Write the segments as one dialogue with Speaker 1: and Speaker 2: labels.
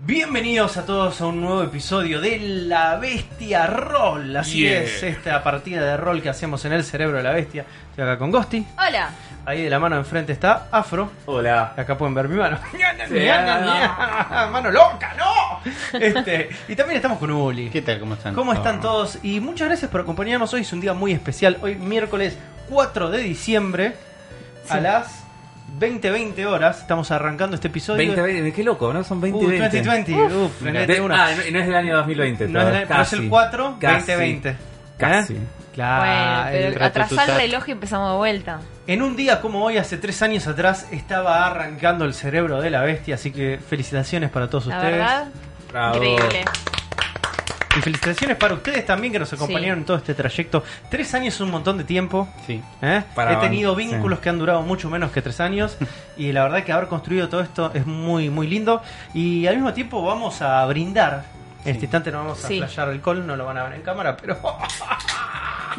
Speaker 1: Bienvenidos a todos a un nuevo episodio de La Bestia Roll. Así
Speaker 2: Yeah.
Speaker 1: es, esta partida de rol que hacemos en el cerebro de la bestia. Estoy acá con Gosti.
Speaker 3: Hola.
Speaker 1: Ahí de la mano enfrente está Afro.
Speaker 2: Hola.
Speaker 1: Acá pueden ver mi mano. mano loca, no. Este, y también estamos con Uli.
Speaker 4: ¿Qué tal? ¿Cómo están?
Speaker 1: ¿Cómo están todos? Y muchas gracias por acompañarnos. Hoy es un día muy especial. Hoy miércoles 4 de diciembre a las 20:20 horas. Estamos arrancando este episodio.
Speaker 2: 20, 20, qué loco, ¿no? Son 20,
Speaker 1: Uh,
Speaker 2: 20.
Speaker 1: 2020. Uf,
Speaker 2: Mira,
Speaker 1: frenete
Speaker 2: de-
Speaker 1: una.
Speaker 2: ah, no, no es del año 2020.
Speaker 1: No es del año- pero es
Speaker 2: casi,
Speaker 1: el 4,
Speaker 2: casi,
Speaker 1: 2020.
Speaker 2: Casi.
Speaker 1: ¿Eh?
Speaker 3: Bueno,
Speaker 1: Claro.
Speaker 3: pero
Speaker 4: rato
Speaker 3: atrasá el
Speaker 4: tuzac.
Speaker 3: reloj y empezamos de vuelta.
Speaker 1: En un día como hoy, hace tres años atrás, estaba arrancando el cerebro de la bestia, así que felicitaciones para todos
Speaker 3: La
Speaker 1: ustedes.
Speaker 3: verdad,
Speaker 2: Bravo.
Speaker 3: increíble.
Speaker 1: Y felicitaciones para ustedes también que nos acompañaron en todo este trayecto. Tres años es un montón de tiempo.
Speaker 4: Sí.
Speaker 1: ¿eh?
Speaker 2: Para
Speaker 1: He tenido
Speaker 2: avanzar.
Speaker 1: vínculos que han durado mucho menos que tres años. y la verdad que haber construido todo esto es muy, muy lindo. Y al mismo tiempo vamos a brindar. En este instante no vamos a
Speaker 3: Sí.
Speaker 1: flashear alcohol, no lo van a ver en cámara, pero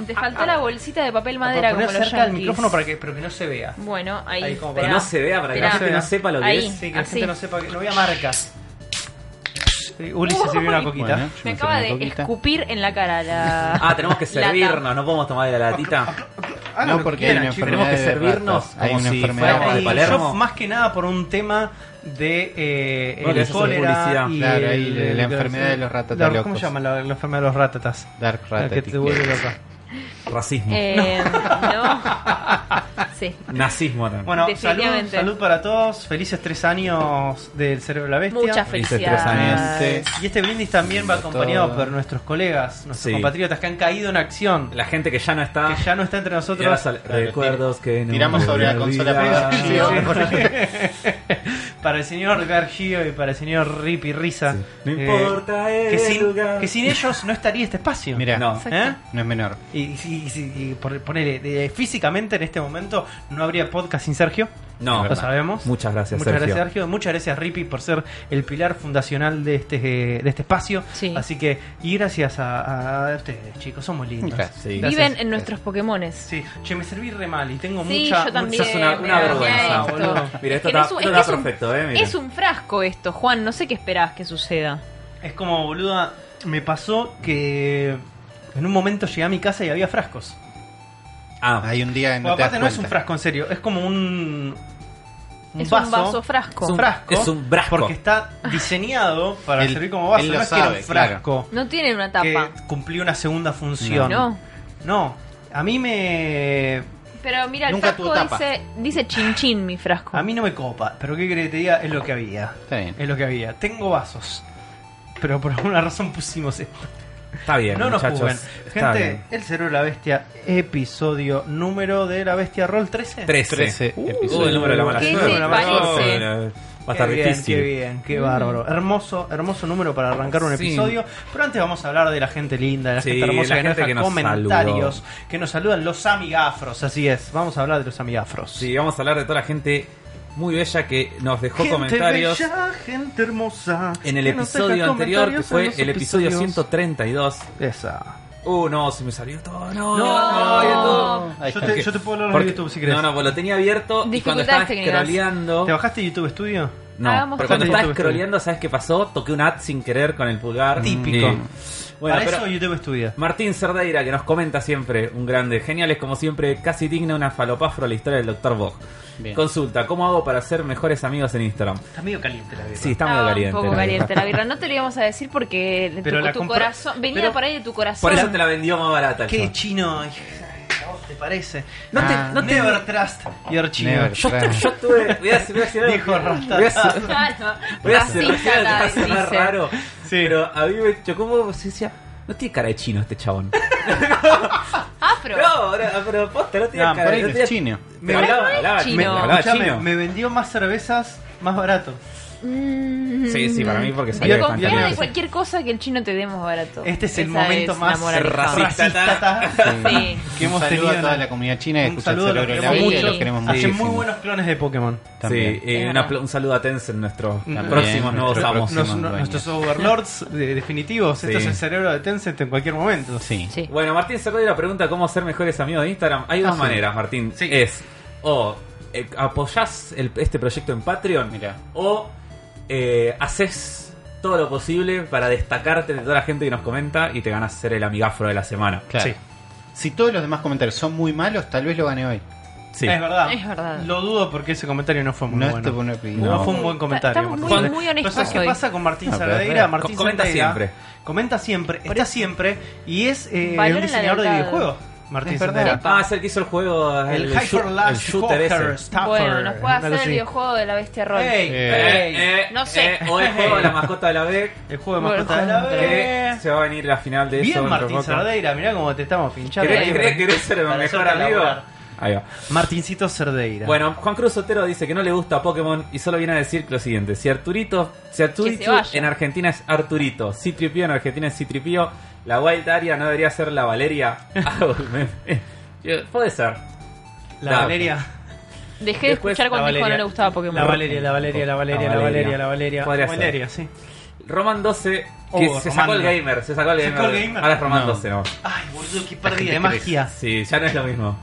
Speaker 3: Te faltó la bolsita de papel madera
Speaker 1: Para
Speaker 3: como
Speaker 1: poner
Speaker 3: los
Speaker 1: cerca del
Speaker 3: yankees.
Speaker 1: micrófono para que, pero que no se vea.
Speaker 3: Bueno, ahí,
Speaker 1: Ahí, como
Speaker 2: Que
Speaker 1: para
Speaker 3: esperá.
Speaker 2: no se vea para que la
Speaker 3: Esperá.
Speaker 2: gente no sepa lo que
Speaker 3: Ahí.
Speaker 2: es.
Speaker 1: Sí, que la
Speaker 3: Así.
Speaker 1: gente no sepa que no vea marcas. Sí, Uli se sirvió una
Speaker 3: Uy.
Speaker 1: coquita.
Speaker 4: Bueno, yo
Speaker 3: Me
Speaker 4: voy a
Speaker 3: acaba
Speaker 4: hacer
Speaker 3: de
Speaker 4: una coquita.
Speaker 3: escupir en la cara la.
Speaker 2: Ah, tenemos que
Speaker 3: Lata.
Speaker 2: servirnos, no podemos tomar de la latita.
Speaker 1: Hagan Ah, lo
Speaker 4: No,
Speaker 1: que
Speaker 4: porque hay
Speaker 1: quieran,
Speaker 4: una
Speaker 1: chicos.
Speaker 4: enfermedad
Speaker 2: Tenemos que
Speaker 4: de
Speaker 2: servirnos
Speaker 4: ratas. Hay
Speaker 2: como
Speaker 4: una
Speaker 2: si
Speaker 4: enfermedad
Speaker 2: fuéramos
Speaker 1: Bueno,
Speaker 2: de
Speaker 1: y
Speaker 4: ratas.
Speaker 2: Palermo.
Speaker 1: yo más que nada por un tema de eh,
Speaker 2: Bueno,
Speaker 1: el
Speaker 2: eso es
Speaker 1: cólera
Speaker 2: publicidad.
Speaker 1: y
Speaker 4: Claro,
Speaker 1: el-
Speaker 4: y la-
Speaker 1: el-
Speaker 4: la enfermedad de los ratatas
Speaker 1: la- ¿Cómo
Speaker 4: locos.
Speaker 1: se llama la, la enfermedad de los ratatas?
Speaker 4: Dark
Speaker 1: La que
Speaker 4: Rat.
Speaker 1: te vuelve loca.
Speaker 2: Racismo.
Speaker 3: Eh, no. Sí.
Speaker 2: Nazismo también.
Speaker 1: Bueno, salud,
Speaker 3: Definitivamente.
Speaker 1: salud para todos. Felices tres años del Cerebro de la Bestia.
Speaker 3: Muchas
Speaker 2: Felices tres
Speaker 3: felicidades.
Speaker 1: Y este brindis también va acompañado
Speaker 4: Todo.
Speaker 1: por nuestros colegas, nuestros
Speaker 2: Sí.
Speaker 1: compatriotas que han caído en acción.
Speaker 2: la gente que ya no está.
Speaker 1: que ya no está entre
Speaker 2: Ah. y ahora
Speaker 1: nosotros.
Speaker 2: sale-
Speaker 4: Claro,
Speaker 2: recuerdos que no
Speaker 4: tiramos
Speaker 2: me
Speaker 4: sobre la consola
Speaker 2: olvidarán.
Speaker 4: para-
Speaker 1: pues. Sí,
Speaker 4: Ah,
Speaker 1: sí.
Speaker 4: por
Speaker 1: para el señor Gargio y para el señor Ripi Risa.
Speaker 2: Sí. No
Speaker 1: eh,
Speaker 2: importa el
Speaker 1: que sin,
Speaker 2: lugar.
Speaker 1: que sin ellos no estaría este espacio.
Speaker 4: Mira,
Speaker 2: No.
Speaker 4: no.
Speaker 1: ¿Eh?
Speaker 4: no es menor.
Speaker 1: Y, y- y- y por- ponele, de- físicamente en este momento no habría podcast sin Sergio.
Speaker 2: No,
Speaker 1: lo sabemos.
Speaker 2: Muchas gracias,
Speaker 1: Muchas
Speaker 2: Sergio.
Speaker 1: gracias, Sergio. Muchas gracias, Ripi, por ser el pilar fundacional de este, de este espacio.
Speaker 3: Sí.
Speaker 1: Así que, y gracias a, a ustedes, chicos. Somos lindos.
Speaker 4: Gracias.
Speaker 1: Gracias.
Speaker 3: Viven en nuestros Pokémones.
Speaker 1: Sí, che, me serví re mal y tengo
Speaker 3: Sí,
Speaker 1: mucha.
Speaker 3: yo también.
Speaker 2: Sos una, una
Speaker 3: Mira,
Speaker 2: vergüenza,
Speaker 3: esto.
Speaker 2: boludo. Mira, esto
Speaker 3: Es que no
Speaker 2: está,
Speaker 3: es
Speaker 2: esto
Speaker 3: un- es que
Speaker 2: está
Speaker 3: es un-
Speaker 2: perfecto, eh. Mira.
Speaker 3: Es un frasco esto, Juan. No sé qué esperás que suceda.
Speaker 1: Es como, boluda, me pasó que en un momento llegué a mi casa y había frascos.
Speaker 2: Ah,
Speaker 4: Hay un día que
Speaker 1: O
Speaker 4: no te das
Speaker 1: aparte no es un
Speaker 4: cuenta.
Speaker 1: frasco, en serio, es como un... Un
Speaker 3: es
Speaker 1: vaso,
Speaker 3: un vaso frasco.
Speaker 2: Es un-
Speaker 1: frasco,
Speaker 2: es un brasco.
Speaker 1: Porque está diseñado para
Speaker 4: Él-
Speaker 1: servir como vaso.
Speaker 4: él lo
Speaker 1: no es que era
Speaker 4: sabe,
Speaker 1: un frasco
Speaker 3: No tiene una
Speaker 1: que
Speaker 3: tapa.
Speaker 1: cumplió una segunda función.
Speaker 3: No.
Speaker 1: No, a mí me...
Speaker 3: Pero mira, el
Speaker 4: Nunca
Speaker 3: frasco
Speaker 4: tuvo tapa.
Speaker 3: dice, dice chin chin mi frasco.
Speaker 1: A mí no me copa, pero qué querés que te diga, es lo que había.
Speaker 4: Está bien.
Speaker 1: Es lo que había. Tengo vasos. Pero por alguna razón pusimos esto.
Speaker 2: está bien,
Speaker 1: No nos
Speaker 2: muchachos.
Speaker 1: juzguen.
Speaker 2: Está
Speaker 1: Gente,
Speaker 2: bien.
Speaker 1: El Cerebro de la Bestia, episodio número de la Bestia Roll 13.
Speaker 2: 13.
Speaker 4: 13
Speaker 2: Uh, el número de la mala
Speaker 3: ¿Qué
Speaker 2: suerte.
Speaker 3: te parece?
Speaker 2: Va a
Speaker 1: Qué
Speaker 2: estar
Speaker 1: bien,
Speaker 2: difícil. Mm.
Speaker 1: Qué bien, qué bárbaro. Hermoso, hermoso número para arrancar un
Speaker 2: Sí.
Speaker 1: episodio. Pero antes vamos a hablar de la gente linda, de la
Speaker 2: Sí,
Speaker 1: gente hermosa que,
Speaker 2: la gente
Speaker 1: nos deja
Speaker 2: que nos
Speaker 1: comentarios, que nos saludan los amigafros. Así es, vamos a hablar de los amigafros.
Speaker 2: Sí, vamos a hablar de toda la gente muy bella que nos dejó
Speaker 1: Gente
Speaker 2: comentarios
Speaker 1: bella, gente hermosa.
Speaker 2: en el
Speaker 1: que nos deja
Speaker 2: episodio anterior, que
Speaker 1: comentarios en
Speaker 2: fue
Speaker 1: los
Speaker 2: el episodio
Speaker 1: episodios.
Speaker 2: 132.
Speaker 1: Esa.
Speaker 2: Uh, no, se me salió todo. No,
Speaker 1: No,
Speaker 2: no,
Speaker 4: Ahí
Speaker 1: yo,
Speaker 4: está.
Speaker 1: te, yo te puedo hablar
Speaker 2: Porque-
Speaker 1: de YouTube si querés.
Speaker 2: No, no, pues lo tenía abierto y cuando
Speaker 3: Dificultades
Speaker 2: estaba
Speaker 3: técnicas.
Speaker 2: scrolleando.
Speaker 1: ¿Te bajaste YouTube Studio?
Speaker 2: No,
Speaker 3: Hagamos
Speaker 2: pero cuando
Speaker 1: todo.
Speaker 2: estaba scrolleando, ¿sabes qué pasó? Toqué un ad sin querer con el pulgar.
Speaker 1: Típico.
Speaker 2: Y- Bueno,
Speaker 1: Para
Speaker 2: pero
Speaker 1: eso YouTube Studio.
Speaker 2: Martín Cerdeira, que nos comenta siempre, un grande, genial, es como siempre, casi digna una falopafro la historia del Dr. Bog.
Speaker 4: Bien.
Speaker 2: Consulta, ¿cómo hago para ser mejores amigos en Instagram?
Speaker 1: Está medio caliente la vida.
Speaker 2: Sí, está muy
Speaker 3: Estaba
Speaker 2: caliente.
Speaker 3: Ah, un poco
Speaker 2: la
Speaker 3: caliente
Speaker 2: verdad.
Speaker 3: la birra. No te lo íbamos a decir porque de
Speaker 1: Pero
Speaker 3: tu,
Speaker 1: la
Speaker 3: tu
Speaker 1: compra-
Speaker 3: corazón. Venía
Speaker 1: pero-
Speaker 3: por ahí de tu corazón.
Speaker 2: Por eso te la vendió más barata. el
Speaker 1: Qué
Speaker 2: chabón.
Speaker 1: chino. ay, ¿A vos te parece?
Speaker 2: No te-
Speaker 1: Ah,
Speaker 2: no te-
Speaker 1: never trust your chino.
Speaker 4: Never
Speaker 2: yo,
Speaker 4: Claro.
Speaker 2: yo tuve. Voy a, voy a decir algo
Speaker 1: Dijo
Speaker 2: que-
Speaker 1: Rasta.
Speaker 2: voy a hacer-
Speaker 3: Claro.
Speaker 2: voy a hacer- voy a hacer-
Speaker 3: Racista la
Speaker 2: va a sonar
Speaker 3: dice.
Speaker 2: raro. Pero a mí me chocó como se decía. No tiene cara de chino este chabón.
Speaker 3: Afro.
Speaker 2: No, ahora- pero posta, no tiene
Speaker 1: No,
Speaker 2: cara
Speaker 4: Por
Speaker 2: de
Speaker 4: ahí no
Speaker 2: no tiene-
Speaker 4: es chino.
Speaker 2: Me
Speaker 3: Por ahí
Speaker 2: hablaba,
Speaker 3: no es
Speaker 2: hablaba
Speaker 3: chino.
Speaker 2: me hablaba
Speaker 1: Escuchame,
Speaker 2: chino.
Speaker 1: me vendió más cervezas más barato.
Speaker 3: Mm.
Speaker 2: Sí, sí, para mí porque
Speaker 3: Yo
Speaker 2: salió de
Speaker 3: confío
Speaker 2: Fantasía.
Speaker 3: de cualquier cosa que el chino te dé más barato.
Speaker 1: Este es el
Speaker 3: Esa
Speaker 1: momento
Speaker 3: es
Speaker 1: más
Speaker 3: la moraleja.
Speaker 2: racista.
Speaker 3: Sí.
Speaker 1: que hemos
Speaker 4: un saludo
Speaker 1: tenido.
Speaker 4: a toda
Speaker 1: ¿no?
Speaker 4: la comunidad china que
Speaker 1: Un
Speaker 4: escucha el
Speaker 1: saludo, los
Speaker 4: cerebro de
Speaker 1: queremos
Speaker 4: la
Speaker 3: Bestia,
Speaker 4: vida y
Speaker 1: mucho.
Speaker 4: los queremos
Speaker 1: Hacen
Speaker 4: muchísimo.
Speaker 1: muy buenos clones de Pokémon.
Speaker 2: Sí,
Speaker 4: También.
Speaker 2: eh,
Speaker 3: Es
Speaker 2: una
Speaker 3: verdad.
Speaker 2: pl- un saludo a Tencent, nuestros
Speaker 1: También,
Speaker 2: próximos nuevos
Speaker 4: nuestro
Speaker 2: amos.
Speaker 4: próximo.
Speaker 1: Nos-
Speaker 4: Pokémon
Speaker 1: no-
Speaker 4: dueños.
Speaker 1: nuestros overlords de- definitivos.
Speaker 2: Sí.
Speaker 1: Esto es el cerebro de Tencent en cualquier momento.
Speaker 4: Sí.
Speaker 3: Sí.
Speaker 2: Bueno, Martín Cerdeira pregunta cómo ser mejores amigos de Instagram. Hay dos
Speaker 4: sí.
Speaker 2: maneras, Martín.
Speaker 1: Sí.
Speaker 2: Es o eh, apoyás el- este proyecto en Patreon
Speaker 4: Mirá.
Speaker 2: o eh, haces todo lo posible para destacarte de toda la gente que nos comenta y te ganas ser el amigafro de la semana.
Speaker 4: Claro.
Speaker 1: Sí.
Speaker 4: Si todos los demás comentarios son muy malos, tal vez lo gane hoy.
Speaker 2: Sí.
Speaker 1: Es verdad.
Speaker 3: Es verdad.
Speaker 1: Lo dudo porque ese comentario no fue muy
Speaker 4: no
Speaker 1: bueno.
Speaker 4: esto fue una opinión.
Speaker 1: No.
Speaker 2: No.
Speaker 1: fue un buen comentario.
Speaker 3: Estamos
Speaker 1: Martín.
Speaker 3: muy- muy honestos
Speaker 1: Pero ¿sabes
Speaker 3: hoy.
Speaker 1: qué pasa con Martín
Speaker 2: No, pero
Speaker 1: Saladeira?
Speaker 2: es verdad.
Speaker 1: Martín
Speaker 2: Co- comenta
Speaker 1: Saladeira
Speaker 2: siempre.
Speaker 1: Comenta siempre, está siempre y es eh,
Speaker 3: Valor
Speaker 1: un
Speaker 3: en la
Speaker 1: diseñador de
Speaker 3: lealtad.
Speaker 1: videojuegos. Martín
Speaker 4: Es verdad.
Speaker 1: Saladeira.
Speaker 2: Ah, es el que hizo el juego.
Speaker 1: El,
Speaker 2: shoot-
Speaker 1: Hyper
Speaker 2: el
Speaker 1: Last
Speaker 2: shooter
Speaker 1: Stalker,
Speaker 2: ese.
Speaker 1: Stalker,
Speaker 3: Bueno, nos puede
Speaker 1: algo
Speaker 3: hacer el
Speaker 1: así.
Speaker 3: videojuego de la bestia rol.
Speaker 1: Ey,
Speaker 4: Eh,
Speaker 1: ey.
Speaker 2: Eh, eh,
Speaker 3: No sé.
Speaker 2: eh, o el juego de la mascota de la B.
Speaker 1: El juego de
Speaker 3: Bueno,
Speaker 1: mascotas de la
Speaker 2: Que
Speaker 1: vez.
Speaker 2: se va a venir la final de eso.
Speaker 1: Eh, Bien,
Speaker 2: dentro de
Speaker 1: Martín
Speaker 2: poco.
Speaker 1: Cerdeira, mirá cómo te estamos pinchando.
Speaker 2: ¿Querés,
Speaker 1: ahí
Speaker 2: querés-
Speaker 1: para-
Speaker 2: querés ser el
Speaker 1: para
Speaker 2: mejor
Speaker 1: hacerte
Speaker 2: amigo?
Speaker 1: laburar.
Speaker 2: Ahí va.
Speaker 1: Martincito Cerdeira.
Speaker 2: Bueno, Juan Cruz Sotero dice que no le gusta Pokémon y solo viene a decir lo siguiente: si Arturito, si
Speaker 3: Que
Speaker 2: Arturito
Speaker 3: se vaya.
Speaker 2: en Argentina es Arturito, Citripio en Argentina es Citripio, la Wild Area no debería ser la Valeria. Ah, me- me- Puede ser.
Speaker 1: la
Speaker 2: no.
Speaker 1: Valeria.
Speaker 3: Dejé de
Speaker 2: Después,
Speaker 3: escuchar cuando
Speaker 1: la
Speaker 3: dijo no
Speaker 1: Valeria.
Speaker 3: le gustaba Pokémon.
Speaker 1: La Valeria, la Valeria, la Valeria, la Valeria, la Valeria.
Speaker 2: Podría ser.
Speaker 1: Valeria, sí.
Speaker 2: Roman 12, que
Speaker 1: Oh,
Speaker 2: se sacó el
Speaker 1: Román.
Speaker 2: gamer, se sacó el
Speaker 1: ¿Se
Speaker 2: gamer.
Speaker 1: sacó el gamer?
Speaker 2: Ahora es Roman
Speaker 4: No.
Speaker 2: 12, no. Ah,
Speaker 1: Ay, boludo, qué pérdida
Speaker 4: gente
Speaker 1: de
Speaker 4: crece.
Speaker 1: magia.
Speaker 2: Sí, ya no es lo mismo.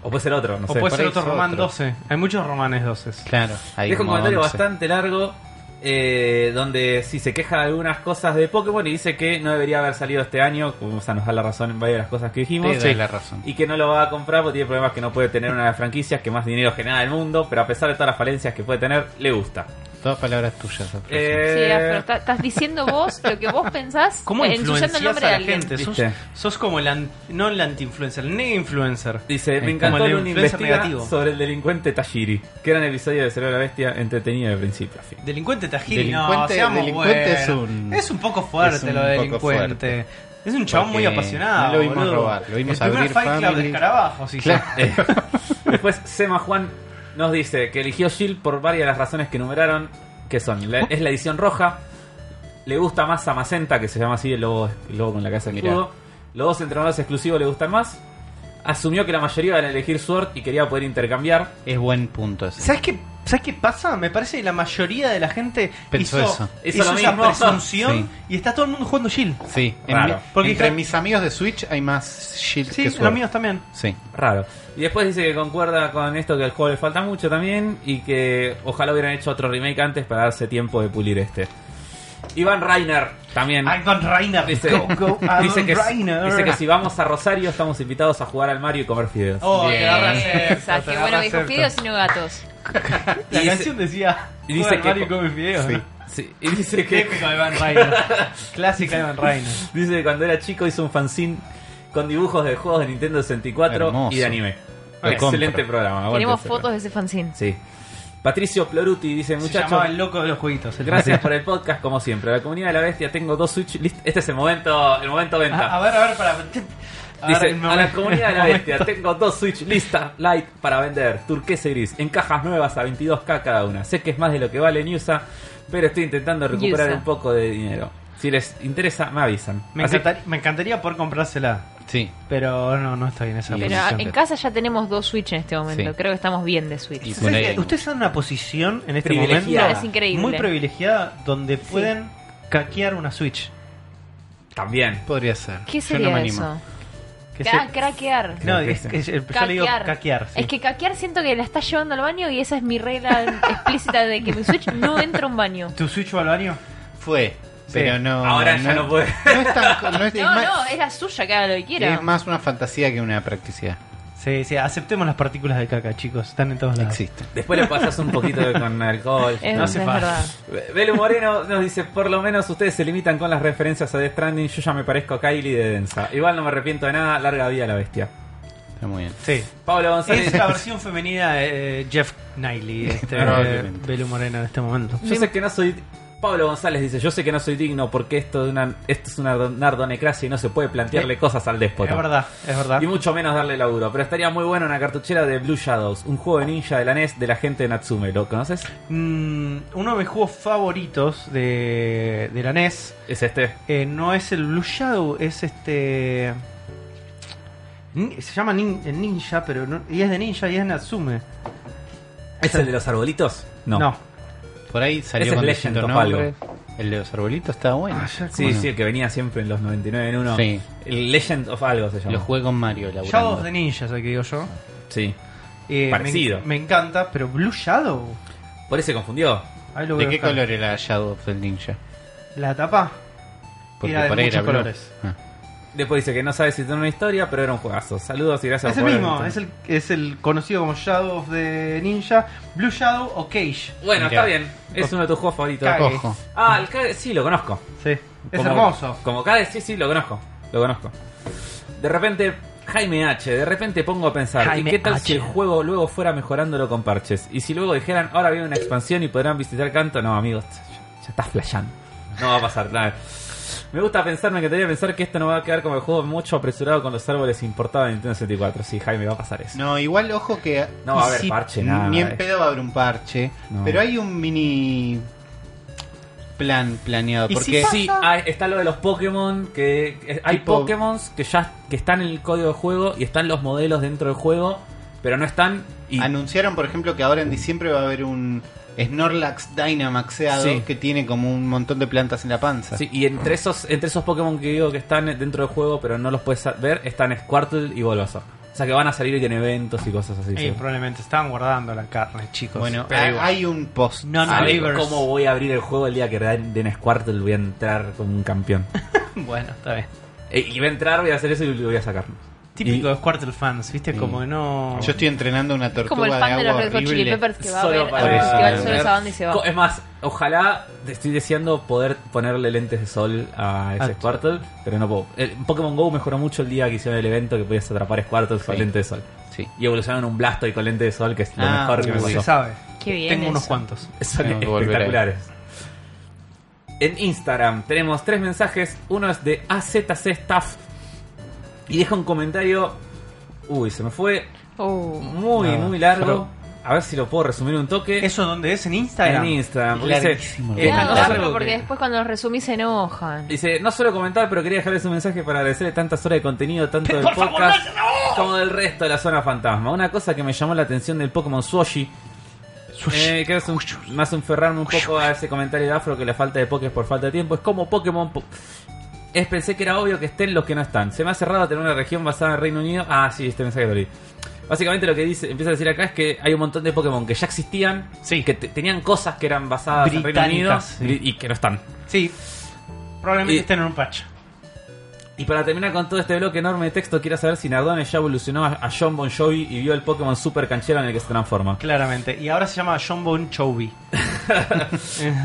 Speaker 2: O puede ser otro, no
Speaker 1: O
Speaker 2: sé.
Speaker 1: puede ser
Speaker 4: ahí
Speaker 1: otro
Speaker 4: es
Speaker 1: Román
Speaker 4: otro.
Speaker 1: 12. Hay muchos Romanes 12.
Speaker 4: Claro. ahí
Speaker 2: Deja un
Speaker 4: como
Speaker 2: comentario
Speaker 4: once.
Speaker 2: bastante largo eh, donde sí se queja de algunas cosas de Pokémon y dice que no debería haber salido este año, como o sea, nos da la razón en varias de las cosas que dijimos.
Speaker 4: Te doy la razón.
Speaker 2: Y que no lo va a comprar porque tiene problemas que no puede tener una de las franquicias que más dinero genera del mundo, pero a pesar de todas las falencias que puede tener, le gusta.
Speaker 4: Todas palabras tuyas. Alfredo.
Speaker 3: Sí,
Speaker 2: Eh,
Speaker 3: pero está- estás diciendo vos lo que vos pensás,
Speaker 1: ¿Cómo
Speaker 3: eh,
Speaker 1: influencias
Speaker 3: ensuciando el nombre
Speaker 1: a
Speaker 3: de
Speaker 1: la
Speaker 3: alguien.
Speaker 1: gente? Sos,
Speaker 2: Viste.
Speaker 1: sos como el an- no el anti-influencer, el neg-influencer.
Speaker 2: Dice, me
Speaker 4: Ahí
Speaker 2: encantó
Speaker 1: está.
Speaker 2: el
Speaker 1: Como
Speaker 2: un
Speaker 1: el influencer
Speaker 2: investiga
Speaker 1: negativo.
Speaker 2: sobre el delincuente Tajiri, que era un episodio de Cerebro de la Bestia entretenido de principio a fin.
Speaker 1: Delincuente Tajiri,
Speaker 4: Delincuente-
Speaker 1: no, seamos
Speaker 4: delincuente es
Speaker 1: buenos.
Speaker 4: un-
Speaker 1: Es un poco fuerte
Speaker 4: es un
Speaker 1: lo de
Speaker 4: poco
Speaker 1: delincuente. Es un chabón muy
Speaker 4: Porque
Speaker 1: apasionado.
Speaker 4: no lo vimos
Speaker 1: boludo.
Speaker 4: robar, lo vimos
Speaker 1: El primer
Speaker 4: abrir
Speaker 1: Fight Club de
Speaker 4: Family.
Speaker 1: escarabajos hizo.
Speaker 4: Claro.
Speaker 2: Eh, Después, Sema Juan nos dice que eligió Shield por varias de las razones que enumeraron, que son, la- es la edición roja, le gusta más a Macenta, que se llama así el lobo, el lobo con la casa de
Speaker 4: Mirá.
Speaker 2: escudo, los dos entrenadores exclusivos le gustan más, asumió que la mayoría van a elegir Sword y quería poder intercambiar.
Speaker 4: Es buen punto ese.
Speaker 1: ¿Sabes qué, ¿Sabes qué pasa? Me parece que la mayoría de la gente
Speaker 4: Pensó
Speaker 1: hizo,
Speaker 4: eso.
Speaker 1: hizo
Speaker 2: Hizo lo
Speaker 1: esa
Speaker 2: mismo.
Speaker 1: presunción
Speaker 4: Sí.
Speaker 1: y está todo el mundo jugando Shield.
Speaker 4: Sí, en
Speaker 2: Raro.
Speaker 4: mi-
Speaker 1: Porque
Speaker 4: entre
Speaker 1: creo-
Speaker 4: mis amigos de Switch hay más Shield
Speaker 1: Sí,
Speaker 4: que
Speaker 1: los
Speaker 4: Sword.
Speaker 1: míos también.
Speaker 4: Sí.
Speaker 2: Raro. Y después dice que concuerda con esto que al juego le falta mucho también y que ojalá hubieran hecho otro remake antes para darse tiempo de pulir este. Iván Reiner también.
Speaker 1: Ivan Reiner.
Speaker 2: Dice,
Speaker 1: Go, go, Ivan
Speaker 2: dice que, si-
Speaker 1: Reiner.
Speaker 2: dice que si vamos a Rosario estamos invitados a jugar al Mario y comer fideos.
Speaker 1: Oh, te agarras
Speaker 3: Bien,
Speaker 1: esto, te
Speaker 3: qué bueno
Speaker 1: agarras
Speaker 3: que dijo
Speaker 1: esto.
Speaker 3: fideos y no gatos.
Speaker 1: La
Speaker 2: Y dice-
Speaker 1: canción decía.
Speaker 2: y dice
Speaker 1: "Juega al
Speaker 2: que-
Speaker 1: Mario y come fideos.
Speaker 4: Sí.
Speaker 1: ¿no?
Speaker 2: Sí, y dice que,
Speaker 1: Típico de Ivan Reiner. Clásica de Ivan Reiner.
Speaker 2: dice que cuando era chico hizo un fanzine con dibujos de juegos de Nintendo 64
Speaker 4: Hermoso.
Speaker 2: y de anime.
Speaker 4: Lo
Speaker 2: Excelente
Speaker 4: compro.
Speaker 2: programa. aguante
Speaker 3: Tenemos
Speaker 2: ese
Speaker 3: fotos de ese fanzine.
Speaker 2: programa. Sí. Patricio Ploruti dice,
Speaker 1: Se
Speaker 2: muchachos,
Speaker 1: llamaba el loco de los jueguitos. el-
Speaker 2: gracias por el podcast como siempre. La comunidad de la bestia, tengo dos Switch. list- Este es el momento, el momento venta.
Speaker 1: A, a ver, a ver, para. A ver,
Speaker 2: Dice,
Speaker 1: el
Speaker 2: a la
Speaker 1: momento-
Speaker 2: comunidad de la
Speaker 1: el
Speaker 2: bestia, tengo dos Switch listas light para vender, turquesa y gris, en cajas nuevas a 22k cada una. Sé que es más de lo que vale en USA, pero estoy intentando recuperar
Speaker 3: Yusa.
Speaker 2: un poco de dinero. Si les interesa, me avisan.
Speaker 1: Me,
Speaker 2: Así-
Speaker 1: encantar- me encantaría poder comprársela.
Speaker 4: Sí.
Speaker 1: Pero no, no estoy en esa
Speaker 4: Y-
Speaker 3: Pero
Speaker 1: posición.
Speaker 3: en casa ya tenemos dos Switch en este momento.
Speaker 4: Sí.
Speaker 3: Creo que estamos bien de Switch.
Speaker 4: Y
Speaker 1: ¿Sabes
Speaker 4: ponele-
Speaker 1: qué? Ustedes están en una posición en este
Speaker 2: Privilegiada.
Speaker 1: momento
Speaker 3: Es increíble.
Speaker 1: muy privilegiada donde pueden caquear una Switch.
Speaker 2: También.
Speaker 4: Podría ser.
Speaker 3: ¿Qué
Speaker 4: Yo no
Speaker 3: sería
Speaker 4: me animo.
Speaker 3: eso?
Speaker 1: Que
Speaker 3: Ca-
Speaker 1: se-
Speaker 3: Craquear.
Speaker 1: no,
Speaker 2: Creo que
Speaker 1: es,
Speaker 2: sí.
Speaker 1: que yo le digo caquear. sí.
Speaker 3: Es que caquear siento que la estás llevando al baño y esa es mi regla explícita de que mi Switch no entra a un baño.
Speaker 1: ¿Tu Switch va al baño?
Speaker 4: Fue. Pero no.
Speaker 2: Ahora ya no puede.
Speaker 4: No es tan. No es, es
Speaker 3: No,
Speaker 4: más,
Speaker 3: no, es la suya que haga lo que quiera.
Speaker 4: es más una fantasía que una practicidad.
Speaker 1: Sí, sí, aceptemos las partículas de caca, chicos. Están en todos lados.
Speaker 4: Existe.
Speaker 2: Después le pasas un poquito de- con alcohol.
Speaker 3: Es,
Speaker 1: No hace
Speaker 3: es
Speaker 1: falta.
Speaker 3: verdad.
Speaker 2: Be- Belu Moreno nos dice, por lo menos ustedes se limitan con las referencias a Death Stranding, yo ya me parezco a Kylie de Densa. Igual no me arrepiento de nada, larga vida a la bestia.
Speaker 4: Está muy bien.
Speaker 1: Sí.
Speaker 2: Pablo González.
Speaker 1: Es la versión femenina de eh, Jeff Knightley, este,
Speaker 4: Probablemente.
Speaker 1: Belu Moreno en este momento.
Speaker 2: Yo sé que no soy. Pablo González dice: Yo sé que no soy digno porque esto, de una, esto es una nardonecracia y no se puede plantearle cosas al
Speaker 1: Es
Speaker 2: déspota.
Speaker 1: verdad, es verdad.
Speaker 2: Y mucho menos darle laburo. Pero estaría muy bueno una cartuchera de Blue Shadows, un juego de ninja de la NES de la gente de Natsume. ¿Lo conoces?
Speaker 1: Mm, uno de mis juegos favoritos de, de la NES
Speaker 2: Es este.
Speaker 1: eh, no es el Blue Shadow, es este. Ni- Se llama nin- el Ninja, pero no- y es de Ninja y es Natsume.
Speaker 2: ¿Es el de los arbolitos? No.
Speaker 4: Por ahí salió
Speaker 2: Ese es
Speaker 4: con
Speaker 2: Legend
Speaker 4: distintos
Speaker 2: of algo.
Speaker 4: nombres. El de los arbolitos está bueno.
Speaker 1: Ah, ya,
Speaker 2: Sí,
Speaker 4: ¿Cómo no?
Speaker 2: sí, el que venía siempre en los 99 en uno.
Speaker 4: Sí.
Speaker 2: El Legend of Algo se llama.
Speaker 4: Lo jugué con Mario. laburando.
Speaker 1: Shadows de Ninja es el que digo yo.
Speaker 2: Sí.
Speaker 1: Eh, me-
Speaker 2: Parecido.
Speaker 1: Me, encanta, pero Blue Shadow.
Speaker 2: Por eso se confundió.
Speaker 1: Ahí lo voy
Speaker 4: ¿De
Speaker 1: a
Speaker 4: qué
Speaker 1: buscar.
Speaker 4: color era Shadow of the Ninja?
Speaker 1: La tapa
Speaker 4: Porque
Speaker 1: era de
Speaker 4: por ahí
Speaker 1: muchos
Speaker 4: era blue.
Speaker 1: colores.
Speaker 4: Ah.
Speaker 2: Después dice que no sabe si tiene una historia, pero era un juegazo. Saludos y gracias
Speaker 1: Es el
Speaker 2: por
Speaker 1: mismo, es el, es el conocido como Shadow of the Ninja, Blue Shadow o Cage.
Speaker 2: Bueno, está
Speaker 4: Mirá.
Speaker 2: bien. Es uno de tus juegos favoritos.
Speaker 1: Cague.
Speaker 4: Ojo.
Speaker 2: Ah, el Kage, sí, lo conozco.
Speaker 1: Sí, es
Speaker 2: Como-
Speaker 1: hermoso.
Speaker 2: Como Kage, sí, sí, lo conozco. Lo conozco. De repente, Jaime H. De repente pongo a pensar,
Speaker 1: Jaime
Speaker 2: ¿y qué tal
Speaker 1: H.
Speaker 2: si el juego luego fuera mejorándolo con parches? Y si luego dijeran, ahora viene una expansión y podrán visitar Canto. No, amigos, ya, ya estás flasheando. No va a pasar nada. Me gusta pensar, me encantaría pensar que esto no va a quedar como el juego mucho apresurado con los árboles importados de Nintendo 64. Sí, Jaime, va a pasar eso.
Speaker 4: No, igual ojo que.
Speaker 2: No va a
Speaker 4: y
Speaker 2: haber parche,
Speaker 4: ni-
Speaker 2: nada,
Speaker 4: Ni
Speaker 2: eh.
Speaker 4: en pedo va a haber un parche.
Speaker 2: No.
Speaker 4: Pero hay un mini plan planeado.
Speaker 1: ¿Y si
Speaker 4: Porque
Speaker 2: Sí, hay- está lo de los Pokémon, que que hay
Speaker 4: Tipo-
Speaker 2: Pokémon que ya que están en el código de juego y están los modelos dentro del juego, pero no están y
Speaker 4: anunciaron, por ejemplo, que ahora en diciembre va a haber un Snorlax Dynamaxeado
Speaker 2: Sí.
Speaker 4: que tiene como un montón de plantas en la panza.
Speaker 2: sí, y entre esos entre esos Pokémon que digo que están dentro del juego, pero no los puedes ver, están Squirtle y Goloso. O sea que van a salir en eventos y cosas así.
Speaker 1: Eh,
Speaker 2: sí.
Speaker 1: probablemente estaban guardando la carne, chicos.
Speaker 4: Bueno,
Speaker 1: Pero
Speaker 4: hay,
Speaker 1: igual.
Speaker 4: hay un post.
Speaker 1: No, no,
Speaker 2: ¿Sabés
Speaker 1: Rivers.
Speaker 2: Ah, cómo voy a abrir el juego el día que den den Squirtle? Voy a entrar como un campeón.
Speaker 1: bueno, está bien.
Speaker 2: Eh, y voy a entrar, voy a hacer eso y lo voy a sacar.
Speaker 1: Típico de Squirtle fans, ¿viste?
Speaker 2: y-
Speaker 1: Como que no.
Speaker 4: Yo estoy entrenando una
Speaker 3: Es
Speaker 4: tortuga
Speaker 3: como el fan de
Speaker 4: de
Speaker 3: los
Speaker 4: agua
Speaker 3: Red Hot Chili
Speaker 4: horrible.
Speaker 3: Peppers que va a
Speaker 2: Solo
Speaker 3: ver,
Speaker 2: para-
Speaker 3: que va
Speaker 4: Por
Speaker 3: solo
Speaker 4: eso.
Speaker 3: esa banda y se va.
Speaker 2: Co- Es más, ojalá te estoy deseando poder ponerle lentes de sol a ese
Speaker 1: Ah,
Speaker 2: Squirtle, pero no puedo. El- Pokémon Go mejoró mucho el día que hicieron el evento que podías atrapar Squirtles con
Speaker 4: Sí.
Speaker 2: lentes de sol.
Speaker 4: Sí.
Speaker 2: Y evolucionaron un Blastoise con lentes de sol, que es lo
Speaker 4: Ah,
Speaker 2: mejor que me
Speaker 4: uy.
Speaker 1: se
Speaker 2: pasó.
Speaker 1: sabe.
Speaker 3: Qué bien
Speaker 1: Tengo unos
Speaker 3: eso.
Speaker 1: cuantos.
Speaker 2: Son
Speaker 4: Tengo que volver a
Speaker 2: espectaculares. En Instagram tenemos tres mensajes. Uno es de AZC Staff y deja un comentario. Uy, se me fue
Speaker 3: Uh,
Speaker 2: muy,
Speaker 1: Nada,
Speaker 2: muy largo.
Speaker 1: pero-
Speaker 2: A ver si lo puedo resumir un toque.
Speaker 1: ¿Eso dónde es? ¿En Instagram?
Speaker 2: en Instagram. porque
Speaker 4: Larguísimo.
Speaker 2: dice,
Speaker 4: Eh,
Speaker 3: cuidado,
Speaker 2: no
Speaker 4: claro,
Speaker 2: solo
Speaker 3: Pablo, porque
Speaker 2: que-
Speaker 3: después cuando los resumís se enojan.
Speaker 2: Dice, no solo comentar, pero quería dejarles un mensaje para agradecerle tantas horas de contenido, tanto del podcast como del resto de la zona fantasma. Una cosa que me llamó la atención del Pokémon Swoshi, eh, que es un- más enferrarme un poco a ese comentario de Afro que la falta de Pokés por falta de tiempo, es como Pokémon... po- es, pensé que era obvio que estén los que no están. Se me ha cerrado tener una región basada en Reino Unido. Ah, sí, este mensaje lo leí. Básicamente lo que dice, empieza a decir acá es que hay un montón de Pokémon que ya existían,
Speaker 1: Sí.
Speaker 2: que te- tenían cosas que eran basadas en Reino Unido
Speaker 1: Británicas, sí.
Speaker 2: y y que no están.
Speaker 1: Sí. Probablemente
Speaker 2: Y-
Speaker 1: estén en un patch.
Speaker 2: Y para terminar con todo este bloque enorme de texto, quiero saber si Nardone ya evolucionó a- a John Bon Jovi y vio el Pokémon Super Canchero en el que se transforma.
Speaker 1: Claramente. Y ahora se llama John Bon Jovi.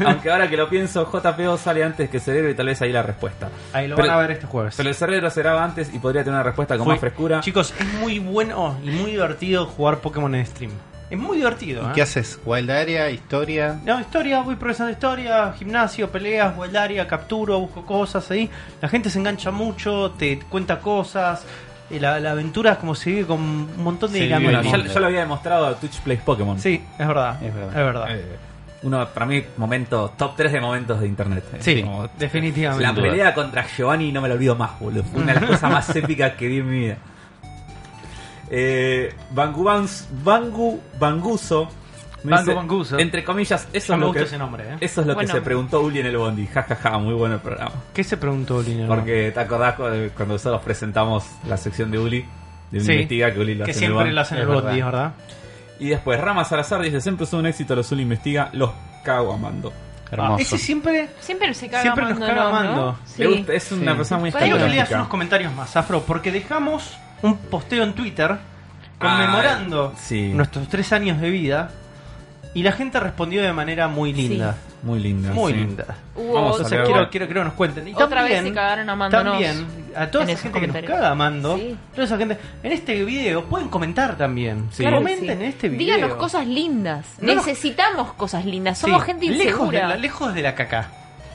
Speaker 2: Aunque ahora que lo pienso, JPO sale antes que Cerebro y tal vez ahí la respuesta.
Speaker 1: Ahí lo
Speaker 2: Pero-
Speaker 1: van a ver este jueves.
Speaker 2: Pero el Cerebro será antes y podría tener una respuesta con
Speaker 1: Fue-
Speaker 2: más frescura.
Speaker 1: Chicos, es muy bueno y muy divertido jugar Pokémon en stream. Es muy divertido. ¿eh?
Speaker 4: ¿Qué haces? ¿Wild Area? ¿Historia?
Speaker 2: Ah,
Speaker 1: No, historia, voy progresando historia, gimnasio, peleas, guardaria, capturo, busco cosas ahí. La gente se engancha mucho, te cuenta cosas. Eh, La, la aventura es como se vive con un montón de
Speaker 4: Se vive
Speaker 2: Bueno,
Speaker 1: dinamismo.
Speaker 2: ya, ya lo había demostrado a Twitch Plays Pokémon.
Speaker 1: Sí, es verdad.
Speaker 4: Es verdad.
Speaker 2: Eh, uno, para mí, momento, top 3 de momentos de internet. eh.
Speaker 1: Sí,
Speaker 2: Como-
Speaker 1: definitivamente.
Speaker 2: La pelea contra Giovanni no me la olvido más, boludo. Fue una de las cosas más épicas que vi en mi vida. Eh, Bangu Bans- Bangu Banguso. me
Speaker 1: Bangu Banguso.
Speaker 2: Entre comillas, eso
Speaker 1: Ya me
Speaker 2: es lo que,
Speaker 1: gusta ese nombre, ¿eh?
Speaker 2: eso es lo
Speaker 3: Buen
Speaker 2: que se
Speaker 3: nombre.
Speaker 2: preguntó Uli en el Bondi. Ja, ja, ja, muy bueno el programa.
Speaker 1: ¿Qué se preguntó, Lino?
Speaker 2: Porque te acordás cu- eh, cuando nosotros presentamos la sección de Uli. De
Speaker 1: Sí.
Speaker 2: Investiga que Uli lo
Speaker 1: que
Speaker 2: hace en el
Speaker 1: siempre
Speaker 2: Bondi.
Speaker 1: lo hacen en
Speaker 4: es
Speaker 1: el
Speaker 4: verdad.
Speaker 1: bondi, es verdad.
Speaker 2: Y después, Rama Salazar dice: Siempre son un éxito los Uli Investiga, los cago amando.
Speaker 4: Hermoso.
Speaker 1: Ese siempre.
Speaker 3: Siempre se caga
Speaker 1: Siempre nos
Speaker 3: mando,
Speaker 1: caga
Speaker 3: ¿no?
Speaker 1: Mando.
Speaker 2: Le
Speaker 3: Sí.
Speaker 2: gusta- es una
Speaker 4: Sí.
Speaker 2: persona muy
Speaker 3: Por ahí
Speaker 1: Quiero que
Speaker 2: escatológica.
Speaker 1: leas unos comentarios más, Afro, porque dejamos un posteo en Twitter conmemorando
Speaker 2: Ah, sí.
Speaker 1: nuestros tres años de vida y la gente respondió de manera muy linda.
Speaker 2: Muy linda.
Speaker 1: Muy
Speaker 2: Ah, sí.
Speaker 1: linda.
Speaker 3: Hubo
Speaker 2: Vamos a
Speaker 1: Entonces
Speaker 2: Pero
Speaker 1: quiero,
Speaker 2: bueno.
Speaker 1: quiero, quiero que nos cuenten. Y
Speaker 3: Otra
Speaker 1: también,
Speaker 3: vez se cagaron amándonos.
Speaker 1: también a toda
Speaker 3: en
Speaker 1: esa
Speaker 3: esos
Speaker 1: gente que nos
Speaker 3: comentarios.
Speaker 1: caga amando,
Speaker 3: Sí.
Speaker 1: toda esa gente, en este video pueden comentar también.
Speaker 2: Sí.
Speaker 3: Claro que
Speaker 1: Comenten en
Speaker 3: sí.
Speaker 1: este video.
Speaker 3: Díganos cosas lindas.
Speaker 1: No nos-
Speaker 3: Necesitamos cosas lindas. Somos
Speaker 1: Sí,
Speaker 3: gente
Speaker 1: lejos de,
Speaker 3: insegura.
Speaker 1: la, lejos de la caca.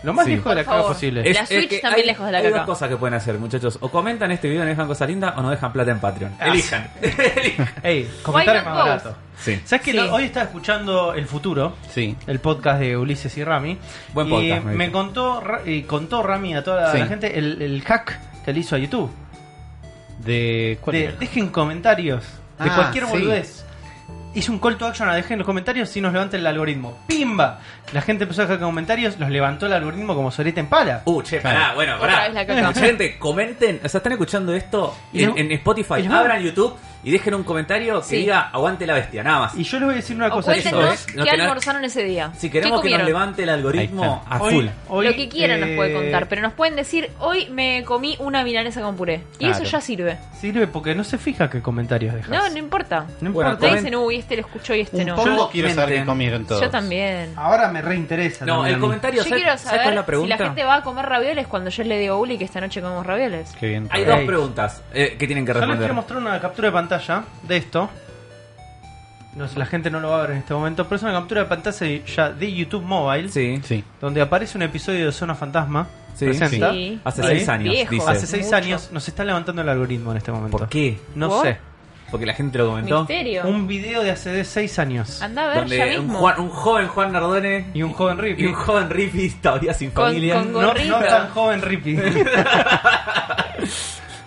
Speaker 1: Lo más
Speaker 2: Sí.
Speaker 1: lejos de la
Speaker 3: Por
Speaker 1: caca
Speaker 3: favor.
Speaker 1: posible.
Speaker 3: Es- La Switch
Speaker 2: que
Speaker 3: también
Speaker 2: hay-
Speaker 3: lejos de la
Speaker 2: hay
Speaker 3: caca.
Speaker 2: dos cosas que pueden hacer, muchachos. O comentan este video y nos dejan cosas lindas o nos dejan plata en Patreon.
Speaker 1: Ah,
Speaker 2: Elijan. Elijan.
Speaker 1: Ey, comentar es
Speaker 3: not
Speaker 1: más
Speaker 3: both?
Speaker 1: barato.
Speaker 2: Sí.
Speaker 1: ¿Sabes que
Speaker 3: Sí.
Speaker 1: lo- hoy estaba escuchando El Futuro?
Speaker 4: Sí.
Speaker 1: el podcast de Ulises y Rami.
Speaker 2: Buen
Speaker 1: y
Speaker 2: podcast, me
Speaker 1: me,
Speaker 2: dijo.
Speaker 1: contó Ra- y contó Rami a toda la,
Speaker 4: Sí.
Speaker 1: la gente el, el hack que le hizo a YouTube.
Speaker 4: ¿De cuál
Speaker 1: De-
Speaker 4: era?
Speaker 1: dejen comentarios de
Speaker 4: Ah,
Speaker 1: cualquier
Speaker 4: sí.
Speaker 1: boludez. Hizo un call to action a dejen los comentarios si nos levanta el algoritmo. ¡Pimba! La gente empezó a dejar comentarios, los levantó el algoritmo como solita en pala.
Speaker 2: Uh, che, pará, bueno,
Speaker 3: Otra
Speaker 2: pará.
Speaker 3: vez la caca.
Speaker 2: Mucha gente, comenten. O sea, están escuchando esto
Speaker 1: Y
Speaker 2: en,
Speaker 1: no-
Speaker 2: en Spotify.
Speaker 1: y no-
Speaker 2: Abran YouTube y dejen un comentario que
Speaker 3: Sí.
Speaker 2: diga aguante la bestia, nada más.
Speaker 1: Y yo les voy a decir una
Speaker 3: O
Speaker 1: cosa.
Speaker 2: cuéntenos
Speaker 3: cuéntenos
Speaker 2: eso, ¿eh? No
Speaker 3: qué
Speaker 2: tenés-
Speaker 3: almorzaron ese día.
Speaker 2: Si queremos
Speaker 3: ¿Qué
Speaker 2: que nos
Speaker 3: comieron?
Speaker 2: levante el algoritmo
Speaker 4: Ahí
Speaker 2: a full.
Speaker 1: Hoy-
Speaker 3: Lo que quieran nos puede
Speaker 1: eh,
Speaker 3: contar, pero nos pueden decir, hoy me comí una milanesa con puré. Y
Speaker 2: Claro.
Speaker 3: eso ya sirve.
Speaker 1: Sirve porque no se fija qué comentarios dejas.
Speaker 3: No, no importa.
Speaker 1: No
Speaker 2: Bueno,
Speaker 1: importa.
Speaker 3: No
Speaker 2: comen-
Speaker 3: dicen, uy, este lo escuchó y este
Speaker 4: Un
Speaker 3: no.
Speaker 4: poco
Speaker 2: Yo-
Speaker 4: quiero saber
Speaker 2: Comenten.
Speaker 4: qué comieron todos.
Speaker 3: Yo también.
Speaker 1: Ahora me reinteresa.
Speaker 2: No,
Speaker 1: también
Speaker 2: el
Speaker 1: a mí.
Speaker 2: comentario,
Speaker 3: Yo
Speaker 2: ¿sabes
Speaker 3: quiero
Speaker 2: sabes cuál es
Speaker 3: saber
Speaker 2: la
Speaker 3: si
Speaker 2: pregunta?
Speaker 3: la gente va a comer ravioles cuando yo le digo a Uli que esta noche comemos ravioles.
Speaker 4: Qué bien.
Speaker 2: Hay
Speaker 1: Ok.
Speaker 2: dos preguntas eh, que tienen que
Speaker 1: Yo les
Speaker 2: responder.
Speaker 1: quiero mostrar una captura de pantalla de esto. No sé, la gente no lo va a ver en este momento, pero es una captura de pantalla ya de YouTube Mobile,
Speaker 2: Sí,
Speaker 4: Sí.
Speaker 1: donde aparece un episodio de Zona Fantasma.
Speaker 2: Sí.
Speaker 1: presenta.
Speaker 3: Sí.
Speaker 2: hace
Speaker 1: Ahí.
Speaker 2: seis años,
Speaker 3: Viejo.
Speaker 2: dice.
Speaker 1: Hace seis
Speaker 3: Mucho.
Speaker 1: años nos está levantando el algoritmo en este momento.
Speaker 2: ¿Por qué?
Speaker 1: No
Speaker 3: ¿Por?
Speaker 1: sé.
Speaker 2: Porque la gente lo comentó.
Speaker 3: Misterio.
Speaker 1: Un video de hace de seis años.
Speaker 3: Anda a ver ya
Speaker 2: Donde un,
Speaker 3: mismo.
Speaker 2: Juan- un joven Juan Nardone
Speaker 1: Y un joven
Speaker 2: y
Speaker 1: Rippy.
Speaker 2: un joven Riffy todavía sin
Speaker 3: Con-
Speaker 2: familia.
Speaker 3: con
Speaker 1: No, no
Speaker 3: gorrito.
Speaker 1: tan joven Rippy.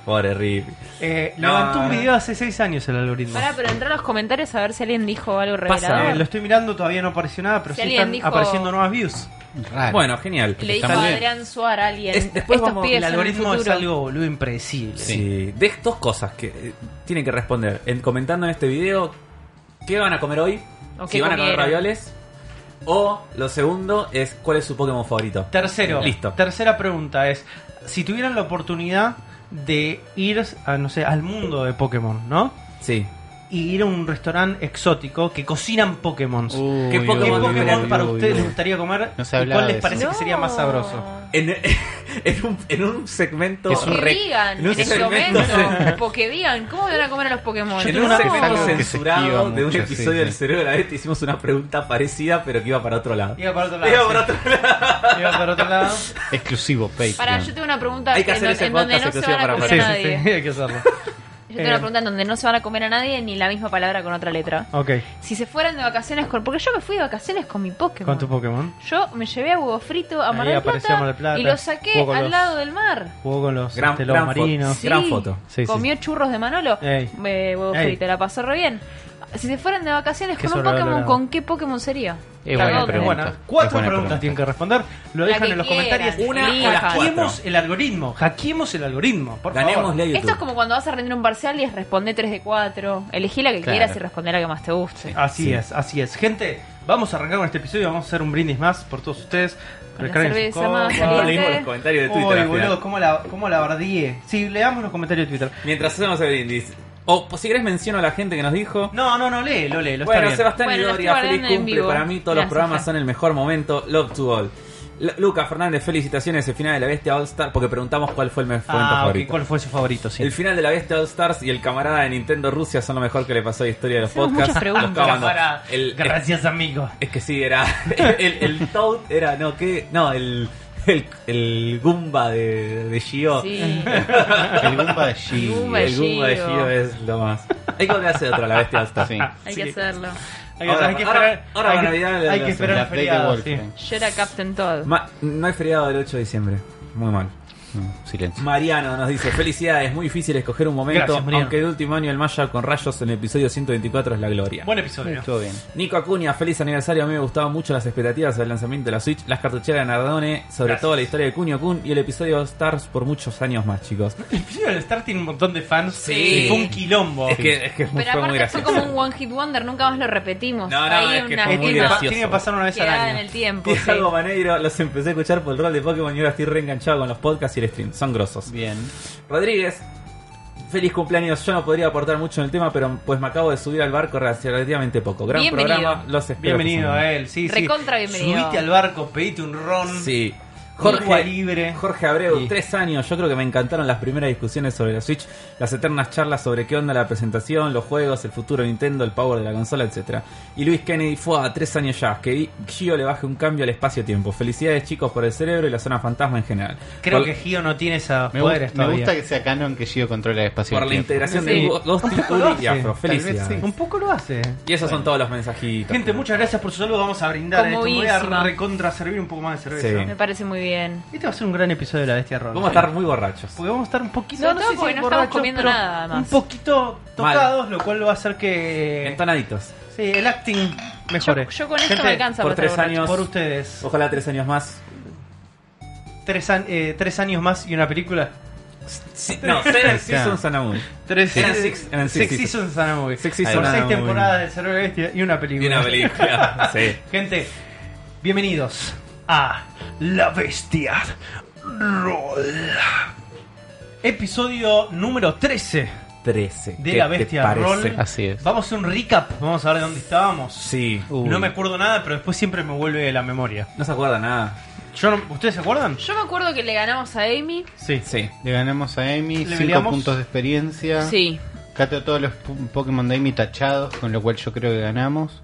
Speaker 2: Pobre Riffy.
Speaker 1: Eh,
Speaker 2: No.
Speaker 1: Levantó un video hace seis años el algoritmo.
Speaker 3: Pará, pero entra a los comentarios a ver si alguien dijo algo
Speaker 2: Pasa,
Speaker 1: Eh,
Speaker 3: revelador.
Speaker 1: lo estoy mirando, todavía no apareció nada, pero sí
Speaker 3: Si alguien
Speaker 1: están
Speaker 3: dijo-
Speaker 1: apareciendo nuevas views.
Speaker 4: Raro.
Speaker 2: Bueno, genial.
Speaker 3: Le dijo
Speaker 2: Está
Speaker 3: a
Speaker 2: muy bien.
Speaker 3: Adrián Suar a alguien.
Speaker 2: Es- después
Speaker 3: Estos
Speaker 2: vamos-
Speaker 3: pibes
Speaker 1: El
Speaker 3: son
Speaker 1: algoritmo es
Speaker 3: futuro".
Speaker 1: algo, boludo, impredecible.
Speaker 2: Sí. De dos cosas que eh, tienen que responder. En, comentando en este video, ¿qué van a comer hoy?
Speaker 3: ¿O
Speaker 2: si
Speaker 3: qué
Speaker 2: van a comer
Speaker 3: comieron?
Speaker 2: ravioles. O lo segundo es cuál es su Pokémon favorito.
Speaker 1: Tercero,
Speaker 2: Listo.
Speaker 1: tercera pregunta es, si tuvieran la oportunidad de ir, a, no sé, al mundo de Pokémon, ¿no?
Speaker 2: Sí.
Speaker 1: Y ir a un restaurante exótico que cocinan Pokémon.
Speaker 4: Uy,
Speaker 2: ¿Qué
Speaker 4: uy,
Speaker 1: ¿Qué
Speaker 2: Pokémon
Speaker 4: uy,
Speaker 1: Pokémon
Speaker 4: uy,
Speaker 1: para
Speaker 4: uy,
Speaker 1: ustedes
Speaker 4: uy.
Speaker 1: les gustaría comer?
Speaker 4: No se
Speaker 1: ¿Y
Speaker 4: hablaba
Speaker 1: ¿Cuál les
Speaker 4: de eso.
Speaker 1: parece que sería más
Speaker 3: No.
Speaker 1: sabroso?
Speaker 2: En, en un, en un segmento.
Speaker 4: Es un
Speaker 3: Que
Speaker 2: re-
Speaker 3: digan,
Speaker 2: en un
Speaker 3: en ese
Speaker 2: segmento-
Speaker 3: momento. Porque digan, ¿cómo van a comer a los Pokémon?
Speaker 1: Yo
Speaker 2: En
Speaker 1: tengo
Speaker 2: un
Speaker 1: una-
Speaker 2: segmento
Speaker 4: algo que se esquiva
Speaker 2: censurado de un
Speaker 4: mucho,
Speaker 2: episodio
Speaker 4: sí,
Speaker 2: del
Speaker 4: sí.
Speaker 2: cerebro de la Bestia hicimos una pregunta parecida, pero que iba para otro lado.
Speaker 1: Iba para otro lado.
Speaker 2: Iba para
Speaker 1: sí.
Speaker 2: otro
Speaker 1: Iba para otro lado.
Speaker 4: Exclusivo Patreon.
Speaker 3: Pará, yo tengo una pregunta
Speaker 2: Hay que
Speaker 3: en,
Speaker 2: hacer
Speaker 3: don-
Speaker 2: ese
Speaker 3: en donde
Speaker 2: podcast
Speaker 3: no se
Speaker 2: exclusivo
Speaker 3: van a
Speaker 2: para
Speaker 3: comer
Speaker 1: Sí,
Speaker 3: a
Speaker 1: sí,
Speaker 3: nadie.
Speaker 1: sí, hay que hacerlo.
Speaker 3: Yo tengo
Speaker 1: Eh.
Speaker 3: una pregunta en donde no se van a comer a nadie ni la misma palabra con otra letra.
Speaker 1: Ok,
Speaker 3: Si se fueran de vacaciones con. Porque yo me fui de vacaciones con mi Pokémon.
Speaker 1: con tu Pokémon.
Speaker 3: Yo me llevé a Hugo Frito a Mar,
Speaker 1: Ahí
Speaker 3: del
Speaker 1: apareció
Speaker 3: Plata,
Speaker 1: Mar del Plata.
Speaker 3: y lo saqué
Speaker 1: Jugó con
Speaker 3: al
Speaker 1: los-
Speaker 3: lado del mar.
Speaker 1: Jugó con los,
Speaker 2: Gran-
Speaker 1: este, lobos
Speaker 2: gran foto.
Speaker 1: marinos.
Speaker 2: Sí. Gran foto.
Speaker 1: Sí, sí.
Speaker 3: Comió churros de Manolo.
Speaker 1: Ey.
Speaker 3: Eh, Hugo
Speaker 1: Ey.
Speaker 3: Frito, la pasó re bien. Si se fueran de vacaciones
Speaker 1: Qué
Speaker 3: con un Pokémon,
Speaker 1: sobrevalorado.
Speaker 3: ¿con qué Pokémon sería? ¿eh?
Speaker 4: Es
Speaker 3: Cada
Speaker 4: buena
Speaker 3: uno.
Speaker 1: Pero
Speaker 4: pregunta.
Speaker 1: bueno,
Speaker 4: Es
Speaker 1: cuatro
Speaker 4: buena
Speaker 1: preguntas
Speaker 4: pregunta.
Speaker 1: tienen que responder. Lo
Speaker 3: La
Speaker 1: dejan
Speaker 3: que
Speaker 1: en los
Speaker 3: quieran.
Speaker 1: comentarios.
Speaker 2: Una
Speaker 3: Elija.
Speaker 2: o las cuatro.
Speaker 1: Hackeemos el algoritmo. Hackeemos el algoritmo. Por favor.
Speaker 2: Ganémosle a YouTube.
Speaker 3: Esto es como cuando vas a rendir un parcial y es responde 3 de 4. Elegí la que
Speaker 2: Claro.
Speaker 3: quieras y responder la que más te guste.
Speaker 1: Así
Speaker 2: Sí.
Speaker 1: es, así es. Gente, vamos a arrancar con este episodio. Vamos a hacer un brindis más por todos ustedes.
Speaker 3: Con la
Speaker 1: Recarguen sus
Speaker 3: cerveza
Speaker 1: copas.
Speaker 3: más
Speaker 2: No
Speaker 3: caliente.
Speaker 2: leímos los comentarios de
Speaker 1: Uy,
Speaker 2: Twitter. al final.
Speaker 1: boludo, cómo la, cómo la bardié. Sí, leamos los comentarios de Twitter.
Speaker 2: Mientras hacemos el brindis. O pues, si querés menciono a la gente que nos dijo.
Speaker 1: No, no, no, léelo, léelo.
Speaker 2: bueno,
Speaker 1: está bien.
Speaker 2: Sebastián
Speaker 3: Bueno,
Speaker 2: y
Speaker 3: lo
Speaker 2: Gloria,
Speaker 3: estoy
Speaker 2: feliz
Speaker 3: guardando en
Speaker 2: cumple.
Speaker 3: vivo.
Speaker 2: Para mí todos los
Speaker 3: Gracias,
Speaker 2: programas
Speaker 3: Fer.
Speaker 2: son el mejor momento. Love to all. L- Luca Fernández, felicitaciones. El final de la Bestia All Star. Porque preguntamos cuál fue el mejor momento
Speaker 1: Ah, ok,
Speaker 2: favorito.
Speaker 1: ¿cuál fue su favorito? Sí.
Speaker 2: El final de la Bestia All Stars y el camarada de Nintendo Rusia son lo mejor que le pasó a la historia de los
Speaker 3: Hacemos
Speaker 2: podcasts.
Speaker 3: muchas preguntas.
Speaker 2: Los cavando.
Speaker 1: Cámara.
Speaker 2: El- es,
Speaker 1: Gracias, amigo.
Speaker 2: es que sí, era. El, el Toad era. No, que. No, el. El, el Goomba de, de Gio.
Speaker 3: Sí.
Speaker 4: El Goomba de G.
Speaker 3: Goomba de
Speaker 2: El Goomba de
Speaker 3: Gio.
Speaker 2: Gio es lo más. Hay que volver a hacer otra, la Bestia All Stars.
Speaker 4: Sí.
Speaker 3: Hay
Speaker 1: Sí.
Speaker 3: que hacerlo.
Speaker 1: Hay
Speaker 2: Ahora-
Speaker 1: hay que
Speaker 2: ahora-
Speaker 1: esperar.
Speaker 2: ahora
Speaker 1: hay
Speaker 2: para
Speaker 1: que-
Speaker 2: Navidad la-
Speaker 1: hay que
Speaker 2: la-
Speaker 1: esperar
Speaker 4: la
Speaker 1: el
Speaker 4: update de
Speaker 1: feriado, sí.
Speaker 4: Wolfenstein.
Speaker 3: Yo era Captain Todd.
Speaker 2: Ma- no hay feriado del 8 de diciembre. Muy mal.
Speaker 4: Mm, Silencio.
Speaker 2: Mariano nos dice, felicidades, muy difícil escoger un momento,
Speaker 1: Gracias, Mariano.
Speaker 2: aunque el último año el mashup con rayos en el episodio 124 es la gloria.
Speaker 1: Buen episodio.
Speaker 4: Todo bien.
Speaker 2: Nico Acuña, feliz aniversario, a mí me gustaban mucho las expectativas del lanzamiento de la Switch, las cartucheras de Nardone, sobre
Speaker 1: Gracias.
Speaker 2: todo la historia de Kunio Kun y el episodio de Stars por muchos años más, chicos.
Speaker 1: El episodio del Star tiene un montón de fans.
Speaker 2: Sí.
Speaker 1: Y fue un quilombo.
Speaker 2: Es que, es que fue,
Speaker 3: Pero
Speaker 2: muy
Speaker 3: aparte fue
Speaker 2: gracioso.
Speaker 3: como un One Hit Wonder, nunca más lo repetimos.
Speaker 2: No, no,
Speaker 3: Hay
Speaker 2: es que
Speaker 3: unas
Speaker 2: fue muy
Speaker 3: temas
Speaker 2: gracioso.
Speaker 1: Tiene que pasar una vez al
Speaker 3: quedadas en el
Speaker 1: año.
Speaker 3: tiempo. sí.
Speaker 2: Diego Maneiro, los empecé a escuchar por el rol de Pokémon y ahora estoy reenganchado con los podcasts y el stream. Son grosos.
Speaker 4: Bien.
Speaker 2: Rodríguez, feliz cumpleaños. Yo no podría aportar mucho en el tema, pero pues me acabo de subir al barco relativamente poco. Gran
Speaker 3: Bienvenido.
Speaker 2: programa, los espero.
Speaker 1: Bienvenido eh.
Speaker 2: que
Speaker 1: a él, sí, sí.
Speaker 3: Recontra bienvenido.
Speaker 1: Subite al barco, pedite un ron.
Speaker 2: se- Sí.
Speaker 1: Cuba
Speaker 2: Jorge,
Speaker 1: libre.
Speaker 2: Jorge Abreu,
Speaker 1: eh. Sí.
Speaker 2: tres años. Yo creo que me encantaron las primeras discusiones sobre la Switch, las eternas charlas sobre qué onda la presentación, los juegos, el futuro de Nintendo, el power de la consola, etcétera. Y Luis Kennedy fue a tres años ya. Que Gio le baje un cambio al espacio-tiempo. Felicidades, chicos, por el cerebro y la zona fantasma en general.
Speaker 1: Creo
Speaker 2: Por-
Speaker 1: que Gio no tiene esos
Speaker 4: Me, gu-
Speaker 1: poderes
Speaker 4: me
Speaker 1: todavía.
Speaker 4: gusta que sea canon que Gio controla el espacio.
Speaker 2: por
Speaker 4: y
Speaker 2: la
Speaker 4: el tiempo.
Speaker 2: integración
Speaker 1: Sí.
Speaker 2: de Ghost y
Speaker 1: sí.
Speaker 2: Afro.
Speaker 4: Tal vez
Speaker 2: Felicidades.
Speaker 4: sí.
Speaker 1: Un poco lo hace. eh.
Speaker 2: Y esos son todos los mensajitos.
Speaker 1: Gente, muchas gracias por su saludo. Vamos a brindar. en esto. Me Voy a
Speaker 3: Conmovidísima.
Speaker 1: recontra servir un poco más de cerveza.
Speaker 2: Sí.
Speaker 3: Me parece muy bien.
Speaker 1: Este va a ser un gran episodio de la bestia roja.
Speaker 2: Vamos a estar muy borrachos.
Speaker 1: Porque vamos a estar un poquito.
Speaker 3: Sobre
Speaker 1: no
Speaker 3: todo
Speaker 1: sé si
Speaker 3: porque no estamos
Speaker 1: borrachos,
Speaker 3: comiendo
Speaker 1: pero
Speaker 3: nada más.
Speaker 1: Un poquito tocados, lo cual va a hacer que.
Speaker 2: Entonaditos.
Speaker 1: Sí, el acting
Speaker 3: Yo,
Speaker 1: mejore.
Speaker 3: yo con esto
Speaker 1: Gente,
Speaker 3: me alcanza
Speaker 2: por
Speaker 3: para
Speaker 2: tres
Speaker 3: estar
Speaker 2: años.
Speaker 1: Por
Speaker 2: Oh.
Speaker 1: ustedes.
Speaker 2: Ojalá tres años más.
Speaker 1: Tres, an- eh, tres años más y una película.
Speaker 2: Sí, no, Seven Seasons and a Moon.
Speaker 1: Tres
Speaker 2: Eran
Speaker 1: series-
Speaker 2: six- eran
Speaker 1: Six
Speaker 2: six seasons.
Speaker 1: Seasons and a Movie.
Speaker 2: Six
Speaker 1: Por
Speaker 2: Seasons and a
Speaker 1: seis
Speaker 2: Movie.
Speaker 1: temporadas de Cerebro Bestia y una película.
Speaker 2: Y una película. sí.
Speaker 1: Gente, bienvenidos a La Bestia Roll. Episodio número 13
Speaker 2: 13.
Speaker 1: de
Speaker 2: ¿qué
Speaker 1: La
Speaker 2: te
Speaker 1: Bestia
Speaker 2: parece?
Speaker 1: Roll.
Speaker 4: Así es.
Speaker 1: Vamos a hacer un recap, vamos a ver dónde estábamos.
Speaker 2: Sí.
Speaker 1: No me acuerdo nada, pero después siempre me vuelve la memoria.
Speaker 2: No se acuerda nada.
Speaker 1: Yo no- ¿Ustedes se acuerdan?
Speaker 3: Yo me acuerdo que le ganamos a Amy.
Speaker 1: Sí.
Speaker 2: Sí.
Speaker 4: Le ganamos a Amy,
Speaker 1: Le
Speaker 4: 5
Speaker 1: peleamos.
Speaker 4: puntos de experiencia.
Speaker 3: Sí.
Speaker 4: Cato todos los pu- Pokémon de Amy tachados, con lo cual yo creo que ganamos.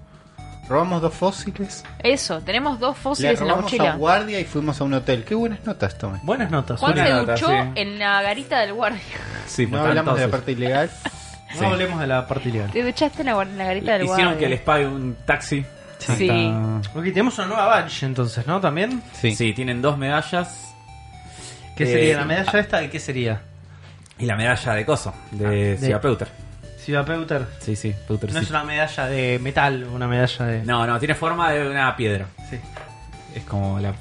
Speaker 4: Robamos dos fósiles.
Speaker 3: Eso, tenemos dos
Speaker 4: Le
Speaker 3: fósiles en la
Speaker 4: robamos a
Speaker 3: mochila.
Speaker 4: guardia y fuimos a un hotel. Qué buenas notas tomé.
Speaker 1: Buenas notas.
Speaker 3: Juan
Speaker 2: Una
Speaker 3: se
Speaker 2: nota,
Speaker 3: duchó
Speaker 2: sí.
Speaker 3: en la garita del guardia.
Speaker 2: Sí, pues
Speaker 4: No
Speaker 2: por
Speaker 4: hablamos de la
Speaker 2: tanto,
Speaker 4: parte ilegal.
Speaker 1: No hablemos de la parte ilegal.
Speaker 3: Te duchaste en la, guar- en la garita del guardia.
Speaker 2: Hicieron que les pague un taxi.
Speaker 3: eh. Sí.
Speaker 2: Hasta-
Speaker 1: Ok, tenemos una nueva badge entonces, ¿no? También.
Speaker 2: Sí. tienen dos medallas
Speaker 1: ¿Qué
Speaker 2: Eh,
Speaker 1: sería? ¿La medalla esta de qué sería?
Speaker 2: y la medalla de coso de
Speaker 1: Ah,
Speaker 2: Siga
Speaker 1: de-
Speaker 2: Peuter.
Speaker 1: Ciudad Peuter.
Speaker 2: Sí, sí, Peuter.
Speaker 1: No
Speaker 2: sí.
Speaker 1: es una medalla de metal, una medalla de...
Speaker 2: No, no, tiene forma de una piedra.
Speaker 1: Sí.
Speaker 2: Es como la.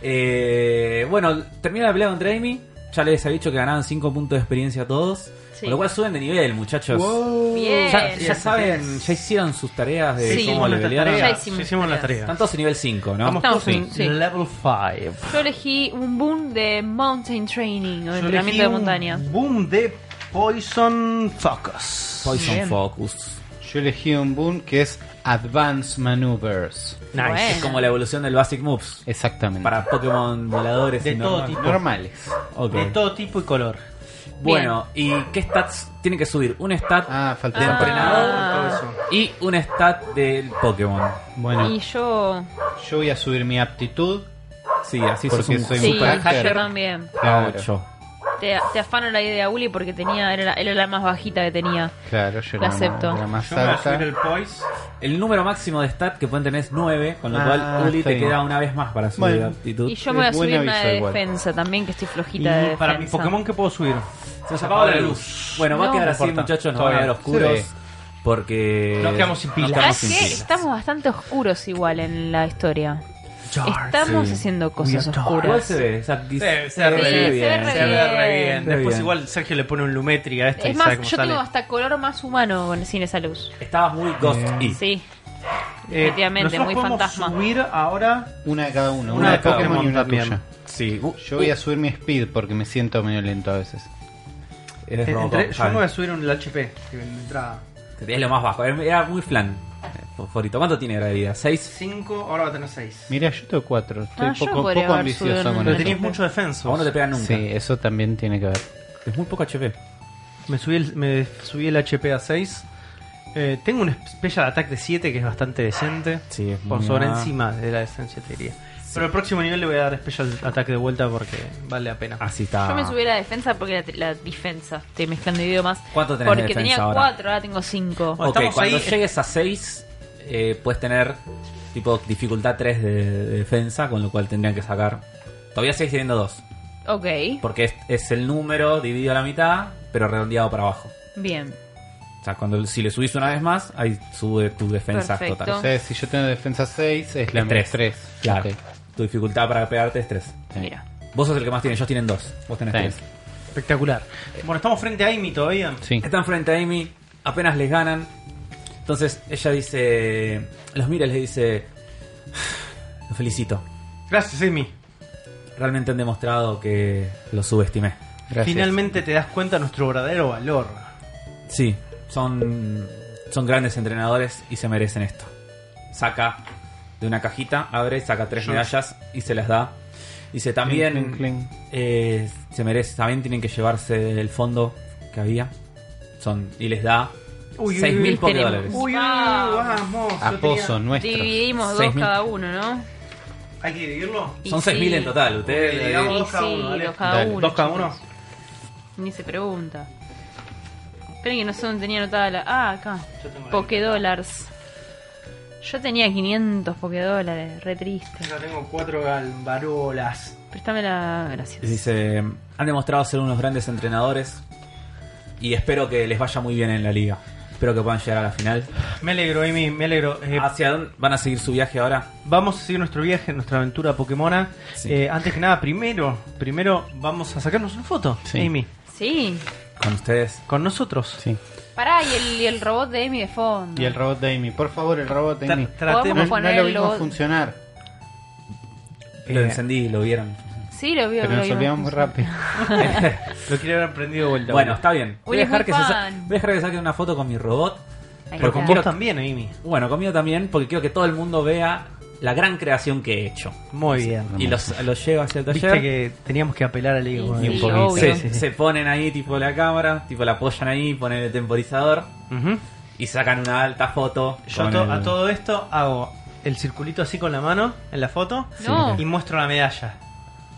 Speaker 2: Eh, bueno, termina la pelea contra Amy. Ya les había dicho que ganaban 5 puntos de experiencia a todos.
Speaker 3: Sí.
Speaker 2: Con lo cual suben de nivel, muchachos.
Speaker 3: Bien.
Speaker 2: Ya, ya
Speaker 1: Yes,
Speaker 2: saben,
Speaker 1: yes.
Speaker 2: ya hicieron sus tareas de
Speaker 3: Sí.
Speaker 2: cómo
Speaker 1: Hicimos
Speaker 2: le
Speaker 1: nuestras
Speaker 2: pelearon.
Speaker 1: tareas.
Speaker 3: Ya hicimos
Speaker 1: Hicimos las
Speaker 3: tareas.
Speaker 2: Están
Speaker 1: tareas.
Speaker 2: todos en nivel 5, ¿no?
Speaker 1: Estamos
Speaker 3: Estamos
Speaker 1: todos en
Speaker 3: en- sí.
Speaker 1: level 5.
Speaker 3: Yo elegí un boom de mountain training o de entrenamiento de montaña.
Speaker 1: Boom de Poison Focus.
Speaker 2: Poison
Speaker 3: Bien.
Speaker 2: Focus.
Speaker 4: Yo elegí un boom que es Advanced Maneuvers.
Speaker 1: Nice.
Speaker 3: Bueno.
Speaker 2: Es como la evolución del Basic Moves.
Speaker 4: Exactamente.
Speaker 2: Para Pokémon voladores
Speaker 1: De
Speaker 2: y
Speaker 1: todo
Speaker 2: normal.
Speaker 1: tipo.
Speaker 4: normales.
Speaker 2: Ok.
Speaker 1: De todo tipo y color.
Speaker 2: Bueno, ¿y qué stats tiene que subir? Un stat
Speaker 4: Ah, faltó.
Speaker 2: de
Speaker 3: Ah.
Speaker 2: entrenador
Speaker 1: Todo eso.
Speaker 2: y un stat del Pokémon.
Speaker 4: Bueno,
Speaker 3: Y yo.
Speaker 4: yo voy a subir mi aptitud.
Speaker 2: Sí, así
Speaker 4: Porque
Speaker 2: sos un
Speaker 4: soy un
Speaker 3: Sí,
Speaker 2: super
Speaker 4: super hacker.
Speaker 3: yo también.
Speaker 2: a
Speaker 4: Claro.
Speaker 2: 8.
Speaker 3: Te, te afano la idea de Uli porque tenía, era, la, era la más bajita que tenía.
Speaker 4: Claro, yo
Speaker 3: La
Speaker 4: era
Speaker 3: acepto.
Speaker 4: la más
Speaker 1: Yo me voy a subir
Speaker 4: alta.
Speaker 1: el Poise.
Speaker 2: El número máximo de stat que pueden tener es 9, con lo
Speaker 4: Ah,
Speaker 2: cual Uli
Speaker 4: está
Speaker 2: te
Speaker 4: bien.
Speaker 2: queda una vez más para subir
Speaker 4: Bueno.
Speaker 2: la aptitud.
Speaker 3: Y yo me voy a
Speaker 4: Es buen
Speaker 3: subir una
Speaker 4: aviso
Speaker 3: de
Speaker 4: igual.
Speaker 3: defensa también, que estoy
Speaker 1: Y
Speaker 3: flojita de
Speaker 1: para mi
Speaker 3: defensa.
Speaker 1: Pokémon, ¿qué puedo subir?
Speaker 2: Se nos apagó la luz. Bueno, va a
Speaker 3: No.
Speaker 2: quedar
Speaker 1: No
Speaker 2: así,
Speaker 1: importa.
Speaker 2: muchachos, nos
Speaker 1: Está
Speaker 2: van a
Speaker 1: bien.
Speaker 2: ver oscuros.
Speaker 4: Sí.
Speaker 2: Porque.
Speaker 1: Nos quedamos sin pilas.
Speaker 2: nos quedamos
Speaker 3: ¿Sabes
Speaker 2: sin
Speaker 3: qué?
Speaker 2: pilas.
Speaker 3: Estamos bastante oscuros igual en la historia. Estamos
Speaker 2: sí.
Speaker 3: haciendo cosas
Speaker 1: We are dark.
Speaker 2: Igual
Speaker 3: oscuras.
Speaker 2: se ve. o sea, dice-
Speaker 1: Eh, Se- se ve
Speaker 2: se ve
Speaker 1: re
Speaker 2: bien.
Speaker 3: bien.
Speaker 1: Se ve re bien.
Speaker 2: Re
Speaker 1: Después
Speaker 2: bien.
Speaker 1: igual Sergio le pone un Lumetri a esta y
Speaker 3: Es
Speaker 1: sabe
Speaker 3: más,
Speaker 1: cómo
Speaker 3: yo
Speaker 1: sale.
Speaker 3: tengo hasta color más humano con- sin esa luz.
Speaker 2: Estabas muy Ghost E.
Speaker 3: Sí.
Speaker 1: Eh,
Speaker 3: Definitivamente,
Speaker 1: nosotros
Speaker 3: muy
Speaker 1: podemos
Speaker 3: fantasma.
Speaker 1: subir ahora...
Speaker 4: Una de cada
Speaker 1: Una
Speaker 4: uno. Una,
Speaker 1: de
Speaker 4: de
Speaker 1: cada
Speaker 4: Pokémon,
Speaker 1: Pokémon
Speaker 4: y una
Speaker 1: también.
Speaker 4: tuya.
Speaker 2: Sí. uh,
Speaker 4: Yo voy a subir mi speed porque me siento medio lento a veces.
Speaker 2: Eres
Speaker 1: eh, entre-
Speaker 2: Robocop,
Speaker 1: yo me voy a
Speaker 2: saben.
Speaker 1: subir un HP. que me entra
Speaker 2: Es lo más bajo. Era muy flan. eh, Favorito. ¿Cuánto tiene de vida? ¿6?
Speaker 1: 5, ahora va a tener 6.
Speaker 4: Mira, yo tengo cuatro. Estoy
Speaker 3: Ah, yo
Speaker 4: poco,
Speaker 3: podría
Speaker 4: poco
Speaker 3: haber subido
Speaker 4: ambicioso
Speaker 3: en
Speaker 4: con
Speaker 3: un
Speaker 1: Pero
Speaker 4: eso.
Speaker 1: tenías mucho defenso.
Speaker 2: A vos no te pega nunca.
Speaker 4: Sí, eso también tiene que ver.
Speaker 2: Es muy poco HP.
Speaker 1: Me subí el, me subí el HP a 6. Eh, tengo un Special Attack de 7 que es bastante decente.
Speaker 2: Sí, es
Speaker 1: por
Speaker 2: muy
Speaker 1: sobre
Speaker 2: nada.
Speaker 1: encima de la decencia, te diría. Pero el próximo nivel le voy a dar Special Attack de vuelta porque vale la pena.
Speaker 2: Así está.
Speaker 3: Yo me subí a la defensa porque la, la defensa, estoy mezclando idiomas.
Speaker 2: ¿Cuánto tenés de
Speaker 3: Porque
Speaker 2: defensa
Speaker 3: tenía
Speaker 2: ahora?
Speaker 3: cuatro, ahora tengo cinco.
Speaker 1: Bueno,
Speaker 2: Ok,
Speaker 1: estamos
Speaker 2: cuando
Speaker 1: ahí.
Speaker 2: llegues a 6, eh, puedes tener tipo dificultad 3 de, de defensa, con lo cual tendrían que sacar. Todavía seguís teniendo 2,
Speaker 3: Ok,
Speaker 2: porque es, es el número dividido a la mitad, pero redondeado para abajo.
Speaker 3: bien.
Speaker 2: O sea, cuando si le subís una vez más, ahí sube tu defensa
Speaker 3: Perfecto.
Speaker 4: O
Speaker 2: total.
Speaker 4: sea, si yo tengo defensa 6, es la
Speaker 2: Es
Speaker 4: mía
Speaker 2: tres.
Speaker 4: 3.
Speaker 2: Claro. Tu dificultad para pegarte es 3.
Speaker 3: Mira.
Speaker 2: Vos sos el que más tiene, ellos tienen 2. Vos tenés
Speaker 4: Sí.
Speaker 2: 3.
Speaker 1: Espectacular. Bueno, estamos frente a Amy todavía.
Speaker 4: Sí.
Speaker 2: Están frente a Amy, apenas les ganan. Entonces ella dice, los mira y les dice, los felicito.
Speaker 1: Gracias, Amy.
Speaker 2: Realmente han demostrado que los subestimé.
Speaker 4: Gracias.
Speaker 1: Finalmente te das cuenta de nuestro verdadero valor.
Speaker 2: Sí, son, son grandes entrenadores y se merecen esto. Saca de una cajita, abre, saca tres
Speaker 1: Yo-
Speaker 2: medallas y se las da. Dice,
Speaker 4: Clink,
Speaker 2: también
Speaker 4: clink, clink.
Speaker 2: eh, se merece, también tienen que llevarse el fondo que había. Son, y les da
Speaker 1: Uy, uy,
Speaker 2: 6
Speaker 1: uy,
Speaker 2: mil
Speaker 1: tenemos-
Speaker 2: dólares.
Speaker 1: Uy, uy, uy,
Speaker 3: Wow.
Speaker 1: vamos. yo
Speaker 4: A pozo
Speaker 1: tenía-
Speaker 4: nuestro.
Speaker 3: Dividimos dos
Speaker 2: Seis mil.
Speaker 3: cada uno, ¿no?
Speaker 1: ¿Hay que dividirlo?
Speaker 3: Y
Speaker 2: Son 6.000 en total, ustedes
Speaker 1: Ok,
Speaker 2: le
Speaker 1: digamos
Speaker 3: Y
Speaker 1: dos cada
Speaker 3: sí,
Speaker 1: uno, dale.
Speaker 3: dos cada
Speaker 4: Dale.
Speaker 3: uno,
Speaker 1: ¿Dos cada uno?
Speaker 3: chicos. Ni se pregunta. Esperen que no sé dónde tenía anotada la... Ah, acá.
Speaker 1: Yo tengo la
Speaker 3: Pokédollars. Yo tenía 500 Pokédólares, re triste.
Speaker 1: Yo tengo cuatro galvarolas.
Speaker 3: Préstame la... Gracias.
Speaker 2: Dice, han demostrado ser unos grandes entrenadores y espero que les vaya muy bien en la liga. Espero que puedan llegar a la final.
Speaker 1: Me alegro, Amy, me alegro. Eh,
Speaker 2: ¿Hacia dónde van a seguir su viaje ahora?
Speaker 1: Vamos a seguir nuestro viaje, nuestra aventura Pokémona.
Speaker 2: Sí.
Speaker 1: Eh, antes que nada, primero, primero vamos a sacarnos una foto,
Speaker 4: Sí.
Speaker 1: Amy,
Speaker 3: Sí.
Speaker 2: Con ustedes.
Speaker 1: con nosotros.
Speaker 4: Sí.
Speaker 3: Pará, y el, y el robot de Amy de fondo.
Speaker 4: Y el robot de Amy. Por favor, el robot de
Speaker 1: Tra-
Speaker 4: Amy.
Speaker 1: tratemos-
Speaker 4: No,
Speaker 3: Vamos a
Speaker 4: no
Speaker 3: poner
Speaker 4: lo
Speaker 3: el
Speaker 4: vimos
Speaker 3: logo-
Speaker 4: funcionar,
Speaker 2: Lo
Speaker 1: Eh,
Speaker 2: encendí y lo vieron.
Speaker 3: Sí, lo vio.
Speaker 4: pero
Speaker 3: lo
Speaker 4: nos
Speaker 3: vio.
Speaker 4: olvidamos muy rápido.
Speaker 1: Lo quiero haber aprendido de vuelta.
Speaker 2: bueno, está bien. Voy
Speaker 3: Uy,
Speaker 2: a
Speaker 3: es
Speaker 2: dejar
Speaker 3: muy
Speaker 2: que, se sa-
Speaker 3: fan.
Speaker 2: voy a dejar que saquen una foto con mi robot.
Speaker 3: Ahí
Speaker 1: Pero
Speaker 3: está.
Speaker 1: con vos también, Amy.
Speaker 2: Bueno, conmigo también, porque quiero que todo el mundo vea la gran creación que he hecho.
Speaker 1: Muy bien.
Speaker 2: Y los, los llevo hacia el
Speaker 1: Viste
Speaker 2: taller.
Speaker 1: que teníamos que apelar al ego.
Speaker 3: Sí,
Speaker 1: eh,
Speaker 3: sí, obvio.
Speaker 2: Se, se ponen ahí, tipo la cámara, tipo la apoyan ahí, ponen el temporizador
Speaker 1: Ujú.
Speaker 2: y sacan una alta foto.
Speaker 1: Yo a,
Speaker 2: con
Speaker 1: to-
Speaker 2: el-
Speaker 1: a todo esto hago el circulito así con la mano en la foto
Speaker 3: No.
Speaker 1: y muestro la medalla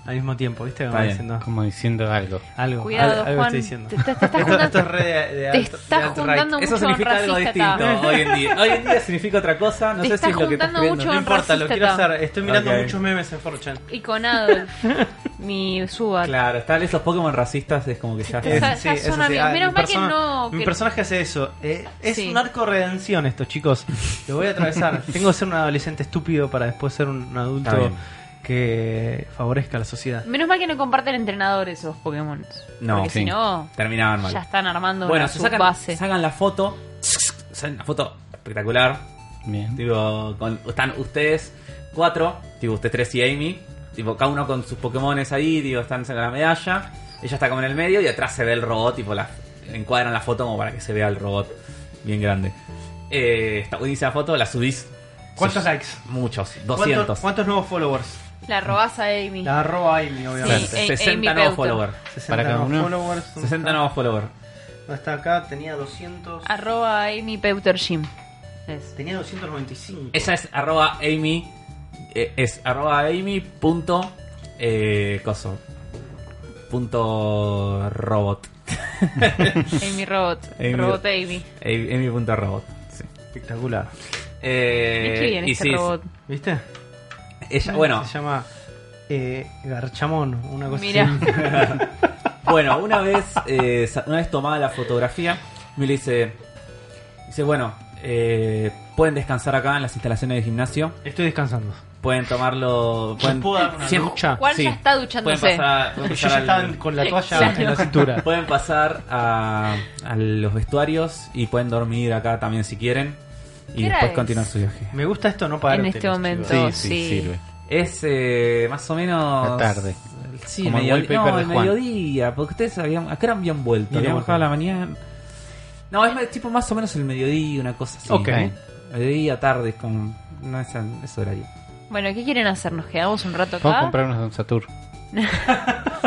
Speaker 1: al mismo tiempo, ¿viste? Como
Speaker 2: Está bien.
Speaker 1: diciendo
Speaker 4: Como diciendo algo.
Speaker 1: algo.
Speaker 3: Cuidado,
Speaker 1: al- algo
Speaker 3: Juan.
Speaker 1: estoy diciendo.
Speaker 3: Te, te- te estás
Speaker 1: Esto,
Speaker 3: juntando-
Speaker 1: esto es re de, de
Speaker 3: te
Speaker 1: alto- de
Speaker 3: estás
Speaker 1: alt-right.
Speaker 3: juntando
Speaker 2: Eso
Speaker 3: mucho
Speaker 2: significa algo
Speaker 3: racista,
Speaker 2: distinto hoy en día. Hoy en día significa otra cosa. No
Speaker 3: Te
Speaker 2: sé
Speaker 3: estás
Speaker 2: si es lo que estás
Speaker 3: juntando
Speaker 2: creando.
Speaker 1: No
Speaker 3: mucho-
Speaker 1: importa, lo
Speaker 3: racista
Speaker 1: quiero
Speaker 3: está.
Speaker 1: hacer. Estoy mirando
Speaker 2: Ok.
Speaker 1: muchos memes en 4chan.
Speaker 3: Y con Adolf, mi suba.
Speaker 2: Claro, tal esos Pokémon racistas es como que ya
Speaker 3: Te sa-
Speaker 1: Eh, sí,
Speaker 3: ya
Speaker 1: eso
Speaker 3: son
Speaker 1: sí.
Speaker 3: amigos.
Speaker 1: Ah,
Speaker 3: Menos
Speaker 1: mi
Speaker 3: mal que
Speaker 1: persona-
Speaker 3: no.
Speaker 1: Mi
Speaker 3: que-
Speaker 1: personaje hace eso. Eh, es
Speaker 3: Sí.
Speaker 1: un arco de redención esto, chicos. Lo voy a atravesar. Tengo que ser un adolescente estúpido para después ser un
Speaker 2: Está
Speaker 1: adulto
Speaker 2: bien.
Speaker 1: que favorezca a la sociedad.
Speaker 3: Menos mal que no comparten entrenador esos Pokémon.
Speaker 2: No,
Speaker 3: Porque
Speaker 2: sí.
Speaker 3: si no,
Speaker 2: terminaban mal.
Speaker 3: ya están armando
Speaker 2: Bueno,
Speaker 3: una
Speaker 2: se sacan,
Speaker 3: subbase.
Speaker 2: sacan la foto. Sacan una foto espectacular.
Speaker 4: Bien.
Speaker 2: Tipo, con- están ustedes cuatro, tipo ustedes tres y Amy. Tipo, cada uno con sus Pokémones ahí, digo, están sacando la medalla. Ella está como en el medio y atrás se ve el robot, tipo, la, encuadran la foto como para que se vea el robot bien grande. Eh, está buenísima foto, la subís.
Speaker 1: ¿Cuántos
Speaker 2: Sos-
Speaker 1: likes?
Speaker 2: Muchos,
Speaker 1: ¿Cuántos,
Speaker 2: 200.
Speaker 1: ¿Cuántos nuevos followers?
Speaker 3: La robás a Amy.
Speaker 1: La arroba Amy, obviamente.
Speaker 3: Sí, eh,
Speaker 2: 60
Speaker 3: Amy
Speaker 2: nuevos
Speaker 3: Peuto.
Speaker 2: followers.
Speaker 1: 60
Speaker 4: Para cada
Speaker 1: nuevos
Speaker 4: uno.
Speaker 1: followers. ¿Dónde
Speaker 2: 60
Speaker 1: está?
Speaker 2: nuevos followers.
Speaker 1: ¿Dónde está acá? Tenía 200.
Speaker 3: Arroba Amy Peuter Gym. Es.
Speaker 1: Tenía 295.
Speaker 2: Ella es arroba Amy. eh, es arroba Amy punto. Eh, coso. Punto robot.
Speaker 3: Amy Robot.
Speaker 2: Amy-
Speaker 3: Robot Amy.
Speaker 2: Eh, Amy punto robot. Sí.
Speaker 1: Espectacular.
Speaker 2: Eh,
Speaker 3: Qué bien
Speaker 2: y
Speaker 3: este
Speaker 2: sí,
Speaker 3: robot.
Speaker 1: ¿Viste?
Speaker 2: Ella, bueno,
Speaker 1: Se llama eh, Garchamón, una cosa
Speaker 3: Mira.
Speaker 1: así.
Speaker 2: bueno, una vez, eh, sa- una vez tomada la fotografía, me le dice, dice, bueno, eh, pueden descansar acá en las instalaciones de gimnasio,
Speaker 1: Estoy descansando.
Speaker 2: pueden tomarlo, pueden,
Speaker 1: puedo dar una
Speaker 2: siempre-
Speaker 1: ducha?
Speaker 3: Juan
Speaker 2: sí,
Speaker 3: ya está
Speaker 2: pueden
Speaker 3: duchándose.
Speaker 2: pasar, pueden
Speaker 1: Yo
Speaker 2: pasar
Speaker 1: ya
Speaker 2: al-
Speaker 1: estaba con la toalla
Speaker 3: Claro.
Speaker 1: en la cintura.
Speaker 2: Pueden pasar a, a los vestuarios y pueden dormir acá también si quieren.
Speaker 3: ¿Qué
Speaker 2: Y
Speaker 3: hora
Speaker 2: después
Speaker 3: es?
Speaker 2: continuar su viaje.
Speaker 1: Me gusta esto no pagar
Speaker 3: En
Speaker 1: hoteles,
Speaker 3: este momento,
Speaker 1: chicos.
Speaker 3: sí.
Speaker 4: Sí, sí, sirve.
Speaker 2: Es eh, más o menos.
Speaker 4: La tarde.
Speaker 2: Sí,
Speaker 4: Como el
Speaker 2: medio-
Speaker 4: wallpaper
Speaker 2: no,
Speaker 4: de
Speaker 2: el
Speaker 4: Juan.
Speaker 2: mediodía. Porque ustedes habían. ¿A qué hora habían vuelto?
Speaker 1: Ni
Speaker 2: Habían
Speaker 1: loco.
Speaker 2: bajado a la mañana. No, es más- tipo más o menos el mediodía, una cosa así. ¿Eh?
Speaker 1: Ok.
Speaker 2: Mediodía, tarde, con. No, esa- ese horario.
Speaker 3: Bueno, ¿qué quieren hacer? ¿Nos quedamos un rato
Speaker 4: Vamos a
Speaker 3: acá?
Speaker 4: comprarnos un Satur.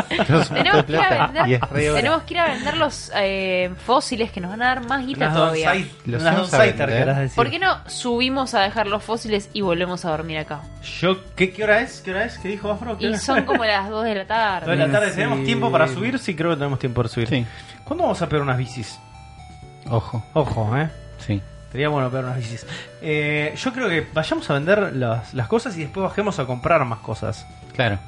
Speaker 4: Tenemos un
Speaker 3: Tenemos
Speaker 4: montón de
Speaker 3: que, ir a
Speaker 4: plata. Y es
Speaker 3: vender,
Speaker 4: re hora.
Speaker 3: tenemos que ir a vender los eh, fósiles que nos van a dar más guita
Speaker 1: Unas
Speaker 3: todavía.
Speaker 1: Donsai-
Speaker 4: Los
Speaker 1: unas
Speaker 4: vamos a
Speaker 1: Donsaitar,
Speaker 4: vender.
Speaker 1: querrás decir.
Speaker 3: ¿Por qué no subimos a dejar los fósiles y volvemos a dormir acá?
Speaker 1: Yo, ¿qué, ¿Qué hora es? ¿Qué hora es? ¿Qué dijo Afro? ¿Qué
Speaker 3: Y
Speaker 1: hora?
Speaker 3: son como las 2 de la
Speaker 1: Dos de
Speaker 3: tarde.
Speaker 1: la tarde.
Speaker 2: Sí.
Speaker 1: ¿Tenemos tiempo para subir? Sí, creo que tenemos tiempo para subir.
Speaker 4: Sí.
Speaker 1: ¿Cuándo vamos a pegar unas bicis?
Speaker 4: Ojo.
Speaker 1: Ojo, eh.
Speaker 4: Sí.
Speaker 1: Sería bueno pegar unas bicis. Eh, yo creo que vayamos a vender las, las cosas y después bajemos a comprar más cosas.
Speaker 4: Claro.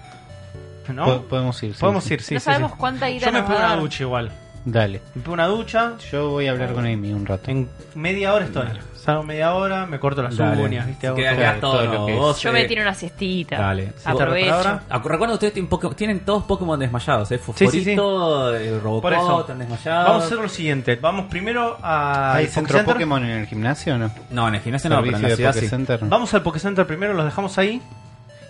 Speaker 1: ¿No?
Speaker 4: Po- podemos ir. sí,
Speaker 1: Podemos
Speaker 4: sí.
Speaker 1: ir, sí.
Speaker 3: no
Speaker 1: sí,
Speaker 3: sabemos
Speaker 1: sí.
Speaker 3: cuánta guita
Speaker 1: Yo me
Speaker 3: nos
Speaker 1: pego
Speaker 3: va a
Speaker 1: una
Speaker 3: dar.
Speaker 1: ducha igual.
Speaker 4: Dale.
Speaker 1: Me pego una ducha.
Speaker 4: Yo voy a hablar con Amy un rato.
Speaker 1: En media hora estoy. Salgo media hora, me corto las
Speaker 2: Dale.
Speaker 1: uñas, ¿viste?
Speaker 2: Se
Speaker 1: Hago
Speaker 2: queda
Speaker 1: todo.
Speaker 2: acá todo,
Speaker 4: todo lo que
Speaker 2: vos,
Speaker 3: Yo
Speaker 2: eh,
Speaker 3: me tiro una siestita.
Speaker 2: Dale. Sí,
Speaker 3: Aprovecho.
Speaker 1: palabra.
Speaker 2: Acu- Recuerden que ustedes tienen, Poké- tienen todos Pokémon desmayados, ¿eh? Fosforito,
Speaker 1: Sí, sí, sí.
Speaker 2: eh, Robocop,
Speaker 1: Por eso.
Speaker 2: están desmayados.
Speaker 1: Vamos a hacer lo siguiente. Vamos primero a
Speaker 4: ¿Hay
Speaker 1: al
Speaker 4: centro
Speaker 1: Pokécenter.
Speaker 4: Pokémon en el gimnasio o no?
Speaker 2: No, en el gimnasio no, pero en la
Speaker 4: de
Speaker 2: ciudad
Speaker 4: Poké
Speaker 2: sí.
Speaker 4: Center.
Speaker 1: Vamos al Pokécenter primero, los dejamos ahí.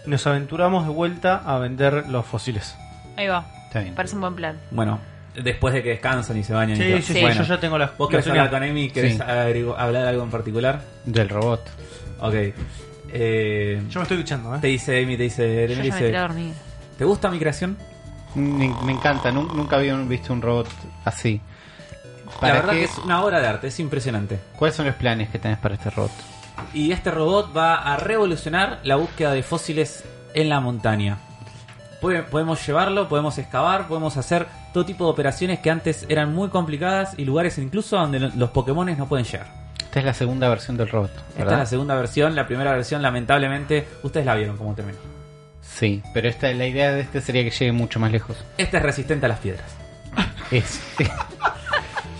Speaker 1: Y nos aventuramos de vuelta a vender los fósiles.
Speaker 3: Ahí va.
Speaker 4: Está bien.
Speaker 3: Me parece un buen plan.
Speaker 2: Bueno, después de que descansan y se bañan. y
Speaker 1: ¿eh? Sí,
Speaker 2: todo.
Speaker 1: sí, sí,
Speaker 2: Bueno,
Speaker 1: yo ya tengo las
Speaker 2: ¿Vos
Speaker 1: las
Speaker 2: querés
Speaker 1: uñas.
Speaker 2: hablar con Amy? ¿Querés
Speaker 4: Sí.
Speaker 2: agrigo- hablar algo en particular?
Speaker 4: Del robot.
Speaker 2: Ok. Eh,
Speaker 1: Yo me estoy duchando, ¿eh?
Speaker 2: te dice Amy, te dice,
Speaker 3: Yo
Speaker 2: Amy
Speaker 3: ya me tiré a
Speaker 2: dice
Speaker 3: dormir.
Speaker 2: ¿te gusta mi creación?
Speaker 4: Me, me encanta. nun- nunca había un- visto un robot así.
Speaker 2: La
Speaker 4: ¿Para
Speaker 2: verdad
Speaker 4: qué-
Speaker 2: que es una obra de arte, es impresionante.
Speaker 4: ¿Cuáles son los planes que tenés para este robot?
Speaker 2: Y este robot va a revolucionar la búsqueda de fósiles en la montaña. Puede- Podemos llevarlo, podemos excavar, podemos hacer todo tipo de operaciones que antes eran muy complicadas y lugares incluso donde lo- los Pokémones no pueden llegar.
Speaker 4: Esta es la segunda versión del robot,
Speaker 2: Esta es
Speaker 4: ¿verdad?
Speaker 2: la segunda versión, la primera versión lamentablemente ustedes la vieron como terminó.
Speaker 4: Sí, pero esta, la idea de este sería que llegue mucho más lejos.
Speaker 2: Este es resistente a las piedras.
Speaker 4: Es.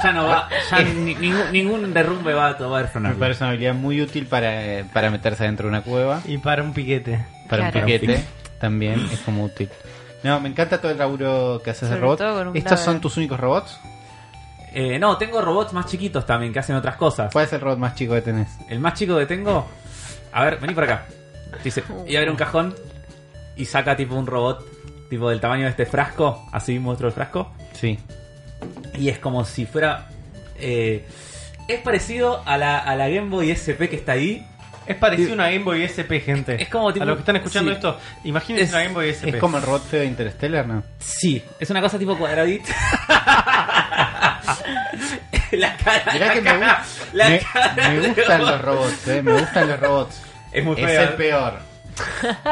Speaker 2: ya no va, ya ni- ningún, ningún derrumbe va a tomar
Speaker 4: Me
Speaker 2: frenarlo.
Speaker 4: parece una habilidad muy útil para, eh, para meterse dentro de una cueva.
Speaker 1: Y para un piquete.
Speaker 4: Para
Speaker 3: Claro.
Speaker 4: un piquete también es como útil. No, me encanta todo el laburo que haces de
Speaker 3: Sobre
Speaker 4: robot.
Speaker 3: todo con un
Speaker 4: ¿Estos
Speaker 3: clave.
Speaker 4: son tus únicos robots?
Speaker 2: Eh, no, tengo robots más chiquitos también que hacen otras cosas.
Speaker 4: ¿Cuál es el robot más chico que tenés?
Speaker 2: El más chico que tengo. A ver, vení para acá. Dice, y abre un cajón y saca tipo un robot, tipo del tamaño de este frasco. Así muestro el frasco.
Speaker 4: Sí.
Speaker 2: Y es como si fuera. eh, es parecido a la, a la Game Boy SP que está ahí.
Speaker 1: Es parecido a una Game Boy SP, gente.
Speaker 2: Es como tipo-
Speaker 1: A los que están escuchando
Speaker 2: sí.
Speaker 1: esto, imagínense
Speaker 2: Este
Speaker 1: una
Speaker 2: Es-
Speaker 1: Game Boy SP.
Speaker 4: Es como el robot feo de Interstellar, ¿no?
Speaker 2: Sí, es una cosa tipo cuadradita. la cara.
Speaker 4: Mirá que
Speaker 2: la
Speaker 4: me,
Speaker 2: cara,
Speaker 4: gu-
Speaker 2: la
Speaker 4: me-
Speaker 2: cara
Speaker 4: me
Speaker 2: de
Speaker 4: gustan
Speaker 2: robot.
Speaker 4: los robots, eh, me gustan los robots.
Speaker 2: Es muy
Speaker 4: Es
Speaker 2: feo.
Speaker 4: el peor.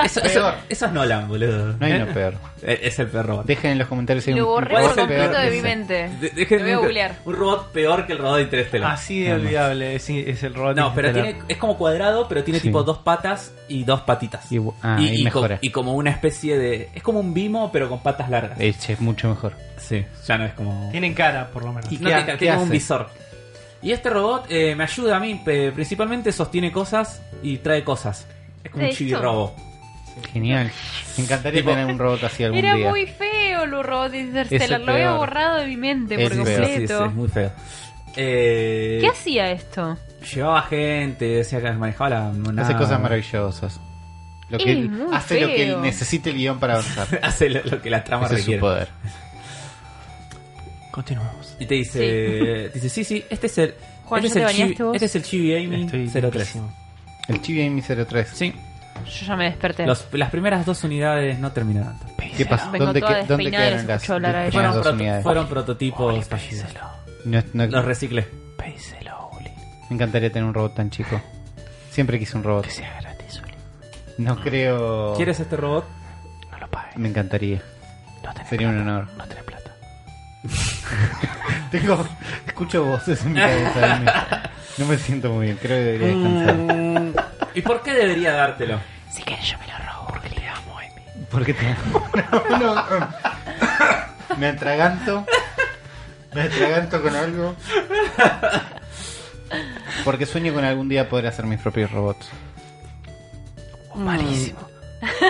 Speaker 2: Eso, eso-
Speaker 4: peor.
Speaker 2: eso es Nolan, boludo.
Speaker 4: No hay no peor.
Speaker 2: Eh, Es el perro.
Speaker 4: Dejen en los comentarios si hay
Speaker 3: Lo
Speaker 4: un
Speaker 3: borré por
Speaker 4: robot peor
Speaker 3: completo de
Speaker 4: que
Speaker 3: mi
Speaker 4: ese.
Speaker 3: mente.
Speaker 2: De- dejen-
Speaker 3: Lo voy a googlear.
Speaker 2: Un robot peor que el robot de
Speaker 4: Ah,
Speaker 2: Interstellar.
Speaker 1: Así de olvidable es, es el robot.
Speaker 2: No, pero
Speaker 1: Interstellar.
Speaker 2: tiene, es como cuadrado, pero tiene
Speaker 4: Sí.
Speaker 2: tipo dos patas y dos patitas.
Speaker 4: Y bu- ah, ahí
Speaker 2: co-
Speaker 4: mejora.
Speaker 2: y como una especie de. Es como un bimo, pero con patas largas.
Speaker 4: Eche, es mucho mejor.
Speaker 2: Sí, ya no es como.
Speaker 1: Tienen cara, por lo menos.
Speaker 2: Y
Speaker 4: ¿qué
Speaker 2: no tiene-
Speaker 4: ha- qué
Speaker 2: tiene como un
Speaker 4: hace?
Speaker 2: visor. Y este robot eh, me ayuda a mí, pe- principalmente sostiene cosas y trae cosas. Es como un
Speaker 3: ¿De
Speaker 2: chibi
Speaker 3: hecho?
Speaker 2: robo.
Speaker 4: Genial. Me encantaría
Speaker 2: Tipo-
Speaker 4: tener un robot así algún
Speaker 3: Era
Speaker 4: día.
Speaker 3: muy feo los robots de Interstellar.
Speaker 4: Es el
Speaker 3: Lo había
Speaker 4: peor.
Speaker 3: borrado de mi mente
Speaker 4: Es
Speaker 3: por
Speaker 4: el peor.
Speaker 3: completo.
Speaker 2: Sí, sí, es muy feo. Eh,
Speaker 3: ¿Qué hacía esto?
Speaker 2: Llevaba gente, decía que manejaba la.
Speaker 4: Hace
Speaker 2: nada.
Speaker 4: cosas maravillosas. Lo
Speaker 3: Es
Speaker 4: que,
Speaker 3: muy
Speaker 4: hace lo que
Speaker 3: feo.
Speaker 4: necesite el guión para avanzar.
Speaker 2: Hace lo, lo que la trama
Speaker 4: Ese es su
Speaker 2: requiere.
Speaker 4: poder.
Speaker 1: Continuamos.
Speaker 2: Y te dice, te dice, sí, sí, este es el.
Speaker 3: Juan,
Speaker 2: este,
Speaker 3: ¿ya
Speaker 2: es
Speaker 3: te
Speaker 2: el chibi,
Speaker 3: bañaste vos?
Speaker 2: este es el Chibi Aiming
Speaker 1: Estoy
Speaker 2: 03.
Speaker 1: loquísimo.
Speaker 4: El Chibi Amy 03.
Speaker 2: Sí,
Speaker 3: Yo ya me desperté.
Speaker 2: los- las primeras dos unidades no terminaron.
Speaker 4: ¿Qué pasó?
Speaker 3: Vengo
Speaker 4: ¿Dónde,
Speaker 3: toda
Speaker 4: que- dónde
Speaker 3: despeinada,
Speaker 4: quedaron
Speaker 3: les
Speaker 4: las,
Speaker 3: escucho hablar a
Speaker 4: las
Speaker 3: ellos.
Speaker 4: primeras
Speaker 2: Fueron,
Speaker 4: dos
Speaker 2: proto-
Speaker 4: unidades?
Speaker 2: fueron prototipos fallidos.
Speaker 4: No- no-
Speaker 2: Los reciclé.
Speaker 4: me encantaría tener un robot tan chico. Siempre quise un robot.
Speaker 1: sea gratis, Uli.
Speaker 4: No creo.
Speaker 2: ¿Quieres este robot?
Speaker 1: No lo pagues.
Speaker 4: Me encantaría.
Speaker 1: No tenés
Speaker 4: Sería un honor.
Speaker 1: No tenés plata.
Speaker 4: Tengo. Escucho voces en mi cabeza. dime. No me siento muy bien. Creo que debería descansar.
Speaker 1: Mm.
Speaker 2: Mm. ¿Y por qué debería dártelo?
Speaker 1: Si querés, yo me lo robo porque le amo a Emi.
Speaker 4: Porque te. No, no. mm. Me atraganto. Me atraganto con algo. Porque sueño con algún día poder hacer mis propios robots.
Speaker 3: Mm.
Speaker 1: Malísimo.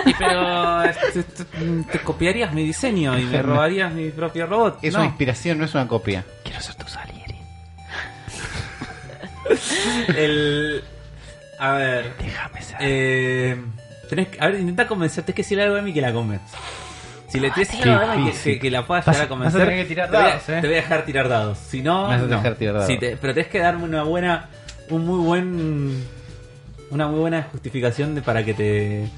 Speaker 2: Y Pero este, este, te copiarías mi diseño y me robarías mi propio robot.
Speaker 4: Es
Speaker 2: No.
Speaker 4: una inspiración, no es una copia.
Speaker 1: Quiero ser tu salieri.
Speaker 2: El... A ver.
Speaker 1: Déjame ser.
Speaker 2: Eh, tenés que- a ver, intenta convencerte. Es que si le algo a mí que la convenza. Si le tienes
Speaker 4: Ah, sí,
Speaker 2: algo a mí que,
Speaker 4: sí.
Speaker 2: que- que la puedas
Speaker 1: Vas- vas
Speaker 2: llegar a
Speaker 1: a
Speaker 2: convencer,
Speaker 1: tener que tirar
Speaker 2: te, voy a,
Speaker 1: dados, eh.
Speaker 2: te voy a dejar tirar dados. Si no,
Speaker 4: Me vas a
Speaker 2: no.
Speaker 4: dejar tirar dados.
Speaker 2: Si te- pero tenés que darme una buena, un muy buen, una muy buena justificación de, para que te.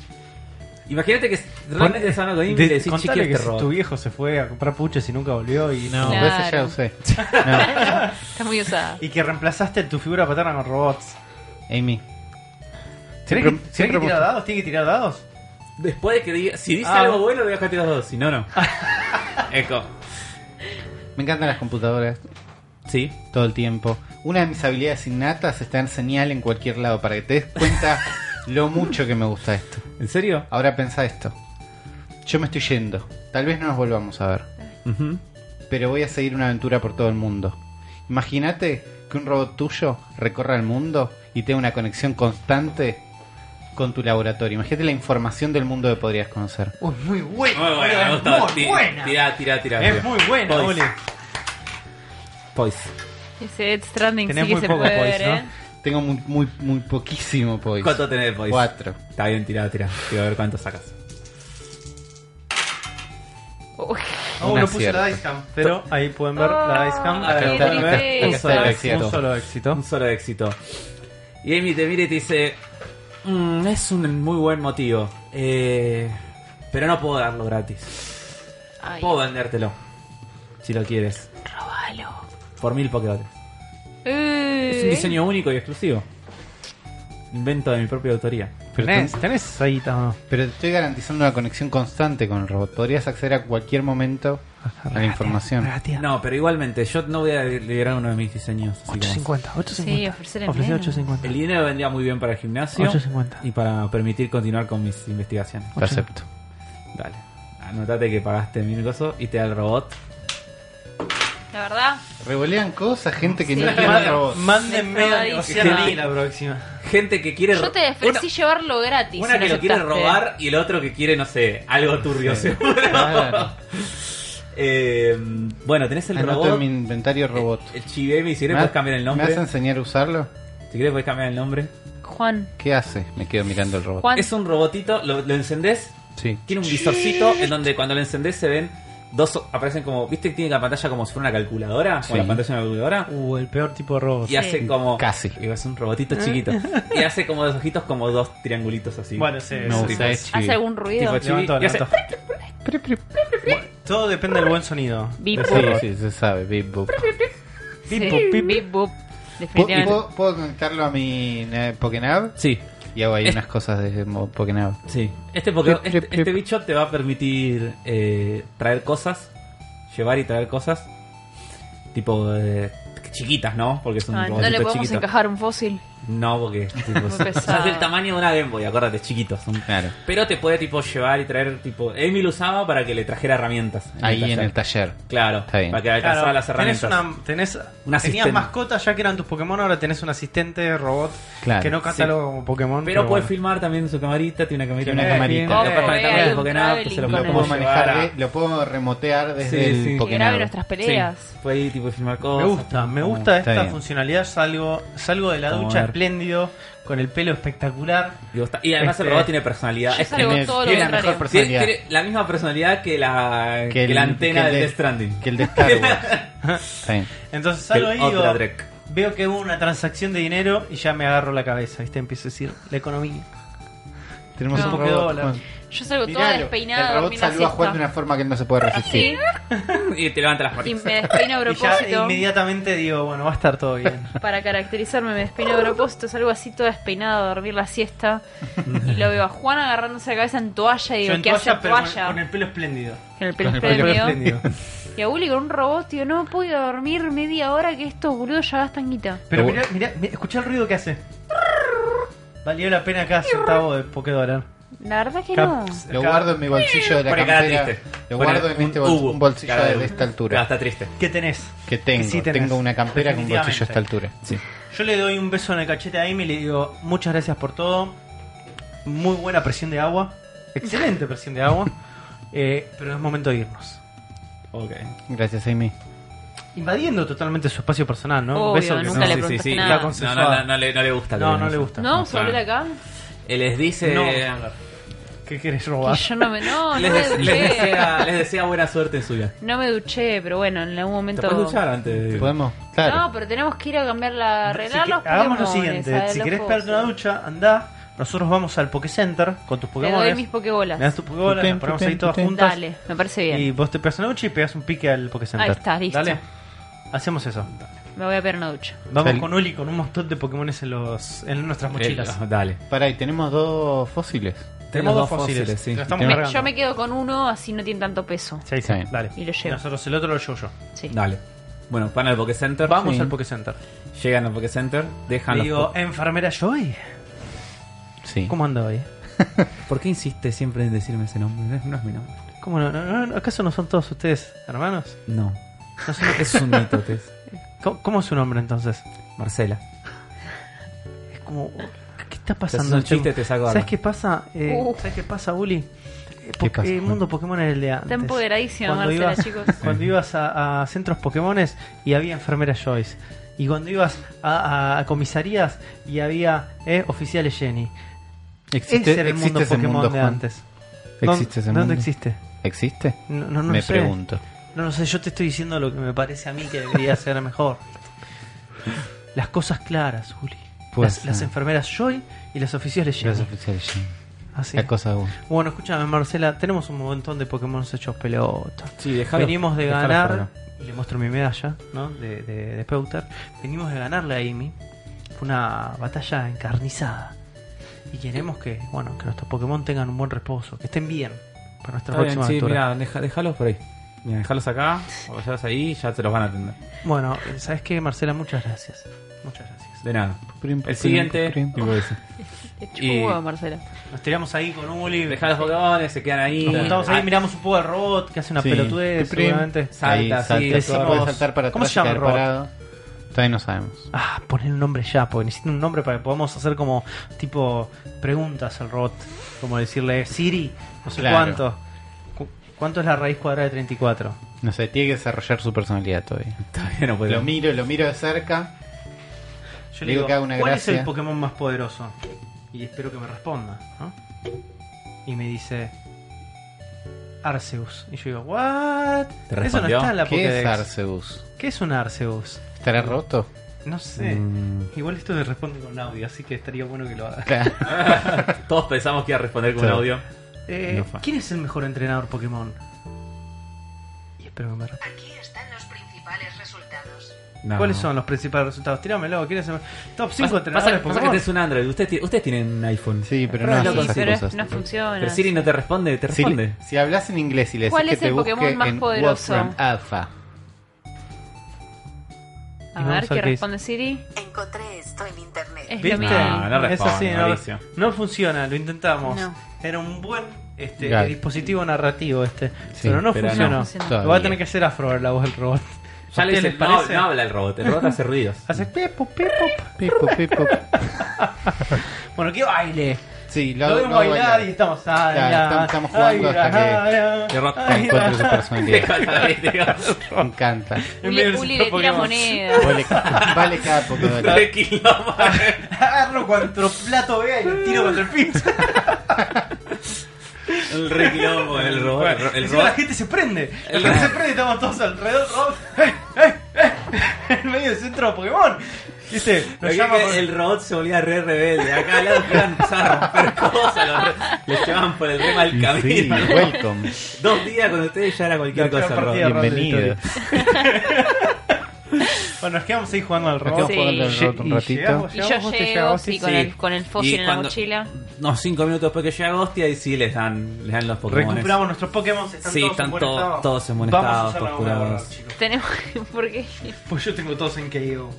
Speaker 2: Imagínate que realmente estás hablando conmigo y le decís chiqui
Speaker 1: Contale
Speaker 2: este
Speaker 1: que si
Speaker 2: robot.
Speaker 1: tu viejo se fue a comprar puches y nunca volvió y no.
Speaker 4: No,
Speaker 3: Claro.
Speaker 4: esa ya la usé. No,
Speaker 3: Está muy usada.
Speaker 1: Y que reemplazaste tu figura paterna con robots.
Speaker 4: Amy.
Speaker 1: ¿Tenés
Speaker 4: Siempre,
Speaker 1: que, tenés
Speaker 4: siempre
Speaker 1: que tirar
Speaker 4: hemos-
Speaker 1: dados? ¿Tiene que tirar dados?
Speaker 2: Después de que diga, si dice
Speaker 1: Ah.
Speaker 2: algo bueno, le voy a dejar tirar dados. Si no, no. Eco.
Speaker 4: Me encantan las computadoras
Speaker 2: Sí.
Speaker 4: todo el tiempo. Una de mis habilidades innatas está en señal en cualquier lado para que te des cuenta lo mucho que me gusta esto.
Speaker 2: ¿En serio?
Speaker 4: Ahora pensá esto. Yo me estoy yendo. Tal vez no nos volvamos a ver.
Speaker 2: Ujú.
Speaker 4: Pero voy a seguir una aventura por todo el mundo. Imagínate que un robot tuyo recorra el mundo y tenga una conexión constante con tu laboratorio. Imagínate la información del mundo que podrías conocer.
Speaker 1: Uy, muy buena.
Speaker 2: Muy buena, me gustó.
Speaker 1: muy
Speaker 2: Ti-
Speaker 1: buena.
Speaker 2: Tirá, tirá, tirá.
Speaker 1: Es
Speaker 2: tirá.
Speaker 1: muy buena,
Speaker 2: Poise.
Speaker 1: Uli.
Speaker 2: Poise.
Speaker 3: Ese Dead Stranding
Speaker 1: Tenés
Speaker 3: sí que
Speaker 1: muy
Speaker 3: se
Speaker 1: poco
Speaker 3: puede
Speaker 1: voice,
Speaker 3: ver, ¿eh?
Speaker 4: Tengo muy, muy, muy poquísimo poise.
Speaker 2: ¿Cuánto tenés de Poise?
Speaker 4: Cuatro.
Speaker 2: Está bien, tirá, tirá. Quiero ver cuánto sacas.
Speaker 3: ¿eh? Uy.
Speaker 1: Oh,
Speaker 4: Un
Speaker 1: no puse
Speaker 4: acierto.
Speaker 1: la Dicecam, pero ahí pueden ver la Dicecam.
Speaker 3: Ah,
Speaker 1: Acá
Speaker 4: qué
Speaker 1: pueden ver
Speaker 3: triste.
Speaker 1: un solo
Speaker 4: Acá está el
Speaker 1: éxito. Un solo éxito.
Speaker 2: Un solo éxito. Y Amy te mira y te dice: "Mm, Es un muy buen motivo. eh, pero no puedo darlo gratis.
Speaker 3: Ay,
Speaker 2: Puedo vendértelo. Si lo quieres.
Speaker 3: róbalo.
Speaker 2: Por mil Pokédotes.
Speaker 3: Eh,
Speaker 2: Es un diseño único y exclusivo. Invento de mi propia autoría.
Speaker 4: Pero
Speaker 1: ¿Tenés,
Speaker 4: ten-
Speaker 1: tenés ahí todo.
Speaker 4: Pero te estoy garantizando una conexión constante con el robot. Podrías acceder a cualquier momento a la información.
Speaker 2: No, pero igualmente, yo no voy a liberar uno de mis diseños. así como-
Speaker 1: 850, 850.
Speaker 3: Sí, ofrecer en
Speaker 1: Ofrecí
Speaker 3: menos.
Speaker 1: 850.
Speaker 2: El dinero vendría muy bien para el gimnasio
Speaker 1: 850.
Speaker 2: y para permitir continuar con mis investigaciones.
Speaker 4: Perfecto.
Speaker 2: Dale. Anotate que pagaste mil cosas y te da el robot.
Speaker 3: La verdad,
Speaker 4: Revolean cosas, gente que
Speaker 3: Sí.
Speaker 4: no
Speaker 3: Ma-
Speaker 4: quiere robots.
Speaker 1: Mándenme a negociar a mí
Speaker 3: Defraudadísima.
Speaker 1: la próxima.
Speaker 2: Gente que quiere
Speaker 3: yo te
Speaker 2: una,
Speaker 3: ofrecí llevarlo gratis.
Speaker 2: una
Speaker 3: y no
Speaker 2: que lo quiere
Speaker 3: aceptaste.
Speaker 2: robar y el otro que quiere, no sé, algo turbio seguro.
Speaker 4: Claro.
Speaker 2: Eh, bueno, tenés el
Speaker 4: Anoto
Speaker 2: robot.
Speaker 4: en mi inventario Ah, robot.
Speaker 2: El Chibemi, si querés
Speaker 4: ¿Me ha-
Speaker 2: podés cambiar el nombre.
Speaker 4: ¿Me vas a enseñar a usarlo?
Speaker 2: Si querés podés cambiar el nombre.
Speaker 3: Juan.
Speaker 4: ¿Qué hace? Me quedo mirando el robot.
Speaker 3: Juan.
Speaker 2: Es un robotito, lo, lo encendés,
Speaker 4: Sí.
Speaker 2: tiene un visorcito en donde cuando lo encendés se ven dos, aparecen como, viste que tiene la pantalla como si fuera una calculadora, como
Speaker 4: Sí.
Speaker 2: la pantalla de una calculadora.
Speaker 1: Uh, el peor tipo de robot.
Speaker 2: Y hace como...
Speaker 4: Casi.
Speaker 2: Y es un robotito chiquito. y hace como dos ojitos, como dos triangulitos así.
Speaker 1: Bueno, se,
Speaker 4: No,
Speaker 1: se-
Speaker 2: sí,
Speaker 4: usa
Speaker 2: pues,
Speaker 4: Echi.
Speaker 3: ¿Hace algún ruido?
Speaker 2: Tipo-
Speaker 1: levantó,
Speaker 2: y hace-
Speaker 1: levantó. Todo depende del buen sonido.
Speaker 3: Bip,
Speaker 4: Sí,
Speaker 3: boop.
Speaker 4: sí, se sabe. Bip, boop.
Speaker 3: Sí,
Speaker 1: Bip, boop, bip.
Speaker 3: bip, boop.
Speaker 4: ¿Puedo,
Speaker 3: Definitivamente.
Speaker 4: puedo- puedo conectarlo a mi eh, Pokénab?
Speaker 2: Sí,
Speaker 4: Y hago
Speaker 3: Eh.
Speaker 4: ahí
Speaker 2: Es-
Speaker 4: unas cosas de mo- Pokénab.
Speaker 2: sí. Este, Poké-
Speaker 4: Plip, plip,
Speaker 2: este, este
Speaker 4: plip.
Speaker 2: bicho te va a permitir eh, traer cosas, llevar y traer cosas. Tipo eh, chiquitas, ¿no? Porque es un
Speaker 3: Ah, no
Speaker 2: robotito
Speaker 3: le podemos
Speaker 2: chiquito.
Speaker 3: encajar un fósil.
Speaker 2: No, porque tipo,
Speaker 3: Muy
Speaker 2: son-
Speaker 3: pesado.
Speaker 2: son del tamaño de una Game Boy, acuérdate, chiquitos. son.
Speaker 4: Claro.
Speaker 2: Pero te puede tipo llevar y traer tipo. Emi lo usaba para que le trajera herramientas.
Speaker 4: Ahí en el taller.
Speaker 2: Claro,
Speaker 4: Está bien.
Speaker 2: para que alcanzara
Speaker 1: Claro,
Speaker 2: las herramientas.
Speaker 1: Tenés una,
Speaker 2: Un
Speaker 1: tenés, tenías
Speaker 2: asistente.
Speaker 1: mascotas ya que eran tus Pokémon, ahora tenés un asistente robot
Speaker 4: Claro,
Speaker 1: que no catálogo como Pokémon.
Speaker 2: Pero, puede
Speaker 1: bueno.
Speaker 2: filmar también su camarita, tiene una camarita.
Speaker 4: Tiene una
Speaker 2: que-
Speaker 4: camarita.
Speaker 2: que capaz
Speaker 4: Ojo,
Speaker 2: conectar
Speaker 3: eh,
Speaker 2: con el
Speaker 3: hay un
Speaker 2: Pokénap, que se lo
Speaker 3: traveling
Speaker 4: Lo
Speaker 3: con
Speaker 2: podemos
Speaker 4: puedo
Speaker 3: el-
Speaker 2: llevar
Speaker 4: manejar,
Speaker 2: a-
Speaker 4: de- lo puedo remotear desde
Speaker 2: Sí,
Speaker 4: el
Speaker 2: sí. Que
Speaker 3: Que
Speaker 4: Pokénab.
Speaker 3: grabe nuestras peleas.
Speaker 2: Sí, puede ir tipo filmar
Speaker 1: Me
Speaker 2: cosas.
Speaker 1: gusta, me
Speaker 2: como-
Speaker 1: gusta esta
Speaker 4: bien.
Speaker 1: funcionalidad. Salgo, salgo de la
Speaker 2: Vamos a
Speaker 1: ducha
Speaker 2: ver.
Speaker 1: espléndido, con el pelo espectacular.
Speaker 2: me gusta. Y además el
Speaker 1: Este-
Speaker 2: robot tiene personalidad.
Speaker 3: Yo
Speaker 2: Es-
Speaker 3: salgo
Speaker 4: tiene-
Speaker 3: todo lo
Speaker 2: tiene la
Speaker 3: contrario.
Speaker 4: mejor persona.
Speaker 2: tiene,
Speaker 4: personalidad.
Speaker 2: tiene la misma personalidad que la, que
Speaker 4: el-
Speaker 2: la antena
Speaker 4: que el
Speaker 2: del
Speaker 4: de-
Speaker 2: Death Stranding.
Speaker 4: Que el de Star Wars. Está bien.
Speaker 1: Entonces salgo
Speaker 2: Que
Speaker 1: ahí
Speaker 2: el
Speaker 1: y digo,
Speaker 2: Otra Drek.
Speaker 1: veo que hubo una transacción de dinero y ya me agarro la cabeza. ¿viste? Empiezo a decir la economía.
Speaker 4: Tenemos
Speaker 3: No.
Speaker 4: un robot.
Speaker 1: Pokébola.
Speaker 4: Juan.
Speaker 3: Yo salgo toda
Speaker 4: Miralo,
Speaker 3: despeinada
Speaker 4: el
Speaker 3: a
Speaker 4: robot
Speaker 3: dormir la
Speaker 4: saluda a Juan de
Speaker 3: siesta.
Speaker 4: una forma que no se puede resistir.
Speaker 3: Sí,
Speaker 2: Y te levanta las
Speaker 3: y
Speaker 2: patitas.
Speaker 3: me despeino a
Speaker 1: Y ya
Speaker 3: propósito.
Speaker 1: inmediatamente digo, bueno, va a estar todo bien.
Speaker 3: Para caracterizarme, me despeino a propósito. Salgo así toda despeinada a dormir la siesta. Y lo veo a Juan agarrándose la cabeza en toalla.
Speaker 1: Yo
Speaker 3: Y digo,
Speaker 1: en
Speaker 3: ¿qué
Speaker 1: toalla,
Speaker 3: hace
Speaker 1: pero con,
Speaker 3: toalla?
Speaker 1: con el pelo espléndido.
Speaker 3: Con el pelo
Speaker 4: con el pelo
Speaker 3: espléndido.
Speaker 1: Espléndido.
Speaker 3: Y a Uli con un robot, tío, no puedo ir a dormir media hora que estos boludos ya gastan guita.
Speaker 1: Pero
Speaker 4: Lo-
Speaker 1: mirá, mirá, mirá, escuchá el ruido que hace. Valió la pena cada centavo de Pokédólar.
Speaker 3: La verdad que
Speaker 1: Cap-
Speaker 3: no.
Speaker 4: Lo guardo en mi bolsillo de la
Speaker 2: Pone cara
Speaker 4: campera.
Speaker 2: triste.
Speaker 4: Lo
Speaker 2: Pone
Speaker 4: guardo en
Speaker 2: un
Speaker 4: este bols-
Speaker 2: U,
Speaker 4: un bolsillo
Speaker 2: cara de
Speaker 4: de
Speaker 2: U.
Speaker 4: de esta
Speaker 2: Claro,
Speaker 4: altura.
Speaker 2: está triste.
Speaker 1: ¿Qué tenés?
Speaker 4: Que tengo.
Speaker 1: sí tenés.
Speaker 4: tengo una campera con un bolsillo a esta
Speaker 1: Definitivamente.
Speaker 4: altura. Sí.
Speaker 1: Yo le doy un beso en el cachete a Amy y le digo, muchas gracias por todo. Muy buena presión de agua. Excelente presión de agua. Eh, pero es momento de irnos.
Speaker 2: Ok.
Speaker 4: Gracias, Amy.
Speaker 1: Invadiendo totalmente su espacio personal, ¿no?
Speaker 3: Obvio,
Speaker 1: un beso que
Speaker 3: nunca
Speaker 1: no-
Speaker 3: le
Speaker 2: sí, sí, sí.
Speaker 3: preguntaste nada.
Speaker 1: La
Speaker 2: No,
Speaker 1: consensuada.
Speaker 2: no, no, no le, no le gusta. que
Speaker 1: No,
Speaker 2: le
Speaker 1: no
Speaker 2: den
Speaker 1: le
Speaker 2: eso.
Speaker 1: gusta.
Speaker 3: ¿No? ¿Vamos a volver acá?
Speaker 2: Él les dice.
Speaker 1: No, vamos a hablar. ¿Qué querés robar?
Speaker 3: Que yo no me. No, no
Speaker 2: les,
Speaker 3: me
Speaker 2: des- les
Speaker 3: duché.
Speaker 2: desea, les desea buena suerte en su vida.
Speaker 3: No me duché, pero bueno, en algún
Speaker 2: ¿Te
Speaker 3: momento.
Speaker 2: puedes duchar antes? de- Eh,
Speaker 4: ¿Podemos?
Speaker 3: No,
Speaker 4: Claro.
Speaker 3: pero tenemos que ir a cambiar la.
Speaker 1: Si
Speaker 3: arreglar
Speaker 1: que-
Speaker 3: los
Speaker 1: hagamos lo
Speaker 3: Pokémones,
Speaker 1: siguiente.
Speaker 3: a
Speaker 1: Si
Speaker 3: los
Speaker 1: querés pegarte una
Speaker 3: pozos.
Speaker 1: ducha, andá. Nosotros vamos al Pokécenter con tus
Speaker 3: Te
Speaker 1: Pokémon.
Speaker 3: doy mis
Speaker 1: Me das
Speaker 3: pokebolas.
Speaker 1: tus Pokébolas,
Speaker 4: Tutén,
Speaker 1: las ponemos
Speaker 4: tutén,
Speaker 1: ahí todas
Speaker 4: tutén.
Speaker 1: juntas.
Speaker 3: Dale, me parece bien.
Speaker 1: Y vos te pegas una ducha y pegas un pique al Pokécenter.
Speaker 3: Ahí está, listo.
Speaker 1: Dale. Hacemos eso.
Speaker 3: Me voy a pegar una ducha.
Speaker 1: Vamos
Speaker 4: Sal-
Speaker 1: con Uli con un montón de Pokémones en los en nuestras mochilas.
Speaker 2: Eh, dale.
Speaker 4: Pará, y tenemos dos fósiles.
Speaker 1: Tenemos dos
Speaker 2: los dos
Speaker 1: fósiles.
Speaker 2: fósiles, sí.
Speaker 1: Lo estamos
Speaker 4: Me-
Speaker 1: cargando.
Speaker 3: Yo me quedo con uno, así no tiene tanto peso.
Speaker 1: Sí, sí,
Speaker 4: Está bien.
Speaker 1: dale.
Speaker 3: Y lo llevo.
Speaker 1: Nosotros el otro lo llevo yo.
Speaker 3: Sí.
Speaker 2: Dale. Bueno, van al Pokécenter.
Speaker 1: Vamos
Speaker 2: Sí.
Speaker 1: al Pokécenter.
Speaker 2: Llegan al Pokécenter, dejan
Speaker 1: Le
Speaker 2: los
Speaker 1: digo,
Speaker 2: po-
Speaker 1: enfermera Joy.
Speaker 4: Sí.
Speaker 1: ¿Cómo anda hoy?
Speaker 2: ¿Por qué insiste siempre en decirme ese nombre? No es, no es mi nombre.
Speaker 1: ¿Cómo no, no- no- ¿Acaso no son todos ustedes hermanos?
Speaker 2: No.
Speaker 1: No son-
Speaker 2: Es un mito, Tess.
Speaker 1: ¿Cómo, cómo es su nombre entonces?
Speaker 2: Marcela.
Speaker 1: Es como, ¿qué está
Speaker 2: Te haces
Speaker 1: pasando?
Speaker 2: un
Speaker 1: chico?
Speaker 2: chiste, te saco
Speaker 1: ¿Sabes
Speaker 2: barba.
Speaker 1: qué pasa? Eh,
Speaker 3: Uh.
Speaker 1: ¿Sabes qué pasa, Uli? Eh, po-
Speaker 4: pasa,
Speaker 1: eh,
Speaker 4: Juan?
Speaker 1: mundo Pokémon es el de antes.
Speaker 3: Está empoderadísima
Speaker 1: Cuando
Speaker 3: Marcela,
Speaker 1: ibas-
Speaker 3: chicos.
Speaker 1: Cuando ibas a, a centros Pokémones y había enfermera Joyce. Y cuando ibas a, a comisarías y había eh, oficiales Jenny.
Speaker 4: ¿Existe,
Speaker 1: ese era el
Speaker 4: existe
Speaker 1: mundo
Speaker 4: ese
Speaker 1: Pokémon
Speaker 4: mundo,
Speaker 1: de
Speaker 4: Juan?
Speaker 1: antes.
Speaker 4: ¿Existe
Speaker 1: ¿Dónde,
Speaker 4: ese mundo?
Speaker 1: dónde existe?
Speaker 4: ¿Existe?
Speaker 1: No, no, no
Speaker 4: Me
Speaker 1: sé.
Speaker 4: pregunto.
Speaker 1: No lo sé, yo te estoy diciendo lo que me parece a mí que debería ser mejor. Las cosas claras, Juli.
Speaker 4: Puede
Speaker 1: Las,
Speaker 4: ser.
Speaker 1: las enfermeras Joy y las oficiales Jenny.
Speaker 4: Los oficiales. sí.
Speaker 1: Así.
Speaker 4: La cosa uno.
Speaker 1: Bueno, escúchame, Marcela, tenemos un montón de Pokémon hechos pelota.
Speaker 2: Sí, dejalos-
Speaker 1: Venimos de
Speaker 2: dejalos por
Speaker 1: ganar,
Speaker 2: acá.
Speaker 1: y le muestro mi medalla, ¿no? De, de, de Pewter. Venimos de ganarle a Amy. Fue una batalla encarnizada. Y queremos que, bueno, que nuestros Pokémon tengan un buen reposo, que estén bien para nuestra
Speaker 2: Está bien,
Speaker 1: próxima
Speaker 2: sí,
Speaker 1: aventura.
Speaker 2: mira, deja, déjalos por ahí. Mira, dejalos acá, o vayas ahí, ya te los van a atender.
Speaker 1: Bueno, eh, ¿sabes qué, Marcela? Muchas gracias. Muchas gracias.
Speaker 2: De nada.
Speaker 4: Prim, prim,
Speaker 2: El siguiente.
Speaker 4: prim, prim.
Speaker 2: tipo ese.
Speaker 3: Te chupo
Speaker 2: Y-
Speaker 3: un huevo, Marcela.
Speaker 1: Nos tiramos ahí con Uli.
Speaker 2: Dejá los botones, se quedan ahí.
Speaker 1: Nos juntamos
Speaker 2: Ah,
Speaker 1: ahí, miramos un poco de robot que hace una
Speaker 4: Sí.
Speaker 1: pelotudez,
Speaker 4: Prim.
Speaker 1: seguramente.
Speaker 2: Salta,
Speaker 4: Ahí,
Speaker 2: sí,
Speaker 4: salta,
Speaker 1: decimos-
Speaker 4: puede saltar para
Speaker 1: ¿Cómo
Speaker 4: atrás
Speaker 1: se llama
Speaker 4: y
Speaker 1: el
Speaker 4: caer
Speaker 1: robot?
Speaker 4: parado. Todavía no sabemos.
Speaker 1: Ah, poner un nombre ya, porque necesito un nombre para que podamos hacer como tipo preguntas al robot. Como decirle Siri, no sé
Speaker 4: Claro.
Speaker 1: cuánto. Cu- ¿Cuánto es la raíz cuadrada de 34?
Speaker 4: No sé, tiene que desarrollar su personalidad todavía.
Speaker 2: Todavía no
Speaker 4: Lo
Speaker 2: puedo.
Speaker 4: miro, lo miro de cerca.
Speaker 1: Yo
Speaker 4: Digo que haga una
Speaker 1: ¿cuál
Speaker 4: gracia.
Speaker 1: es el Pokémon más poderoso? Y espero que me responda, ¿no? Y me dice Arceus. Y yo digo, ¿what?
Speaker 2: ¿Te
Speaker 1: Eso no
Speaker 2: respondió?
Speaker 1: está en la
Speaker 4: ¿Qué es
Speaker 1: Pokédex.
Speaker 4: Arceus?
Speaker 1: ¿Qué es un Arceus?
Speaker 4: ¿Estará roto?
Speaker 1: No sé.
Speaker 2: Mm,
Speaker 1: Igual esto me responde con audio, así que estaría bueno que lo haga.
Speaker 4: Claro.
Speaker 2: Todos pensamos que iba a responder con un
Speaker 4: Sí.
Speaker 2: audio.
Speaker 1: Eh,
Speaker 4: No fue.
Speaker 1: ¿Quién es el mejor entrenador Pokémon? Y espero que me responda.
Speaker 5: Aquí están los principales resultados.
Speaker 2: No.
Speaker 1: ¿Cuáles son los principales resultados? Tíramelo. ¿Quién es el top 5
Speaker 2: Pasa- Pasa,
Speaker 1: entrenadores
Speaker 2: pasa que
Speaker 1: Pokémon?
Speaker 2: tenés un Android. Ustedes, ti- ustedes tienen un iPhone.
Speaker 4: Sí, pero no
Speaker 3: Pero
Speaker 4: hace
Speaker 3: loco,
Speaker 4: esas
Speaker 3: pero
Speaker 4: cosas.
Speaker 3: no funciona.
Speaker 2: Pero Siri no te responde, te
Speaker 4: Si,
Speaker 2: responde.
Speaker 4: si hablas en inglés y le decís
Speaker 3: ¿Cuál
Speaker 4: que
Speaker 3: es
Speaker 4: te
Speaker 3: el Pokémon
Speaker 4: busque
Speaker 3: más
Speaker 4: en
Speaker 3: poderoso?
Speaker 4: Wolfram Alpha.
Speaker 3: A
Speaker 1: Y vamos a
Speaker 3: ver
Speaker 1: ver
Speaker 3: qué
Speaker 1: qué
Speaker 3: responde Siri.
Speaker 5: Encontré esto en internet.
Speaker 3: Es
Speaker 1: ¿Viste?
Speaker 3: lo mismo.
Speaker 2: Ah, no
Speaker 1: Es
Speaker 2: responde,
Speaker 1: así, no,
Speaker 2: Mauricio.
Speaker 1: no funciona, lo intentamos.
Speaker 3: No.
Speaker 1: Era un buen este,
Speaker 4: Gal.
Speaker 1: dispositivo narrativo este,
Speaker 4: Sí,
Speaker 1: pero no
Speaker 2: pero no.
Speaker 1: funcionó.
Speaker 3: No funcionó.
Speaker 1: Lo va a
Speaker 4: Todavía.
Speaker 1: tener que hacer afro ver la voz del robot.
Speaker 2: Ya
Speaker 1: ¿A
Speaker 2: le
Speaker 1: ustedes
Speaker 2: dice,
Speaker 1: les
Speaker 2: no,
Speaker 1: parece? Ah,
Speaker 2: no habla el robot, el robot hace ruidos.
Speaker 1: Hace pepo, pepo.
Speaker 4: Pipo, pipo.
Speaker 1: Bueno, que baile.
Speaker 4: Sí, lo,
Speaker 1: Lo,
Speaker 4: lo
Speaker 1: vemos
Speaker 4: voy a
Speaker 1: bailar, y estamos. Ah,
Speaker 4: Claro,
Speaker 1: ya.
Speaker 4: estamos- estamos jugando hasta que-
Speaker 1: ya,
Speaker 2: que rock
Speaker 1: ay,
Speaker 4: Encuentro
Speaker 1: ya.
Speaker 4: su personalidad. Me encanta.
Speaker 1: En
Speaker 3: Uli,
Speaker 1: vez de ser
Speaker 3: Uli le tira
Speaker 1: Pokémon.
Speaker 3: moneda.
Speaker 4: Vale, vale cada Pokémon.
Speaker 2: Dale quilombo.
Speaker 1: Agarro cuanto plato vea y lo tiro contra el piso.
Speaker 2: El re quilombo, el robot.
Speaker 1: Bueno,
Speaker 2: El, el
Speaker 1: encima
Speaker 2: robot.
Speaker 1: la gente se prende. La
Speaker 2: El
Speaker 1: gente se
Speaker 2: robot.
Speaker 1: prende, estamos todos alrededor. Robot. ¡Ey, ey, ey! En medio del centro de Pokémon. ¿Viste?
Speaker 2: Lo
Speaker 1: Nos
Speaker 2: que
Speaker 1: llama
Speaker 2: es que
Speaker 1: por-
Speaker 2: El robot se volvía re rebelde. Acá al lado iban a romper cosas. los re- Les llevaban por el re mal
Speaker 4: Sí,
Speaker 2: camino.
Speaker 4: welcome.
Speaker 2: Dos días con ustedes ya era cualquier
Speaker 1: La peor
Speaker 2: cosa. el robot.
Speaker 1: partida.
Speaker 4: Bienvenido.
Speaker 1: Bueno, nos quedamos ahí jugando al
Speaker 4: Nos
Speaker 1: robot.
Speaker 4: quedamos
Speaker 3: Sí.
Speaker 4: jugando al robot
Speaker 1: Y
Speaker 4: un ratito.
Speaker 1: llegamos.
Speaker 3: Y yo
Speaker 1: Llegamos, te
Speaker 3: llego,
Speaker 1: llegamos,
Speaker 3: sí,
Speaker 1: sí,
Speaker 3: con
Speaker 2: sí.
Speaker 3: el, con el fósil en la
Speaker 2: cuando-
Speaker 3: mochila.
Speaker 2: No, cinco minutos después que llega Hostia y sí les dan, les dan los Pokémon.
Speaker 1: Recuperamos nuestros Pokémon. Están
Speaker 2: Sí,
Speaker 1: todos
Speaker 2: están
Speaker 1: en buen
Speaker 2: todos-
Speaker 1: estado.
Speaker 2: todos en buen
Speaker 1: Vamos a
Speaker 2: estado,
Speaker 1: usar la
Speaker 2: todos
Speaker 1: bomba de
Speaker 2: curados.
Speaker 1: verdad, chicos.
Speaker 3: Tenemos que. ¿Por qué?
Speaker 1: Pues yo tengo todos en KO.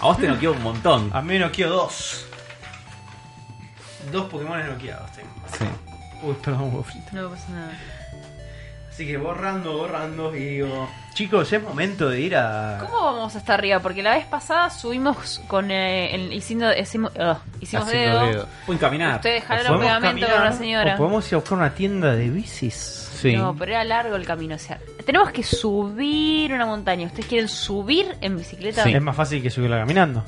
Speaker 2: A vos te noqueó un montón.
Speaker 1: A mí no quiero dos. Dos Pokémon noqueados tengo.
Speaker 4: Sí.
Speaker 1: Uy, perdón, huevo frito.
Speaker 3: No pasa nada.
Speaker 1: Así que borrando, borrando y digo, chicos, es momento de ir a...
Speaker 3: ¿Cómo vamos hasta arriba? Porque la vez pasada subimos con eh, el. Hicimos, hicimos, ugh, hicimos
Speaker 4: Haciendo
Speaker 3: dedo.
Speaker 4: dedo.
Speaker 2: Pueden caminar.
Speaker 3: Ustedes jalaron
Speaker 1: ¿Podemos
Speaker 3: pegamento con
Speaker 1: caminar
Speaker 3: la señora.
Speaker 1: o podemos ir a buscar una tienda de bicis.
Speaker 4: Sí.
Speaker 3: No, pero era largo el camino. O sea, tenemos que subir una montaña. ¿Ustedes quieren subir en bicicleta?
Speaker 4: Sí.
Speaker 1: Es más fácil que subirla caminando.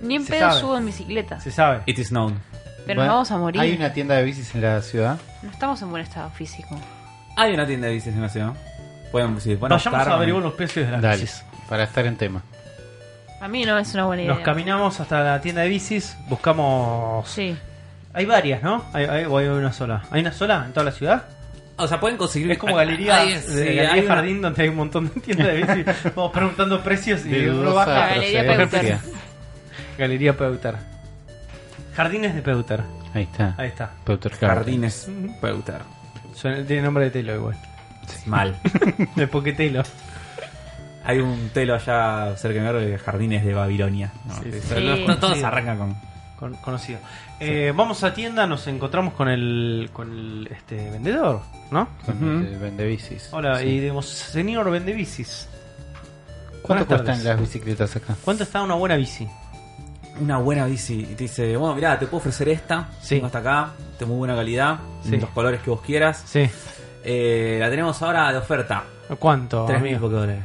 Speaker 3: Ni en
Speaker 1: Se
Speaker 3: pedo
Speaker 1: sabe.
Speaker 3: subo en bicicleta.
Speaker 1: Se sabe.
Speaker 2: It is known.
Speaker 3: Pero nos
Speaker 4: Bueno,
Speaker 3: vamos a morir.
Speaker 4: Hay una tienda de bicis en la ciudad.
Speaker 3: No estamos en buen estado físico.
Speaker 2: Hay una tienda de bicis en la ciudad. Pueden, si pueden
Speaker 1: Vayamos
Speaker 2: optar,
Speaker 1: a averiguar
Speaker 2: ¿no?
Speaker 1: los precios de las
Speaker 4: Dale.
Speaker 1: bicis.
Speaker 4: Para estar en tema.
Speaker 3: A mí no es una buena idea.
Speaker 1: Nos caminamos hasta la tienda de bicis, buscamos...
Speaker 3: Sí.
Speaker 1: Hay varias, ¿no? Hay, hay- o hay una sola. ¿Hay una sola en toda la ciudad?
Speaker 2: O sea, pueden conseguir.
Speaker 1: Es como galería,
Speaker 2: Ahí es,
Speaker 1: de-
Speaker 2: sí,
Speaker 1: galería
Speaker 2: hay una-
Speaker 1: jardín donde hay un montón de tiendas de bicis. Vamos preguntando precios y
Speaker 4: De
Speaker 1: uno
Speaker 4: dudosa
Speaker 1: baja.
Speaker 3: Galería
Speaker 4: procedencia.
Speaker 1: Galería Peuter. Jardines de Peuter.
Speaker 4: Ahí está.
Speaker 1: Ahí está.
Speaker 4: Peuter Garden.
Speaker 2: Jardines Peuter.
Speaker 1: Suena- tiene nombre de Telo igual.
Speaker 2: Mal.
Speaker 1: De Poquetelo.
Speaker 2: Hay un telo allá cerca de mi barrio de Jardines de Babilonia. No,
Speaker 1: Sí,
Speaker 2: sí,
Speaker 1: sí.
Speaker 2: pero
Speaker 3: Sí.
Speaker 2: no, todos arrancan con.
Speaker 1: Con- conocido. Eh, vamos a tienda, nos encontramos con el, con el este, vendedor, ¿no?
Speaker 4: Con
Speaker 2: Ujú.
Speaker 4: el vende bicis.
Speaker 1: Hola,
Speaker 4: Sí.
Speaker 1: y decimos, señor vende bicis.
Speaker 4: ¿Cuánto
Speaker 1: Buenas
Speaker 4: cuestan
Speaker 1: tardes.
Speaker 4: las bicicletas acá?
Speaker 1: ¿Cuánto está una buena bici?
Speaker 2: Una buena bici. Y te dice, bueno, mirá, te puedo ofrecer esta.
Speaker 1: Sí.
Speaker 2: Tengo hasta acá. De muy buena calidad.
Speaker 1: Sí.
Speaker 2: Los colores que vos quieras.
Speaker 1: Sí.
Speaker 2: Eh, la tenemos ahora de oferta.
Speaker 1: ¿Cuánto?
Speaker 2: 3.000
Speaker 1: amigo?
Speaker 2: Pokédólares.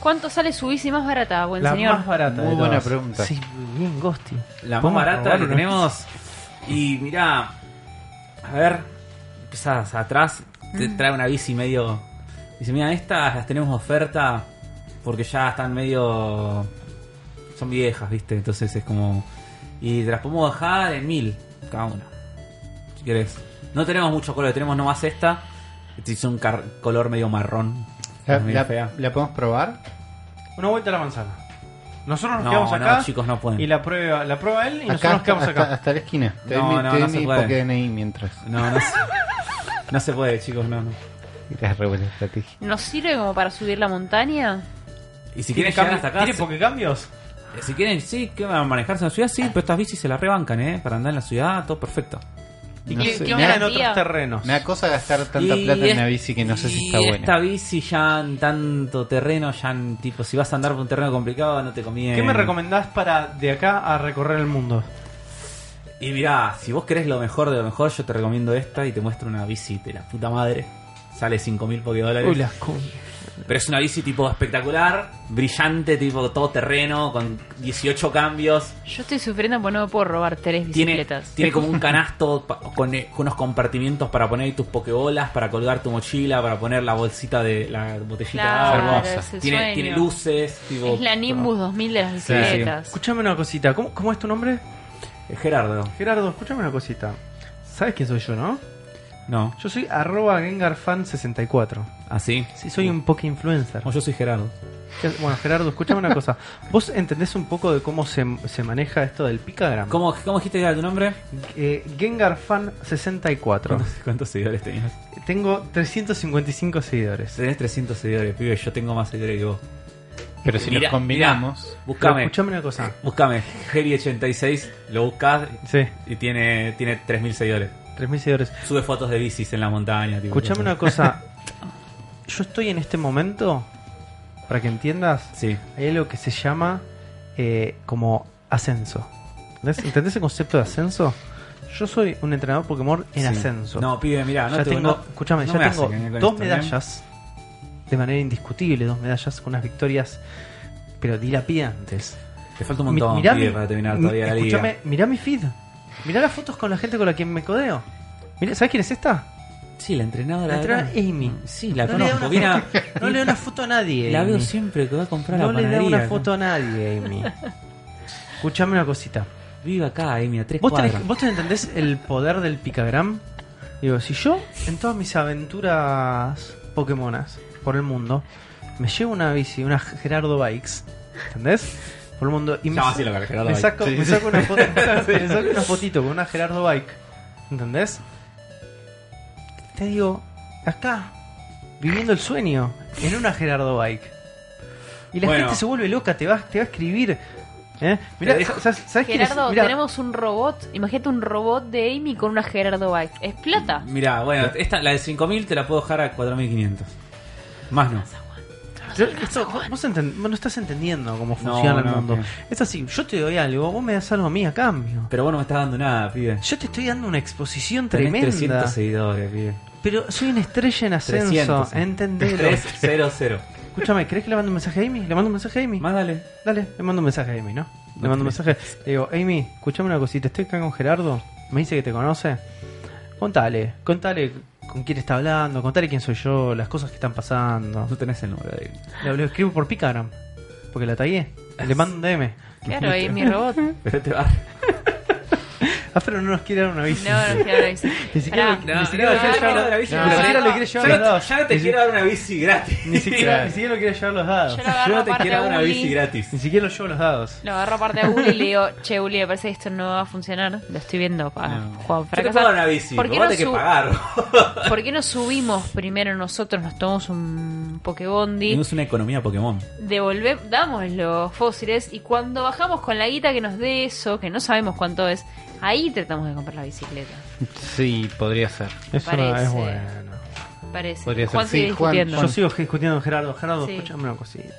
Speaker 3: ¿Cuánto sale su bici más barata, buen
Speaker 1: La
Speaker 3: señor?
Speaker 1: más barata.
Speaker 4: Muy
Speaker 1: de
Speaker 4: buena
Speaker 1: todas.
Speaker 4: pregunta.
Speaker 1: Sí, bien, Gosti.
Speaker 2: La más
Speaker 1: ¿Podemos
Speaker 2: barata
Speaker 1: probar
Speaker 2: que
Speaker 1: una?
Speaker 2: tenemos. Y mirá, a ver, empezás atrás, te trae una bici medio. Dice, mira, estas las tenemos de oferta porque ya están medio. Son viejas, ¿viste? Entonces es como. Y te las podemos bajar en mil cada una. Si querés. No tenemos muchos colores, tenemos nomás esta. Este es un car- color medio marrón.
Speaker 4: ¿La,
Speaker 2: medio
Speaker 4: la-
Speaker 2: fea.
Speaker 4: la podemos probar?
Speaker 1: Una vuelta a la manzana. Nosotros nos
Speaker 2: No,
Speaker 1: quedamos
Speaker 2: no,
Speaker 1: acá
Speaker 2: chicos, no pueden.
Speaker 1: y la prueba, la prueba él y nosotros
Speaker 4: Acá,
Speaker 1: nos quedamos
Speaker 4: hasta,
Speaker 1: acá.
Speaker 4: hasta- hasta la esquina. Te
Speaker 2: No,
Speaker 4: doy mi,
Speaker 2: no,
Speaker 4: te doy
Speaker 2: no se
Speaker 4: mi
Speaker 2: puede.
Speaker 4: Poké DNI mientras.
Speaker 2: No, no se, no se puede, chicos, no, no.
Speaker 4: Era re buena estrategia.
Speaker 3: ¿Nos sirve como para subir la montaña?
Speaker 2: Y si
Speaker 1: ¿Tiene,
Speaker 2: quieren llegar
Speaker 1: cambios?
Speaker 2: hasta acá,
Speaker 1: ¿Tiene
Speaker 2: se-
Speaker 1: Pokécambios?
Speaker 2: eh, si quieren, sí, que van a manejarse en la ciudad, sí, pero estas bicis se las rebancan, ¿eh? Para andar en la ciudad, todo perfecto.
Speaker 1: ¿Y
Speaker 4: No
Speaker 1: qué,
Speaker 4: sé,
Speaker 1: qué
Speaker 4: me
Speaker 1: onda
Speaker 4: da-
Speaker 1: en otros
Speaker 3: Tía.
Speaker 1: terrenos?
Speaker 4: Me da cosa gastar tanta
Speaker 2: Y
Speaker 4: plata en
Speaker 2: es-
Speaker 4: una bici que no sé si
Speaker 2: y
Speaker 4: está
Speaker 2: Esta
Speaker 4: buena.
Speaker 2: bici ya en tanto terreno, ya en tipo, si vas a andar por un terreno complicado, no te conviene.
Speaker 1: ¿Qué me recomendás para de acá a recorrer el mundo?
Speaker 2: Y mirá, si vos querés lo mejor de lo mejor, yo te recomiendo esta y te muestro una bici de la puta madre. Sale 5.000 pokedólares.
Speaker 1: Uy, las cumbres.
Speaker 2: Pero es una bici tipo espectacular, brillante, tipo todo terreno, con 18 cambios.
Speaker 3: Yo estoy sufriendo porque no me puedo robar tres
Speaker 2: Tiene,
Speaker 3: bicicletas.
Speaker 2: tiene como un canasto pa- con, eh, con unos compartimientos para poner ahí tus pokebolas, para colgar tu mochila, para poner la bolsita de la botellita de agua.
Speaker 3: Claro,
Speaker 4: hermosa.
Speaker 3: es el
Speaker 2: Tiene,
Speaker 3: sueño.
Speaker 2: tiene luces. Tipo,
Speaker 3: Es la Nimbus 2000 de las bicicletas.
Speaker 1: Escuchame una cosita. ¿Cómo, cómo es tu nombre?
Speaker 2: Eh, Gerardo.
Speaker 1: Gerardo, escúchame una cosita. ¿Sabes quién soy yo, no?
Speaker 2: No,
Speaker 1: Yo soy arroba GengarFan64.
Speaker 2: así.
Speaker 1: Sí, soy un poke influencer.
Speaker 2: No, yo soy Gerardo.
Speaker 1: ¿Qué- Bueno, Gerardo, escúchame una cosa. ¿Vos entendés un poco de cómo se, se maneja esto del picagram?
Speaker 2: ¿Cómo, cómo dijiste que era tu nombre?
Speaker 1: Eh, GengarFan64.
Speaker 2: ¿Cuántos, cuántos seguidores tenías?
Speaker 1: Tengo 355 seguidores.
Speaker 2: Tenés 300 seguidores, pibe. Yo tengo más seguidores que vos.
Speaker 4: Pero si
Speaker 2: Mirá,
Speaker 4: los combinamos,
Speaker 1: Pero
Speaker 2: Buscame.
Speaker 1: escúchame una cosa.
Speaker 2: Buscame. Geri86. Lo buscás
Speaker 1: Sí,
Speaker 2: y tiene, tiene 3.000 seguidores.
Speaker 1: 3.000 seguidores.
Speaker 2: Sube fotos de bicis en la montaña. tipo,
Speaker 1: Escuchame
Speaker 2: cosas.
Speaker 1: una cosa. Yo estoy en este momento, para que entiendas,
Speaker 2: Sí.
Speaker 1: hay algo que se llama eh, como ascenso. ¿Entendés? ¿Entendés el concepto de ascenso? Yo soy un entrenador Pokémon en
Speaker 2: sí.
Speaker 1: ascenso.
Speaker 2: No, pibe, mirá. No
Speaker 1: ya
Speaker 2: te-
Speaker 1: tengo,
Speaker 2: no-
Speaker 1: escúchame,
Speaker 2: no me
Speaker 1: ya tengo
Speaker 2: hacen, eh, con
Speaker 1: dos
Speaker 2: esto, ¿bien?
Speaker 1: medallas de manera indiscutible, dos medallas con unas victorias, pero dilapidantes.
Speaker 2: Te falta un
Speaker 1: Mi-
Speaker 2: montón,
Speaker 1: mirá
Speaker 2: pibe,
Speaker 1: mi-
Speaker 2: para terminar
Speaker 1: mi-
Speaker 2: todavía la liga.
Speaker 1: escúchame, mirá mi feed. Mirá las fotos con la gente con la que me codeo. Mirá, ¿Sabes quién es esta?
Speaker 2: Sí, la entrenadora.
Speaker 1: La entrenadora
Speaker 2: de- Mm,
Speaker 1: Amy.
Speaker 2: Sí, la
Speaker 1: No le da
Speaker 2: conozco.
Speaker 1: una
Speaker 2: Viene a-
Speaker 1: No le da una foto a nadie.
Speaker 2: La veo
Speaker 1: Amy.
Speaker 2: siempre que va a comprar
Speaker 1: No
Speaker 2: la
Speaker 1: le da
Speaker 2: panadería.
Speaker 1: una
Speaker 2: acá.
Speaker 1: foto a nadie, Amy. Escuchame una cosita.
Speaker 2: Vive acá, Amy, a tres
Speaker 1: ¿Vos,
Speaker 2: cuadras.
Speaker 1: tenés- vos tenés- entendés el poder del picagram? Digo, si yo en todas mis aventuras Pokémonas por el mundo me llevo una bici, una Gerardo Bikes, ¿entendés? Por el mundo y me,
Speaker 2: Llama así la Gerardo
Speaker 1: me
Speaker 2: Bike.
Speaker 1: saco,
Speaker 4: Sí,
Speaker 1: me
Speaker 4: sí.
Speaker 1: saco una foto, me saco una fotito con una Gerardo Bike, ¿entendés? Te digo, acá, viviendo el sueño, en una Gerardo Bike. Y la
Speaker 2: Bueno.
Speaker 1: gente se vuelve loca, te va, te va a escribir. ¿eh? Mirá,
Speaker 2: Te dejo-
Speaker 1: ¿sabes, sabes quién es?
Speaker 3: Gerardo,
Speaker 1: Mirá,
Speaker 3: tenemos un robot. Imagínate un robot de Amy con una Gerardo Bike. Es plata.
Speaker 2: Mirá, bueno, esta, la de 5000 te la puedo dejar a 4500. Más no.
Speaker 1: Yo- esto, vos- vos enten- vos no estás entendiendo cómo funciona el
Speaker 2: no,
Speaker 1: mundo.
Speaker 2: no.
Speaker 1: Es así, yo te doy algo, vos me das algo a mí a cambio.
Speaker 2: Pero vos no me estás dando nada, pibe.
Speaker 1: Yo te estoy dando una exposición
Speaker 2: Tenés
Speaker 1: tremenda.
Speaker 2: 300 seguidores, pibe.
Speaker 1: Pero soy una estrella en ascenso,
Speaker 2: 300, sí.
Speaker 1: entendelo.
Speaker 2: 300.
Speaker 1: Escúchame, ¿crees que le mando un mensaje a Amy? ¿Le mando un mensaje a Amy?
Speaker 2: Mándale.
Speaker 1: Dale, le mando un mensaje a Amy, ¿no? Le
Speaker 2: No
Speaker 1: mando un
Speaker 2: te-
Speaker 1: mensaje. Le digo, Amy, escuchame una cosita, estoy acá con Gerardo, me dice que te conoce. Contale, contale con quién está hablando, contale quién soy yo, las cosas que están pasando.
Speaker 2: No tenés el número de él.
Speaker 1: Le, le escribo por Picagram, porque la tagué. Le mando un DM.
Speaker 3: Claro, Amy robot. No,
Speaker 2: Pero te va.
Speaker 1: Ah, pero no nos quiere dar una bici.
Speaker 3: no, claro, dice.
Speaker 1: Ni siquiera,
Speaker 3: Pará.
Speaker 1: ni siquiera
Speaker 3: no,
Speaker 1: le quiere
Speaker 3: no,
Speaker 1: llevar
Speaker 3: no,
Speaker 1: los
Speaker 3: la
Speaker 1: dados.
Speaker 3: bici
Speaker 1: Ni
Speaker 3: no.
Speaker 1: siquiera le quiere llevar los dados.
Speaker 2: Ya no te
Speaker 1: Ni si-
Speaker 2: quiero dar una bici gratis.
Speaker 1: Ni siquiera, ni siquiera le quiere llevar los dados.
Speaker 3: Yo lo
Speaker 2: Yo
Speaker 3: agarro
Speaker 2: no te
Speaker 3: aparte
Speaker 2: quiero
Speaker 3: a
Speaker 2: dar una
Speaker 3: Uli.
Speaker 2: bici gratis.
Speaker 1: Ni siquiera lo llevo los dados.
Speaker 3: Lo agarro aparte a Uli y le digo, che, Uli, me parece que esto no va a funcionar. Lo estoy viendo para
Speaker 2: No.
Speaker 3: Juan
Speaker 2: Yo te puedo dar una bici,
Speaker 3: ¿Por
Speaker 2: pero
Speaker 3: qué,
Speaker 2: vos
Speaker 3: no
Speaker 2: tenés que
Speaker 3: su-
Speaker 2: pagar.
Speaker 3: ¿Por qué no subimos primero nosotros, nos tomamos un Pokébondi,
Speaker 2: Tenemos una economía Pokémon.
Speaker 3: devolvemos, damos los fósiles y cuando bajamos con la guita que nos dé eso, que no sabemos cuánto es, ahí tratamos de comprar la bicicleta.
Speaker 4: sí, podría ser.
Speaker 1: Eso no es
Speaker 3: parece.
Speaker 1: bueno.
Speaker 3: Parece.
Speaker 4: Podría ser.
Speaker 3: Juan
Speaker 4: Sí,
Speaker 3: sigue
Speaker 4: Juan,
Speaker 3: discutiendo.
Speaker 1: Yo sigo discutiendo con Gerardo. Gerardo,
Speaker 3: Sí.
Speaker 1: escúchame una cosita.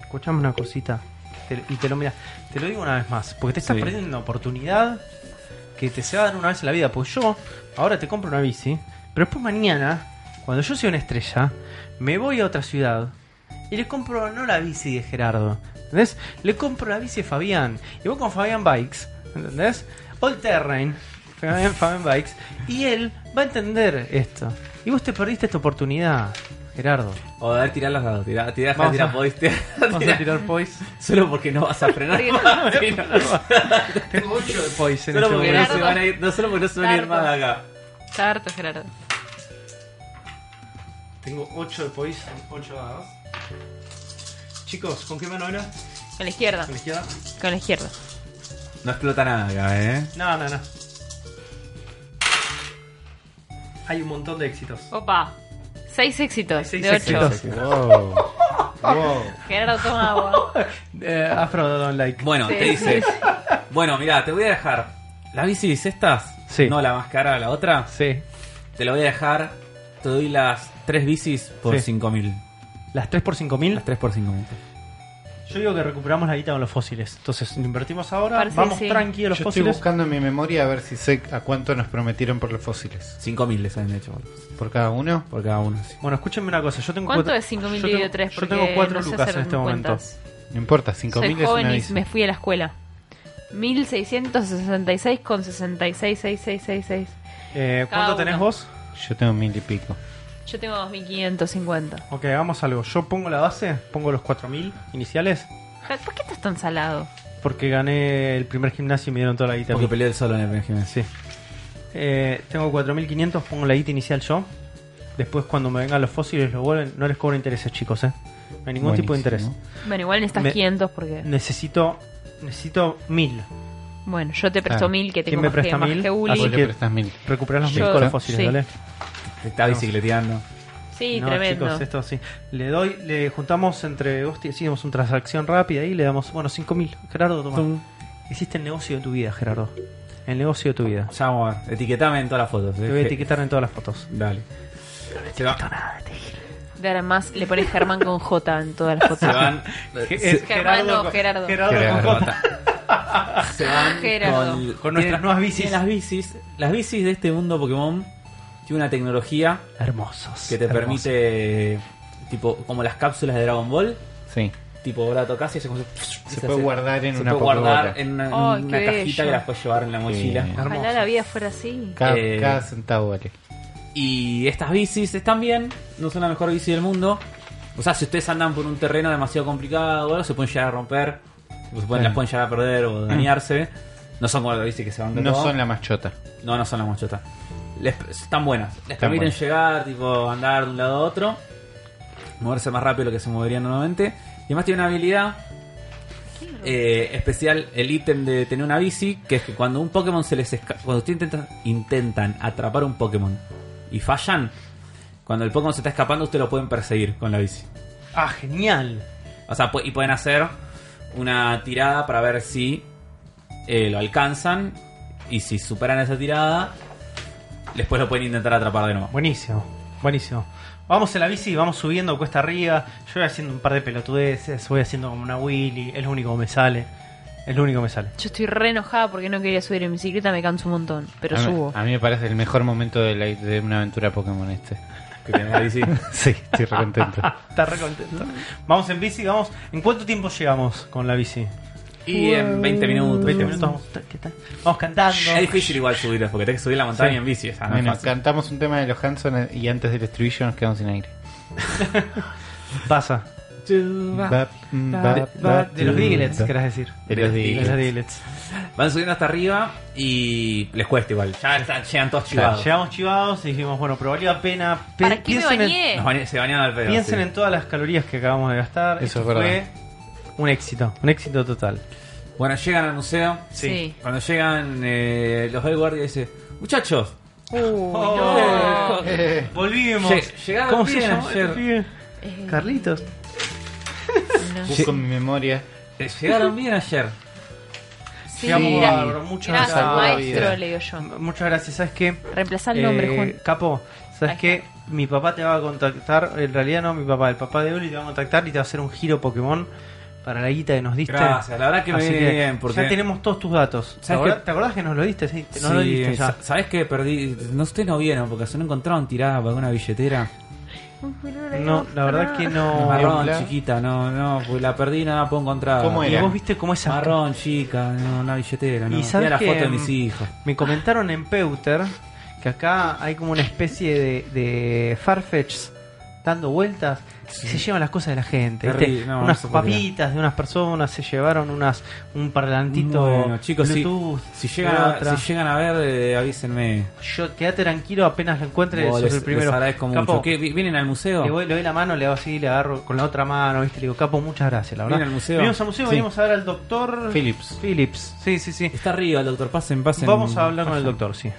Speaker 1: Escuchame una cosita. Te- y te lo mira. Te lo digo una vez más. Porque te estás
Speaker 2: Sí.
Speaker 1: perdiendo una oportunidad que te se va a dar una vez en la vida. Pues yo ahora te compro una bici. Pero después mañana, cuando yo sea una estrella, me voy a otra ciudad. Y le compro no la bici de Gerardo. ¿Entendés? Le compro la bici de Fabián. Y voy con Fabián Bikes. ¿Entendés? All Terrain. Fabián, Fabián Bikes. Y él va a entender esto. Y vos te perdiste esta oportunidad, Gerardo.
Speaker 2: O a ver, tirar los dados. Tirá, tirá,
Speaker 1: Vamos
Speaker 2: tirá,
Speaker 1: a-
Speaker 2: podés tirar-
Speaker 1: Vamos
Speaker 2: tirá.
Speaker 1: a tirar poise.
Speaker 2: Solo porque no vas a frenar.
Speaker 3: Porque
Speaker 2: más, sí, no, no.
Speaker 1: Tengo 8 de poise en
Speaker 2: Solo
Speaker 1: este
Speaker 2: porque no
Speaker 1: momento.
Speaker 2: se van a ir, no solo porque no se van a ir más de acá.
Speaker 3: Está harto, Gerardo.
Speaker 1: Tengo 8 de poise, 8 dados. Chicos, ¿con qué mano era?
Speaker 3: Con la izquierda,
Speaker 1: ¿Con la izquierda?
Speaker 3: con la izquierda.
Speaker 2: No explota nada acá, eh.
Speaker 1: No, no, no. Hay un montón de éxitos.
Speaker 3: Opa, Seis éxitos
Speaker 1: Seis
Speaker 3: de
Speaker 1: éxitos.
Speaker 3: ocho.
Speaker 4: Wow. wow.
Speaker 3: Gerardo toma agua.
Speaker 1: Eh, Afro Don't Like.
Speaker 2: Bueno,
Speaker 3: Sí.
Speaker 2: te dice. Bueno, mirá, te voy a dejar. Las bicis estas,
Speaker 1: Sí.
Speaker 2: no la más cara, la otra,
Speaker 1: Sí.
Speaker 2: te la voy a dejar. Te doy las tres bicis por
Speaker 1: Sí.
Speaker 2: 5000.
Speaker 1: Las 3 por 5000.
Speaker 2: Las tres por 5000.
Speaker 1: Yo digo que recuperamos la guita con los fósiles. Entonces, lo invertimos ahora.
Speaker 3: Parece que
Speaker 1: vamos
Speaker 3: sí.
Speaker 1: tranqui a los
Speaker 4: Yo estoy
Speaker 1: fósiles.
Speaker 4: buscando en mi memoria a ver si sé a cuánto nos prometieron por los fósiles.
Speaker 2: 5000 les han hecho boludo,
Speaker 4: ¿Por cada uno?
Speaker 2: por cada uno. sí.
Speaker 1: Bueno, escúchenme una cosa. Yo tengo
Speaker 3: ¿Cuánto
Speaker 1: cuatro-
Speaker 3: es 5.000
Speaker 1: yo
Speaker 3: dividido
Speaker 1: tengo-
Speaker 3: 3?
Speaker 1: Yo tengo 4 lucas en este momento.
Speaker 4: No importa,
Speaker 3: Soy
Speaker 4: 5.000 es una
Speaker 3: joven y
Speaker 4: bici.
Speaker 3: me fui a la escuela. 1666 con 666666.
Speaker 1: Eh,
Speaker 3: Cada
Speaker 1: ¿Cuánto tenés
Speaker 3: uno.
Speaker 1: vos?
Speaker 4: Yo tengo mil y pico.
Speaker 3: Yo tengo 2550.
Speaker 1: Ok, hagamos algo. Yo pongo la base, pongo los 4000 iniciales.
Speaker 3: ¿Por qué estás tan salado?
Speaker 1: Porque gané el primer gimnasio y me dieron toda la guita. a mí.
Speaker 2: Porque peleó el solo en el primer gimnasio.
Speaker 1: Sí. Eh, tengo 4500, pongo la guita inicial yo. Después, cuando me vengan los fósiles, los vuelven. No les cobro intereses, chicos, ¿eh? No hay ningún tipo de interés.
Speaker 4: Buenísimo.
Speaker 3: Bueno, igual necesitas
Speaker 1: Me-
Speaker 3: 500 porque.
Speaker 1: Necesito. Necesito 1000.
Speaker 3: Bueno, yo te presto
Speaker 4: Claro.
Speaker 3: 1000 que tengo
Speaker 1: Ah. ¿Quién me
Speaker 3: más que,
Speaker 1: presta Ah,
Speaker 3: más
Speaker 1: 1000?
Speaker 3: que Uli.
Speaker 1: Así
Speaker 4: Vos
Speaker 1: que-
Speaker 4: le prestás mil.
Speaker 1: Recuperás los
Speaker 4: Yo-
Speaker 1: 1000 con los fósiles,
Speaker 3: sí.
Speaker 1: ¿vale?
Speaker 2: Está bicicleteando.
Speaker 3: Sí,
Speaker 1: no,
Speaker 3: tremendo.
Speaker 1: chicos, esto sí. Le doy, le juntamos entre Gosti, hicimos una transacción rápida y le damos, bueno, 5000. Gerardo, toma.
Speaker 2: Tum.
Speaker 1: Hiciste el negocio de tu vida, Gerardo. El negocio de tu vida.
Speaker 2: Ya vamos a ver. Etiquetame en todas las fotos. ¿eh?
Speaker 1: Te voy a etiquetar en todas las fotos.
Speaker 2: Dale. Se, va-
Speaker 3: De ahora en más le pones Germán con J en todas las
Speaker 2: se
Speaker 3: fotos.
Speaker 2: van.
Speaker 1: Es
Speaker 3: Germán, no,
Speaker 1: con-
Speaker 3: Gerardo.
Speaker 1: Gerardo con J.
Speaker 2: se van
Speaker 3: Gerardo.
Speaker 2: con,
Speaker 1: Con nuestras nuevas bicis.
Speaker 2: tienen Las bicis. Las bicis de este mundo Pokémon tiene una tecnología
Speaker 1: Hermosos.
Speaker 2: que te
Speaker 1: hermosos.
Speaker 2: permite tipo como las cápsulas de Dragon Ball,
Speaker 4: Sí.
Speaker 2: tipo ahora tocas y se,
Speaker 4: Se puede guardar en
Speaker 2: se
Speaker 4: una
Speaker 2: puede
Speaker 4: Pokébola.
Speaker 2: guardar en una, en
Speaker 3: Ay,
Speaker 2: una
Speaker 3: qué
Speaker 2: cajita
Speaker 3: bello.
Speaker 2: que las puedes llevar en la mochila.
Speaker 4: Bien.
Speaker 1: Hermosos.
Speaker 3: Ojalá la vida fuera así.
Speaker 4: Cada,
Speaker 2: Eh,
Speaker 4: cada centavo vale.
Speaker 2: Y estas bicis están bien, no son la mejor bici del mundo. O sea, si ustedes andan por un terreno demasiado complicado o algo, se pueden llegar a romper, o se pueden,
Speaker 4: Sí. Mm.
Speaker 2: las pueden llegar a perder o dañarse. No son como las bicis que se van de
Speaker 4: No
Speaker 2: todo.
Speaker 4: son la más chota.
Speaker 2: No, no son las mochotas. Les, están buenas. Les
Speaker 4: Están
Speaker 2: permiten
Speaker 4: buenas.
Speaker 2: llegar, tipo, andar de un lado a otro. Moverse más rápido de lo que se moverían normalmente. Y además tiene una habilidad eh, especial, el ítem de tener una bici, que es que cuando un Pokémon se les escapa... Cuando ustedes intentan, intentan atrapar un Pokémon y fallan, cuando el Pokémon se está escapando, ustedes lo pueden perseguir con la bici.
Speaker 1: Ah, genial.
Speaker 2: O sea, pu- y pueden hacer una tirada para ver si eh, lo alcanzan. Y si superan esa tirada, después lo pueden intentar atrapar de nuevo.
Speaker 1: Buenísimo. Buenísimo. Vamos en la bici, vamos subiendo cuesta arriba. Yo voy haciendo un par de pelotudeces, voy haciendo como una Willy. Es lo único que me sale. Es lo único que me sale.
Speaker 3: Yo estoy re enojada porque no quería subir en bicicleta, me canso un montón, pero
Speaker 4: a, mí-
Speaker 3: subo.
Speaker 1: Ah.
Speaker 4: a mí me parece el mejor momento de, la- de una aventura Pokémon este.
Speaker 2: Que tenés la bici.
Speaker 4: Sí, estoy re contento.
Speaker 2: Ah,
Speaker 1: Está re contento. Vamos en bici, vamos. ¿En cuánto tiempo llegamos con la bici?
Speaker 2: Y en 20 minutos.
Speaker 1: 20 minutos. Vamos, ta- ¿qué tal? Vamos cantando.
Speaker 2: Es difícil igual subir porque tenés que subir la montaña
Speaker 1: Sí.
Speaker 2: en bici. o sea, no es
Speaker 4: Bueno,
Speaker 2: fácil.
Speaker 4: cantamos un tema de los Hanson eh, y antes del estribillo nos quedamos sin aire.
Speaker 1: Pasa.
Speaker 4: Ba- ba- ba-
Speaker 1: De los Diglets, querés decir.
Speaker 4: De los
Speaker 1: De los
Speaker 4: Diglets.
Speaker 1: Diglets.
Speaker 2: Van subiendo hasta arriba y les cuesta igual. Ya están- llegan todos chivados.
Speaker 1: Llegamos chivados y dijimos, bueno, pero valió la pena. Pe-
Speaker 3: ¿Para qué me
Speaker 1: piensen en-
Speaker 3: bañé?
Speaker 2: Nos bañan- se bañan al pedo.
Speaker 1: Piensen
Speaker 2: sí.
Speaker 1: en todas las calorías que acabamos de gastar.
Speaker 4: Eso
Speaker 1: Esto
Speaker 4: es
Speaker 1: fue
Speaker 4: verdad.
Speaker 1: un éxito, un éxito total.
Speaker 2: Bueno, llegan al museo.
Speaker 3: Sí.
Speaker 2: Cuando llegan, eh, los ve el guardia y dice: Muchachos,
Speaker 3: Uy,
Speaker 1: Oh.
Speaker 3: no.
Speaker 4: Eh,
Speaker 1: Volvimos.
Speaker 2: Lle- llegaba
Speaker 1: ¿Cómo se
Speaker 2: bien
Speaker 1: llama?
Speaker 2: ayer.
Speaker 1: este pibe?
Speaker 3: Eh,
Speaker 1: Carlitos.
Speaker 3: no.
Speaker 4: Busco mi memoria.
Speaker 2: llegaron bien ayer.
Speaker 3: Sí,
Speaker 1: Llegamos
Speaker 3: gracias,
Speaker 1: bárbaro, muchas
Speaker 3: gracias,
Speaker 4: gracias.
Speaker 3: maestro,
Speaker 4: Salvó la vida.
Speaker 3: le digo yo.
Speaker 1: M- Muchas gracias. ¿Sabes qué?
Speaker 3: Reemplazar el
Speaker 1: Eh,
Speaker 3: nombre, Juan.
Speaker 1: Capo, ¿sabes
Speaker 3: Ahí
Speaker 1: qué?
Speaker 3: está.
Speaker 1: Mi papá te va a contactar. En realidad, no, mi papá, el papá de Uli te va a contactar y te va a hacer un giro Pokémon para la guita que nos diste.
Speaker 2: Gracias, la verdad que me
Speaker 1: Así
Speaker 2: viene bien, porque-
Speaker 1: Ya tenemos todos tus datos. ¿Te
Speaker 2: ¿Sabes
Speaker 1: acordás,
Speaker 2: qué?
Speaker 1: te acordás que nos lo diste? Sí, te- nos
Speaker 2: Sí,
Speaker 1: lo diste ya.
Speaker 2: sa- ¿Sabés qué? Perdí. No, ustedes no vieron, porque se no encontraron tirada para alguna billetera.
Speaker 1: No, la verdad que no.
Speaker 2: marrón,
Speaker 4: bla.
Speaker 2: chiquita, no, no, pues la perdí, no la puedo encontrar.
Speaker 4: ¿Cómo
Speaker 1: Y
Speaker 4: era?
Speaker 1: vos viste cómo esa
Speaker 2: Marrón, chica, no, una billetera, no.
Speaker 1: Y sabés
Speaker 2: Tenía la
Speaker 1: que,
Speaker 2: foto de
Speaker 1: mm,
Speaker 2: mis hijos.
Speaker 1: Me comentaron en Peuter que acá hay como una especie de, de Farfetch dando vueltas y se llevan las cosas de la gente.
Speaker 2: Terrible,
Speaker 1: ¿viste?
Speaker 2: no, no
Speaker 1: unas
Speaker 2: se puede
Speaker 1: papitas de unas personas, se llevaron unas un parlantito
Speaker 2: Bueno, chicos, si,
Speaker 1: Bluetooth.
Speaker 2: si,
Speaker 1: de
Speaker 2: llegan
Speaker 1: otra.
Speaker 2: a, si llegan a ver, eh, avísenme.
Speaker 1: Yo quédate tranquilo apenas lo encuentre
Speaker 2: Vos,
Speaker 1: sos
Speaker 2: les,
Speaker 1: el primero.
Speaker 2: les agradezco
Speaker 1: Capo,
Speaker 2: mucho. ¿Qué, vi- ¿Vienen al museo?
Speaker 1: Le, voy- le doy la mano, le hago así, le agarro con la otra mano, ¿viste? Le digo, capo, muchas gracias, la verdad.
Speaker 2: Viene al museo.
Speaker 1: Venimos al museo,
Speaker 2: Sí.
Speaker 1: venimos a ver al doctor
Speaker 4: Phillips.
Speaker 1: Phillips. Sí, sí, sí.
Speaker 2: Está arriba, el doctor. Pasen, pasen.
Speaker 1: Vamos a hablar con el
Speaker 2: pasen.
Speaker 1: doctor, sí.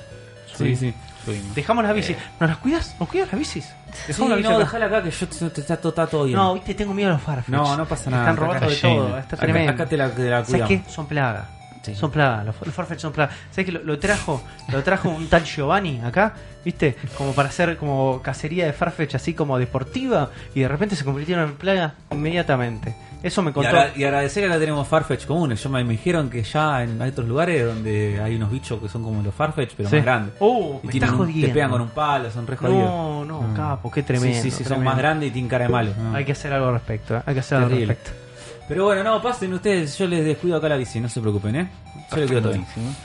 Speaker 2: Sí, sí.
Speaker 4: Subimos.
Speaker 1: Dejamos
Speaker 2: Eh.
Speaker 1: las bicis. ¿Nos las cuidas? ¿Nos cuidas las bicis?
Speaker 2: Sí,
Speaker 1: Dejamos las bicis
Speaker 2: no,
Speaker 1: acá.
Speaker 2: dejala acá que yo te, te- está, todo- está todo bien.
Speaker 1: No, viste, tengo miedo a los Farfetch.
Speaker 2: No, no pasa
Speaker 1: Me
Speaker 2: nada,
Speaker 1: Están robando
Speaker 4: acá
Speaker 1: de
Speaker 4: está lleno.
Speaker 1: todo. Está
Speaker 2: Acá-
Speaker 1: tremendo.
Speaker 2: acá te la- te la
Speaker 1: ¿Sabes qué?
Speaker 2: cuidamos.
Speaker 1: Son plagas.
Speaker 2: Sí.
Speaker 1: Son plagas. Los, los Farfetch son plagas. ¿Sabes qué? Lo, lo trajo, lo trajo un tal Giovanni acá, ¿viste? Como para hacer como cacería de Farfetch así como deportiva y de repente se convirtieron en plaga inmediatamente. Eso me
Speaker 2: Y,
Speaker 1: contó.
Speaker 2: agra- y agradecer que ahora tenemos Farfetch comunes. Yo me, me dijeron que ya en, hay otros lugares donde hay unos bichos que son como los Farfetch, pero
Speaker 1: Sí.
Speaker 2: más grandes.
Speaker 1: Oh,
Speaker 2: y
Speaker 1: me
Speaker 2: tienen
Speaker 1: está
Speaker 2: un-
Speaker 1: jodiendo.
Speaker 2: Te pegan con un palo, son re jodidos.
Speaker 1: No, no,
Speaker 2: Mm.
Speaker 1: capo, qué tremendo.
Speaker 2: Sí, sí, sí, son
Speaker 1: tremendo.
Speaker 2: más grandes y tienen cara de malo. ¿no?
Speaker 1: Hay que hacer algo al respecto. ¿eh? Hay que hacer algo al
Speaker 2: Terrible.
Speaker 1: respecto.
Speaker 2: Pero bueno, no, pasen ustedes. Yo les descuido acá la bici, no se preocupen, ¿eh? Yo les cuido todo bien.
Speaker 4: Buenísimo.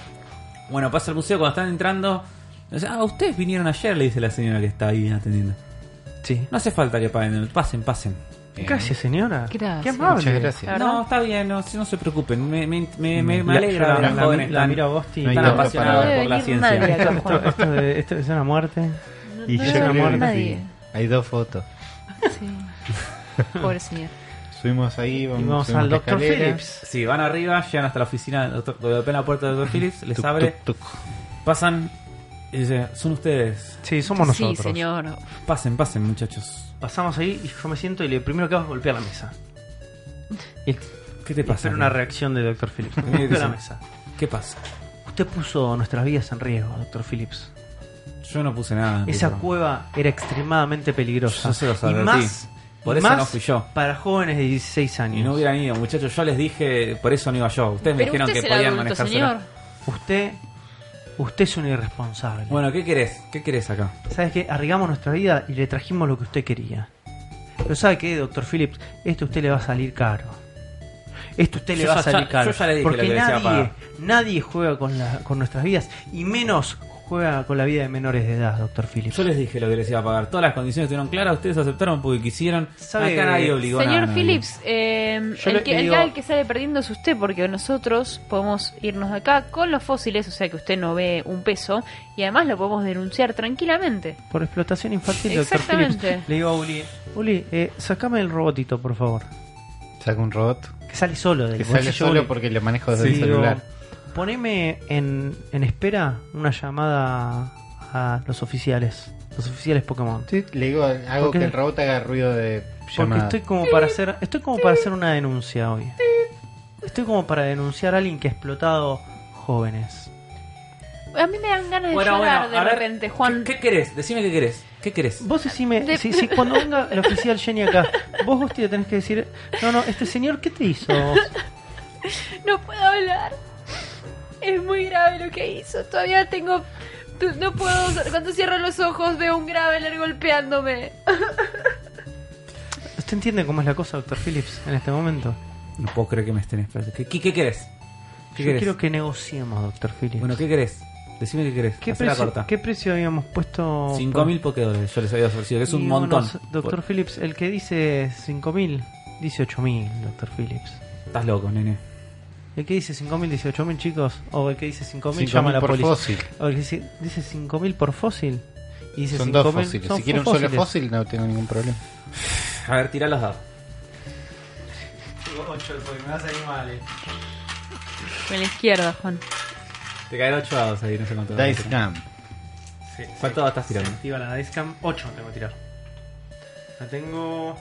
Speaker 2: Bueno, pasa al museo cuando están entrando. dice, Ah, ustedes vinieron ayer, le dice la señora que está ahí atendiendo.
Speaker 1: Sí.
Speaker 2: No hace falta que paguen, pasen, pasen.
Speaker 4: Bien.
Speaker 1: Gracias, señora.
Speaker 3: Gracias.
Speaker 1: Qué amable.
Speaker 4: Muchas gracias.
Speaker 3: ¿Verdad?
Speaker 2: No, está bien, no, si no se preocupen. Me, me, me, me- me
Speaker 1: La-
Speaker 2: alegra
Speaker 1: yo
Speaker 2: ver
Speaker 1: la,
Speaker 2: a los
Speaker 1: la-
Speaker 2: jóvenes
Speaker 1: la
Speaker 2: tan-
Speaker 1: miro a Gosti.
Speaker 4: No hay
Speaker 2: tan
Speaker 4: nada
Speaker 2: apasionados
Speaker 4: preparado.
Speaker 2: por la
Speaker 3: No debe venir nadie
Speaker 2: ciencia.
Speaker 3: acá.
Speaker 1: Esto, esto de- esto es una muerte.
Speaker 3: No,
Speaker 4: Y
Speaker 3: no
Speaker 4: yo
Speaker 3: debe
Speaker 4: creo
Speaker 3: venir
Speaker 4: que
Speaker 3: nadie.
Speaker 4: sí. Hay dos fotos.
Speaker 3: Sí. Pobre señor.
Speaker 4: Subimos ahí,
Speaker 1: Y
Speaker 4: vamos,
Speaker 1: vamos
Speaker 4: subimos
Speaker 1: al
Speaker 4: la
Speaker 1: Dr.
Speaker 4: escalera.
Speaker 1: Phillips.
Speaker 2: Sí, van arriba, llegan hasta la oficina, del doctor- golpean la puerta del doctor Phillips, les
Speaker 4: Tuc,
Speaker 2: abre,
Speaker 4: tuc, tuc.
Speaker 2: pasan y dice, son ustedes.
Speaker 1: Sí, somos nosotros.
Speaker 3: Sí, señor.
Speaker 2: Pasen, pasen, muchachos.
Speaker 1: Pasamos ahí y yo me siento y lo primero que hago es golpear la mesa. Y el-
Speaker 2: ¿Qué te
Speaker 1: y
Speaker 2: pasa?
Speaker 1: espero una reacción de Dr. Phillips.
Speaker 2: Mira que
Speaker 1: Golpeo la
Speaker 2: sí.
Speaker 1: mesa.
Speaker 2: ¿Qué pasa?
Speaker 1: Usted puso nuestras vidas en riesgo, Dr. Phillips.
Speaker 2: Ah, Yo no puse nada. en
Speaker 1: Esa
Speaker 2: Twitter.
Speaker 1: cueva era extremadamente peligrosa.
Speaker 2: Yo se los
Speaker 1: y
Speaker 2: advertí.
Speaker 1: más,
Speaker 2: Por
Speaker 1: y
Speaker 2: eso
Speaker 1: más
Speaker 2: no fui yo.
Speaker 1: para jóvenes de 16 años.
Speaker 2: Y no hubieran ido, muchachos. Yo les dije, por eso no iba yo. Ustedes me
Speaker 3: Pero
Speaker 2: dijeron
Speaker 3: usted
Speaker 2: que
Speaker 3: es el
Speaker 2: podían
Speaker 3: adulto,
Speaker 2: manejarse.
Speaker 3: señor.
Speaker 1: Usted, usted es un irresponsable.
Speaker 2: Bueno, ¿qué querés? ¿Qué querés acá?
Speaker 1: ¿Sabes qué? Arriesgamos nuestra vida y le trajimos lo que usted quería. Pero ¿sabe qué, doctor Phillips? Esto a usted le va a salir caro. Esto a usted le
Speaker 2: Yo
Speaker 1: va
Speaker 2: ya-
Speaker 1: a salir
Speaker 2: ya-
Speaker 1: caro.
Speaker 2: yo ya le dije
Speaker 1: porque
Speaker 2: lo que decía
Speaker 1: nadie,
Speaker 2: para-
Speaker 1: nadie juega con, la- con nuestras vidas y menos juega con la vida de menores de edad, doctor Phillips.
Speaker 2: Yo les dije lo que les iba a pagar. Todas las condiciones estuvieron claras. Ustedes aceptaron porque quisieron.
Speaker 1: ¿Sabe-
Speaker 2: Acá nadie obligó a
Speaker 3: Señor
Speaker 2: nada,
Speaker 3: Phillips, eh,
Speaker 1: Yo le-
Speaker 3: el, que,
Speaker 1: le
Speaker 3: el
Speaker 1: digo-
Speaker 3: gal que sale perdiendo es usted porque nosotros podemos irnos de acá con los fósiles, o sea que usted no ve un peso y además lo podemos denunciar tranquilamente.
Speaker 1: Por explotación infantil, doctor Phillips.
Speaker 3: Exactamente.
Speaker 1: Le digo a Uli, Uli, eh, sacame el robotito, por favor.
Speaker 4: Saca un robot.
Speaker 1: Que sale solo del
Speaker 4: Que sale
Speaker 1: bolsillo, Uli.
Speaker 4: solo porque lo manejo desde el
Speaker 1: Sí,
Speaker 4: celular.
Speaker 1: digo, poneme en, en espera una llamada a los oficiales. Los oficiales Pokémon.
Speaker 4: Sí, le digo, hago
Speaker 1: Porque-
Speaker 4: que el robot haga ruido de
Speaker 1: Porque
Speaker 4: llamada.
Speaker 1: estoy como para hacer. Estoy como para hacer una denuncia hoy. Estoy como para denunciar a alguien que ha explotado jóvenes.
Speaker 3: A mí me dan ganas de
Speaker 2: Bueno, bueno,
Speaker 3: llorar de
Speaker 2: a ver,
Speaker 3: repente, Juan.
Speaker 2: ¿Qué, qué querés? Decime qué querés. ¿Qué querés?
Speaker 1: Vos decime,
Speaker 3: De-
Speaker 1: si, si cuando venga el oficial Jenny acá, vos Gusti le tenés que decir, no, no, este señor, ¿qué te hizo?
Speaker 3: No puedo hablar. Es muy grave lo que hizo. Todavía tengo. tu- No puedo. Cuando cierro los ojos veo un graveler golpeándome.
Speaker 1: ¿Usted entiende cómo es la cosa, doctor Phillips, en este momento?
Speaker 2: No puedo creer que me estén esperando. ¿Qué, qué, qué querés? ¿Qué
Speaker 1: Yo
Speaker 2: querés?
Speaker 1: quiero que negociemos, doctor Phillips.
Speaker 2: Bueno, ¿qué querés? Decime qué querés.
Speaker 1: ¿Qué,
Speaker 2: Hacela
Speaker 1: precio,
Speaker 2: corta.
Speaker 1: ¿Qué precio habíamos puesto?
Speaker 2: 5.000 pokédores yo les había ofrecido, que es un
Speaker 1: Y bueno,
Speaker 2: montón.
Speaker 1: doctor Phillips, el que dice 5.000, dice 8.000, doctor Phillips.
Speaker 2: Estás loco, nene.
Speaker 1: El que dice 5.000, dice 8.000, chicos. O el que dice 5.000,
Speaker 4: 5.000
Speaker 1: llama a la
Speaker 4: por
Speaker 1: policía.
Speaker 4: fósil.
Speaker 1: O el que dice, dice 5.000 por fósil. Y dice
Speaker 4: Son dos
Speaker 1: 5.000
Speaker 4: fósiles.
Speaker 1: son
Speaker 4: si quiere un
Speaker 1: fósiles.
Speaker 4: solo fósil, no tengo ningún problema.
Speaker 2: A ver, tirá los dados.
Speaker 3: Con la izquierda, Juan.
Speaker 2: Te caen 8 dados ahí, no sé cuánto.
Speaker 4: Dice Cam.
Speaker 1: Sí, sí.
Speaker 2: ¿Cuánto dados estás tirando?
Speaker 1: Se activa la dice cam. 8 tengo que tirar. La tengo.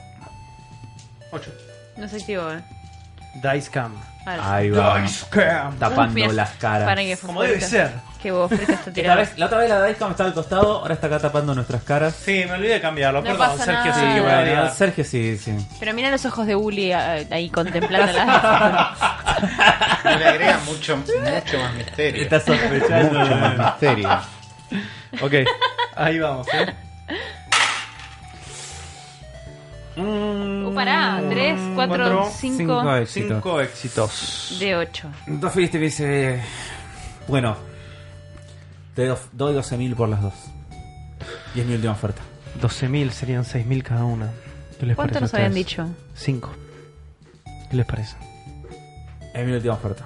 Speaker 1: 8.
Speaker 3: No se activó, eh.
Speaker 1: Dice cam.
Speaker 3: Ahora sí.
Speaker 2: Ahí va.
Speaker 1: cam.
Speaker 2: Tapando
Speaker 3: Mira,
Speaker 2: las caras.
Speaker 3: Para que fue
Speaker 1: Como debe
Speaker 3: fuerte.
Speaker 1: ser.
Speaker 3: Que vos fuiste esta
Speaker 2: Que la,
Speaker 3: tirada.
Speaker 2: vez- la otra vez la Dicecam estaba al costado, ahora está acá tapando nuestras caras.
Speaker 1: Sí, me olvidé de cambiarlo.
Speaker 3: No
Speaker 1: Perdón,
Speaker 3: pasa
Speaker 1: Sergio,
Speaker 3: nada.
Speaker 1: sí,
Speaker 3: Sí,
Speaker 1: me
Speaker 2: Bueno,
Speaker 1: olvidé.
Speaker 2: Sergio sí, sí.
Speaker 3: Pero mira los ojos de Uli ah, ahí contemplándolas.
Speaker 4: No le agrega mucho, mucho más misterio.
Speaker 2: Está sospechando.
Speaker 4: Mucho más misterio.
Speaker 1: Ok, ahí vamos, ¿eh?
Speaker 2: Mm,
Speaker 3: Uh, pará, 3,
Speaker 1: Mm,
Speaker 3: 4,
Speaker 1: Cuatro,
Speaker 3: 5
Speaker 2: éxitos.
Speaker 1: Cinco éxitos.
Speaker 3: de 8.
Speaker 2: Dos Phillips te dice. Bueno, te do- doy 12.000 por las dos. Y es mi última oferta.
Speaker 1: 12.000 serían 6.000 cada una. ¿Qué les
Speaker 3: ¿Cuánto
Speaker 1: parece
Speaker 3: nos
Speaker 1: a
Speaker 3: habían
Speaker 1: ustedes?
Speaker 3: dicho?
Speaker 1: Cinco. ¿Qué les parece?
Speaker 2: Es mi última oferta.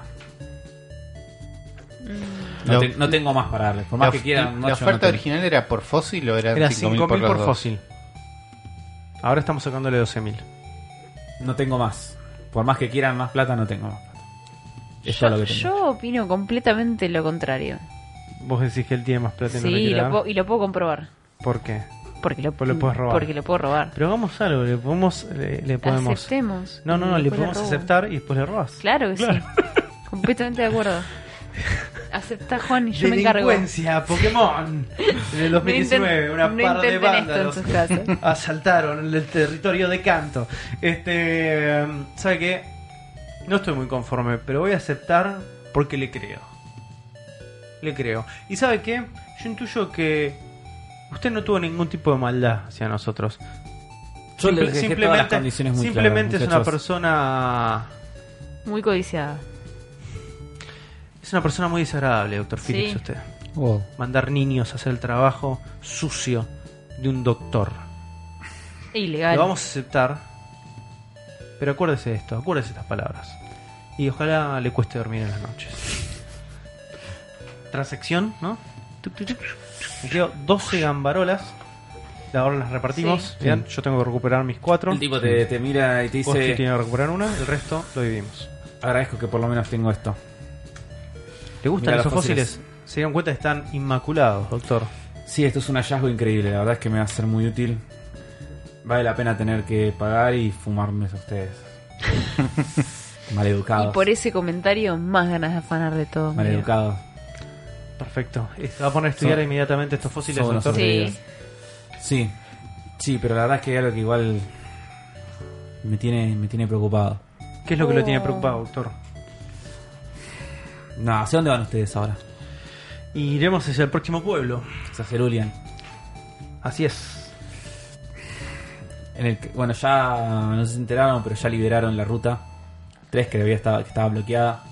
Speaker 3: Mm,
Speaker 2: No,
Speaker 4: Lo-
Speaker 2: te- no tengo más para darle. Por más
Speaker 4: La-
Speaker 2: que quieran,
Speaker 4: ¿La
Speaker 2: ocho no
Speaker 4: oferta
Speaker 2: tengo.
Speaker 4: original era por fósil o era
Speaker 1: Era
Speaker 4: 5.000
Speaker 1: 5.000
Speaker 4: por,
Speaker 1: por,
Speaker 4: los dos?
Speaker 1: fósil. Ahora estamos sacándole 12.000.
Speaker 2: No tengo más. Por más que quieran más plata, no tengo más plata. Es todo lo
Speaker 3: Yo,
Speaker 2: que tengo.
Speaker 3: yo opino completamente lo contrario.
Speaker 1: Vos decís que él tiene más plata y no le
Speaker 3: sí,
Speaker 1: quiere
Speaker 3: lo
Speaker 1: dar.
Speaker 3: puedo- y lo puedo comprobar.
Speaker 1: ¿Por qué?
Speaker 3: Porque lo,
Speaker 1: Pues lo puedes robar.
Speaker 3: Porque lo puedo robar.
Speaker 1: Pero hagamos algo, le podemos. Le, le podemos...
Speaker 3: Aceptemos.
Speaker 1: No, no, no,
Speaker 3: Y
Speaker 1: le
Speaker 3: después
Speaker 1: podemos
Speaker 3: robo.
Speaker 1: aceptar y después le robas.
Speaker 3: Claro que sí. Completamente de acuerdo. Acepta Juan y yo me encargo.
Speaker 1: Delincuencia, Pokémon. En el 2019,
Speaker 3: No inten-
Speaker 1: una
Speaker 3: no
Speaker 1: par de
Speaker 3: intenten esto en
Speaker 1: vándalos
Speaker 3: sus casas.
Speaker 1: asaltaron el territorio de Canto. Este, ¿sabe qué? No estoy muy conforme, pero voy a aceptar porque le creo. Le creo. ¿Y sabe qué? Yo intuyo que usted no tuvo ningún tipo de maldad hacia nosotros.
Speaker 2: Yo
Speaker 1: Simple-
Speaker 2: les dejé todas las condiciones muy claras,
Speaker 1: simplemente es una
Speaker 2: muchachos.
Speaker 1: persona
Speaker 3: Muy codiciada.
Speaker 1: es una persona muy desagradable, doctor
Speaker 3: Sí.
Speaker 1: Phillips, usted.
Speaker 4: Oh.
Speaker 1: mandar niños a hacer el trabajo sucio de un doctor.
Speaker 3: E ilegal.
Speaker 1: Lo vamos a aceptar, pero acuérdese de esto, acuérdese de estas palabras. Y ojalá le cueste dormir en las noches. Transacción, ¿no? Tuc, tuc, tuc. Me quedo 12 gambarolas. Ahora las repartimos.
Speaker 4: Sí.
Speaker 1: Bien, yo tengo que recuperar mis cuatro.
Speaker 2: El tipo te, te mira y te
Speaker 1: Vos
Speaker 2: dice:
Speaker 1: tiene que recuperar una, el resto lo dividimos.
Speaker 2: Agradezco que por lo menos tengo esto.
Speaker 1: ¿Le gustan
Speaker 2: Mirá los
Speaker 1: esos fósiles?
Speaker 2: fósiles.
Speaker 1: Se dieron cuenta que están inmaculados, doctor.
Speaker 2: Sí, esto es un hallazgo increíble, la verdad es que me va a ser muy útil. Vale la pena tener que pagar y fumarme a ustedes.
Speaker 3: Y
Speaker 2: Maleducados.
Speaker 3: por ese comentario, más ganas de afanar de todo. amigo.
Speaker 2: Maleducados.
Speaker 1: Perfecto. Se va a poner a estudiar
Speaker 2: Son-
Speaker 1: inmediatamente estos fósiles,
Speaker 2: son unos
Speaker 1: doctor.
Speaker 3: Sí.
Speaker 2: Sí, sí, pero la verdad es que hay algo que igual me tiene, me tiene preocupado.
Speaker 1: ¿Qué es lo que lo tiene
Speaker 3: Oh.
Speaker 1: preocupado, doctor?
Speaker 2: No, ¿hacia dónde van ustedes ahora?
Speaker 1: Y iremos hacia el próximo pueblo.
Speaker 2: Hacia Cerulean.
Speaker 1: Así es.
Speaker 2: En el que- bueno, ya no se enteraron, pero ya liberaron la ruta 3 que había estaba, que estaba bloqueada.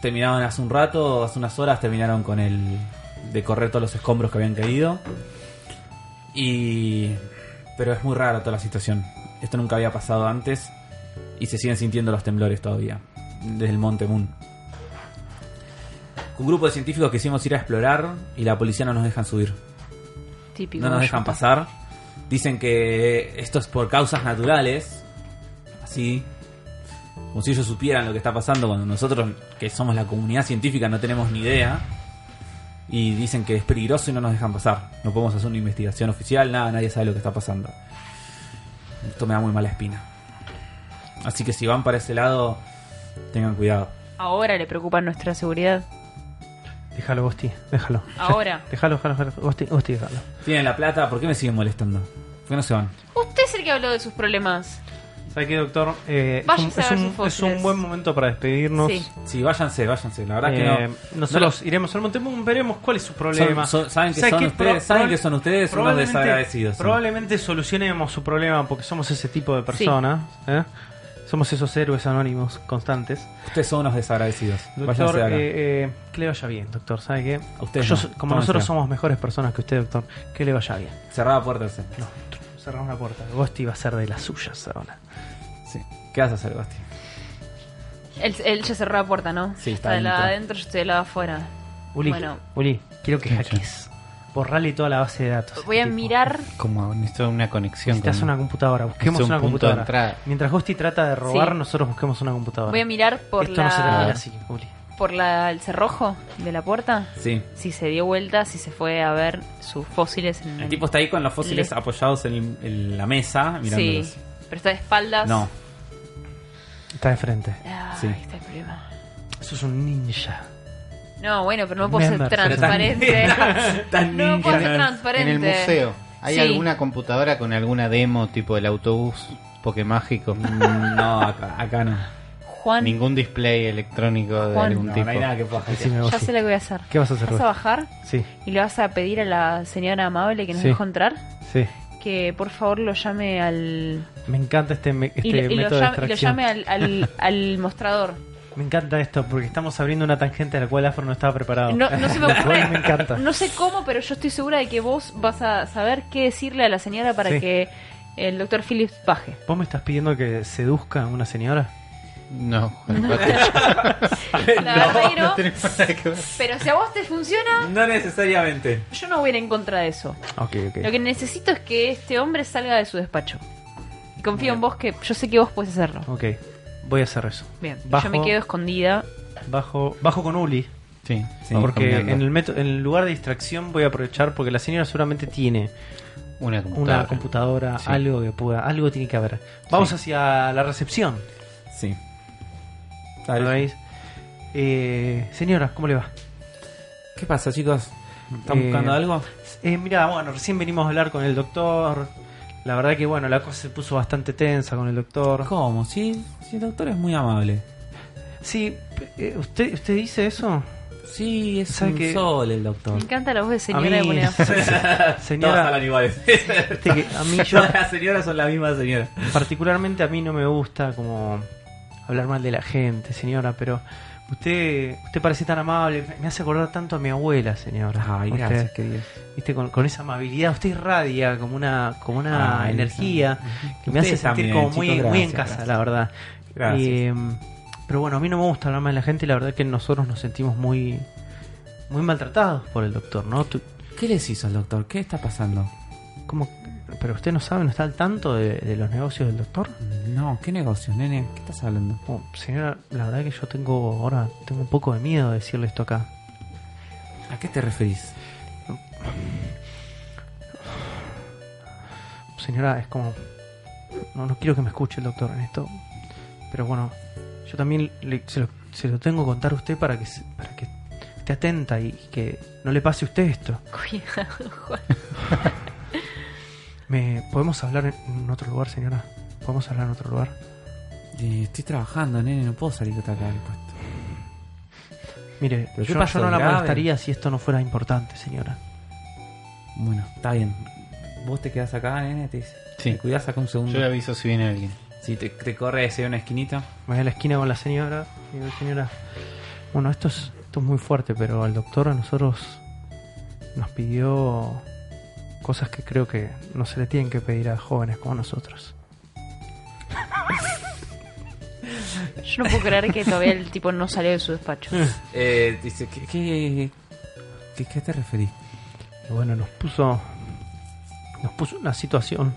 Speaker 2: Terminaron hace un rato, hace unas horas, terminaron con el de correr todos los escombros que habían caído. Y pero es muy rara toda la situación. Esto nunca había pasado antes y se siguen sintiendo los temblores todavía desde el Monte Moon. Un grupo de científicos quisimos ir a explorar y la policía no nos dejan subir
Speaker 3: Típico.
Speaker 2: no nos dejan pasar. Dicen que esto es por causas naturales. Así. Como si ellos supieran lo que está pasando cuando nosotros, que somos la comunidad científica, no tenemos ni idea. Y dicen que es peligroso y no nos dejan pasar. No podemos hacer una investigación oficial, nada, nadie sabe lo que está pasando. Esto me da muy mala espina. Así que si van para ese lado, tengan cuidado.
Speaker 3: Ahora le preocupa nuestra seguridad.
Speaker 1: Déjalo, Gosti. Déjalo.
Speaker 3: Ahora.
Speaker 1: Déjalo, déjalo, déjalo. Gosti, Gosti, déjalo.
Speaker 2: Tienen la plata, ¿por qué me siguen molestando? ¿Por qué no se van?
Speaker 3: Usted es el que habló de sus problemas.
Speaker 1: ¿Sabe qué, doctor? Eh, es, un,
Speaker 3: Váyase a
Speaker 1: es
Speaker 3: ver
Speaker 1: un-
Speaker 3: sus fósiles.
Speaker 1: es un buen momento para despedirnos.
Speaker 3: Sí.
Speaker 2: Sí, váyanse, váyanse. La verdad es que
Speaker 1: Eh,
Speaker 2: no.
Speaker 1: Nosotros iremos al Montemón, veremos cuál es su problema.
Speaker 2: Son- son- saben que
Speaker 1: ¿Sabe
Speaker 2: son
Speaker 1: qué?
Speaker 2: ustedes-
Speaker 1: Pro-
Speaker 2: saben
Speaker 1: probable-
Speaker 2: que son ustedes unos
Speaker 1: probablemente-
Speaker 2: desagradecidos, sí.
Speaker 1: Probablemente solucionemos su problema porque somos ese tipo de personas. ¿eh? Somos esos héroes anónimos constantes.
Speaker 2: Ustedes son unos desagradecidos. Váyanse de
Speaker 1: Doctor,
Speaker 2: acá.
Speaker 1: eh, eh, que le vaya bien, doctor. ¿Sabe qué?
Speaker 2: A usted
Speaker 1: Yo
Speaker 2: no.
Speaker 1: so- como
Speaker 2: Tómensela.
Speaker 1: nosotros somos mejores personas que usted, doctor, que le vaya bien.
Speaker 2: Cerrada puerta. sí.
Speaker 1: No, cerramos la puerta. Gosti va a ser de las suyas ahora.
Speaker 2: Sí. ¿Qué vas a hacer, Basti?
Speaker 3: Él, él ya cerró la puerta, ¿no?
Speaker 2: Sí, está
Speaker 3: está del lado
Speaker 2: adentro.
Speaker 3: adentro, yo estoy del lado afuera.
Speaker 1: Uli,
Speaker 3: Bueno.
Speaker 1: Uli, quiero que hackees. Borrale toda la base de datos.
Speaker 3: Voy a
Speaker 1: tipo.
Speaker 3: mirar.
Speaker 4: Como necesito una conexión.
Speaker 1: Necesitas
Speaker 4: con-
Speaker 1: una computadora, busquemos
Speaker 4: Necesito un
Speaker 1: una
Speaker 4: punto de
Speaker 1: computadora.
Speaker 4: entrada.
Speaker 1: Mientras Gosti trata de robar,
Speaker 3: Sí.
Speaker 1: nosotros busquemos una computadora.
Speaker 3: Voy a mirar por
Speaker 1: Esto no se termina
Speaker 3: la.
Speaker 1: así, Uli.
Speaker 3: por la, el cerrojo de la puerta.
Speaker 2: Sí.
Speaker 3: Si se dio vuelta, si se fue a ver sus fósiles en
Speaker 2: El tipo está ahí con los fósiles
Speaker 3: Le-
Speaker 2: apoyados en, en la mesa, mirándolos.
Speaker 3: Sí. Pero está de espaldas.
Speaker 2: No.
Speaker 1: Está de frente.
Speaker 3: Ah,
Speaker 2: Sí.
Speaker 3: ahí está el problema.
Speaker 1: Eso es un ninja.
Speaker 3: No, bueno, pero no puedo ser
Speaker 1: Remember, pero tan-
Speaker 3: transparente.
Speaker 2: Tan
Speaker 3: no puedo ser
Speaker 2: ninja.
Speaker 3: transparente.
Speaker 4: En el museo. ¿Hay
Speaker 3: Sí.
Speaker 4: alguna computadora con alguna demo tipo del autobús? Porque mágico.
Speaker 2: No, acá, acá no.
Speaker 3: Juan,
Speaker 4: Ningún display electrónico de
Speaker 3: Juan.
Speaker 4: algún
Speaker 2: No,
Speaker 4: tipo.
Speaker 2: no hay nada que pueda hacer.
Speaker 1: Decime,
Speaker 3: ya
Speaker 1: Gosti.
Speaker 3: sé lo que voy a hacer.
Speaker 1: ¿Qué vas a hacer,
Speaker 3: Vas a
Speaker 1: Gosti?
Speaker 3: bajar
Speaker 1: Sí,
Speaker 3: y le vas a pedir a la señora amable que nos
Speaker 1: Sí.
Speaker 3: dejó entrar
Speaker 1: sí.
Speaker 3: que por favor lo llame al.
Speaker 1: Me encanta este, me- este
Speaker 3: y, lo- y lo,
Speaker 1: método de
Speaker 3: llame, y lo
Speaker 1: extracción.
Speaker 3: llame al, al, al mostrador.
Speaker 1: Me encanta esto porque estamos abriendo una tangente a la cual Afro no estaba preparado.
Speaker 3: No, no se me
Speaker 1: Lo cual me
Speaker 3: ocurre.
Speaker 1: encanta.
Speaker 3: No sé cómo, pero yo estoy segura de que vos vas a saber qué decirle a la señora para
Speaker 1: Sí.
Speaker 3: que el doctor Phillips baje.
Speaker 1: ¿Vos me estás pidiendo que seduzca a una señora?
Speaker 4: No, Juan,
Speaker 2: Eh,
Speaker 3: La verdad que no,
Speaker 4: no tenemos nada que ver.
Speaker 3: pero si a vos te funciona,
Speaker 2: No necesariamente.
Speaker 3: yo no voy a ir en contra de eso.
Speaker 1: Ok, ok.
Speaker 3: Lo que necesito es que este hombre salga de su despacho. Y confío en vos que yo sé que vos puedes hacerlo.
Speaker 1: Ok, voy a hacer eso.
Speaker 3: Bien, y
Speaker 1: Bajo.
Speaker 3: yo me quedo escondida.
Speaker 1: Bajo, bajo con Uli.
Speaker 4: Sí,
Speaker 2: Sí,
Speaker 4: vamos
Speaker 1: porque en
Speaker 4: cambiando.
Speaker 1: el, meto- en el lugar de distracción voy a aprovechar porque la señora seguramente tiene
Speaker 4: una computadora.
Speaker 1: una computadora,
Speaker 4: Sí.
Speaker 1: algo que pueda, algo tiene que haber. Vamos hacia la recepción.
Speaker 2: Sí.
Speaker 1: ¿lo veis? Eh, señora, ¿cómo le va?
Speaker 2: ¿Qué pasa, chicos? ¿Están
Speaker 1: Eh,
Speaker 2: buscando algo?
Speaker 1: Eh, mira, bueno, recién venimos a hablar con el doctor. La verdad que bueno, la cosa se puso bastante tensa con el doctor.
Speaker 2: ¿Cómo? Sí, sí, el doctor es muy amable.
Speaker 1: Sí, eh, usted usted dice eso,
Speaker 2: Sí, es
Speaker 1: ¿Sabe
Speaker 2: un
Speaker 1: que-
Speaker 2: sol el doctor.
Speaker 3: Me encanta la voz de
Speaker 1: A mí-
Speaker 3: señora de moneda.
Speaker 2: Todas
Speaker 1: señora.
Speaker 2: hablan iguales.
Speaker 1: viste que a mí yo
Speaker 2: Todas las señoras son la misma señora.
Speaker 1: particularmente a mí no me gusta como hablar mal de la gente, señora, pero usted usted parece tan amable, me- me hace acordar tanto a mi abuela, señora.
Speaker 2: Ay,
Speaker 1: Usted,
Speaker 2: gracias, querido.
Speaker 1: viste con, con esa amabilidad, usted irradia como una como una
Speaker 2: Ay,
Speaker 1: energía que me
Speaker 2: Ustedes
Speaker 1: hace sentir
Speaker 2: también,
Speaker 1: como
Speaker 2: chicos,
Speaker 1: muy muy en
Speaker 2: gracias,
Speaker 1: casa,
Speaker 2: gracias.
Speaker 1: la verdad.
Speaker 2: Gracias.
Speaker 1: Eh, pero bueno, a mí no me gusta hablar mal de la gente y la verdad que nosotros nos sentimos muy muy maltratados por el doctor, ¿no? Tú-
Speaker 2: ¿Qué les hizo el doctor? ¿Qué está pasando?
Speaker 1: ¿cómo- pero usted no sabe, no está al tanto de, de los negocios del doctor.
Speaker 2: No, ¿qué negocio, nene? ¿Qué estás hablando?
Speaker 1: Oh, señora, la verdad que yo tengo ahora tengo un poco de miedo de decirle esto acá.
Speaker 2: ¿A qué te referís?
Speaker 1: Señora, es como no no quiero que me escuche el doctor en esto. Pero bueno, yo también le- se, lo, se lo tengo que contar a usted para que se- para que esté atenta y que no le pase a usted esto.
Speaker 3: Cuidado, Juan.
Speaker 1: Me podemos hablar en otro lugar, señora. Podemos hablar en otro lugar.
Speaker 2: Eh, estoy trabajando, nene, no puedo salir de acá del puesto.
Speaker 1: Mire,
Speaker 2: Pero
Speaker 1: yo,
Speaker 2: ¿qué
Speaker 1: yo
Speaker 2: pasó,
Speaker 1: no la
Speaker 2: grave?
Speaker 1: molestaría si esto no fuera importante, señora.
Speaker 2: Bueno, está bien. Vos te quedás acá, nene, te dice.
Speaker 4: Sí.
Speaker 2: Te cuidás acá un segundo.
Speaker 4: Yo le aviso si viene alguien.
Speaker 2: Si te, te corres de una esquinita.
Speaker 1: Me voy a la esquina con la señora. y digo, señora, bueno, esto es, esto es muy fuerte, pero el doctor a nosotros nos pidió cosas que creo que no se le tienen que pedir a jóvenes como nosotros.
Speaker 3: Yo no puedo creer que todavía el tipo no salió de su despacho.
Speaker 2: Eh, dice, ¿qué, qué, qué, qué te referís?
Speaker 1: Y bueno, nos puso, nos puso una situación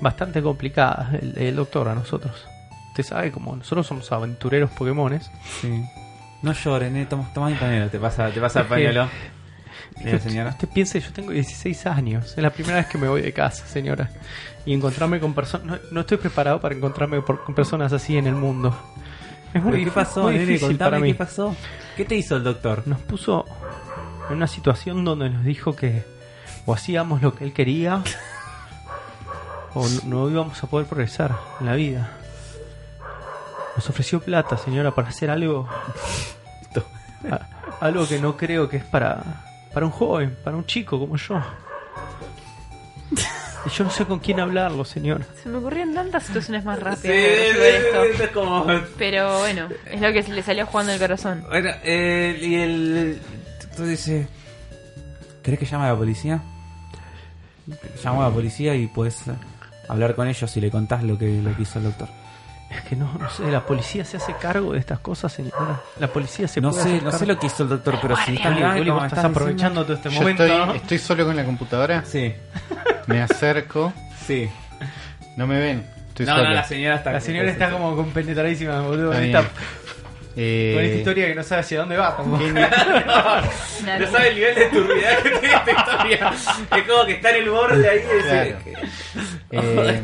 Speaker 1: bastante complicada el, el doctor a nosotros. Usted sabe, como nosotros somos aventureros Pokémones,
Speaker 2: Sí. No llores, nene, toma, toma mi pañuelo, te pasa, te pasa el
Speaker 1: Es que-
Speaker 2: pañuelo. Mira,
Speaker 1: Usted-
Speaker 2: señora.
Speaker 1: Usted piense, yo tengo 16 años. Es la primera vez que me voy de casa, señora. Y encontrarme con personas. No, no estoy preparado para encontrarme por- con personas así en el mundo. Es
Speaker 2: ¿Pero
Speaker 1: muy,
Speaker 2: ¿Qué pasó,
Speaker 1: muy
Speaker 2: nene?
Speaker 1: difícil para
Speaker 2: Contame
Speaker 1: mí.
Speaker 2: qué pasó. ¿Qué te hizo el doctor?
Speaker 1: Nos puso en una situación donde nos dijo que o hacíamos lo que él quería o no, no íbamos a poder progresar en la vida. Nos ofreció plata, señora, para hacer algo. a- algo que no creo que es para, para un joven, para un chico como yo. Y yo no sé con quién hablarlo, señora.
Speaker 3: Se me ocurrieron tantas situaciones más rápidas
Speaker 2: Sí,
Speaker 3: para resolver esto.
Speaker 2: esto es como
Speaker 3: Pero bueno, es lo que le salió jugando el corazón.
Speaker 2: Bueno, eh, y el. Tú dices. ¿Crees que llame a la policía? Llamo a la policía y puedes eh, hablar con ellos y le contás lo que, lo que hizo el doctor.
Speaker 1: Es que no, no sé, la policía se hace cargo de estas cosas, señora. La policía se
Speaker 2: no
Speaker 1: puede
Speaker 2: sé,
Speaker 1: hacer
Speaker 2: no sé
Speaker 1: cargo.
Speaker 2: lo que hizo el doctor, pero si está
Speaker 1: Juli,
Speaker 2: legal,
Speaker 1: Juli,
Speaker 2: como
Speaker 1: vos
Speaker 2: me
Speaker 1: estás aprovechando todo este
Speaker 4: Yo
Speaker 1: momento.
Speaker 4: estoy,
Speaker 1: ¿no?
Speaker 4: estoy solo con la computadora,
Speaker 2: diciendo-
Speaker 4: me acerco,
Speaker 2: Sí, sí.
Speaker 4: no me ven, estoy
Speaker 2: No,
Speaker 4: solo.
Speaker 2: no, la señora está.
Speaker 1: La señora está como compenetradísima, boludo, con
Speaker 4: Está
Speaker 1: esta,
Speaker 4: bien. Eh,
Speaker 1: con esta historia que no sabe hacia dónde va. como-
Speaker 2: No sabe el nivel de turbidez que tiene este esta historia. Es como que está en el borde ahí. y
Speaker 4: Claro. eh,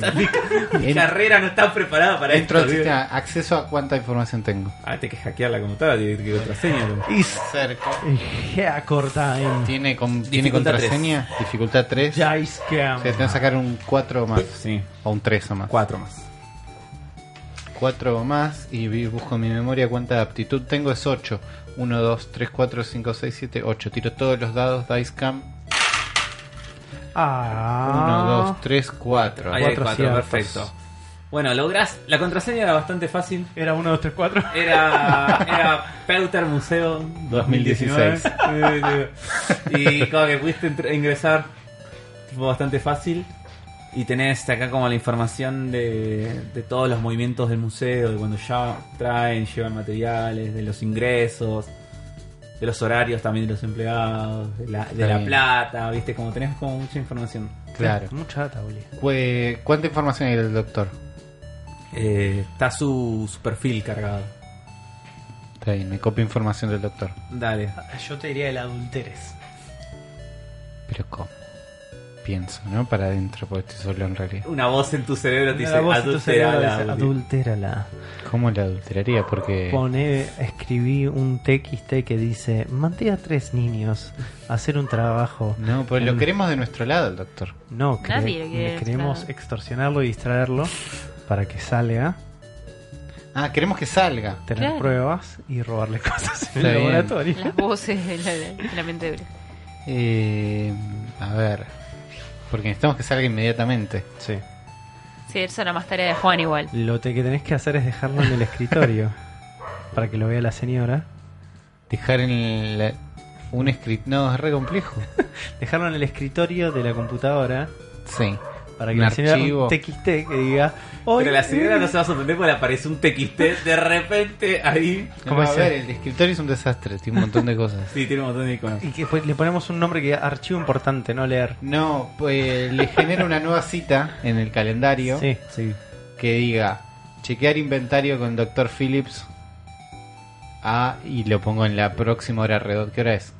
Speaker 2: Mi
Speaker 4: en-
Speaker 2: carrera no está preparada para
Speaker 4: entro al
Speaker 2: esto. ¿viste?
Speaker 4: sistema, acceso a cuánta información tengo.
Speaker 2: Ah, te que hackear la computadora, tiene que contraseña. ¿no?
Speaker 4: Y cerco.
Speaker 1: Ya corta en
Speaker 4: Tiene, con, tiene
Speaker 2: Dificultad tres.
Speaker 4: contraseña, dificultad 3. O
Speaker 1: Dice Cam.
Speaker 4: sea, tengo que sacar un 4 más,
Speaker 2: Sí,
Speaker 4: o un 3 o más.
Speaker 2: cuatro más.
Speaker 4: 4 o más y vi- busco en mi memoria cuánta aptitud tengo es 8. 1, 2, 3, 4, 5, 6, 7, 8. Tiro todos los dados, dice cam. 1,
Speaker 1: Ah.
Speaker 4: 2, 3, 4.
Speaker 2: Ahí hay
Speaker 1: Cuatro
Speaker 2: cuatro,
Speaker 1: aciertos.
Speaker 2: perfecto. Bueno, lográs. La contraseña era bastante fácil.
Speaker 1: Era 1, 2, 3, 4.
Speaker 2: Era, era Peuter Museo
Speaker 4: 2016.
Speaker 2: 2019. y como que pudiste entr- ingresar tipo, bastante fácil. Y tenés acá como la información de, de todos los movimientos del museo, de cuando ya traen, llevan materiales, de los ingresos, de los horarios también de los empleados, de la, de
Speaker 4: Está
Speaker 2: la
Speaker 4: bien.
Speaker 2: plata, viste, como tenés como mucha información.
Speaker 4: Claro.
Speaker 1: Mucha data, boludo.
Speaker 4: Cu- ¿Cuánta información hay del doctor?
Speaker 2: Eh, está su, su perfil cargado.
Speaker 4: Está bien, me copio información del doctor.
Speaker 2: Dale.
Speaker 1: Yo te diría el adulteres.
Speaker 4: Pero ¿cómo? Pienso, ¿no? Para adentro, porque estoy solo en realidad.
Speaker 2: Una voz en tu cerebro te dice,
Speaker 1: La voz en tu
Speaker 2: adultera
Speaker 1: cerebro
Speaker 2: la
Speaker 1: dice,
Speaker 2: audio".
Speaker 1: adultérala.
Speaker 4: ¿Cómo la adulteraría? Porque...
Speaker 1: Pone, escribí un TXT que dice, mandé a tres niños a hacer un trabajo.
Speaker 4: No, pues lo
Speaker 1: Mm.
Speaker 4: queremos de nuestro lado, el doctor.
Speaker 1: No, cre-
Speaker 3: Nadie lo quiere,
Speaker 1: queremos
Speaker 3: claro.
Speaker 1: extorsionarlo y distraerlo para que salga,
Speaker 4: Ah, queremos que salga.
Speaker 1: tener
Speaker 3: Claro.
Speaker 1: pruebas y robarle cosas en
Speaker 4: Está
Speaker 1: el
Speaker 4: bien.
Speaker 1: laboratorio.
Speaker 3: Las voces de la, de la mente dura.
Speaker 4: Eh, a ver. Porque necesitamos que salga inmediatamente.
Speaker 1: Sí.
Speaker 3: Sí, eso era más tarea de Juan igual.
Speaker 1: Lo te- que tenés que hacer es dejarlo en el escritorio para que lo vea la señora.
Speaker 4: Dejar en el- un script. No, es re complejo.
Speaker 1: Dejarlo en el escritorio de la computadora
Speaker 4: Sí.
Speaker 1: para que
Speaker 4: Un
Speaker 1: la señora
Speaker 4: archivo.
Speaker 1: un TXT que diga, hoy
Speaker 2: Pero la señora no se va a sorprender porque le aparece un TXT de repente ahí.
Speaker 1: ¿Cómo
Speaker 4: No, a
Speaker 1: es?
Speaker 4: ver, el escritorio es un desastre, tiene un montón de cosas.
Speaker 2: Sí, tiene un montón de iconos.
Speaker 1: Y que después le ponemos un nombre que archivo importante, no leer.
Speaker 4: No, pues le genera una nueva cita en el calendario
Speaker 1: Sí, sí.
Speaker 4: que diga chequear inventario con Dr. Phillips. Ah, y lo pongo en la próxima hora redonda. ¿Qué hora es?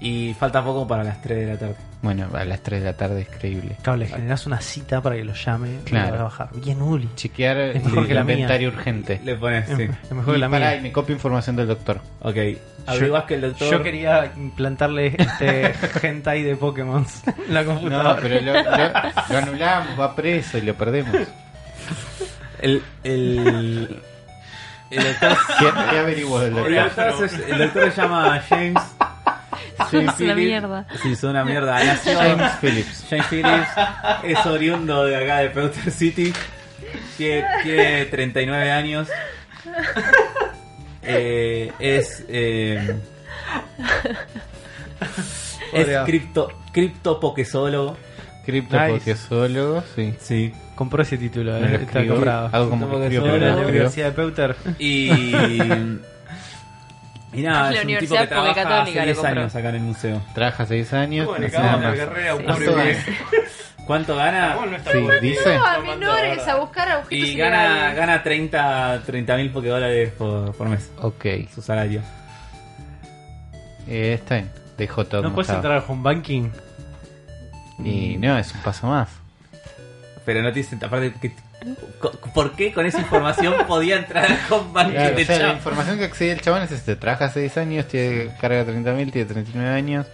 Speaker 2: Y falta poco para las 3 de la tarde.
Speaker 4: Bueno, a las 3 de la tarde es creíble.
Speaker 1: Claro, le generás una cita para que lo llame
Speaker 4: Claro.
Speaker 1: para bajar. Bien, Uli.
Speaker 4: Chequear
Speaker 1: Es mejor
Speaker 4: el
Speaker 1: que la mía.
Speaker 4: inventario urgente.
Speaker 2: Le pones, sí.
Speaker 1: Es mejor que
Speaker 4: y
Speaker 1: la
Speaker 4: pará,
Speaker 1: mía.
Speaker 4: y me copio información del doctor.
Speaker 2: Ok. Averiguas que el doctor.
Speaker 1: Yo quería implantarle este hentai de Pokémon en la computadora.
Speaker 4: No, pero lo, lo- lo anulamos, va preso y lo perdemos.
Speaker 2: El. El, el doctor.
Speaker 4: ¿Qué, qué averiguo del
Speaker 2: El
Speaker 4: doctor?
Speaker 2: doctor, se, este, el doctor se llama James. James
Speaker 3: una
Speaker 2: Phillips.
Speaker 3: mierda.
Speaker 2: Sí, es una mierda. Nació-
Speaker 4: James Phillips.
Speaker 2: James Phillips es oriundo de acá de Peuter City. Tiene, tiene 39 años. Eh, es. eh, es
Speaker 1: Podría.
Speaker 2: cripto, criptopoquesólogo.
Speaker 4: Cripto
Speaker 1: Nice.
Speaker 4: porque solo, sí.
Speaker 2: Sí.
Speaker 1: Compró ese título,
Speaker 4: Me lo
Speaker 1: eh, está
Speaker 4: escribo.
Speaker 1: comprado.
Speaker 4: Hago como que
Speaker 2: Tampoco
Speaker 4: escribo,
Speaker 2: solo,
Speaker 1: Hola,
Speaker 4: pero
Speaker 1: la
Speaker 4: no escribo.
Speaker 1: Universidad de Peuter.
Speaker 2: Y. y nada,
Speaker 3: Es
Speaker 2: es
Speaker 3: la
Speaker 2: un tipo
Speaker 3: Universidad
Speaker 2: que trabaja hace
Speaker 3: Policatólica,
Speaker 2: 10
Speaker 3: lo compró.
Speaker 2: años acá en el museo.
Speaker 4: Trabaja 6 años.
Speaker 1: Bueno,
Speaker 4: no sé
Speaker 1: acabamos
Speaker 4: nada
Speaker 1: la
Speaker 4: más.
Speaker 1: carrera, un
Speaker 4: No
Speaker 1: pobre
Speaker 4: sé,
Speaker 1: pibe.
Speaker 2: ¿Cuánto gana?
Speaker 4: Sí, dice.
Speaker 3: No, a
Speaker 1: Lo mandó,
Speaker 3: menores
Speaker 1: ¿verdad?
Speaker 3: a buscar agujeros
Speaker 2: Y gana,
Speaker 3: ilegales.
Speaker 2: gana 30 mil dólares por, por mes,
Speaker 4: Ok,
Speaker 2: su salario.
Speaker 4: eh, está bien. Dejo todo.
Speaker 1: ¿No
Speaker 4: como
Speaker 1: puedes
Speaker 4: estaba.
Speaker 1: entrar al home banking?
Speaker 4: Y no, es un paso más.
Speaker 2: Pero no tiene aparte que- co- ¿Por qué con esa información podía entrar al home
Speaker 1: Este
Speaker 2: banking
Speaker 4: Claro,
Speaker 2: de
Speaker 4: o sea, la
Speaker 2: Cham?
Speaker 4: información que accede el chabón es este. Trabaja 6 años, tiene carga 30.000, tiene 39 años.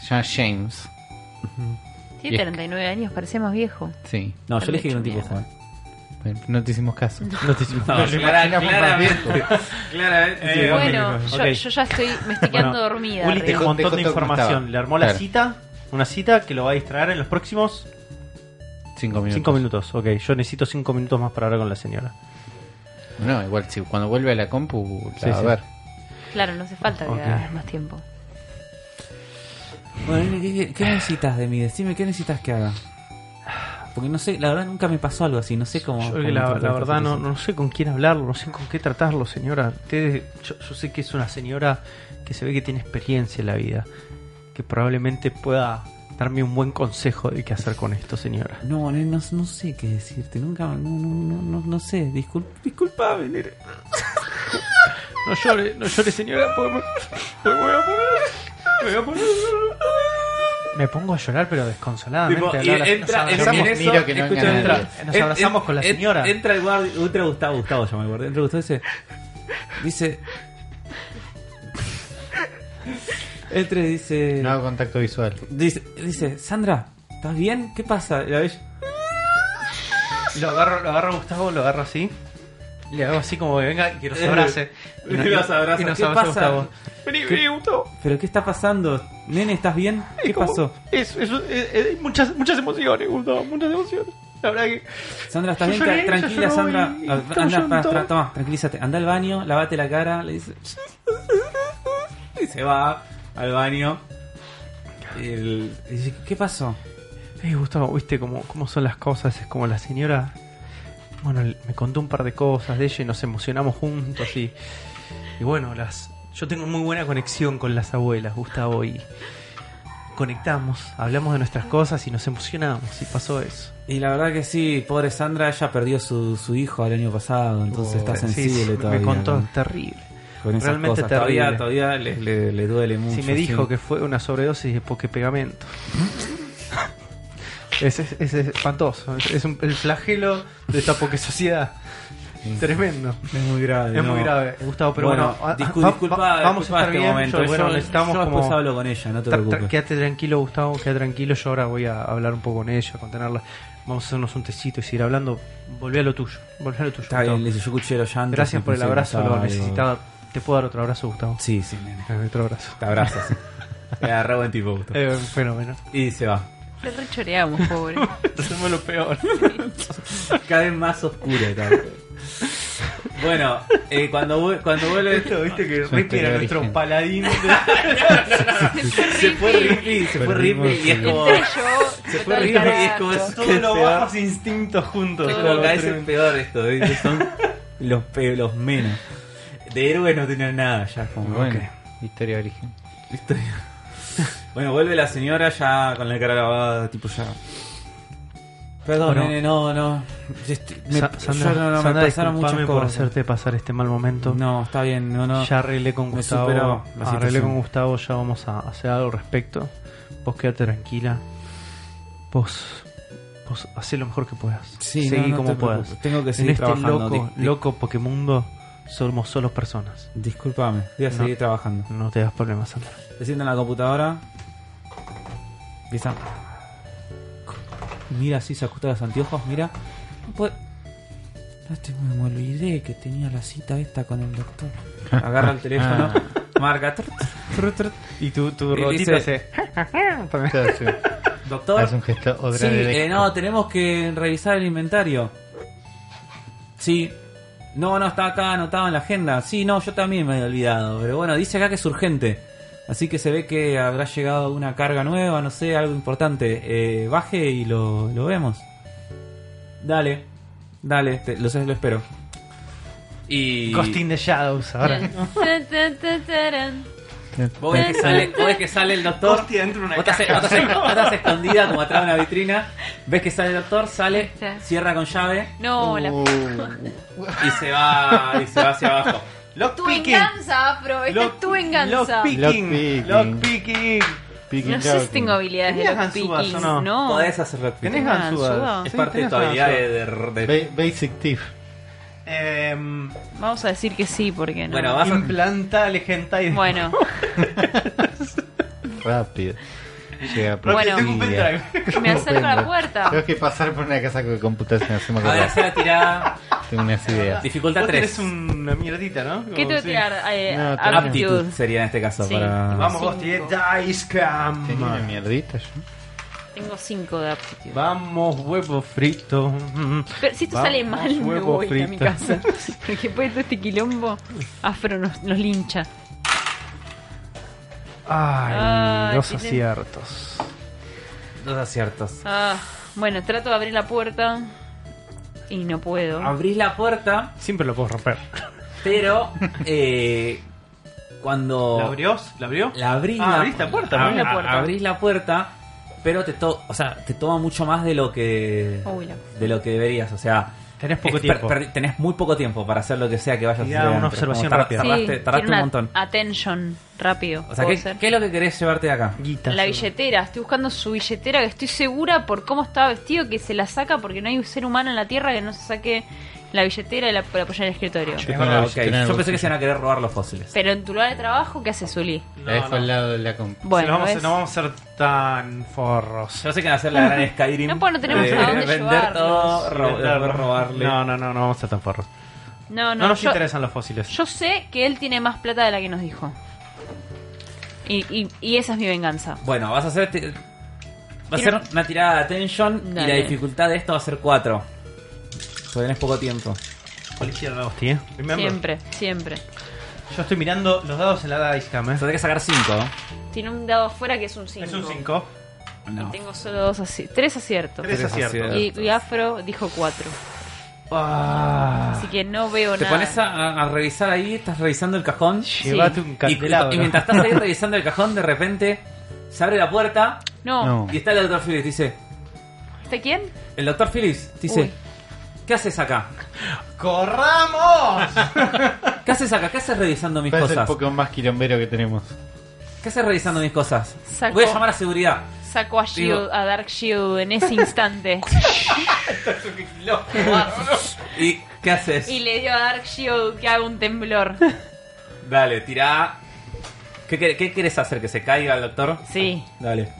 Speaker 4: Se llama James.
Speaker 3: Tiene 39 años, parecía más viejo.
Speaker 4: Sí.
Speaker 2: No, yo le dije que era un tipo
Speaker 3: Mierda.
Speaker 2: joven.
Speaker 4: Bueno, no te hicimos caso.
Speaker 1: No te hicimos.
Speaker 2: No,
Speaker 4: Nos lo
Speaker 2: clara-
Speaker 4: imaginamos más
Speaker 2: claramente.
Speaker 4: viejo.
Speaker 2: claramente.
Speaker 1: Sí,
Speaker 2: Eh,
Speaker 1: bueno.
Speaker 3: Bueno,
Speaker 1: ok,
Speaker 3: yo,
Speaker 1: ok.
Speaker 3: yo ya estoy, me estoy quedando
Speaker 1: Bueno,
Speaker 3: dormida.
Speaker 1: Uli
Speaker 3: Rigo.
Speaker 1: dejó un montón de
Speaker 4: dejó todo como
Speaker 1: información.
Speaker 4: estaba.
Speaker 1: Le armó la
Speaker 4: Claro.
Speaker 1: cita, una cita que lo va a distraer en los próximos
Speaker 4: 5 minutos.
Speaker 1: 5 minutos. Ok, yo necesito 5 minutos más para hablar con la señora.
Speaker 4: No, igual si cuando vuelve a la compu la
Speaker 1: Sí,
Speaker 4: va a
Speaker 1: sí.
Speaker 4: ver.
Speaker 3: Claro, no hace falta que
Speaker 1: Ok.
Speaker 3: hagas más tiempo.
Speaker 2: Bueno, ¿qué, qué- qué necesitas de mí? Decime, ¿qué necesitas que haga? Porque no sé, la verdad nunca me pasó algo así, no sé cómo.
Speaker 1: Yo
Speaker 2: cómo
Speaker 1: que la,
Speaker 2: tratar
Speaker 1: la
Speaker 2: esta
Speaker 1: verdad no,
Speaker 2: situación.
Speaker 1: no sé con quién hablarlo, no sé con qué tratarlo, señora. Usted, yo, yo sé que es una señora que se ve que tiene experiencia en la vida, que probablemente pueda darme un buen consejo de qué hacer con esto, señora.
Speaker 2: No, nene, no, no sé qué decirte, nunca, no, no, no, no, no sé, discul- disculpame, nene.
Speaker 1: No llore, no llore, señora, porque me, porque me voy a poner. Me voy a poner. Me pongo a llorar, pero desconsoladamente.
Speaker 2: Tipo,
Speaker 1: a
Speaker 2: y
Speaker 1: la hora-
Speaker 2: entra,
Speaker 1: nos
Speaker 2: en-
Speaker 1: abrazamos.
Speaker 2: en eso,
Speaker 4: Miro que no
Speaker 2: escucha,
Speaker 4: venga nadie.
Speaker 2: entra-
Speaker 1: Nos
Speaker 2: en-
Speaker 1: abrazamos
Speaker 2: en-
Speaker 1: con la
Speaker 2: en-
Speaker 1: señora.
Speaker 2: Entra el guardia, ultra Gustavo, Gustavo llama el guardia, entra Gustavo dice, dice, entra y dice,
Speaker 4: No hago contacto visual.
Speaker 2: dice, dice, Sandra, ¿estás bien? ¿Qué pasa? Y la ves-
Speaker 1: Lo agarro, lo agarro a Gustavo, lo agarro así. Le hago así como que venga y que nos
Speaker 2: Eh,
Speaker 1: abrace.
Speaker 2: y los abraza.
Speaker 1: Y nos
Speaker 2: ¿Qué
Speaker 1: abraza
Speaker 2: pasa?
Speaker 1: Gustavo.
Speaker 2: ¿Qué- ¿Pero qué está pasando? Nene, ¿estás bien? ¿Qué pasó?
Speaker 1: muchas, muchas emociones, Gustavo, muchas emociones. La verdad que.
Speaker 2: Sandra, ¿estás
Speaker 1: Yo
Speaker 2: bien?
Speaker 1: lloré,
Speaker 2: Tra- Tranquila,
Speaker 1: yo lloré
Speaker 2: Sandra.
Speaker 1: y- y
Speaker 2: Ah,
Speaker 1: estaba
Speaker 2: Anda,
Speaker 1: llorando todo.
Speaker 2: para, toma, tranquilízate. Anda al baño, lavate la cara, le dice. Y se va al baño. Y el- y dice, ¿qué pasó?
Speaker 1: Ey, Gustavo, viste cómo, cómo son las cosas. Es como la señora. Bueno, l- me contó un par de cosas de ella y nos emocionamos juntos. Y, y bueno, las, yo tengo muy buena conexión con las abuelas, Gustavo. Y conectamos, hablamos de nuestras cosas y nos emocionamos. Y pasó eso.
Speaker 2: Y la verdad que sí, pobre Sandra, ella perdió su, su hijo el año pasado, entonces está
Speaker 1: Sí,
Speaker 2: sensible
Speaker 1: sí,
Speaker 2: todavía.
Speaker 1: Me contó,
Speaker 2: ¿no?
Speaker 1: terrible.
Speaker 2: con esas
Speaker 1: Realmente
Speaker 2: cosas. Todavía,
Speaker 1: terrible.
Speaker 2: todavía les, les- les duele mucho.
Speaker 1: Si me dijo
Speaker 2: sí.
Speaker 1: que fue una sobredosis de pokepegamento. es, es, es espantoso. Es, es un- el flagelo de esta pokesociedad. Tremendo.
Speaker 2: es muy grave.
Speaker 1: Es
Speaker 2: no.
Speaker 1: muy grave, Gustavo, pero bueno,
Speaker 2: bueno,
Speaker 1: ah,
Speaker 2: discu-
Speaker 1: va- va-
Speaker 2: disculpa,
Speaker 1: vamos
Speaker 2: disculpa
Speaker 1: a estar
Speaker 2: este
Speaker 1: bien.
Speaker 2: momento.
Speaker 1: yo- bueno,
Speaker 2: yo,
Speaker 1: necesitamos
Speaker 2: yo después
Speaker 1: como-
Speaker 2: hablo con ella, no te
Speaker 1: Tra- tra-
Speaker 2: preocupes.
Speaker 1: Quédate tranquilo, Gustavo, quédate tranquilo. Yo ahora voy a hablar un poco con ella, con tenerla. Vamos a hacernos un tecito y seguir hablando. Volvé a lo tuyo. Volvé a lo tuyo.
Speaker 2: Está
Speaker 1: Gustavo.
Speaker 2: bien, Lizzy, yo escuché los llantos.
Speaker 1: Gracias
Speaker 2: me
Speaker 1: por el
Speaker 2: puse
Speaker 1: abrazo, lo
Speaker 2: gustavo,
Speaker 1: necesitaba. ¿Te puedo dar otro abrazo, Gustavo?
Speaker 2: digo, Sí, sí, nene.
Speaker 1: Eh, Otro abrazo.
Speaker 2: Te abrazo, sí. Era re buen tipo, Gustavo.
Speaker 1: Eh, un fenómeno.
Speaker 2: Y se va.
Speaker 3: Te rechoreamos, pobre.
Speaker 1: Hacemos lo peor.
Speaker 2: Cada vez más oscuro. está. Bueno, eh, cuando, vu- cuando vuelve...
Speaker 1: Esto, viste que
Speaker 4: Rippy
Speaker 1: Rippy
Speaker 4: era
Speaker 1: era
Speaker 4: origen.
Speaker 1: nuestro paladín. de-
Speaker 2: Se fue Rippy, se fue
Speaker 4: Perdimos
Speaker 2: Rippy y es
Speaker 4: el-
Speaker 2: como...
Speaker 3: Se
Speaker 2: Se fue Rippy y es como... es que
Speaker 1: Todos los
Speaker 2: se va.
Speaker 1: bajos instintos juntos.
Speaker 2: Es
Speaker 1: Todo
Speaker 2: como
Speaker 1: lo
Speaker 2: cada vez es
Speaker 1: tremendo.
Speaker 2: peor esto, ¿viste? son los, pe- los menos. De héroes no tenían nada ya, como
Speaker 4: Bueno,
Speaker 2: ok.
Speaker 4: historia de origen.
Speaker 2: Historia. Bueno, vuelve la señora ya con la cara lavada, tipo ya. Perdón,
Speaker 1: Bueno.
Speaker 2: nene, no, no. Yo estoy- me-
Speaker 1: Sa- Sandra,
Speaker 2: yo no, no, me
Speaker 1: Sandra,
Speaker 2: pasaron muchas
Speaker 1: disculpame
Speaker 2: cosas.
Speaker 1: por hacerte pasar este mal momento.
Speaker 2: No, está bien, no, no.
Speaker 1: Ya arreglé con
Speaker 2: Me
Speaker 1: Gustavo.
Speaker 2: superó la
Speaker 1: Arreglé
Speaker 2: situación.
Speaker 1: con Gustavo, ya vamos a hacer algo al respecto. Vos quédate tranquila. Vos, vos hacé lo mejor que puedas.
Speaker 2: Sí, no,
Speaker 1: Seguí
Speaker 2: no
Speaker 1: como
Speaker 2: te
Speaker 1: puedas.
Speaker 2: preocupes. Tengo que
Speaker 1: En
Speaker 2: seguir
Speaker 1: este
Speaker 2: trabajando.
Speaker 1: loco,
Speaker 2: Di- di-
Speaker 1: loco Pokémundo somos solo personas.
Speaker 2: Disculpame, voy a
Speaker 1: No.
Speaker 2: seguir trabajando.
Speaker 1: No te das problemas, Sandra.
Speaker 2: Se sienta en la computadora. Empieza. Mira así, se ajusta los anteojos, mira. No puede- No te- me olvidé que tenía la cita esta con el doctor. Agarra el teléfono, marca. tr, tr, tr, tr.
Speaker 1: Y tu, tu
Speaker 2: Y
Speaker 1: robotito
Speaker 2: dice-
Speaker 1: hace-
Speaker 4: Claro, sí.
Speaker 1: Ah,
Speaker 2: Doctor.
Speaker 4: Hace un gesto otra
Speaker 2: Sí,
Speaker 4: vez.
Speaker 2: eh, no, tenemos que revisar el inventario. Sí. No, no, está acá anotado en la agenda. Sí, no, yo también me había olvidado. Pero bueno, dice acá que es urgente. Así que se ve que habrá llegado una carga nueva, no sé, algo importante. Eh, baje y lo, lo vemos. Dale, dale, te- lo, sé, lo espero. Y.
Speaker 1: Ghost in the Shadows ahora.
Speaker 2: Vos ves que sale, vos ves que sale el doctor.
Speaker 1: Hostia, entra una
Speaker 2: Vos estás, vos estás- vos estás escondida como atrás de una vitrina. Ves que sale el doctor, sale,
Speaker 3: Sí.
Speaker 2: cierra con llave.
Speaker 3: No, la
Speaker 4: Uh,
Speaker 2: y se va y se va hacia abajo.
Speaker 1: Lock
Speaker 3: Tu venganza, Afro. Esta
Speaker 1: Lock-
Speaker 3: es tu venganza.
Speaker 1: Lock
Speaker 4: Lockpicking.
Speaker 1: picking. Lock picking.
Speaker 4: Piki
Speaker 3: No sé
Speaker 4: Loki.
Speaker 3: si tengo habilidades de
Speaker 1: ¿Tenías
Speaker 3: los
Speaker 1: ganzúas
Speaker 3: piquis.
Speaker 1: o no?
Speaker 3: No.
Speaker 2: Podés hacerlo.
Speaker 1: ¿Tenés
Speaker 3: Ah,
Speaker 1: ganzúas?
Speaker 3: ganzúas.
Speaker 2: Es
Speaker 1: Sí,
Speaker 2: parte de
Speaker 1: tenés
Speaker 2: tu habilidad
Speaker 1: ganzúas.
Speaker 2: de, de- de-
Speaker 4: Ba- Basic Thief.
Speaker 1: Em,
Speaker 3: Vamos a decir que sí, porque no.
Speaker 2: Bueno, vas a-
Speaker 1: Implanta el hentai.
Speaker 3: Bueno,
Speaker 4: Rápido. Llega
Speaker 1: Rápido,
Speaker 3: Bueno.
Speaker 1: tengo un pendrive.
Speaker 3: me acerco a la
Speaker 4: Tengo
Speaker 3: puerta.
Speaker 4: que pasar por una casa con computación. Se me
Speaker 2: A ver,
Speaker 4: acordó.
Speaker 2: hacer la tirada.
Speaker 4: Tengo unas ideas.
Speaker 2: Dificultad
Speaker 1: Vos tenés
Speaker 2: 3.
Speaker 1: una mierdita, ¿no?
Speaker 3: ¿Qué tengo que
Speaker 1: Sí.
Speaker 3: tirar? Eh,
Speaker 4: No, tenés
Speaker 2: Aptitud
Speaker 3: aptitud.
Speaker 2: sería en este caso
Speaker 3: Sí.
Speaker 2: para.
Speaker 1: Vamos,
Speaker 3: Cinco.
Speaker 1: Gosti, eh, Dice Cam.
Speaker 4: Tenía una mierdita yo.
Speaker 3: Tengo 5 de aptitud.
Speaker 1: Vamos, huevo frito. Mm.
Speaker 3: Pero si esto
Speaker 1: Vamos,
Speaker 3: sale mal, me
Speaker 1: huevo
Speaker 3: voy a mi
Speaker 1: frito.
Speaker 3: casa. Porque después de todo este quilombo, Afro nos, nos lincha.
Speaker 1: Ay,
Speaker 3: Ay,
Speaker 1: los
Speaker 3: tiene-
Speaker 1: aciertos.
Speaker 2: Dos aciertos.
Speaker 3: Ah, bueno, trato de abrir la puerta y no puedo.
Speaker 2: Abrís la puerta,
Speaker 1: Siempre lo puedo romper.
Speaker 2: pero eh, cuando
Speaker 1: ¿La abrió? ¿La abrió?
Speaker 2: Oh. La abrís
Speaker 1: Ah,
Speaker 2: la,
Speaker 1: abrís la puerta, abrís
Speaker 2: ab-
Speaker 3: la puerta.
Speaker 2: abrís la puerta, pero te to- o sea, te toma mucho más de lo que
Speaker 3: Uy, la-
Speaker 2: de lo que deberías, o sea,
Speaker 1: Tenés poco
Speaker 2: es-
Speaker 1: tiempo.
Speaker 2: per- per- tenés muy poco tiempo para hacer lo que sea que vayas
Speaker 1: Y da
Speaker 2: a hacer.
Speaker 1: una
Speaker 2: adentro.
Speaker 1: observación
Speaker 2: Como tar-
Speaker 1: rápida.
Speaker 2: Tardaste,
Speaker 3: Sí,
Speaker 2: tardaste
Speaker 3: quiero
Speaker 2: un
Speaker 3: una
Speaker 2: montón.
Speaker 3: Attention, rápido.
Speaker 2: O sea,
Speaker 3: ¿Puedo
Speaker 2: ¿qué,
Speaker 3: ser?
Speaker 2: qué es lo que querés llevarte de acá?
Speaker 1: Guita.
Speaker 3: La billetera, estoy buscando su billetera que estoy segura por cómo estaba vestido que se la saca porque no hay un ser humano en la tierra que no se saque la billetera y la para apoyar el escritorio.
Speaker 4: Yo
Speaker 2: Es
Speaker 4: tengo
Speaker 2: verdad,
Speaker 4: la
Speaker 2: ok.
Speaker 4: billetera en el
Speaker 2: Yo pensé que
Speaker 4: bolsillo.
Speaker 2: se iban a querer robar los fósiles.
Speaker 3: Pero en tu lugar de trabajo, ¿qué hace Zully?
Speaker 1: No,
Speaker 4: La dejo
Speaker 1: no.
Speaker 4: al lado de la compu.
Speaker 1: Se lo
Speaker 3: Bueno,
Speaker 1: vamos,
Speaker 3: ¿ves?
Speaker 1: no vamos a ser tan forros.
Speaker 2: Yo sé que van a hacer la gran Skyrim.
Speaker 3: No, pues no tenemos
Speaker 2: de
Speaker 3: a dónde
Speaker 2: Vender
Speaker 3: llevarlos.
Speaker 2: todo, ro- después robarle.
Speaker 1: No, no, no, no vamos a ser tan forros.
Speaker 3: no, no,
Speaker 1: No nos
Speaker 3: yo,
Speaker 1: interesan los fósiles.
Speaker 3: yo sé que él tiene más plata de la que nos dijo. Y, y- y esa es mi venganza.
Speaker 2: Bueno, vas a hacer. te- Va a ser
Speaker 3: Quiero-
Speaker 2: una tirada de attention y la
Speaker 3: Dale.
Speaker 2: dificultad de esto va a ser 4. Porque tenés poco tiempo.
Speaker 1: Por la izquierda, Gosti, eh. Remember.
Speaker 3: Siempre, siempre.
Speaker 1: Yo estoy mirando los dados en la Dice Cam, eh.
Speaker 2: O sea, tenés que sacar 5.
Speaker 3: Tiene un dado afuera que es un 5.
Speaker 1: Es un 5.
Speaker 3: Y tengo solo dos así, tres aciertos.
Speaker 1: Tres aciertos.
Speaker 3: Y, y Afro dijo cuatro.
Speaker 1: Ah,
Speaker 3: Así que no veo
Speaker 2: Te
Speaker 3: nada.
Speaker 2: pones a, a revisar ahí, estás revisando el cajón. Y,
Speaker 1: Llévate un candelabro.
Speaker 2: y mientras estás ahí revisando el cajón, de repente se abre la puerta
Speaker 3: No.
Speaker 4: No.
Speaker 2: y está el doctor Phillips. Dice:
Speaker 3: ¿Está quién?
Speaker 2: El doctor Phillips dice:
Speaker 3: Uy.
Speaker 2: ¿Qué haces acá?
Speaker 1: ¡Corramos!
Speaker 2: ¿Qué ¿Qué haces acá? ¿Qué haces revisando mis
Speaker 4: ¿Cuál es el
Speaker 2: cosas?
Speaker 4: Pokémon más quilombero que tenemos?
Speaker 2: ¿Qué haces revisando mis cosas?
Speaker 3: Sacó.
Speaker 2: Voy a llamar a seguridad.
Speaker 3: Sacó a
Speaker 2: Digo-
Speaker 3: Shield, a Dark Shield en ese instante.
Speaker 2: ¿Y qué haces?
Speaker 3: y le dio a Dark Shield que haga un temblor.
Speaker 2: Dale, tirá. ¿Qué, quer- qué querés hacer? ¿Que se caiga el doctor?
Speaker 3: Sí.
Speaker 2: Dale.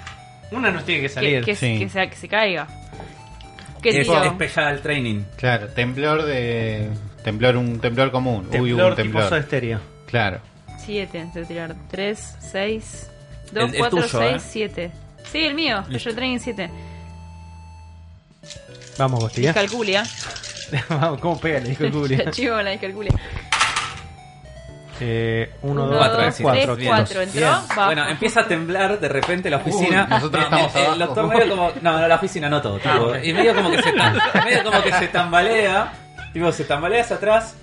Speaker 1: Una nos tiene que
Speaker 3: Que,
Speaker 1: salir.
Speaker 3: que,
Speaker 4: sí.
Speaker 3: que, se, que se caiga. Que
Speaker 2: Es,
Speaker 3: digo,
Speaker 2: es special training.
Speaker 4: Claro, temblor de. Temblor, un temblor común. Uy, hubo
Speaker 1: Temblor
Speaker 4: un
Speaker 1: tipo Soda
Speaker 4: temblor.
Speaker 1: Stereo.
Speaker 4: Claro.
Speaker 3: Siete, tengo que tirar. 3, 6,
Speaker 2: El-
Speaker 3: 2,
Speaker 2: el
Speaker 3: 4,
Speaker 2: tuyo,
Speaker 3: 6,
Speaker 2: ¿eh?
Speaker 3: 7. Sí, el mío. Yo training 7.
Speaker 1: Vamos, Costilla.
Speaker 3: Discalculia.
Speaker 1: Vamos, ¿cómo pega? Le dijo el Cubri.
Speaker 3: La ¿eh? chivo la discalculia.
Speaker 1: Eh,
Speaker 3: Uno,
Speaker 1: uno, dos,
Speaker 2: cuatro,
Speaker 1: tres, cuatro.
Speaker 2: decimos.
Speaker 3: dos, tres,
Speaker 1: bien.
Speaker 3: cuatro. Entró.
Speaker 1: Bien.
Speaker 3: Bajo.
Speaker 2: Bueno, empieza a temblar de repente la oficina.
Speaker 4: Uy, nosotros
Speaker 2: Eh,
Speaker 4: estamos
Speaker 2: eh,
Speaker 4: abajo. Ah,
Speaker 2: El doctor medio como. No, no, la oficina no todo. tipo, y medio como que se tam- medio como que se tambalea. Tipo, se tambalea hacia atrás,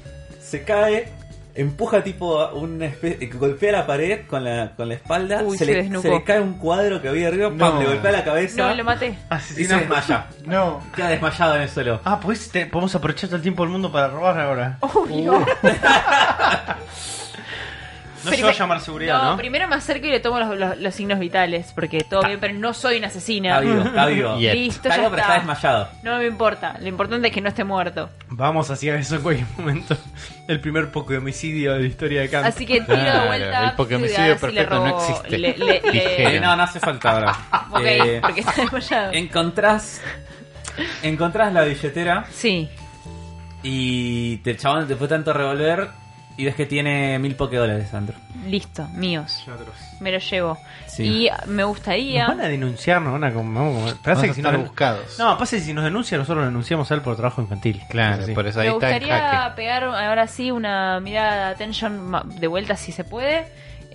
Speaker 2: se cae, empuja tipo a una especie. golpea la pared con la, con la espalda.
Speaker 3: Uy,
Speaker 2: se,
Speaker 3: se
Speaker 2: le,
Speaker 3: desnucó.
Speaker 2: se le cae un cuadro que había arriba,
Speaker 4: No. Ah,
Speaker 2: pam, le golpea la cabeza
Speaker 3: no, lo maté.
Speaker 2: y se desmaya.
Speaker 4: No.
Speaker 2: Queda desmayado en el suelo.
Speaker 1: Ah, pues te- podemos aprovechar todo el tiempo del mundo para robar ahora.
Speaker 3: Oh, Obvio.
Speaker 1: No se
Speaker 3: Primer-
Speaker 1: va a llamar seguridad, ¿no?
Speaker 3: primero me acerco y le tomo los, los- los signos vitales. Porque todo bien, pero no soy una asesina.
Speaker 2: Está vivo, está vivo.
Speaker 4: Yet.
Speaker 2: Está
Speaker 3: Listo, ya
Speaker 2: vivo, pero está
Speaker 3: está.
Speaker 2: desmayado.
Speaker 3: No me importa. Lo importante es que no esté muerto.
Speaker 1: Vamos hacia eso en cualquier momento. El primer poco de homicidio de la historia de Kant.
Speaker 3: Así que tiro
Speaker 4: Claro,
Speaker 3: de vuelta.
Speaker 4: el Pokémon-cidio
Speaker 3: ciudad, si le
Speaker 4: perfecto no
Speaker 3: robo-
Speaker 4: existe.
Speaker 3: le- le- le-
Speaker 4: Dije.
Speaker 2: Eh, no, no hace falta ahora.
Speaker 3: Ok,
Speaker 2: Eh,
Speaker 3: porque está desmayado.
Speaker 2: encontrás, encontrás la billetera
Speaker 3: Sí.
Speaker 2: y te, el chabón te fue tanto revolver y ves que tiene mil dólares Sandro.
Speaker 3: Listo, míos. Me lo llevo.
Speaker 2: Sí.
Speaker 3: Y me gustaría.
Speaker 1: Nos van a denunciar, nos van a. com- Vamos, a-
Speaker 4: Vamos
Speaker 1: pasa
Speaker 4: a
Speaker 1: que si nos
Speaker 4: estar buscados.
Speaker 1: No, pasa que si nos denuncia, nosotros lo denunciamos a él por trabajo infantil.
Speaker 4: Claro,
Speaker 1: Así.
Speaker 4: por eso ahí
Speaker 3: Me
Speaker 4: está el
Speaker 3: gustaría
Speaker 4: jaque.
Speaker 3: pegar ahora sí una mirada de attention ma- de vuelta si se puede.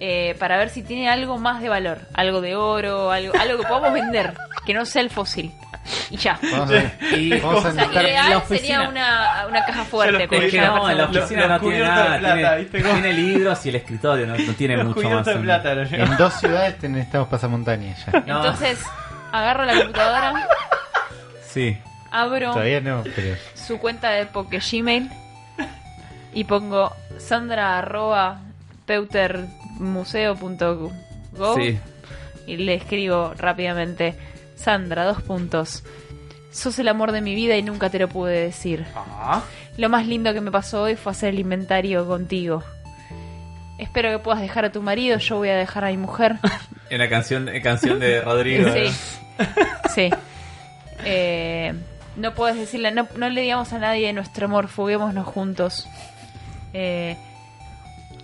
Speaker 3: eh, para ver si tiene algo más de valor. Algo de oro, algo, algo que podamos vender. Que no sea el fósil. Y ya.
Speaker 4: Vamos a, y vamos a
Speaker 3: O sea,
Speaker 4: anotar-
Speaker 2: en la
Speaker 3: ideal
Speaker 2: oficina.
Speaker 3: sería una, una caja fuerte.
Speaker 1: los
Speaker 3: pero
Speaker 2: Es
Speaker 1: cubrí,
Speaker 2: que
Speaker 3: ya
Speaker 1: ya
Speaker 2: no, en la
Speaker 1: pasamos.
Speaker 2: oficina
Speaker 1: Los-
Speaker 2: no
Speaker 1: los
Speaker 2: tiene
Speaker 1: cubiertos de
Speaker 2: nada.
Speaker 1: plata,
Speaker 2: tiene,
Speaker 1: ¿viste cómo?
Speaker 2: tiene libros y el escritorio, no, no tiene
Speaker 1: Los
Speaker 2: mucho
Speaker 1: cubiertos
Speaker 2: más.
Speaker 1: de
Speaker 2: en-
Speaker 1: plata lo llevamos.
Speaker 4: En dos ciudades te necesitamos pasamontañas ya.
Speaker 2: No,
Speaker 3: Entonces, agarro la computadora,
Speaker 2: sí.
Speaker 3: abro
Speaker 4: Todavía no, pero.
Speaker 3: su cuenta de Poké Gmail y pongo sandra arroba
Speaker 1: Oh.
Speaker 3: peutermuseo.gov
Speaker 2: Sí.
Speaker 3: y le escribo rápidamente Sandra, dos puntos. Sos el amor de mi vida y nunca te lo pude decir.
Speaker 2: Ah,
Speaker 3: Lo más lindo que me pasó hoy fue hacer el inventario contigo. Espero que puedas dejar a tu marido, yo voy a dejar a mi mujer.
Speaker 2: en la canción, en canción de Rodrigo.
Speaker 3: Sí. Sí. Eh, no puedes decirle, no, no le digamos a nadie nuestro amor, fuguémonos juntos. Eh,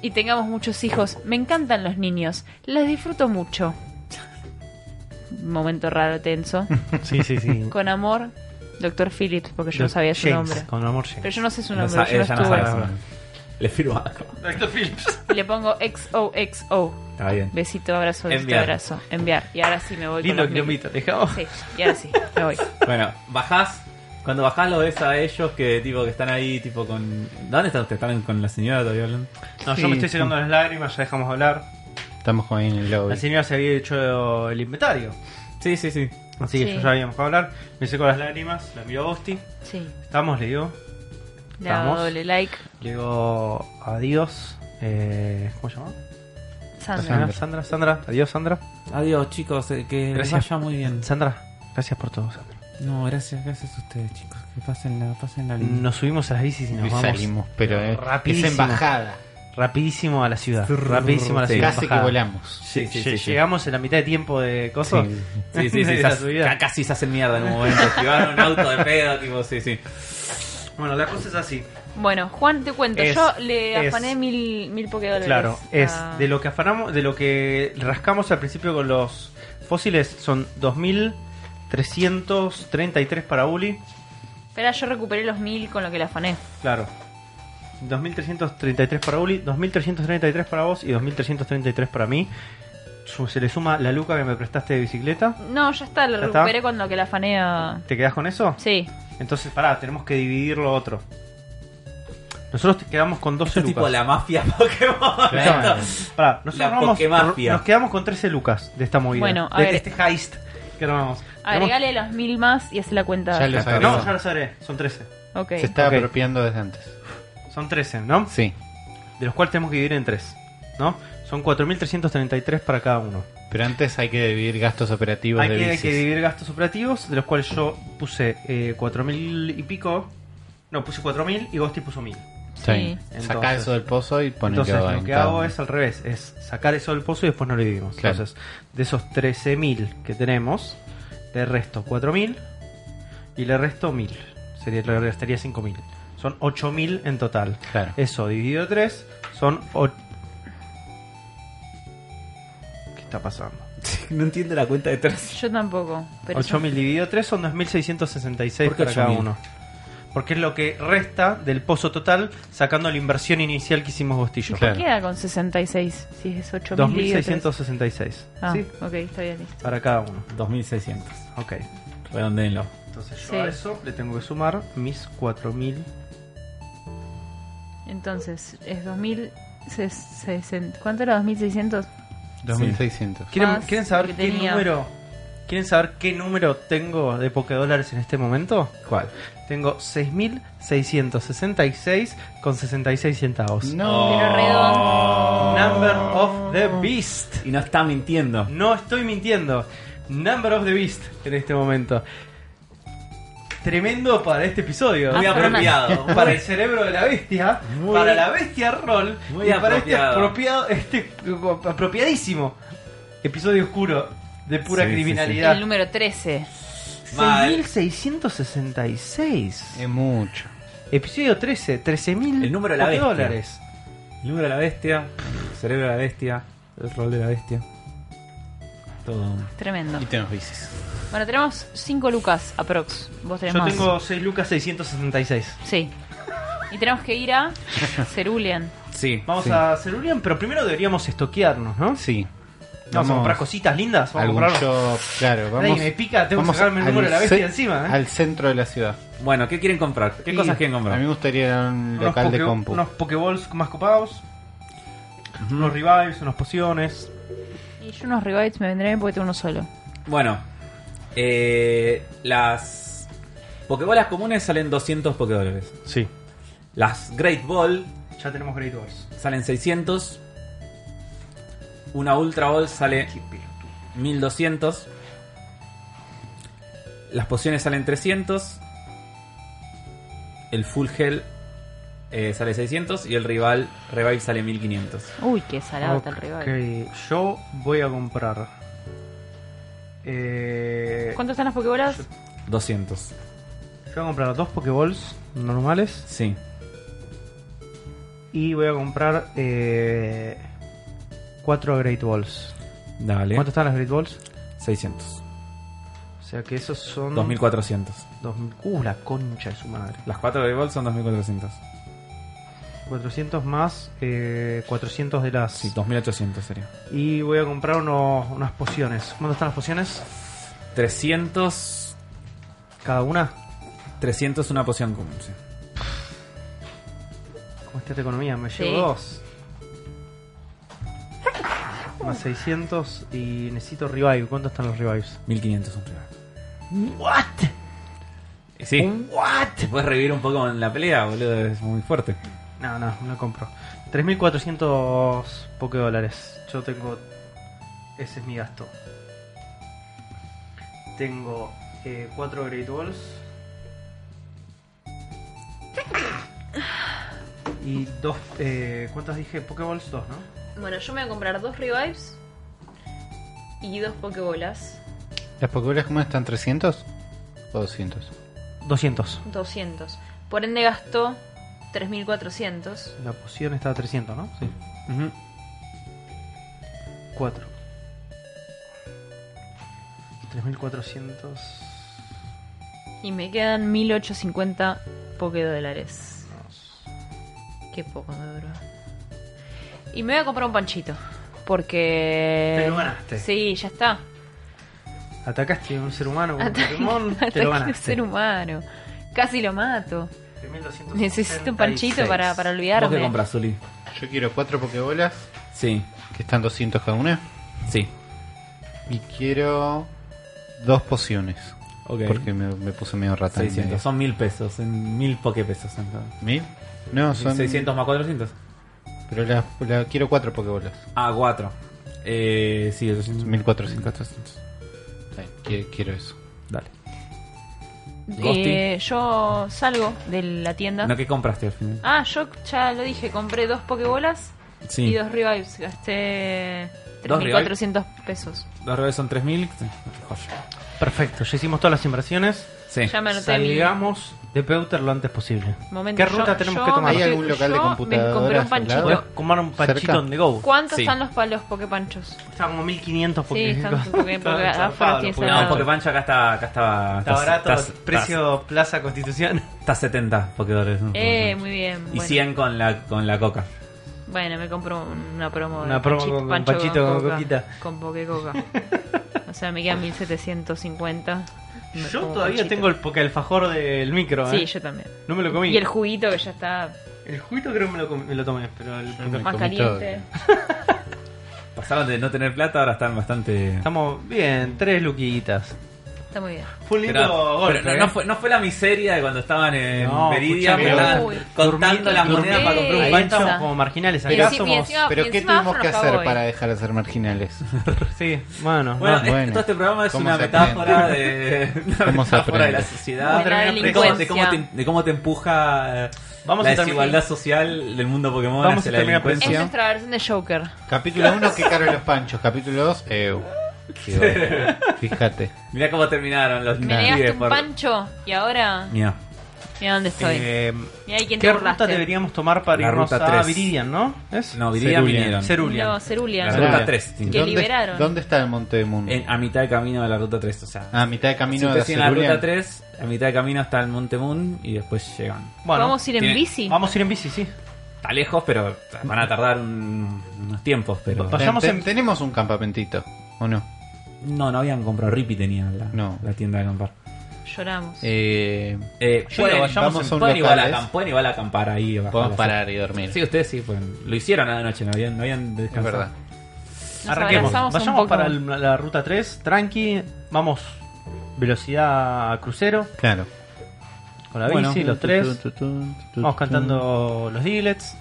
Speaker 3: y tengamos muchos hijos. Me encantan los niños, los disfruto mucho. Momento raro, tenso.
Speaker 1: Sí, sí, sí.
Speaker 3: Con amor, Doctor Phillips, porque yo no sabía su
Speaker 1: James,
Speaker 3: nombre.
Speaker 1: Con amor,
Speaker 3: Pero
Speaker 1: James.
Speaker 3: yo no sé su
Speaker 2: No
Speaker 3: nombre,
Speaker 2: sa-
Speaker 3: yo no
Speaker 2: ella no
Speaker 3: estuve.
Speaker 1: Ah,
Speaker 2: sabe su nombre. Le firmo acá.
Speaker 3: Y le pongo XOXO.
Speaker 2: Está bien.
Speaker 3: Besito, abrazo, besito,
Speaker 2: Enviar.
Speaker 3: abrazo. Enviar. Y ahora sí me voy. con
Speaker 1: Lindo
Speaker 3: los mil.
Speaker 1: kilomita, dejamos.
Speaker 3: Sí, y ahora sí, me voy.
Speaker 2: Bueno, bajás. Cuando bajás lo ves a ellos que tipo que están ahí tipo con... ¿Dónde están ustedes? ¿Están con la señora todavía hablando?
Speaker 1: No,
Speaker 4: Sí,
Speaker 1: yo me estoy
Speaker 4: sí.
Speaker 1: secando las lágrimas, ya dejamos de hablar.
Speaker 4: Estamos ahí en el lobby.
Speaker 1: La señora se había hecho el inventario.
Speaker 2: Sí, sí, sí.
Speaker 1: Así que
Speaker 3: Sí.
Speaker 1: yo ya habíamos dejado de hablar. Me seco las lágrimas, la miro a Bosti.
Speaker 3: Sí,
Speaker 1: Estamos, le digo.
Speaker 3: le hago
Speaker 1: Vamos.
Speaker 3: doble like.
Speaker 1: Le digo adiós. Eh, ¿Cómo se llama?
Speaker 3: Sandra.
Speaker 1: Sandra, Sandra, Sandra. Adiós, Sandra.
Speaker 2: Adiós chicos, eh, que les
Speaker 1: Gracias.
Speaker 2: vaya muy bien.
Speaker 1: Sandra, gracias por todo, Sandra.
Speaker 2: No, gracias, gracias a ustedes chicos. Que pasen la, pasen la linda.
Speaker 1: Nos subimos a las bicis y nos
Speaker 4: y
Speaker 1: vamos.
Speaker 4: salimos, pero eh, es
Speaker 1: Rapidísimo.
Speaker 4: embajada.
Speaker 1: Rapidísimo a la ciudad.
Speaker 2: Zurr,
Speaker 1: Rapidísimo a la
Speaker 2: sí.
Speaker 1: ciudad.
Speaker 4: Casi
Speaker 1: embajada.
Speaker 4: que volamos.
Speaker 2: Sí, sí, sí.
Speaker 1: Lle-
Speaker 2: sí.
Speaker 1: Llegamos en la mitad de tiempo de
Speaker 2: Sí,
Speaker 1: cosas.
Speaker 2: sí, sí, sí,
Speaker 1: De
Speaker 2: se
Speaker 1: la
Speaker 2: hace-
Speaker 1: subida.
Speaker 2: ca- casi se hacen mierda en un momento. Llevaron un auto de pedo, tipo, sí, sí.
Speaker 1: Bueno, la cosa es así.
Speaker 3: Bueno, Juan, te cuento.
Speaker 1: Es-
Speaker 3: Yo le
Speaker 1: es-
Speaker 3: afané mil, mil pokédólares.
Speaker 1: Claro, es
Speaker 3: a-
Speaker 1: de lo que afanamos, de lo que rascamos al principio con los fósiles son 2333 para Uli.
Speaker 3: Espera, yo recuperé los mil con lo que le afané.
Speaker 1: Claro. 2333 para Uli, 2333 para vos y 2333 para mí. Su- Se le suma la luca que me prestaste de bicicleta.
Speaker 3: No, ya está, lo
Speaker 1: ¿Ya está?
Speaker 3: recuperé con lo que le afané a...
Speaker 1: ¿Te quedás con eso?
Speaker 3: Sí,
Speaker 1: Entonces, pará, tenemos que dividir lo otro. Nosotros te quedamos con 12
Speaker 2: Esto es tipo
Speaker 1: lucas.
Speaker 2: la mafia Pokémon.
Speaker 4: Claro.
Speaker 1: Pará, nosotros
Speaker 2: la
Speaker 1: armamos-
Speaker 2: Pokémafia.
Speaker 1: nos quedamos con 13 lucas de esta movida.
Speaker 3: Bueno, a
Speaker 1: de
Speaker 3: ver.
Speaker 1: este heist que armamos. Tenemos-
Speaker 3: agregale los mil más y hace la cuenta.
Speaker 4: Ya los
Speaker 2: Acá,
Speaker 4: agregó.
Speaker 1: No, ya lo sabré. Son 13.
Speaker 3: Ok.
Speaker 4: Se está
Speaker 1: Ok.
Speaker 4: apropiando desde antes.
Speaker 1: Son 13, ¿no?
Speaker 4: Sí.
Speaker 1: de los cuales tenemos que dividir en tres. ¿no? Son 4.333 para cada uno.
Speaker 4: Pero antes hay que dividir gastos operativos
Speaker 1: Hay
Speaker 4: de
Speaker 1: que, hay
Speaker 4: bicis.
Speaker 1: que dividir gastos operativos, de los cuales yo puse eh, 4.000 y pico. No, puse 4.000 y Gosti puso 1.000.
Speaker 4: Sí.
Speaker 1: Sí.
Speaker 4: Saca
Speaker 1: Entonces-
Speaker 4: eso del pozo y poner
Speaker 1: Entonces, lo que hago es al revés, es sacar eso del pozo y después no lo dividimos.
Speaker 4: Claro.
Speaker 1: Entonces, de esos 13.000 que tenemos, le resto 4.000 y le resto 1.000. Sería, le restaría 5.000. Son 8.000 en total.
Speaker 4: Claro.
Speaker 1: Eso dividido 3 son... o- ¿Qué está pasando?
Speaker 2: No entiendo la cuenta de tres.
Speaker 3: Yo tampoco. Pero
Speaker 1: 8.000 dividido 3 son 2.666
Speaker 2: ¿Por qué
Speaker 1: para cada
Speaker 2: 8.000?
Speaker 1: uno. Porque es lo que resta del pozo total sacando la inversión inicial que hicimos Gostillo.
Speaker 4: Claro.
Speaker 3: queda con 66? Si es 8.000. dividido tres.
Speaker 1: 2.666.
Speaker 3: Ah,
Speaker 1: ¿sí?
Speaker 3: ok, está bien listo.
Speaker 1: Para cada uno.
Speaker 2: 2600.
Speaker 1: Ok.
Speaker 2: Redondéenlo.
Speaker 1: Entonces yo
Speaker 3: Sí.
Speaker 1: a eso le tengo que sumar mis 4.000. Ah.
Speaker 3: Entonces, es 2.600. ¿Cuánto era 2.600?
Speaker 4: 2600.
Speaker 1: ¿Quieren,
Speaker 3: Más
Speaker 1: quieren saber
Speaker 3: lo que
Speaker 1: qué
Speaker 3: tenía.
Speaker 1: número? ¿Quieren saber qué número tengo de Pokédólares en este momento?
Speaker 2: ¿Cuál?
Speaker 1: Tengo 6.666 con 66 centavos.
Speaker 4: No.
Speaker 3: Pero redondo.
Speaker 1: Number of the Beast.
Speaker 2: Y no está mintiendo.
Speaker 1: No estoy mintiendo. Number of the Beast en este momento. Tremendo para este episodio.
Speaker 3: Muy
Speaker 2: apropiado.
Speaker 1: Para el cerebro de la bestia.
Speaker 2: Muy-
Speaker 1: para la bestia roll.
Speaker 2: Muy
Speaker 1: y para este
Speaker 2: apropiado.
Speaker 1: apropiado, este apropiadísimo episodio oscuro de pura
Speaker 2: Sí, sí, sí.
Speaker 3: El
Speaker 1: criminalidad.
Speaker 3: número 13.
Speaker 2: Mal.
Speaker 1: 6.666. Eh,
Speaker 4: Es mucho.
Speaker 1: Episodio 13. 13.000
Speaker 2: El número de la bestia.
Speaker 1: dólares.
Speaker 2: El número de la bestia, el cerebro de la bestia, el rol de la bestia. Todo.
Speaker 3: Tremendo.
Speaker 4: Y tenemos bicis.
Speaker 3: Bueno, tenemos 5 lucas aprox. Vos tenés
Speaker 1: Yo
Speaker 3: más.
Speaker 1: tengo 6 lucas 666.
Speaker 3: Sí. Y tenemos que ir a Cerulean.
Speaker 2: Sí.
Speaker 1: Vamos
Speaker 2: sí.
Speaker 1: a hacer un pero primero deberíamos estoquearnos, ¿no?
Speaker 4: Sí.
Speaker 1: Vamos a comprar cositas lindas. Vamos a
Speaker 4: algún
Speaker 1: comprarnos.
Speaker 4: shop, claro, vamos.
Speaker 1: Ay, me pica, tengo que
Speaker 4: vamos
Speaker 1: sacarme el
Speaker 4: al
Speaker 1: número de la bestia
Speaker 4: ce-
Speaker 1: encima, ¿eh?
Speaker 4: Al centro de la ciudad.
Speaker 2: Bueno, ¿qué quieren comprar? ¿Qué
Speaker 1: Y-
Speaker 2: cosas quieren
Speaker 4: A mí
Speaker 2: comprar?
Speaker 4: me gustaría ir a un
Speaker 1: Unos
Speaker 4: local de
Speaker 1: poke-
Speaker 4: compu.
Speaker 1: Unos Pokéballs más copados, unos revives, unas pociones.
Speaker 3: Y yo unos rebates me vendré bien porque tengo uno solo.
Speaker 2: Bueno, eh, las Pokébolas comunes salen 200 Pokédólares.
Speaker 1: Sí.
Speaker 2: Las Great Ball
Speaker 1: Ya tenemos Great Balls.
Speaker 2: salen 600. Una Ultra Ball sale 1200. Las pociones salen 300. El Full Gel eh, sale 600. Y el rival Revive sale 1500.
Speaker 3: Uy, qué salado está el rebate.
Speaker 1: Ok, yo voy a comprar. Eh,
Speaker 3: ¿Cuánto están las pokebolas?
Speaker 2: 200.
Speaker 1: yo voy a comprar dos Pokéballs normales
Speaker 2: Sí.
Speaker 1: y voy a comprar eh, cuatro Great Balls.
Speaker 2: Dale.
Speaker 1: ¿Cuánto están las Great Balls?
Speaker 2: 600.
Speaker 1: O sea que esos son.
Speaker 2: 2400.
Speaker 1: 2000. Uh, la concha de su madre.
Speaker 2: Las 4 Great Ball son 2400.
Speaker 1: 400 más eh, 400 de las.
Speaker 2: Sí, 2800 sería.
Speaker 1: Y voy a comprar unos- unas pociones. ¿Cuánto están las pociones?
Speaker 2: 300.
Speaker 1: Cada una.
Speaker 2: 300 una poción común, sí.
Speaker 1: ¿Cómo está esta economía? Me
Speaker 3: Sí.
Speaker 1: llevo dos. Más 600 y necesito revive. ¿Cuánto están los revives?
Speaker 2: 1500 un rival.
Speaker 1: ¿What?
Speaker 2: Sí.
Speaker 1: ¿What?
Speaker 2: Te puedes revivir un poco en la pelea, boludo, es muy fuerte.
Speaker 1: No, no, no compro. 3.400 dólares. Yo tengo... Ese es mi gasto. Tengo 4 Great Balls. Y dos... Eh, ¿Cuántas dije? Pokéballs, dos, ¿no?
Speaker 3: Bueno, yo me voy a comprar dos revives y dos pokebolas.
Speaker 4: ¿Las Pokébolas cómo están? ¿300 o 200?
Speaker 1: 200.
Speaker 3: 200. Por ende gastó 3.400.
Speaker 1: La poción está a 300, ¿no? Sí. 4. 3.400.
Speaker 3: Y me quedan 1.850 pokedólares. Qué poco me duró. Y me voy a comprar un panchito. Porque...
Speaker 1: Te lo ganaste.
Speaker 3: Sí, ya está.
Speaker 1: Atacaste a un ser humano con un
Speaker 3: Ataque-
Speaker 1: Pokémon, te
Speaker 3: ataque
Speaker 1: lo
Speaker 3: de
Speaker 1: ganaste.
Speaker 3: ser humano. Casi lo mato.
Speaker 1: 3.266.
Speaker 3: Necesito un panchito para, para
Speaker 2: ¿Vos
Speaker 3: olvidarme.
Speaker 2: qué compras, Zuli?
Speaker 4: Yo quiero 4 Pokébolas,
Speaker 2: Sí,
Speaker 4: que están 200 cada una.
Speaker 2: sí.
Speaker 4: Y quiero dos pociones.
Speaker 2: Ok.
Speaker 4: Porque me, me puse medio rata. en
Speaker 2: 600,
Speaker 4: medio.
Speaker 2: son 1000 pesos, en 1000 pokepesos. entonces.
Speaker 4: ¿Mil? No, son.
Speaker 2: 600 más 400.
Speaker 4: Pero la, la- quiero cuatro Pokébolas.
Speaker 2: Ah, 4. Eh, sí, 200.
Speaker 4: 1400. Está bien, qui- Quiero eso.
Speaker 2: Dale.
Speaker 3: Eh, yo salgo de la tienda.
Speaker 2: No, ¿qué compraste al final?
Speaker 3: Ah, yo ya lo dije, compré dos Pokébolas
Speaker 2: Sí.
Speaker 3: y dos Revives. Gasté
Speaker 2: ¿Dos
Speaker 3: 3.400 pesos.
Speaker 2: Los revés son 3000. Joya.
Speaker 1: Perfecto, ya hicimos todas las inversiones.
Speaker 2: Sí.
Speaker 3: Ya me anoté mi
Speaker 1: Salgamos de Peuter lo antes posible.
Speaker 3: momento.
Speaker 1: ¿Qué
Speaker 3: Yo-
Speaker 1: ruta tenemos
Speaker 3: yo
Speaker 1: que tomar?
Speaker 4: ¿Hay
Speaker 3: me-
Speaker 4: algún local de
Speaker 3: yo me compré un
Speaker 4: computadoras al lado?
Speaker 1: Podés
Speaker 3: panchito.
Speaker 1: comer un panchito
Speaker 4: Cerca.
Speaker 1: on the go.
Speaker 3: ¿Cuántos
Speaker 2: Sí.
Speaker 3: están los palos Poképanchos?
Speaker 1: Están como 1500
Speaker 3: Sí,
Speaker 1: porque.
Speaker 3: están porque- porque
Speaker 1: Estaban
Speaker 3: afuera
Speaker 1: zarpados
Speaker 3: tiene
Speaker 1: los
Speaker 3: salado.
Speaker 2: No,
Speaker 1: puñados.
Speaker 2: porque Pancho acá está. Acá está,
Speaker 1: Está barato,
Speaker 2: está- está-
Speaker 1: precio Plaza Constitución.
Speaker 2: Está 70 Pokédores. ¿no?
Speaker 3: Eh, muy bien.
Speaker 2: Y
Speaker 3: Bueno,
Speaker 2: 100 con la, con la coca.
Speaker 3: Bueno, me compro una promo. de
Speaker 1: Una promo con- con Panchito con
Speaker 3: Coca,
Speaker 1: Coquita.
Speaker 3: Con Pokécoca. o sea, me quedan 1750. Me
Speaker 1: Yo
Speaker 3: como
Speaker 1: todavía
Speaker 3: Panchito.
Speaker 1: tengo el poca alfajor del micro,
Speaker 3: Sí,
Speaker 1: ¿eh?
Speaker 3: yo también.
Speaker 1: No me lo comí.
Speaker 3: Y el juguito que ya está
Speaker 1: El juguito creo que me lo, com- me lo tomé, pero el
Speaker 4: Yo me
Speaker 3: más
Speaker 4: comí
Speaker 3: caliente.
Speaker 2: Pasaron de no tener plata, ahora están bastante.
Speaker 1: Estamos bien, tres luquitas.
Speaker 3: Está muy bien.
Speaker 1: Fue un lindo
Speaker 2: Pero-
Speaker 1: golpe.
Speaker 2: pero
Speaker 1: ¿eh?
Speaker 2: no, no fue, no fue la miseria de cuando estaban en
Speaker 1: No,
Speaker 2: Meridia,
Speaker 4: escuchame,
Speaker 2: que estaban
Speaker 3: Uy.
Speaker 2: contando las
Speaker 1: Durmi-
Speaker 2: monedas para comprar un
Speaker 3: Ahí
Speaker 1: Ahí
Speaker 2: pancho.
Speaker 1: estamos
Speaker 3: está.
Speaker 1: como marginales.
Speaker 3: Y
Speaker 1: Acá
Speaker 3: sí, y
Speaker 1: somos.
Speaker 3: encima-
Speaker 4: ¿Pero
Speaker 3: y
Speaker 4: qué
Speaker 3: encima
Speaker 4: tuvimos
Speaker 3: fueron
Speaker 4: que
Speaker 3: los
Speaker 4: hacer
Speaker 3: cowboys.
Speaker 4: para dejar de ser marginales?
Speaker 1: Sí, bueno.
Speaker 2: Bueno,
Speaker 4: Ah,
Speaker 2: es-
Speaker 4: bueno.
Speaker 2: todo este programa es
Speaker 4: ¿Cómo
Speaker 2: una
Speaker 4: se aprende?
Speaker 2: metáfora de, una
Speaker 4: ¿Cómo se
Speaker 2: metáfora de la
Speaker 4: aprende?
Speaker 2: sociedad,
Speaker 3: De la
Speaker 2: de cómo, de
Speaker 3: delincuencia.
Speaker 2: cómo te, de cómo te empuja eh,
Speaker 1: Vamos
Speaker 2: la
Speaker 1: a terminar-
Speaker 2: desigualdad social del mundo Pokémon
Speaker 1: Vamos
Speaker 2: hacia
Speaker 1: a
Speaker 2: la
Speaker 1: terminar
Speaker 3: Es
Speaker 2: delincuencia.
Speaker 4: ¿Sí?
Speaker 3: nuestra versión de Joker.
Speaker 4: Capítulo 1, que caro los panchos. Capítulo 2, Fíjate.
Speaker 2: Mirá cómo terminaron los
Speaker 3: Me
Speaker 2: los
Speaker 3: negaste
Speaker 2: pibes
Speaker 3: un
Speaker 2: por-
Speaker 3: pancho y ahora.
Speaker 2: Mirá,
Speaker 3: Mira dónde estoy.
Speaker 1: Eh,
Speaker 3: Mira ahí quién te
Speaker 1: ¿Qué ruta
Speaker 3: burlaste.
Speaker 1: deberíamos tomar para
Speaker 2: La
Speaker 1: irnos
Speaker 2: ruta
Speaker 1: a
Speaker 2: tres.
Speaker 1: Viridian, no? ¿Es?
Speaker 2: No, Viridian
Speaker 4: Cerulean.
Speaker 2: vinieron.
Speaker 1: Cerulean.
Speaker 3: No, Cerulean.
Speaker 2: La
Speaker 4: Claro.
Speaker 2: ruta 3.
Speaker 3: Que liberaron.
Speaker 4: ¿Dónde está el Monte de Mundo?
Speaker 2: En- a mitad de camino de la ruta 3, o sea.
Speaker 4: A mitad de camino
Speaker 2: si
Speaker 4: de
Speaker 2: ustedes siguen la ruta
Speaker 4: Cerulean.
Speaker 2: 3, a mitad de camino está el Monte Moon y después llegan.
Speaker 1: Bueno,
Speaker 3: Vamos a ir en
Speaker 2: tiene-
Speaker 3: bici.
Speaker 1: vamos a ir en bici, sí.
Speaker 2: Está lejos, pero van a tardar un- unos tiempos, pero...
Speaker 1: Va- Vayamos
Speaker 4: Ten-
Speaker 1: en-
Speaker 4: Tenemos un campamentito, ¿o no?
Speaker 2: No, no habían comprado. Rippy tenía la,
Speaker 4: No.
Speaker 2: la tienda de acampar.
Speaker 3: Lloramos.
Speaker 4: Eh,
Speaker 1: Yo
Speaker 2: Eh, pueden,
Speaker 1: creo que vayamos
Speaker 2: vamos
Speaker 4: en
Speaker 2: a pueden, igual
Speaker 4: locales.
Speaker 2: acam- pueden igual acampar ahí. bajar
Speaker 4: podemos
Speaker 2: la-
Speaker 4: parar y dormir.
Speaker 2: Sí, ustedes sí pueden. Lo hicieron a la noche, no habían, no habían
Speaker 4: es
Speaker 2: descansado.
Speaker 4: verdad.
Speaker 3: Nos
Speaker 1: Arranquemos.
Speaker 3: abrazamos un
Speaker 1: Vayamos
Speaker 3: poco.
Speaker 1: para el- la, la ruta 3, tranqui. Vamos, velocidad crucero
Speaker 4: Claro.
Speaker 1: con la
Speaker 2: Bueno.
Speaker 1: bici, los tres. Vamos cantando los diglets.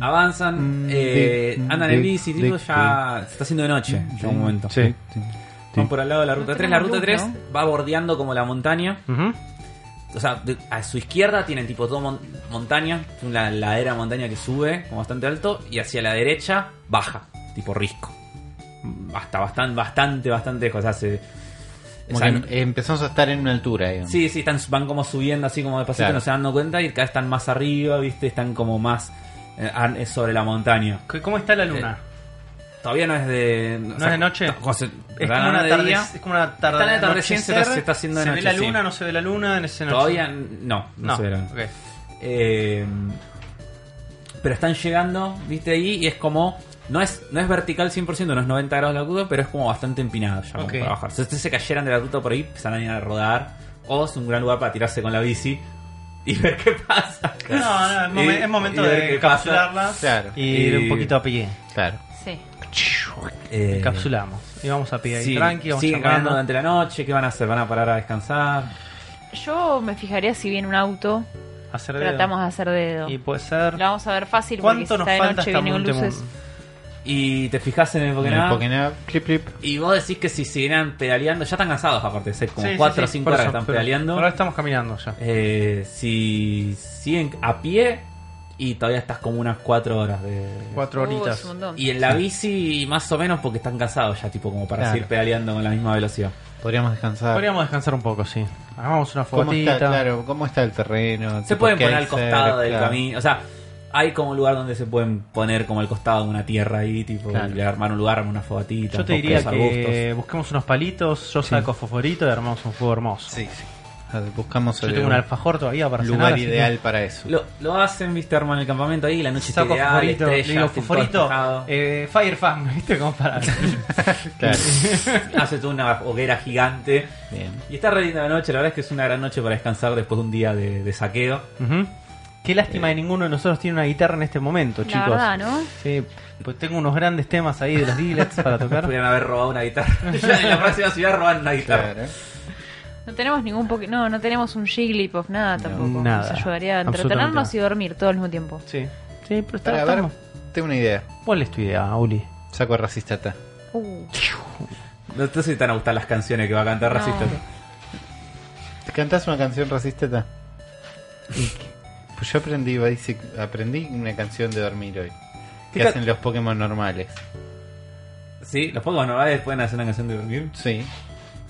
Speaker 2: Avanzan,
Speaker 4: Mm,
Speaker 2: eh,
Speaker 4: de-
Speaker 2: andan en
Speaker 4: de-
Speaker 2: bici, tipo,
Speaker 4: de-
Speaker 2: ya se está haciendo de noche en algún momento.
Speaker 4: Sí.
Speaker 2: Van por al lado de la ruta
Speaker 3: No
Speaker 2: 3. La
Speaker 3: tenemos
Speaker 2: ruta 3
Speaker 3: luz,
Speaker 2: va bordeando como la montaña.
Speaker 1: Ujú.
Speaker 2: O sea, de- a su izquierda tienen tipo todo mon- montaña, una ladera de montaña que sube como bastante alto y hacia la derecha baja, tipo risco. Hasta bastante, bastante, bastante lejos. O sea, se- o
Speaker 4: Como
Speaker 2: sea,
Speaker 4: que
Speaker 2: no-
Speaker 4: em- empezamos a estar en una altura, digamos.
Speaker 2: Sí, sí, están, van como subiendo así como de pasito,
Speaker 4: Claro.
Speaker 2: no se dan cuenta y cada vez están más arriba, viste, están como más eh, an- sobre la montaña.
Speaker 1: ¿Qué- ¿Cómo está
Speaker 2: Eh,
Speaker 1: la luna?
Speaker 2: Todavía no es de... ¿No
Speaker 1: es de noche?
Speaker 2: Es
Speaker 1: es, como una tarde, es como una tarde.
Speaker 2: Está en el atardecer, se está- se está haciendo de
Speaker 1: ¿Se
Speaker 2: noche,
Speaker 1: ve la
Speaker 2: sí.
Speaker 1: luna? ¿No se ve la luna? en ese noche?
Speaker 2: Todavía no, no,
Speaker 1: no.
Speaker 2: se verán.
Speaker 1: ok.
Speaker 2: Eh, pero están llegando, viste ahí, y es como. No es, no es vertical 100%, no es 90 grados la ruta, pero es como bastante empinado ya como
Speaker 1: Ok.
Speaker 2: para bajar. Si ustedes se cayeran de la ruta por ahí, empezaran a ir a rodar. O es un gran lugar para tirarse con la bici y ver qué pasa.
Speaker 1: No, no, es, momen-
Speaker 2: Y-
Speaker 1: es momento
Speaker 2: y ver
Speaker 1: de
Speaker 2: qué pasa.
Speaker 1: encapsularla
Speaker 4: Claro.
Speaker 1: y ir un
Speaker 2: Y-
Speaker 1: poquito a pie.
Speaker 4: Claro.
Speaker 3: Sí.
Speaker 2: Eh,
Speaker 1: Encapsulamos. Y vamos a pie ahí,
Speaker 2: sí,
Speaker 1: tranqui, vamos
Speaker 2: siguen caminando
Speaker 1: charlando.
Speaker 2: durante la noche, ¿qué van a hacer? ¿Van a parar a descansar?
Speaker 3: Yo me fijaría si viene un auto.
Speaker 1: Hacer dedo.
Speaker 3: Tratamos de hacer dedo.
Speaker 1: Y puede ser.
Speaker 3: Lo vamos a ver fácil porque si
Speaker 1: ¿Cuánto nos
Speaker 3: está de
Speaker 1: falta
Speaker 3: noche
Speaker 1: hasta
Speaker 3: viene con
Speaker 1: Montemón?
Speaker 3: luces.
Speaker 2: Y te fijas en el
Speaker 4: En
Speaker 2: Pokémon.
Speaker 4: el Pokénap, clip, clip.
Speaker 2: Y vos decís que si siguieran pedaleando, ya están cansados aparte, es como
Speaker 1: Sí, sí,
Speaker 2: 4 o
Speaker 1: sí,
Speaker 2: 5
Speaker 1: por
Speaker 2: horas que
Speaker 1: eso,
Speaker 2: están
Speaker 1: pero-
Speaker 2: pedaleando.
Speaker 1: pero Ahora estamos caminando ya.
Speaker 2: Eh, si siguen a pie y todavía estás como unas 4 horas de...
Speaker 1: Cuatro
Speaker 3: Uy,
Speaker 1: horitas.
Speaker 3: Uh, es un montón.
Speaker 2: Y en la bici más o menos porque están cansados ya, tipo como para
Speaker 4: Claro.
Speaker 2: seguir pedaleando con la misma velocidad.
Speaker 4: Podríamos descansar.
Speaker 1: Podríamos descansar un poco, sí. Hagamos una
Speaker 4: ¿Cómo
Speaker 1: fogatita.
Speaker 4: está, claro, ¿Cómo está el terreno?
Speaker 2: Se
Speaker 4: Tipo,
Speaker 2: pueden
Speaker 4: ¿qué
Speaker 2: poner
Speaker 4: hay
Speaker 2: al costado
Speaker 4: cerca?
Speaker 2: del camino, o sea, hay como un lugar donde se pueden poner como al costado de una tierra ahí, tipo,
Speaker 4: Claro.
Speaker 2: y armar un lugar, armar una fogatita,
Speaker 1: Yo te
Speaker 2: un poco
Speaker 1: diría
Speaker 2: de arbustos.
Speaker 1: que busquemos unos palitos, yo saco fosforito y armamos un fuego hermoso.
Speaker 4: Sí, sí. A ver, Buscamos
Speaker 1: Yo
Speaker 4: el
Speaker 1: tengo un alfajor todavía para cenar,
Speaker 4: lugar
Speaker 1: así que-
Speaker 4: ideal para eso.
Speaker 2: Lo, lo hacen, viste, arman el campamento ahí, la noche está
Speaker 1: Saco
Speaker 2: ideal,
Speaker 1: fosforito, le
Speaker 2: estrellas,
Speaker 1: digo
Speaker 2: tipo,
Speaker 1: fosforito,
Speaker 2: despejado.
Speaker 1: eh, Firefam, ¿viste? Como para...
Speaker 4: Claro.
Speaker 2: Hace toda una hoguera gigante.
Speaker 4: Bien.
Speaker 2: Y está re linda la noche, la verdad es que es una gran noche para descansar después de un día de, de saqueo.
Speaker 1: Ujú. Qué lástima que ninguno de nosotros tiene una guitarra en este momento,
Speaker 3: La
Speaker 1: chicos.
Speaker 3: verdad, ¿no?
Speaker 1: Sí, pues tengo unos grandes temas ahí de los Diglets para tocar.
Speaker 2: Pudieran haber robado una guitarra. Ya en la próxima ciudad roban una guitarra.
Speaker 4: Claro.
Speaker 3: No tenemos ningún poke- No, no tenemos un Jigglypuff, nada tampoco.
Speaker 1: nada.
Speaker 3: Nos ayudaría a
Speaker 1: Absolutamente
Speaker 3: entretenernos
Speaker 1: nada.
Speaker 3: y dormir todo al mismo tiempo.
Speaker 1: Sí. Sí, pero está,
Speaker 4: Para ver,
Speaker 1: estamos-
Speaker 4: tengo una idea.
Speaker 1: ¿Cuál es tu idea, Uli?
Speaker 4: Saco racistata.
Speaker 3: Uh,
Speaker 2: No te soy tan a gustar las canciones que va a cantar
Speaker 3: No.
Speaker 2: Racista.
Speaker 4: ¿Te cantás una canción racistata? Pues yo aprendí basic, aprendí una canción de dormir hoy.
Speaker 2: ¿Qué
Speaker 4: Que
Speaker 2: ca-
Speaker 4: hacen los Pokémon normales.
Speaker 2: Sí, los pocos normales ¿eh? pueden hacer una canción de dormir.
Speaker 4: Sí.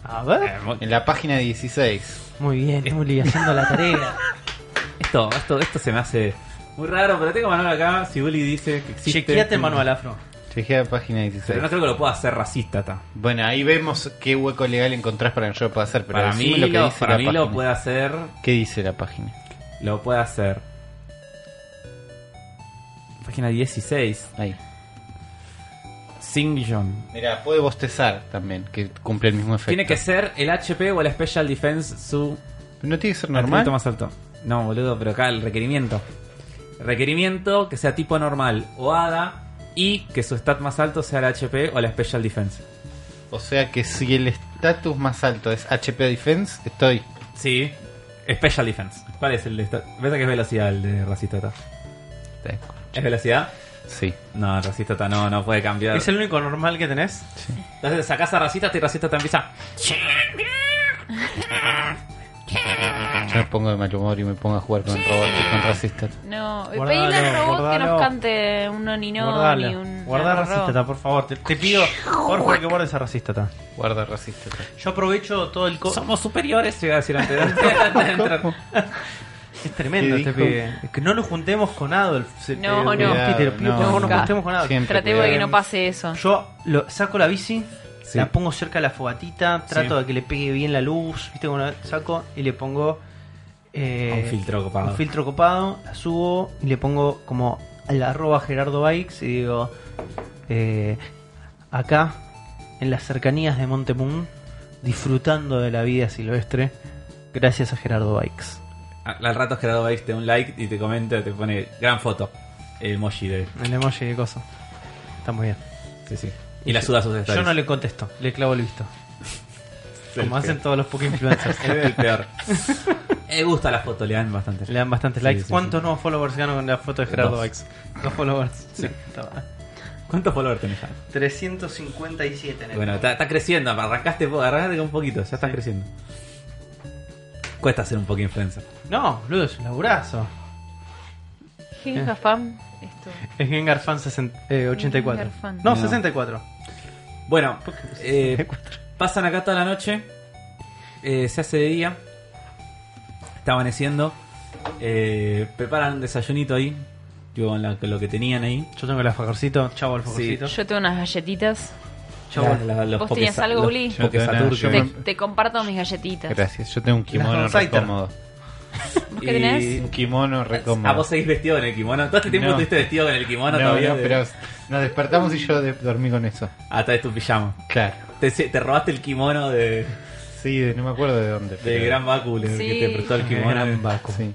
Speaker 1: A ver.
Speaker 2: Hermo-
Speaker 4: En la página 16.
Speaker 1: Muy bien, Uli, haciendo la tarea.
Speaker 2: Esto, esto, esto se me hace muy raro, pero tengo manual acá. Si Uli dice que existe.
Speaker 1: Chequeate el manual afro.
Speaker 4: Llegué a la página 16.
Speaker 2: Pero no creo que lo pueda hacer racista. ta.
Speaker 4: Bueno, ahí vemos qué hueco legal encontrás para que yo lo pueda hacer. Pero
Speaker 2: Para
Speaker 4: decime
Speaker 2: mí,
Speaker 4: lo que
Speaker 2: lo,
Speaker 4: dice
Speaker 2: para
Speaker 4: la
Speaker 2: mí
Speaker 4: página.
Speaker 2: lo puede hacer.
Speaker 4: ¿Qué dice la página?
Speaker 2: Lo puede hacer. Página 16.
Speaker 4: Ahí.
Speaker 2: Sing John.
Speaker 4: Mira, puede bostezar también, que cumple el mismo efecto.
Speaker 2: Tiene que ser el HP o el Special Defense su
Speaker 4: ¿No tiene que ser
Speaker 2: atributo
Speaker 4: normal?
Speaker 2: más alto. No, boludo, pero acá el requerimiento. Requerimiento que sea tipo normal o hada y que su stat más alto sea el HP o la Special Defense.
Speaker 4: O sea que si el estatus más alto es HP Defense, estoy.
Speaker 2: Sí. Special Defense. ¿Cuál es el de esta? ¿Ves que es velocidad el de Racistata? ¿Es velocidad?
Speaker 4: Sí.
Speaker 2: No, Racistata no, no puede cambiar.
Speaker 1: ¿Es el único normal que tenés?
Speaker 2: Entonces sacás a Racistata y Racistata empieza.
Speaker 4: Yo me pongo de mal humor y me pongo a jugar con robots y con racistas.
Speaker 3: no,
Speaker 1: Guardalo,
Speaker 3: pedile al robot que
Speaker 1: guardalo.
Speaker 3: nos cante un oninón
Speaker 1: Guardala.
Speaker 3: y un.
Speaker 1: Guardá
Speaker 3: algo raro.
Speaker 1: racistata, por favor. Te, te pido, por favor, que guardes a racistata.
Speaker 4: Guarda racistas.
Speaker 1: Yo aprovecho todo el... co-
Speaker 2: Somos superiores, te iba a decir antes de, antes de entrar.
Speaker 1: Es tremendo
Speaker 4: ¿Qué
Speaker 1: este
Speaker 4: dijo?
Speaker 1: pibe. Es que no nos juntemos con Adolf. se-
Speaker 3: No,
Speaker 1: eh,
Speaker 3: no.
Speaker 1: Peter, Te lo pido,
Speaker 4: no,
Speaker 1: por favor, no
Speaker 3: nunca.
Speaker 1: nos juntemos con Adolf.
Speaker 4: Siempre
Speaker 3: Tratemos de que
Speaker 4: cuidado.
Speaker 3: no pase eso.
Speaker 1: Yo lo, saco la bici,
Speaker 2: Sí.
Speaker 1: la pongo cerca de la fogatita, trato
Speaker 2: Sí.
Speaker 1: de que le pegue bien la luz, ¿viste? Como la saco y le pongo... eh,
Speaker 2: Un filtro copado.
Speaker 1: Un filtro copado, la subo y le pongo como al arroba Gerardo Bikes y digo, eh, acá, en las cercanías de Montemún, disfrutando de la vida silvestre, gracias a Gerardo Bikes.
Speaker 2: Ah, Al al rato Gerardo Baix te da un like y te comenta, te pone gran foto. El emoji de.
Speaker 1: El emoji de cosa. Está muy bien.
Speaker 2: Sí, sí. Y la suda a sus
Speaker 1: Yo
Speaker 2: stories.
Speaker 1: no le contesto, le clavo el visto.
Speaker 2: Es el
Speaker 1: Como hacen
Speaker 2: peor.
Speaker 1: todos los Poké influencers.
Speaker 2: Es el peor. Me gusta la foto, le dan bastante.
Speaker 1: Le dan bastantes
Speaker 2: Sí,
Speaker 1: likes.
Speaker 2: sí,
Speaker 1: ¿Cuántos
Speaker 2: sí.
Speaker 1: nuevos followers gano con la foto de Gerardo
Speaker 2: Dos.
Speaker 1: Bikes? Dos followers. Toma.
Speaker 2: ¿Cuántos followers tenés?
Speaker 1: 357 en el
Speaker 2: Bueno, está, está creciendo, arrancaste, po- arrancaste con un poquito, ya estás creciendo. Cuesta ser un poco influencer.
Speaker 1: No, boludo, es un laburazo. Eh.
Speaker 3: Genga Fan, esto.
Speaker 1: Es Gengar Fan 60, eh, 84.
Speaker 3: Gengar Fan.
Speaker 1: No,
Speaker 2: No.
Speaker 1: 64.
Speaker 2: Bueno, eh, pasan acá toda la noche. eh, se hace de día. Está amaneciendo. eh, preparan un desayunito ahí. Tipo, con la- con lo que tenían ahí.
Speaker 1: Yo tengo el alfajorcito. Chavo alfajorcito.
Speaker 3: Yo tengo unas galletitas.
Speaker 1: Chavo.
Speaker 2: La- la- los
Speaker 3: ¿Vos tenías
Speaker 2: pokesa-
Speaker 3: algo,
Speaker 2: los
Speaker 3: Uli?
Speaker 4: Yo tengo-
Speaker 2: pokesatur
Speaker 4: yo
Speaker 2: que-
Speaker 3: Te,
Speaker 4: me-
Speaker 3: te comparto mis galletitas.
Speaker 4: Gracias, yo tengo un kimono
Speaker 1: Las Don Saiter.
Speaker 4: recómodo.
Speaker 3: ¿Vos
Speaker 2: Y-
Speaker 3: qué tenés?
Speaker 4: Un kimono
Speaker 2: Ah,
Speaker 4: recómodo.
Speaker 2: vos seguís vestido con el kimono. Todo este tiempo
Speaker 4: No.
Speaker 2: estuviste vestido con el kimono
Speaker 4: no,
Speaker 2: todavía.
Speaker 4: no,
Speaker 2: de-
Speaker 4: pero nos despertamos y yo de- dormí con eso.
Speaker 2: Ah, traes tu pijama.
Speaker 4: Claro.
Speaker 2: Te, te robaste el kimono de,
Speaker 4: Sí, de- no me acuerdo de dónde.
Speaker 2: de
Speaker 4: pero-
Speaker 2: Gran Baku, el
Speaker 3: Sí.
Speaker 2: que te prestó el
Speaker 1: De
Speaker 2: kimono.
Speaker 1: Gran Baku.
Speaker 4: Sí.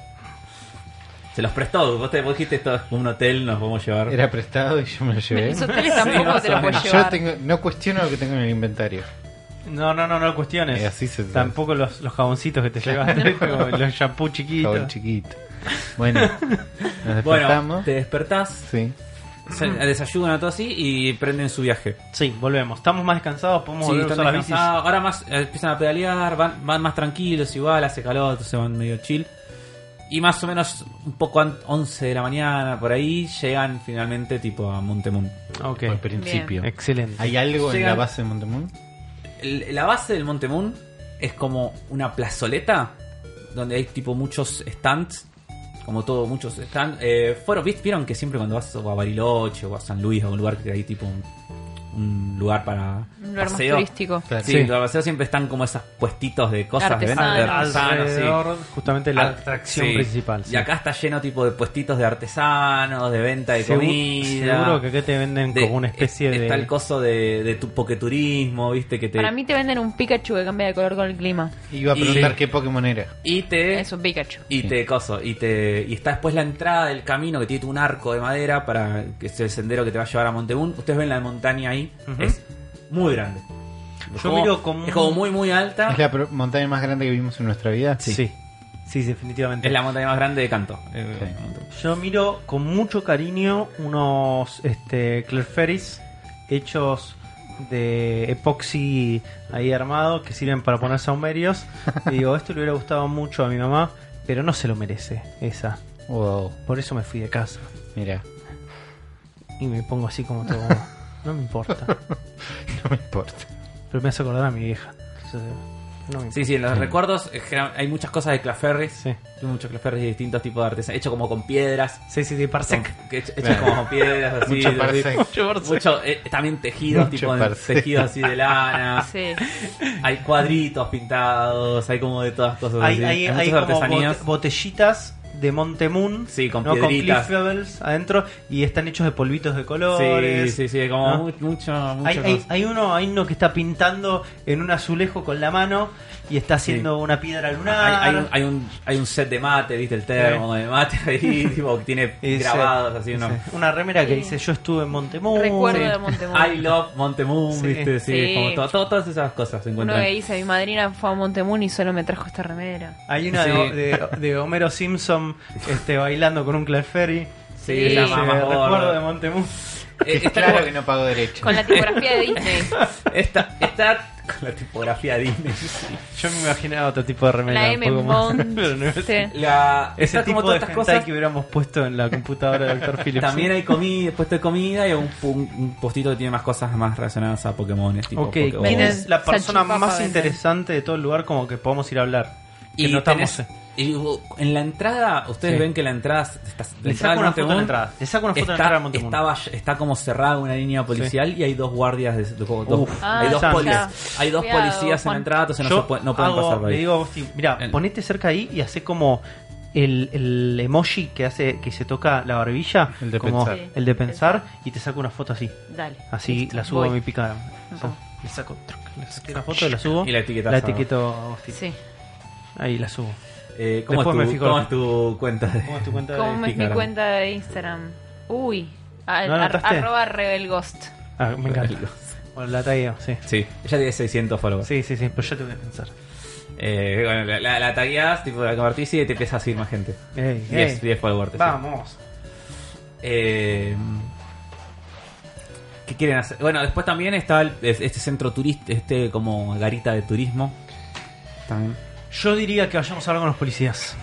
Speaker 2: Se los prestó, vos, te, vos dijiste esto es un hotel, nos vamos a llevar.
Speaker 4: Era prestado y yo me lo
Speaker 1: eh,
Speaker 4: llevé. Ah,
Speaker 3: Esos hoteles tampoco
Speaker 2: más
Speaker 3: te
Speaker 2: o
Speaker 3: los puedes
Speaker 2: menos.
Speaker 4: Yo
Speaker 3: llevar.
Speaker 4: tengo, no cuestiono lo que tengo en el inventario.
Speaker 1: No, no, no, no cuestiones.
Speaker 4: Eh, así se trata.
Speaker 1: Tampoco los, los jaboncitos que te llevas. como los shampoo chiquitos.
Speaker 4: Jabón chiquito. Bueno, nos
Speaker 2: Bueno,
Speaker 4: despertamos.
Speaker 2: te despertás,
Speaker 4: Sí.
Speaker 2: se- desayunan todo así y prenden su viaje.
Speaker 1: Sí, volvemos. Estamos más descansados, podemos
Speaker 2: Sí,
Speaker 1: volver a
Speaker 2: están
Speaker 1: usar las bicis.
Speaker 2: descansados. Ahora más eh, empiezan a pedalear, van, van más tranquilos, igual, hace calor, entonces van medio chill. Y más o menos un poco an- 11 de la mañana, por ahí, llegan finalmente tipo a Montemun.
Speaker 1: Ok,
Speaker 4: Al principio.
Speaker 1: excelente.
Speaker 4: ¿Hay algo en
Speaker 2: Llegan-
Speaker 4: la base de Montemón?
Speaker 2: El- La base del Montemun es como una plazoleta donde hay tipo muchos stands, como todo, muchos stands. Eh, fueron, ¿viste? vieron que siempre cuando vas o a Bariloche o a San Luis o a un lugar que hay tipo un, un lugar para
Speaker 3: Un lugar más
Speaker 2: paseo.
Speaker 3: turístico.
Speaker 4: Claro.
Speaker 2: Sí,
Speaker 1: Sí.
Speaker 2: para paseo siempre están como esas puestitos de cosas de
Speaker 3: Artesanos.
Speaker 2: venta, de artesanos, sí.
Speaker 1: Alrededor, justamente la
Speaker 2: Al-
Speaker 1: atracción
Speaker 2: sí.
Speaker 1: principal. sí.
Speaker 2: Y acá está lleno tipo de puestitos de artesanos, de venta de
Speaker 1: Segu-
Speaker 2: comida.
Speaker 1: Seguro que acá te venden
Speaker 2: de-
Speaker 1: como una especie de.
Speaker 2: Está el coso de, de tu poketurismo, viste,
Speaker 1: Este,
Speaker 2: que te...
Speaker 3: Para mí te venden un Pikachu que cambia de color con el clima.
Speaker 4: Iba a
Speaker 2: Y-
Speaker 4: preguntar qué Pokémon era.
Speaker 2: y te...
Speaker 3: Es un Pikachu.
Speaker 2: Y te coso, y te. Y está después la entrada del camino que tiene un arco de madera para que es el sendero que te va a llevar a Montebún. Ustedes ven la montaña ahí,
Speaker 1: Ujú.
Speaker 2: es muy grande. Es
Speaker 1: Yo miro como-
Speaker 2: Es como muy muy alta.
Speaker 3: Ah.
Speaker 4: ¿Es la pro- montaña más grande que vimos en nuestra vida?
Speaker 1: Sí.
Speaker 2: Sí.
Speaker 1: Sí, sí, definitivamente.
Speaker 2: Es la montaña más grande de Canto.
Speaker 1: Eh, Yo miro con mucho cariño unos este, Clerferis hechos de epoxi ahí armado que sirven para poner saumerios. Y digo, esto le hubiera gustado mucho a mi mamá, pero no se lo merece esa.
Speaker 4: Wow,
Speaker 1: Por eso me fui de casa.
Speaker 4: mira,
Speaker 1: Y me pongo así como todo. No me importa.
Speaker 4: no me importa.
Speaker 1: Pero me hace acordar a mi vieja. Entonces, no me importa.
Speaker 2: Sí, sí, en los recuerdos eh, general- hay muchas cosas de Claferris.
Speaker 1: Sí.
Speaker 2: Hay muchos Claferris de distintos tipos de artesanías. Hecho como con piedras.
Speaker 1: Sí, sí, de
Speaker 2: Con-
Speaker 1: Parsec.
Speaker 2: que hecho- Hechos como con piedras así.
Speaker 4: Mucho
Speaker 2: de-
Speaker 4: parsec.
Speaker 2: Mucho, eh, también tejidos,
Speaker 4: Mucho
Speaker 2: tipo de-
Speaker 4: parsec.
Speaker 2: tejidos así de
Speaker 1: Ah.
Speaker 2: lana.
Speaker 3: Sí.
Speaker 2: Hay cuadritos pintados, hay como de todas cosas.
Speaker 1: Hay,
Speaker 2: así.
Speaker 1: hay,
Speaker 2: muchas
Speaker 1: hay como
Speaker 2: artesanías.
Speaker 1: bote- botellitas de Montemoon.
Speaker 2: Sí, con
Speaker 1: ¿no? con
Speaker 2: piedritas.
Speaker 1: Cliff Levels adentro. Y están hechos de polvitos de
Speaker 2: Sí,
Speaker 1: colores.
Speaker 2: sí, sí, como
Speaker 1: ¿no?
Speaker 2: mu- mucho, mucho
Speaker 1: Hay, hay-
Speaker 2: cosa.
Speaker 1: hay uno, hay uno que está pintando en un azulejo con la mano y está haciendo una piedra
Speaker 2: Hay,
Speaker 1: lunar.
Speaker 2: hay un, hay, un, hay un set de mate, viste el termo de mate ahí, tipo, que tiene
Speaker 1: Y dice-
Speaker 2: grabados así unos.
Speaker 1: dice, Una remera que
Speaker 3: Sí.
Speaker 1: dice yo estuve en Montemoon.
Speaker 3: Recuerdo
Speaker 1: Oh. Sí.
Speaker 3: de Montemoon.
Speaker 2: I love Montemoon,
Speaker 1: Sí.
Speaker 2: viste, sí,
Speaker 3: Sí.
Speaker 2: como todo- todo- todas esas cosas se
Speaker 3: Uno
Speaker 2: encuentran.
Speaker 3: que dice, mi madrina fue a Montemoon y solo me trajo esta remera.
Speaker 1: Hay una de-
Speaker 2: Sí.
Speaker 1: de, de Homero Simpson este, bailando con un Clefairy.
Speaker 2: Sí,
Speaker 3: Sí.
Speaker 2: la
Speaker 1: Dice,
Speaker 2: mamá
Speaker 1: recuerdo de
Speaker 2: gorda.
Speaker 1: Montemoon.
Speaker 2: Eh,
Speaker 4: Es
Speaker 2: está,
Speaker 4: claro
Speaker 2: como-
Speaker 4: que no pago derecho.
Speaker 3: Con la tipografía de Disney.
Speaker 2: está, está con la tipografía Disney. sí.
Speaker 1: Yo me imaginaba otro tipo de remera.
Speaker 3: La
Speaker 1: un
Speaker 3: M
Speaker 1: poco más-
Speaker 3: Bond.
Speaker 1: pero no es-
Speaker 3: Sí.
Speaker 2: La,
Speaker 1: Ese
Speaker 2: está
Speaker 1: tipo
Speaker 2: como todas
Speaker 1: de
Speaker 2: estas
Speaker 1: hentai
Speaker 2: cosas.
Speaker 1: que hubiéramos puesto en la computadora del Dr. Phillips.
Speaker 2: También hay comida, puesto de comida y un, un- un postito que tiene más cosas más relacionadas a Pokémon. Tipo
Speaker 1: Ok,
Speaker 2: Pokémon.
Speaker 1: ¿quién es la persona
Speaker 3: Salchipapa
Speaker 1: más
Speaker 3: venden.
Speaker 1: interesante de todo el lugar como que podemos ir a hablar? Que
Speaker 2: Y
Speaker 1: notamos.
Speaker 2: tenés- y hubo- en la entrada, ustedes
Speaker 1: Sí.
Speaker 2: ven que la entrada está,
Speaker 1: Le saco una foto de la entrada. Le saco una foto de la entrada a
Speaker 2: Está,
Speaker 1: Montemón.
Speaker 2: estaba- está como cerrada una línea policial y hay dos guardias de, de- como dos-
Speaker 1: Uf,
Speaker 3: Ah,
Speaker 2: hay dos
Speaker 1: ya.
Speaker 2: policías, hay dos
Speaker 3: Cuidado,
Speaker 2: policías en
Speaker 3: Juan.
Speaker 2: la entrada, entonces no,
Speaker 1: Yo
Speaker 2: se puede- no pueden
Speaker 1: hago-
Speaker 2: pasar por
Speaker 1: Le
Speaker 2: ahí.
Speaker 1: digo a Agustín, mira,
Speaker 2: En-
Speaker 1: ponete cerca ahí y hace como el, el emoji que hace que se toca la barbilla,
Speaker 4: El de
Speaker 1: como
Speaker 4: pensar.
Speaker 3: Sí.
Speaker 1: el de pensar, y la saco una foto así.
Speaker 3: Dale.
Speaker 1: Así
Speaker 3: Listo,
Speaker 1: la subo
Speaker 3: voy.
Speaker 1: a mi picada. O sea,
Speaker 3: Ujú.
Speaker 1: le saco truc, le saqué una foto, la subo.
Speaker 2: Y la etiquetas
Speaker 1: La
Speaker 2: a-
Speaker 1: etiqueto a Agustín.
Speaker 3: Sí.
Speaker 1: Ahí la subo.
Speaker 2: Eh, ¿cómo, es
Speaker 1: después
Speaker 2: tu,
Speaker 1: me fijo
Speaker 2: cómo
Speaker 1: la-
Speaker 2: es tu cuenta? de-
Speaker 1: ¿Cómo es tu cuenta de
Speaker 3: ¿Cómo es mi
Speaker 2: Instagram?
Speaker 3: cuenta de Instagram? Uy. A-
Speaker 1: ¿No
Speaker 3: ar-
Speaker 1: anotaste?
Speaker 3: arroba rebelghost.
Speaker 1: Ah, me encanta. Bueno, la tagueo, sí.
Speaker 2: Sí, ella tiene 600 followers.
Speaker 1: Sí, sí, sí, pero yo te voy a pensar.
Speaker 2: Eh, bueno, la, la, la tagueás, tipo, la convertís y te empieza a seguir más gente.
Speaker 1: Ey,
Speaker 2: 10,
Speaker 1: ey.
Speaker 2: 10 followers. te siguen.
Speaker 1: Vamos.
Speaker 2: Eh, ¿Qué quieren hacer? Bueno, después también está el- es- este centro turista, este como garita de turismo. También.
Speaker 1: Yo diría que vayamos a hablar con los policías.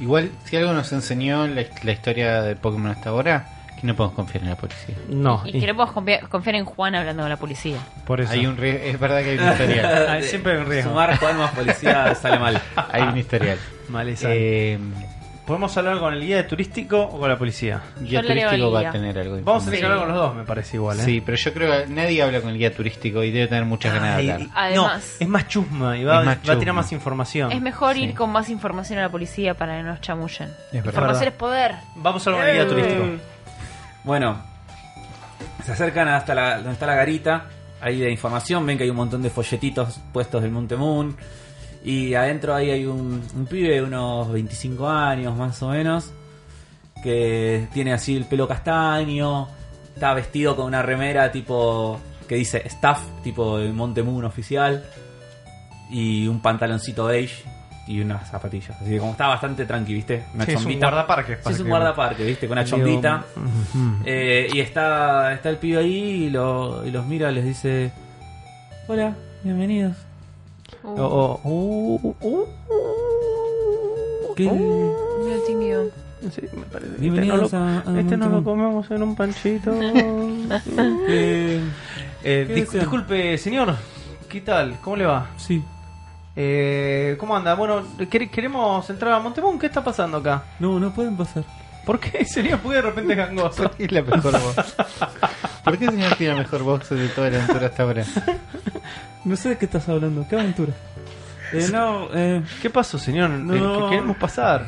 Speaker 4: Igual, si algo nos enseñó la, la historia de Pokémon hasta ahora, que no podemos confiar en la policía.
Speaker 1: No,
Speaker 3: y,
Speaker 1: y-
Speaker 3: queremos confiar, confiar en Juan hablando con la policía.
Speaker 1: por eso.
Speaker 4: Hay un rie- es verdad que hay un historial.
Speaker 1: Ah, siempre hay un riesgo.
Speaker 2: Sumar Juan más policía sale mal.
Speaker 4: Hay un historial.
Speaker 1: Mal esa.
Speaker 4: Eh,
Speaker 1: ¿Podemos hablar con el guía turístico o con la policía?
Speaker 4: guía
Speaker 3: Yo le leo
Speaker 4: turístico
Speaker 3: al
Speaker 4: va
Speaker 3: guía.
Speaker 4: a tener algo. de
Speaker 1: Vamos a tener que
Speaker 4: información.
Speaker 1: hablar con los dos, me parece igual. ¿eh?
Speaker 4: Sí, pero yo creo que nadie habla con el guía turístico y debe tener muchas ganas
Speaker 1: Ay,
Speaker 4: de hablar.
Speaker 3: Además-
Speaker 1: no, es más chusma y va,
Speaker 4: Es más
Speaker 1: va a tirar
Speaker 4: chusma.
Speaker 1: más información.
Speaker 3: Es mejor
Speaker 4: Sí.
Speaker 3: ir con más información a la policía para que no nos chamullen.
Speaker 4: Es verdad.
Speaker 3: Información es poder.
Speaker 1: Vamos a hablar con el guía turístico.
Speaker 2: Bueno, se acercan hasta la, donde está la garita. Ahí de información, ven que hay un montón de folletitos puestos del Monte Moon. Y adentro ahí hay un, un pibe de unos 25 años más o menos. Que tiene así el pelo castaño. Está vestido con una remera tipo que dice staff, tipo el Monte Moon oficial. Y un pantaloncito beige y unas zapatillas. Así que como está bastante tranqui, ¿viste? Una
Speaker 1: Sí, es un
Speaker 2: chombita.
Speaker 1: guardaparque.
Speaker 2: Sí, es un guardaparque, ¿viste? Con una chombita. Eh, y está, está el pibe ahí y, lo- y los mira, les dice: Hola, bienvenidos.
Speaker 3: Uh,
Speaker 1: Oh, oh, uh, uh,
Speaker 2: ¿Qué-
Speaker 3: mira, tímido.
Speaker 1: uh, sí, me parece. Este no
Speaker 2: bienvenidos
Speaker 1: lo-
Speaker 2: a, a
Speaker 1: este no lo
Speaker 2: Montemón.
Speaker 1: comemos en un panchito.
Speaker 2: Eh,
Speaker 1: Eh,
Speaker 2: ¿Qué
Speaker 1: dis-
Speaker 2: desean?
Speaker 1: disculpe, señor. ¿Qué tal? ¿Cómo le va?
Speaker 2: Sí,
Speaker 1: Eh, ¿Cómo anda? Bueno, quer- queremos entrar a Montemón. ¿Qué está pasando acá?
Speaker 2: no, no pueden pasar.
Speaker 1: ¿Por qué sería muy de repente gangoso?
Speaker 4: ¿Por qué la mejor voz? ¿Por qué el señor tiene la mejor voz de toda la aventura hasta ahora?
Speaker 2: No sé de qué estás hablando, qué aventura. Eh, no, eh,
Speaker 1: ¿Qué pasó, señor?
Speaker 2: No.
Speaker 1: Eh, que queremos pasar.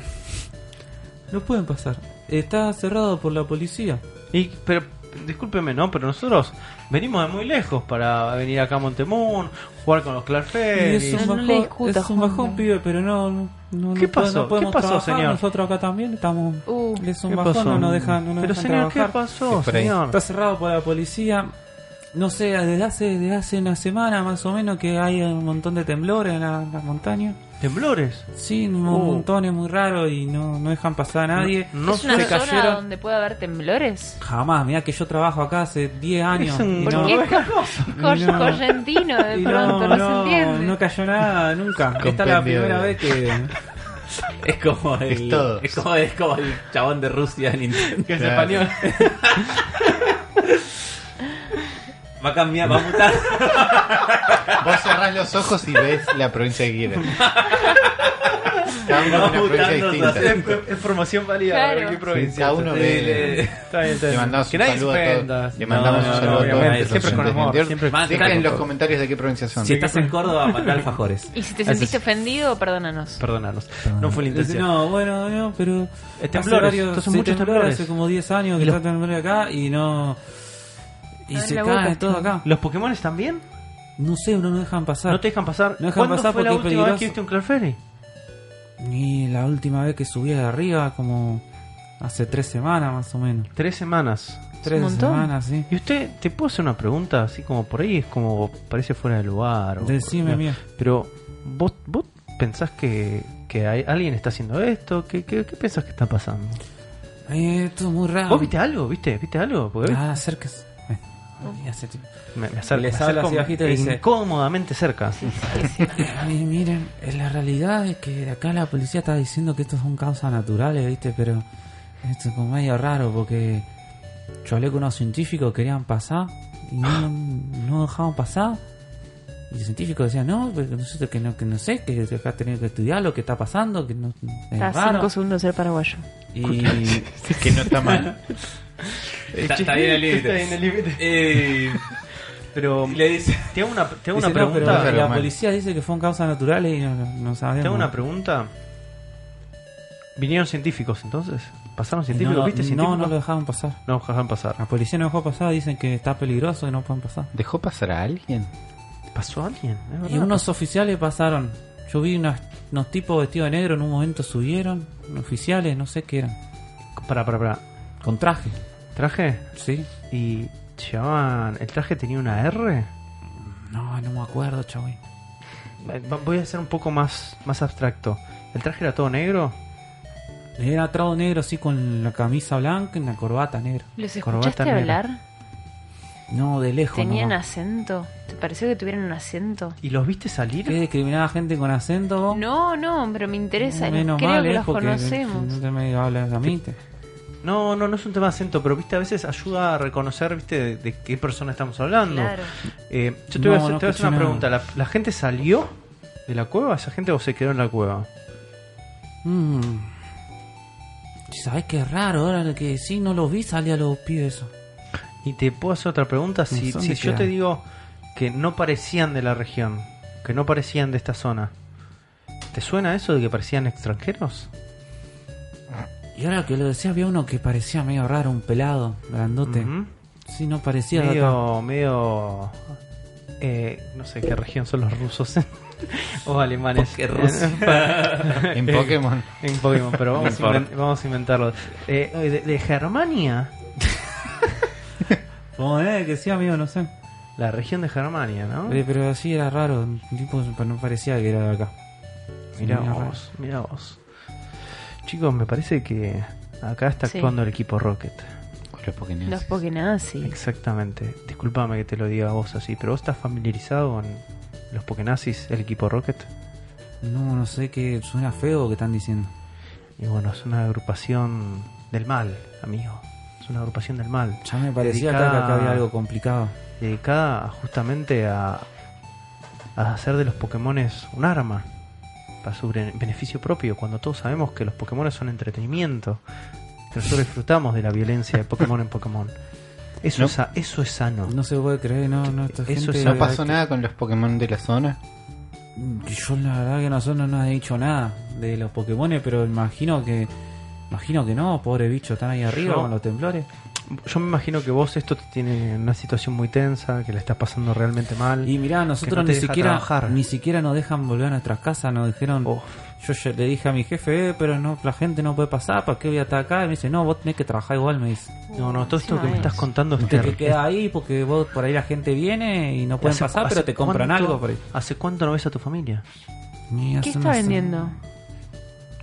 Speaker 2: no pueden pasar. Está cerrado por la policía.
Speaker 1: Y, pero, discúlpeme, ¿no? Pero nosotros venimos de muy lejos para venir acá a Montemón, jugar con los
Speaker 2: Y
Speaker 1: Clarferis.
Speaker 2: es un
Speaker 3: No, no le
Speaker 2: bajón,
Speaker 3: discuta,
Speaker 2: es un
Speaker 3: Juan.
Speaker 2: bajón, pibe, pero no, no, no-
Speaker 1: ¿Qué
Speaker 2: no
Speaker 1: pasó?
Speaker 2: no podemos
Speaker 1: ¿Qué pasó,
Speaker 2: trabajar.
Speaker 1: señor?
Speaker 2: Nosotros acá también estamos.
Speaker 3: Uh,
Speaker 2: Es un
Speaker 1: ¿Qué
Speaker 2: bajón,
Speaker 1: pasó?
Speaker 2: no nos dejan, no nos
Speaker 1: pero,
Speaker 2: dejan
Speaker 1: señor, ¿qué
Speaker 2: trabajar.
Speaker 1: pasó,
Speaker 4: Es por ahí.
Speaker 1: señor?
Speaker 2: Está cerrado por la policía.
Speaker 6: no sé, desde hace, desde hace una semana más o menos que hay un montón de temblores en la- las montañas.
Speaker 1: ¿Temblores?
Speaker 6: Sí, un
Speaker 1: Oh.
Speaker 6: montón, es muy raro y no, no dejan pasar a nadie.
Speaker 1: No
Speaker 3: ¿Es una
Speaker 1: sé.
Speaker 6: se
Speaker 3: zona
Speaker 6: cayeron.
Speaker 3: donde puede haber temblores?
Speaker 6: Jamás, mirá que yo trabajo acá hace 10 años.
Speaker 1: Es un-
Speaker 6: y
Speaker 1: ¿Por
Speaker 6: no,
Speaker 1: qué?
Speaker 3: Cor-
Speaker 6: No.
Speaker 3: Correntino, de
Speaker 6: y
Speaker 3: pronto, no, se entiende.
Speaker 6: no cayó nada nunca. Esta es la
Speaker 4: Compendio
Speaker 6: primera
Speaker 4: de-
Speaker 6: vez que. Es como el,
Speaker 4: Es todo.
Speaker 6: Es como, es como el chabón de Rusia de Nintendo.
Speaker 4: es español.
Speaker 6: Va a cambiar, va a mutar.
Speaker 4: Vos cerrás los ojos y ves la provincia que quieres. Cada uno
Speaker 6: Va
Speaker 4: es una provincia
Speaker 6: mutando su
Speaker 4: distinta.
Speaker 6: acento.
Speaker 1: Información válida
Speaker 3: Claro.
Speaker 1: para cualquier provincia.
Speaker 4: cada uno ve-
Speaker 6: Le-
Speaker 1: Está bien, está
Speaker 4: Le
Speaker 1: bien.
Speaker 4: mandamos
Speaker 1: que
Speaker 4: un
Speaker 1: nadie
Speaker 4: saludo
Speaker 1: se
Speaker 4: a
Speaker 1: ofenda.
Speaker 4: todos. Le mandamos
Speaker 6: No,
Speaker 4: un
Speaker 6: no,
Speaker 4: saludo a todos.
Speaker 1: obviamente,
Speaker 4: nuestros
Speaker 1: siempre con
Speaker 4: oyentes.
Speaker 1: amor,
Speaker 4: Dios-
Speaker 1: siempre-
Speaker 4: Dejen en los
Speaker 6: Mandanos.
Speaker 4: comentarios de Ah, qué provincia son.
Speaker 6: Si estás en Córdoba, mandá alfajores.
Speaker 3: ¿Y si te sentiste ofendido, perdónanos?
Speaker 1: Perdonarnos. No fue la intención.
Speaker 6: No, bueno, no, pero.
Speaker 1: Es temblores,
Speaker 6: hace
Speaker 1: estos son
Speaker 6: sí,
Speaker 1: muchos temblores.
Speaker 6: Hace como 10 años
Speaker 1: Y
Speaker 6: que
Speaker 1: los-
Speaker 6: está temblores acá y no. Y
Speaker 3: Abre
Speaker 6: se
Speaker 3: la
Speaker 6: cae
Speaker 3: boca,
Speaker 6: todo acá.
Speaker 1: ¿Los Pokémon también?
Speaker 6: No sé, no nos dejan pasar.
Speaker 1: ¿No te dejan pasar?
Speaker 6: Ah. No dejan
Speaker 1: ¿Cuándo
Speaker 6: pasar
Speaker 1: fue la
Speaker 6: porque es
Speaker 1: última vez
Speaker 6: peligroso.
Speaker 1: que viste un Clefairy?
Speaker 6: Ni la última vez que subí de arriba, como hace tres semanas más o menos.
Speaker 1: Tres semanas.
Speaker 6: Tres
Speaker 3: montón.
Speaker 6: semanas, sí.
Speaker 1: ¿Y usted, te puedo hacer una pregunta? Así como por ahí es como parece fuera de lugar. o-
Speaker 6: Decime, mía.
Speaker 1: Pero, ¿vos, vos pensás que, que hay- alguien está haciendo esto? ¿Qué, qué, qué pensás que está pasando?
Speaker 6: Eh, esto es muy raro.
Speaker 1: ¿Vos viste algo? ¿Viste, ¿Viste algo? Porque
Speaker 6: Ah, acérquese. Ven, ven, acérquese.
Speaker 1: me, me acer-
Speaker 6: les
Speaker 1: me acerco
Speaker 6: habla
Speaker 1: e
Speaker 6: así bajito y dice-
Speaker 1: incómodamente cerca.
Speaker 6: Ay, miren, eh, la realidad es que acá la policía está diciendo que estos son causas naturales, eh, ¿viste? Pero esto es como medio raro porque yo hablé con unos científicos que querían pasar y no, no dejaban pasar. Y los científicos decían, no, pero nosotros que no, que no sé, que acá tenemos que estudiar lo que está pasando, que no es
Speaker 3: Está a
Speaker 6: raro.
Speaker 3: 5 segundos ser paraguayo.
Speaker 6: Y
Speaker 4: Que no está mal.
Speaker 6: está, está bien el límite.
Speaker 1: Está bien el límite.
Speaker 6: Eh,
Speaker 1: Pero,
Speaker 6: y le dice,
Speaker 1: te hago una, te hago
Speaker 6: dice,
Speaker 1: una
Speaker 6: "No, pero
Speaker 1: pregunta.
Speaker 4: Pero
Speaker 6: la
Speaker 4: mal.
Speaker 6: policía dice que fueron causas naturales y no, no sabemos.
Speaker 1: Te hago una pregunta. ¿Vinieron científicos entonces? ¿Pasaron científicos?
Speaker 6: No,
Speaker 1: ¿Viste
Speaker 6: no,
Speaker 1: científicos?
Speaker 6: no lo dejaban pasar.
Speaker 1: No, dejaron pasar.
Speaker 6: La policía no dejó pasar, dicen que está peligroso y no pueden pasar.
Speaker 4: ¿Dejó pasar a alguien?
Speaker 1: ¿Pasó alguien? Es
Speaker 6: Y
Speaker 1: verdad.
Speaker 6: unos oficiales pasaron. Yo vi unos, unos tipos vestidos de negro en un momento subieron. Oficiales, no sé qué eran.
Speaker 1: Pará, pará, pará.
Speaker 6: Con traje,
Speaker 1: ¿Traje?
Speaker 6: ¿sí?
Speaker 1: Y llevaban... ¿El traje tenía una R?
Speaker 6: No, no me acuerdo, chavui.
Speaker 1: Eh, va- Voy a ser un poco más, más abstracto. ¿El traje era todo negro?
Speaker 6: Era trago negro, sí, con la camisa blanca y la corbata negra.
Speaker 3: ¿Los
Speaker 1: Corbata
Speaker 3: escuchaste
Speaker 1: negra.
Speaker 3: hablar?
Speaker 6: No, de lejos.
Speaker 3: ¿Tenían
Speaker 6: nomás.
Speaker 3: acento? ¿Te pareció que tuvieran un acento?
Speaker 1: ¿Y los viste salir?
Speaker 6: ¿Qué discriminaba gente con acento? vos?
Speaker 3: No, no, pero me interesa.
Speaker 6: Menos
Speaker 3: Creo
Speaker 6: mal,
Speaker 3: que
Speaker 6: eh,
Speaker 3: los
Speaker 6: porque No
Speaker 3: conocemos.
Speaker 6: te me hablas a mí. te-
Speaker 1: No, no, no es un tema de acento, pero viste, a veces ayuda a reconocer, viste, de, de qué persona estamos hablando.
Speaker 3: Claro.
Speaker 1: Eh, yo te voy a
Speaker 6: No,
Speaker 1: hacer,
Speaker 6: no
Speaker 1: te voy a hacer
Speaker 6: escuché
Speaker 1: una
Speaker 6: nada.
Speaker 1: pregunta. ¿La, la gente salió de la cueva? ¿Esa gente o se quedó en la cueva?
Speaker 6: Mm. ¿Sabes qué raro? Ahora que sí, no los vi salir a los pibes. esos.
Speaker 1: Y te puedo hacer otra pregunta. Si,
Speaker 6: son
Speaker 1: si
Speaker 6: de
Speaker 1: yo
Speaker 6: qué
Speaker 1: te
Speaker 6: edad?
Speaker 1: digo que no parecían de la región, que no parecían de esta zona, ¿te suena eso de que parecían extranjeros?
Speaker 6: Y ahora que lo decía, había uno que parecía medio raro, un pelado, grandote.
Speaker 1: Ujú.
Speaker 6: Sí, no parecía de acá.
Speaker 1: medio, medio eh, no sé qué región son los rusos o alemanes
Speaker 6: Porque Rusia.
Speaker 4: En Pokémon.
Speaker 1: en Pokémon pero
Speaker 6: No
Speaker 1: vamos, a,
Speaker 6: importa.
Speaker 1: inven- vamos a inventarlo Eh, oye, de, de Germania
Speaker 6: ¿Cómo es? eh, Que sí, amigo, no sé.
Speaker 1: la región de Germania no
Speaker 6: Eh, pero así era raro, un tipo pero no parecía que era de acá. Sí,
Speaker 1: mirá
Speaker 6: medio raro.
Speaker 1: vos mirá vos chicos me parece que acá está
Speaker 3: Sí.
Speaker 1: actuando el equipo Rocket
Speaker 4: Los Pokémon.
Speaker 3: Los pokenazis.
Speaker 1: exactamente discúlpame que te lo diga a vos así pero vos estás familiarizado con los Pokenazis el equipo Rocket
Speaker 6: No, no sé qué suena feo que están diciendo.
Speaker 1: y bueno es una agrupación del mal amigo es una agrupación del mal
Speaker 6: Ya me parecía
Speaker 1: Dedicada-
Speaker 6: acá que acá había algo complicado.
Speaker 1: dedicada a- justamente a, a hacer de los Pokémones un arma para su bene- beneficio propio, cuando todos sabemos que los Pokémones son entretenimiento, que nosotros disfrutamos de la violencia de Pokémon en Pokémon. Eso,
Speaker 4: No.
Speaker 1: es, sa- eso es sano.
Speaker 6: No se puede creer, no, no, esta
Speaker 1: Eso
Speaker 6: gente...
Speaker 1: es-
Speaker 4: ¿No pasó
Speaker 6: que-
Speaker 4: nada con los Pokémon de la zona?
Speaker 6: que Yo la verdad que nosotros no nos ha dicho nada de los Pokémon, pero imagino que... Imagino que no, pobre bicho, están ahí arriba
Speaker 1: Yo-
Speaker 6: con los temblores.
Speaker 1: yo me imagino que vos esto te tiene en una situación muy tensa, que la estás pasando realmente mal.
Speaker 6: Y mirá, nosotros
Speaker 1: no te
Speaker 6: ni
Speaker 1: deja
Speaker 6: siquiera
Speaker 1: trabajar.
Speaker 6: ni siquiera nos dejan volver a nuestras casas, nos dijeron,
Speaker 1: Uf.
Speaker 6: yo, ya le dije a mi jefe, "Eh, pero no, la gente no puede pasar, ¿para qué voy a estar acá? Y me dice, no, vos tenés que trabajar igual, me dice.
Speaker 1: no, no, todo esto
Speaker 3: Encima
Speaker 1: que me
Speaker 3: es-
Speaker 1: estás contando es
Speaker 6: Usted que
Speaker 1: terrible.
Speaker 6: queda ahí porque vos por ahí la gente viene y no pueden
Speaker 1: ¿Hace-
Speaker 6: pasar, pero
Speaker 1: hace
Speaker 6: te compran
Speaker 1: cuánto-
Speaker 6: algo por ahí.
Speaker 1: ¿Hace cuánto no ves a tu familia?
Speaker 6: Ni hace
Speaker 7: ¿Qué
Speaker 6: una
Speaker 7: está
Speaker 6: semana.
Speaker 7: vendiendo?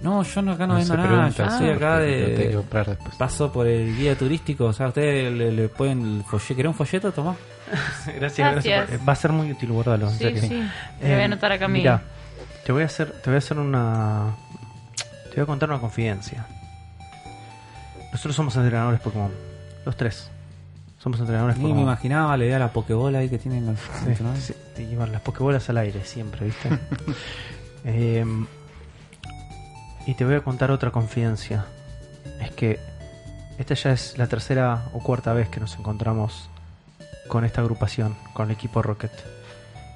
Speaker 6: No, yo no, acá no,
Speaker 4: No se
Speaker 6: vendo nada,
Speaker 4: pregunta
Speaker 6: yo
Speaker 4: eso,
Speaker 6: soy acá
Speaker 4: porque lo tengo que
Speaker 6: de...
Speaker 4: comprar después.
Speaker 6: Paso por el guía turístico, o sea, ustedes le, le pueden... El folleto, ¿Querés un folleto? Tomá.
Speaker 1: gracias,
Speaker 3: Gracias.
Speaker 1: por- eh, va a ser muy útil, guardalo. en
Speaker 3: Sí,
Speaker 1: serio.
Speaker 3: sí. Lo voy a anotar
Speaker 6: Eh,
Speaker 3: acá mío.
Speaker 1: Mira, Em, te voy a hacer, te voy a hacer una, te voy a contar una confidencia. Nosotros somos entrenadores Pokémon, los tres. Somos entrenadores
Speaker 6: Ni me
Speaker 1: Pokémon.
Speaker 6: imaginaba, le veía la pokebola ahí que tienen los...
Speaker 1: Sí, sí, te llevan las pokebolas al aire siempre, ¿viste? Em, y te voy a contar otra confidencia. Es que esta ya es la tercera o cuarta vez que nos encontramos con esta agrupación, con el equipo Rocket.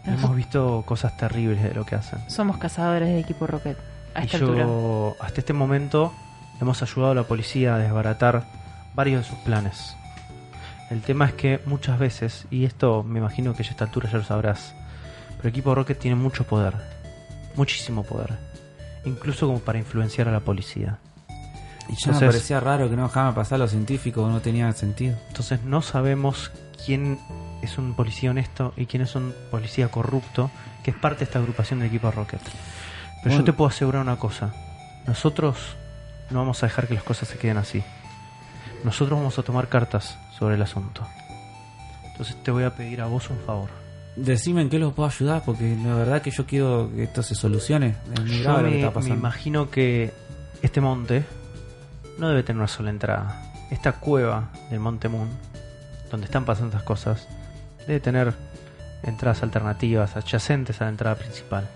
Speaker 1: Y Hemos visto cosas terribles de lo que hacen.
Speaker 7: Somos cazadores de equipo Rocket. A
Speaker 1: Y
Speaker 7: esta altura.
Speaker 1: yo, hasta este momento, hemos ayudado a la policía a desbaratar varios de sus planes. El tema es que muchas veces, y esto me imagino que ya a esta altura ya lo sabrás, pero el equipo Rocket tiene mucho poder, muchísimo poder, incluso como para influenciar a la policía.
Speaker 6: Y ya me
Speaker 1: Entonces-
Speaker 6: parecía raro que no dejaban pasar a los científicos, no tenía sentido.
Speaker 1: Entonces no sabemos quién es un policía honesto y quién es un policía corrupto que es parte de esta agrupación del equipo Rocket. Pero yo
Speaker 6: Bueno.
Speaker 1: te puedo asegurar una cosa. Nosotros no vamos a dejar que las cosas se queden así. Nosotros vamos a tomar cartas sobre el asunto. Entonces te voy a pedir a vos un favor.
Speaker 6: Decime en qué los puedo ayudar, porque la verdad que yo quiero que esto se solucione. Es muy
Speaker 1: Yo
Speaker 6: grave lo que
Speaker 1: me,
Speaker 6: está
Speaker 1: me
Speaker 6: pasando.
Speaker 1: imagino que este monte no debe tener una sola entrada. Esta cueva del Monte Moon, donde están pasando estas cosas, debe tener entradas alternativas, adyacentes a la entrada principal.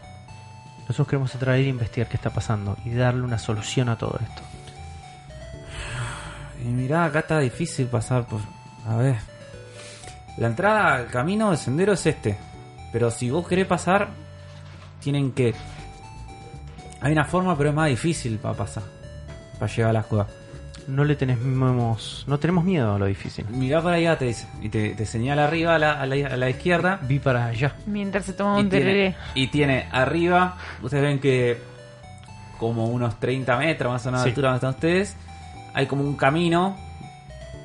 Speaker 1: Nosotros queremos entrar ahí e investigar qué está pasando y darle una solución a todo esto.
Speaker 6: Y mirá, acá está difícil pasar por. A ver. La entrada al camino del sendero es este. Pero si vos querés pasar, tienen que. Hay una forma, pero es más difícil para pasar. Para llegar a las cuevas.
Speaker 1: No le tenemos, no tenemos miedo a lo difícil.
Speaker 6: Mirá para allá, te dice. Y te, te señala arriba a la, a la- a la izquierda.
Speaker 1: Vi para allá.
Speaker 3: Mientras se toma
Speaker 6: y
Speaker 3: un
Speaker 6: tiene,
Speaker 3: tereré.
Speaker 6: y tiene arriba, ustedes ven que como unos 30 metros más o menos de
Speaker 1: Sí.
Speaker 6: altura donde están ustedes, hay como un camino,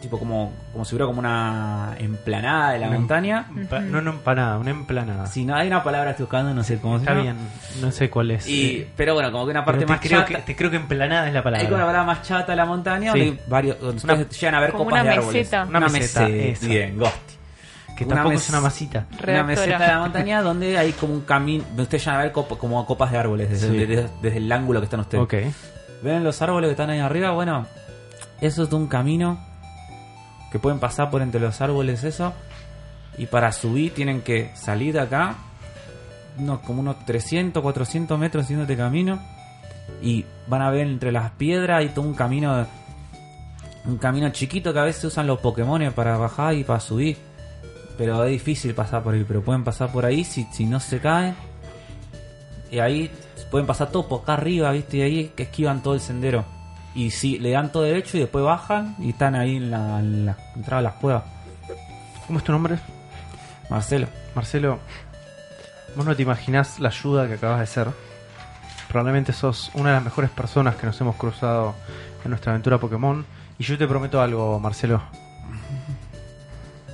Speaker 6: tipo como, como si hubiera como una emplanada de la
Speaker 1: Una em-
Speaker 6: montaña.
Speaker 1: Pa- No, no, para nada, una emplanada.
Speaker 6: Si no, hay una palabra que estoy buscando, no sé cómo se
Speaker 1: Está
Speaker 6: llama.
Speaker 1: bien, no sé cuál es.
Speaker 6: Y,
Speaker 1: Eh,
Speaker 6: pero bueno, como que una
Speaker 1: pero
Speaker 6: parte
Speaker 1: te
Speaker 6: más
Speaker 1: creo que,
Speaker 6: chata.
Speaker 1: te creo que emplanada es la palabra.
Speaker 6: Hay como una palabra más chata de la montaña
Speaker 1: Sí.
Speaker 6: donde varios, donde
Speaker 1: Una-
Speaker 6: ustedes llegan a ver
Speaker 3: como
Speaker 6: copas
Speaker 3: una
Speaker 6: de árboles.
Speaker 3: meseta.
Speaker 1: Una meseta, esa.
Speaker 6: Bien, Gosti.
Speaker 1: Que
Speaker 6: Una
Speaker 1: tampoco
Speaker 6: mes-
Speaker 1: es una masita.
Speaker 6: Una meseta de
Speaker 3: Redactora.
Speaker 6: la montaña donde hay como un camino. Ustedes llegan a ver copa- como copas de árboles desde,
Speaker 1: Sí.
Speaker 6: desde- desde el ángulo que están ustedes.
Speaker 1: Ok.
Speaker 6: ¿Ven los árboles que están ahí arriba? Bueno, eso es un camino que pueden pasar por entre los árboles, eso. Y para subir tienen que salir de acá, unos, como unos 300, 400 metros haciendo este camino. Y van a ver entre las piedras hay todo un camino, un camino chiquito que a veces usan los Pokémon para bajar y para subir. Pero es difícil pasar por ahí, pero pueden pasar por ahí si, si no se caen. Y ahí pueden pasar todo por acá arriba, ¿viste? Y ahí que esquivan todo el sendero. Y si le dan todo derecho y después bajan y están ahí en la, en la entrada a las cuevas.
Speaker 1: ¿Cómo es tu nombre?
Speaker 6: Marcelo,
Speaker 1: Marcelo, vos no te imaginás la ayuda que acabas de ser. Probablemente sos una de las mejores personas que nos hemos cruzado en nuestra aventura Pokémon. Y yo te prometo algo, Marcelo.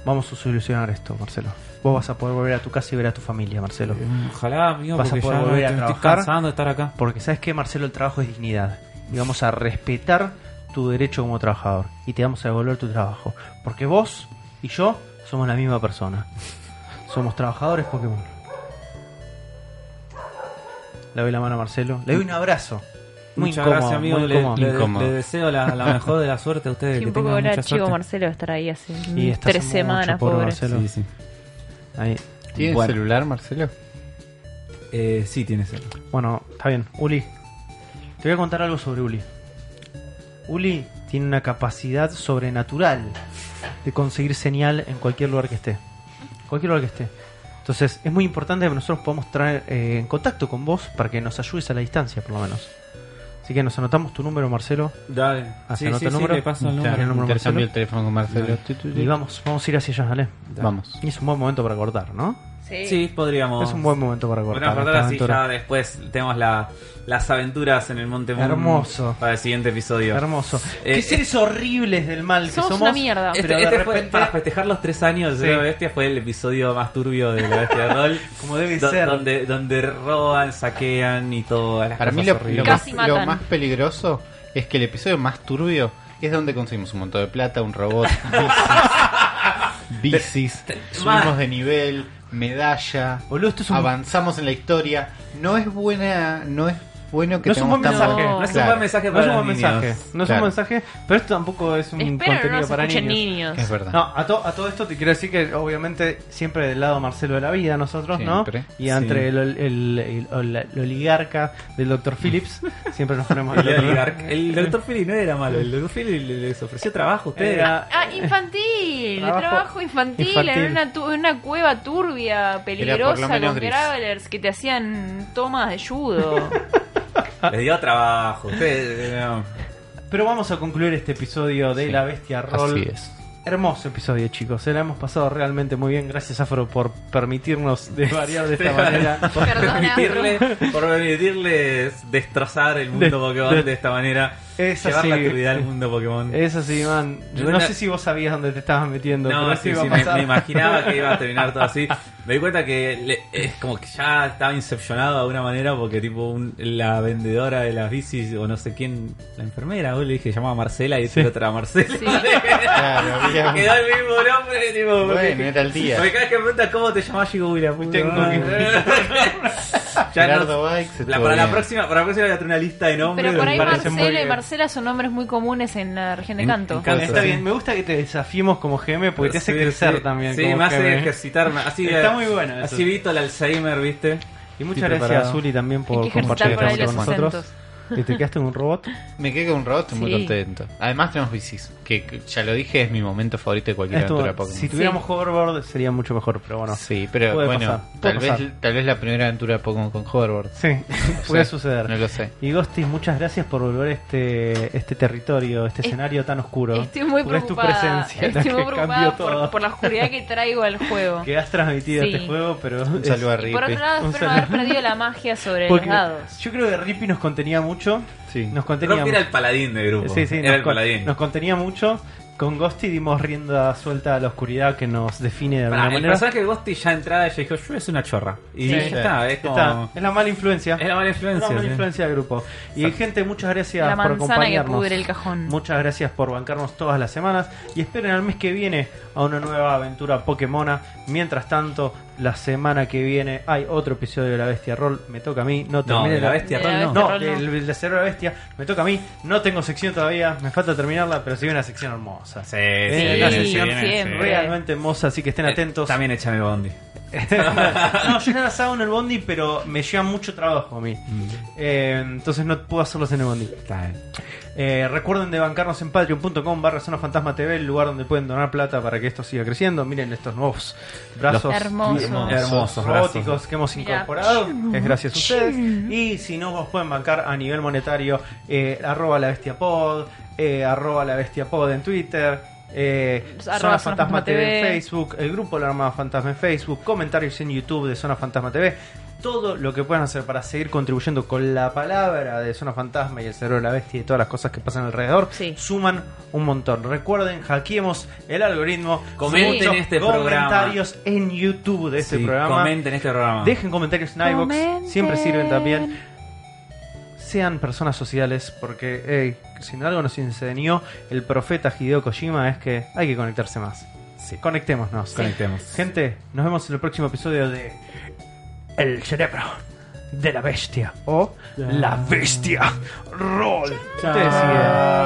Speaker 1: Vamos a solucionar esto, Marcelo. Vos vas a poder volver a tu casa y ver a tu familia, Marcelo.
Speaker 6: ojalá, amigo,
Speaker 1: Vas a
Speaker 6: porque
Speaker 1: poder
Speaker 6: ya
Speaker 1: volver
Speaker 6: me
Speaker 1: a
Speaker 6: estoy- estoy
Speaker 1: trabajar.
Speaker 6: cansando de estar acá.
Speaker 1: Porque sabes que, Marcelo, el trabajo es dignidad. Y vamos a respetar tu derecho como trabajador. Y te vamos a devolver tu trabajo. Porque vos y yo somos la misma persona. Somos trabajadores Pokémon. Le doy la mano a Marcelo. Le doy un abrazo. Muy
Speaker 6: Muchas
Speaker 1: incómodo,
Speaker 6: gracias, amigo.
Speaker 1: muy
Speaker 6: Le,
Speaker 1: incómodo.
Speaker 6: le-
Speaker 4: Incómodo.
Speaker 6: le deseo la, la mejor de la suerte a ustedes.
Speaker 3: Sí,
Speaker 6: que
Speaker 3: un poco
Speaker 6: tengan
Speaker 3: era
Speaker 6: mucha
Speaker 3: chivo
Speaker 6: suerte.
Speaker 3: Marcelo estar ahí hace
Speaker 1: Y estás
Speaker 3: tres
Speaker 1: mucho,
Speaker 3: semanas,
Speaker 1: pobre
Speaker 3: pobre.
Speaker 1: Marcelo.
Speaker 6: Sí, sí.
Speaker 1: Ahí.
Speaker 4: ¿Tiene
Speaker 6: Bueno.
Speaker 4: celular, Marcelo?
Speaker 6: Eh, sí, tiene celo.
Speaker 1: Bueno, está bien. Uli, te voy a contar algo sobre Uli. Uli tiene una capacidad sobrenatural de conseguir señal en cualquier lugar que esté. Cualquier lugar que esté. Entonces, es muy importante que nosotros podamos traer eh, en contacto con vos para que nos ayudes a la distancia, por lo menos. Así que nos anotamos tu número, Marcelo.
Speaker 6: Dale.
Speaker 1: Ah, ¿se
Speaker 6: sí,
Speaker 1: anota
Speaker 6: sí,
Speaker 1: el
Speaker 6: sí,
Speaker 1: número?
Speaker 6: le paso
Speaker 1: Ya.
Speaker 6: el número.
Speaker 1: el número,
Speaker 4: Intercambio
Speaker 1: Marcelo.
Speaker 4: el teléfono con Marcelo. Tu, tu, tu.
Speaker 1: Y vamos, vamos a ir hacia allá, dale.
Speaker 4: Vamos.
Speaker 1: Y es un buen momento para cortar, ¿no?
Speaker 3: Sí.
Speaker 6: Sí, podríamos.
Speaker 1: Es un buen momento para cortar.
Speaker 6: Podríamos cortar
Speaker 1: esta
Speaker 6: así
Speaker 1: aventura.
Speaker 6: ya después tenemos la, las aventuras en el Monte Moon
Speaker 1: Hermoso.
Speaker 6: Para el siguiente episodio.
Speaker 1: Hermoso.
Speaker 6: Eh,
Speaker 1: Qué
Speaker 6: eh,
Speaker 1: seres horribles del mal que
Speaker 3: Somos
Speaker 1: somos.
Speaker 3: una mierda.
Speaker 6: Este,
Speaker 1: Pero de
Speaker 6: este fue,
Speaker 1: repente-
Speaker 6: para festejar los tres años
Speaker 1: Sí.
Speaker 6: de la bestia fue el episodio más turbio de la bestia de rol.
Speaker 1: Como debe
Speaker 6: do-
Speaker 1: ser.
Speaker 6: Donde, donde roban, saquean y todas las
Speaker 4: Para mí
Speaker 6: cosas
Speaker 4: lo,
Speaker 6: horribles.
Speaker 4: lo más,
Speaker 3: Casi
Speaker 4: lo
Speaker 3: matan.
Speaker 4: más peligroso es que el episodio más turbio es donde conseguimos un montón de plata, un robot, bicis, bicis, subimos de nivel, medalla,
Speaker 1: Boludo, esto es un
Speaker 4: avanzamos en la historia. No es buena, no es bueno que
Speaker 1: No es un
Speaker 4: tengamos
Speaker 1: buen
Speaker 4: tan-
Speaker 1: mensaje. No
Speaker 6: No es un
Speaker 4: Claro.
Speaker 6: buen mensaje
Speaker 1: No
Speaker 6: para
Speaker 1: es un buen
Speaker 6: los niños.
Speaker 1: mensaje. No es un
Speaker 4: Claro.
Speaker 1: mensaje, pero esto tampoco es un
Speaker 3: Espero
Speaker 1: contenido
Speaker 3: no nos
Speaker 1: para
Speaker 3: escuchen
Speaker 1: niños.
Speaker 3: niños.
Speaker 4: Es verdad.
Speaker 1: No, a, to- a todo esto te quiero decir que obviamente siempre del lado Marcelo de la vida nosotros,
Speaker 4: Siempre.
Speaker 1: ¿no? Y entre
Speaker 6: Sí.
Speaker 1: el, ol- el- el- ol- el oligarca del Dr. Phillips, siempre nos ponemos
Speaker 6: El,
Speaker 1: al otro lado.
Speaker 6: oligarca- el doctor Philly no era malo, el doctor Philly les ofreció trabajo a ustedes.
Speaker 1: Era-
Speaker 3: Ah, infantil,
Speaker 1: Trabajo
Speaker 3: trabajo, infantil,
Speaker 1: infantil.
Speaker 3: en una, tu- en una cueva turbia, peligrosa,
Speaker 4: menos
Speaker 3: con
Speaker 4: gris.
Speaker 3: travelers que te hacían tomas de judo.
Speaker 6: Les dio trabajo. Ustedes, eh, no.
Speaker 1: Pero vamos a concluir este episodio de
Speaker 4: Sí.
Speaker 1: La Bestia Roll.
Speaker 4: Así es.
Speaker 1: Hermoso episodio, chicos. Se la hemos pasado realmente muy bien. Gracias, Afro, por permitirnos de variar de esta manera.
Speaker 6: por
Speaker 3: Perdona,
Speaker 6: permitirle, por permitirles destrozar el mundo
Speaker 1: De-
Speaker 6: Pokémon
Speaker 1: de-
Speaker 6: de, esta manera.
Speaker 1: Es
Speaker 6: llevar la
Speaker 1: así.
Speaker 6: actualidad al mundo Pokémon.
Speaker 1: Es así, man. Yo no
Speaker 6: Una-
Speaker 1: sé si vos sabías dónde te estabas metiendo.
Speaker 6: No,
Speaker 1: pero
Speaker 6: sí,
Speaker 1: iba
Speaker 6: sí,
Speaker 1: a
Speaker 6: me,
Speaker 1: pasar.
Speaker 6: me imaginaba que iba a terminar todo así. Me di cuenta que le- es como que ya estaba incepcionado de alguna manera porque tipo un- la vendedora de las bicis o no sé quién, la enfermera, hoy le dije llamaba Marcela y esta era otra Marcela.
Speaker 3: Sí.
Speaker 4: Claro, había un-
Speaker 6: Quedó el mismo nombre, tipo,
Speaker 4: Bueno,
Speaker 1: eh,
Speaker 6: porque-
Speaker 4: era el día.
Speaker 6: porque cada vez que me preguntas cómo te llamás, yo digo, uy, la puta
Speaker 4: Tengo
Speaker 6: madre. Ya no-
Speaker 4: Gerardo Bikes.
Speaker 6: la-
Speaker 4: estuvo
Speaker 6: para, la
Speaker 4: bien.
Speaker 6: próxima, para la próxima voy a tener una lista de nombres.
Speaker 3: Pero por ahí
Speaker 6: me parece muy
Speaker 3: Marcelo y
Speaker 6: bien.
Speaker 3: Marcela son nombres muy comunes en la región de
Speaker 6: En-
Speaker 3: Canto.
Speaker 6: en Canto.
Speaker 1: Está
Speaker 6: Sí.
Speaker 1: bien, me gusta que te desafiemos como GM porque te hace
Speaker 6: Sí,
Speaker 1: crecer
Speaker 6: sí.
Speaker 1: también.
Speaker 6: Sí,
Speaker 1: como ¿eh?
Speaker 6: me hace
Speaker 1: GM.
Speaker 6: ejercitarme. Así,
Speaker 1: Está muy bueno eso.
Speaker 6: Así evito el Alzheimer, ¿viste?
Speaker 1: Y muchas gracias
Speaker 6: Estoy preparado.
Speaker 1: a Zuli también
Speaker 3: Hay
Speaker 1: por
Speaker 3: que ejercitar
Speaker 1: compartir
Speaker 3: por ahí
Speaker 1: esto
Speaker 3: los
Speaker 1: con nosotros.
Speaker 3: acentos.
Speaker 1: Que te quedaste en un robot.
Speaker 4: Me quedé con un robot, estoy muy
Speaker 3: Sí.
Speaker 4: contento. Además tenemos bicis, que que ya lo dije, es mi momento favorito de cualquier
Speaker 1: Esto,
Speaker 4: aventura Pokémon.
Speaker 1: si tuviéramos hoverboard sería mucho mejor, pero bueno.
Speaker 4: Sí, pero
Speaker 1: Puede
Speaker 4: bueno,
Speaker 1: pasar, puede
Speaker 4: tal
Speaker 1: pasar.
Speaker 4: vez, tal vez la primera aventura Pokémon con hoverboard.
Speaker 1: Sí, puede
Speaker 4: Sí,
Speaker 1: suceder.
Speaker 4: No lo sé.
Speaker 1: Y Ghostis, muchas gracias por volver a este, este territorio, este
Speaker 3: Es-
Speaker 1: escenario tan oscuro.
Speaker 3: Estoy muy
Speaker 1: Porque es tu
Speaker 3: preocupada.
Speaker 1: presencia la
Speaker 3: Estoy muy
Speaker 1: que cambió
Speaker 3: preocupada
Speaker 1: todo.
Speaker 3: por, por la oscuridad que traigo al juego.
Speaker 1: Que has transmitido
Speaker 3: Sí.
Speaker 1: este juego, pero...
Speaker 4: Un saludo a
Speaker 3: Y por
Speaker 4: Rippy.
Speaker 3: otro lado,
Speaker 1: Un
Speaker 3: espero no
Speaker 1: saludo.
Speaker 3: haber perdido la magia sobre
Speaker 1: Porque
Speaker 3: los dados.
Speaker 1: yo creo que Rippy nos contenía mucho.
Speaker 4: Sí.
Speaker 1: Nos contenía
Speaker 6: Rocky era el paladín del grupo.
Speaker 1: Sí, sí,
Speaker 6: era
Speaker 1: nos,
Speaker 6: el
Speaker 1: con-
Speaker 6: paladín.
Speaker 1: nos contenía mucho. Con Ghosty dimos rienda suelta a la oscuridad que nos define de
Speaker 6: Pará,
Speaker 1: alguna
Speaker 6: el
Speaker 1: manera.
Speaker 6: personaje de Ghosty ya entrada ya dijo, yo es una chorra. Y
Speaker 1: Sí.
Speaker 6: ya
Speaker 1: Sí.
Speaker 6: está, es como...
Speaker 1: Está, es la mala influencia.
Speaker 6: Es la mala
Speaker 1: Es
Speaker 6: influencia.
Speaker 1: la mala
Speaker 6: sí.
Speaker 1: influencia del grupo. Y
Speaker 6: Exacto.
Speaker 1: gente, muchas gracias
Speaker 3: La
Speaker 1: por
Speaker 3: manzana que
Speaker 1: acompañarnos.
Speaker 3: pudre el cajón.
Speaker 1: Muchas gracias por bancarnos todas las semanas y esperen al mes que viene a una nueva aventura Pokémona. Mientras tanto, la semana que viene hay otro episodio de La Bestia Roll. Me toca a mí, no
Speaker 6: No,
Speaker 1: termine
Speaker 6: de la bestia,
Speaker 3: De la
Speaker 6: Ron, no.
Speaker 3: bestia.
Speaker 1: No,
Speaker 3: Roll no.
Speaker 1: el, el de Cero de la Bestia me toca a mí. No tengo sección todavía, me falta terminarla, pero sigue una sección hermosa.
Speaker 6: Sí,
Speaker 1: Sí,
Speaker 6: sí, sí,
Speaker 1: siempre.
Speaker 6: sí, sí.
Speaker 1: Realmente hermosa, así que estén
Speaker 6: Eh,
Speaker 1: atentos.
Speaker 6: También échame bondi.
Speaker 1: no, yo no las hago en el bondi, pero me lleva mucho trabajo a mí. Eh, entonces no puedo hacerlos en el bondi.
Speaker 6: Mm. Está bien.
Speaker 1: Eh, recuerden de bancarnos en patreon.com barra zona fantasma TV, el lugar donde pueden donar plata para que esto siga creciendo. Miren estos nuevos brazos
Speaker 3: Los hermosos.
Speaker 6: Hermosos
Speaker 1: robóticos
Speaker 6: brazos.
Speaker 1: que hemos
Speaker 3: Mirá.
Speaker 1: incorporado. Es gracias a ustedes. Y si no, vos pueden bancar a nivel monetario eh, arroba la bestia pod, eh, arroba la bestia pod en Twitter. Eh,
Speaker 3: Arroba
Speaker 1: Zona
Speaker 3: Zona
Speaker 1: Fantasma
Speaker 3: Fantasma
Speaker 1: TV, en
Speaker 3: TV.
Speaker 1: Facebook, el grupo La Armada Fantasma en Facebook, comentarios en YouTube de Zona Fantasma TV, todo lo que puedan hacer para seguir contribuyendo con la palabra de Zona Fantasma y el cerebro de la bestia y todas las cosas que pasan alrededor,
Speaker 3: Sí.
Speaker 1: suman un montón. Recuerden, hackeemos el algoritmo,
Speaker 6: Comenten
Speaker 1: muchos
Speaker 6: este programa.
Speaker 1: comentarios en YouTube de este
Speaker 6: Sí,
Speaker 1: programa.
Speaker 6: Comenten este programa.
Speaker 1: Dejen comentarios en iVoox,
Speaker 8: Comenten.
Speaker 1: siempre sirven también. Sean personas sociales, porque hey, si algo nos enseñó el profeta Hideo Kojima es que hay que conectarse más.
Speaker 6: Sí.
Speaker 1: Conectémonos.
Speaker 6: Conectemos.
Speaker 1: Gente, nos vemos en el próximo episodio de El cerebro de la bestia o La bestia roll. Ustedes deciden.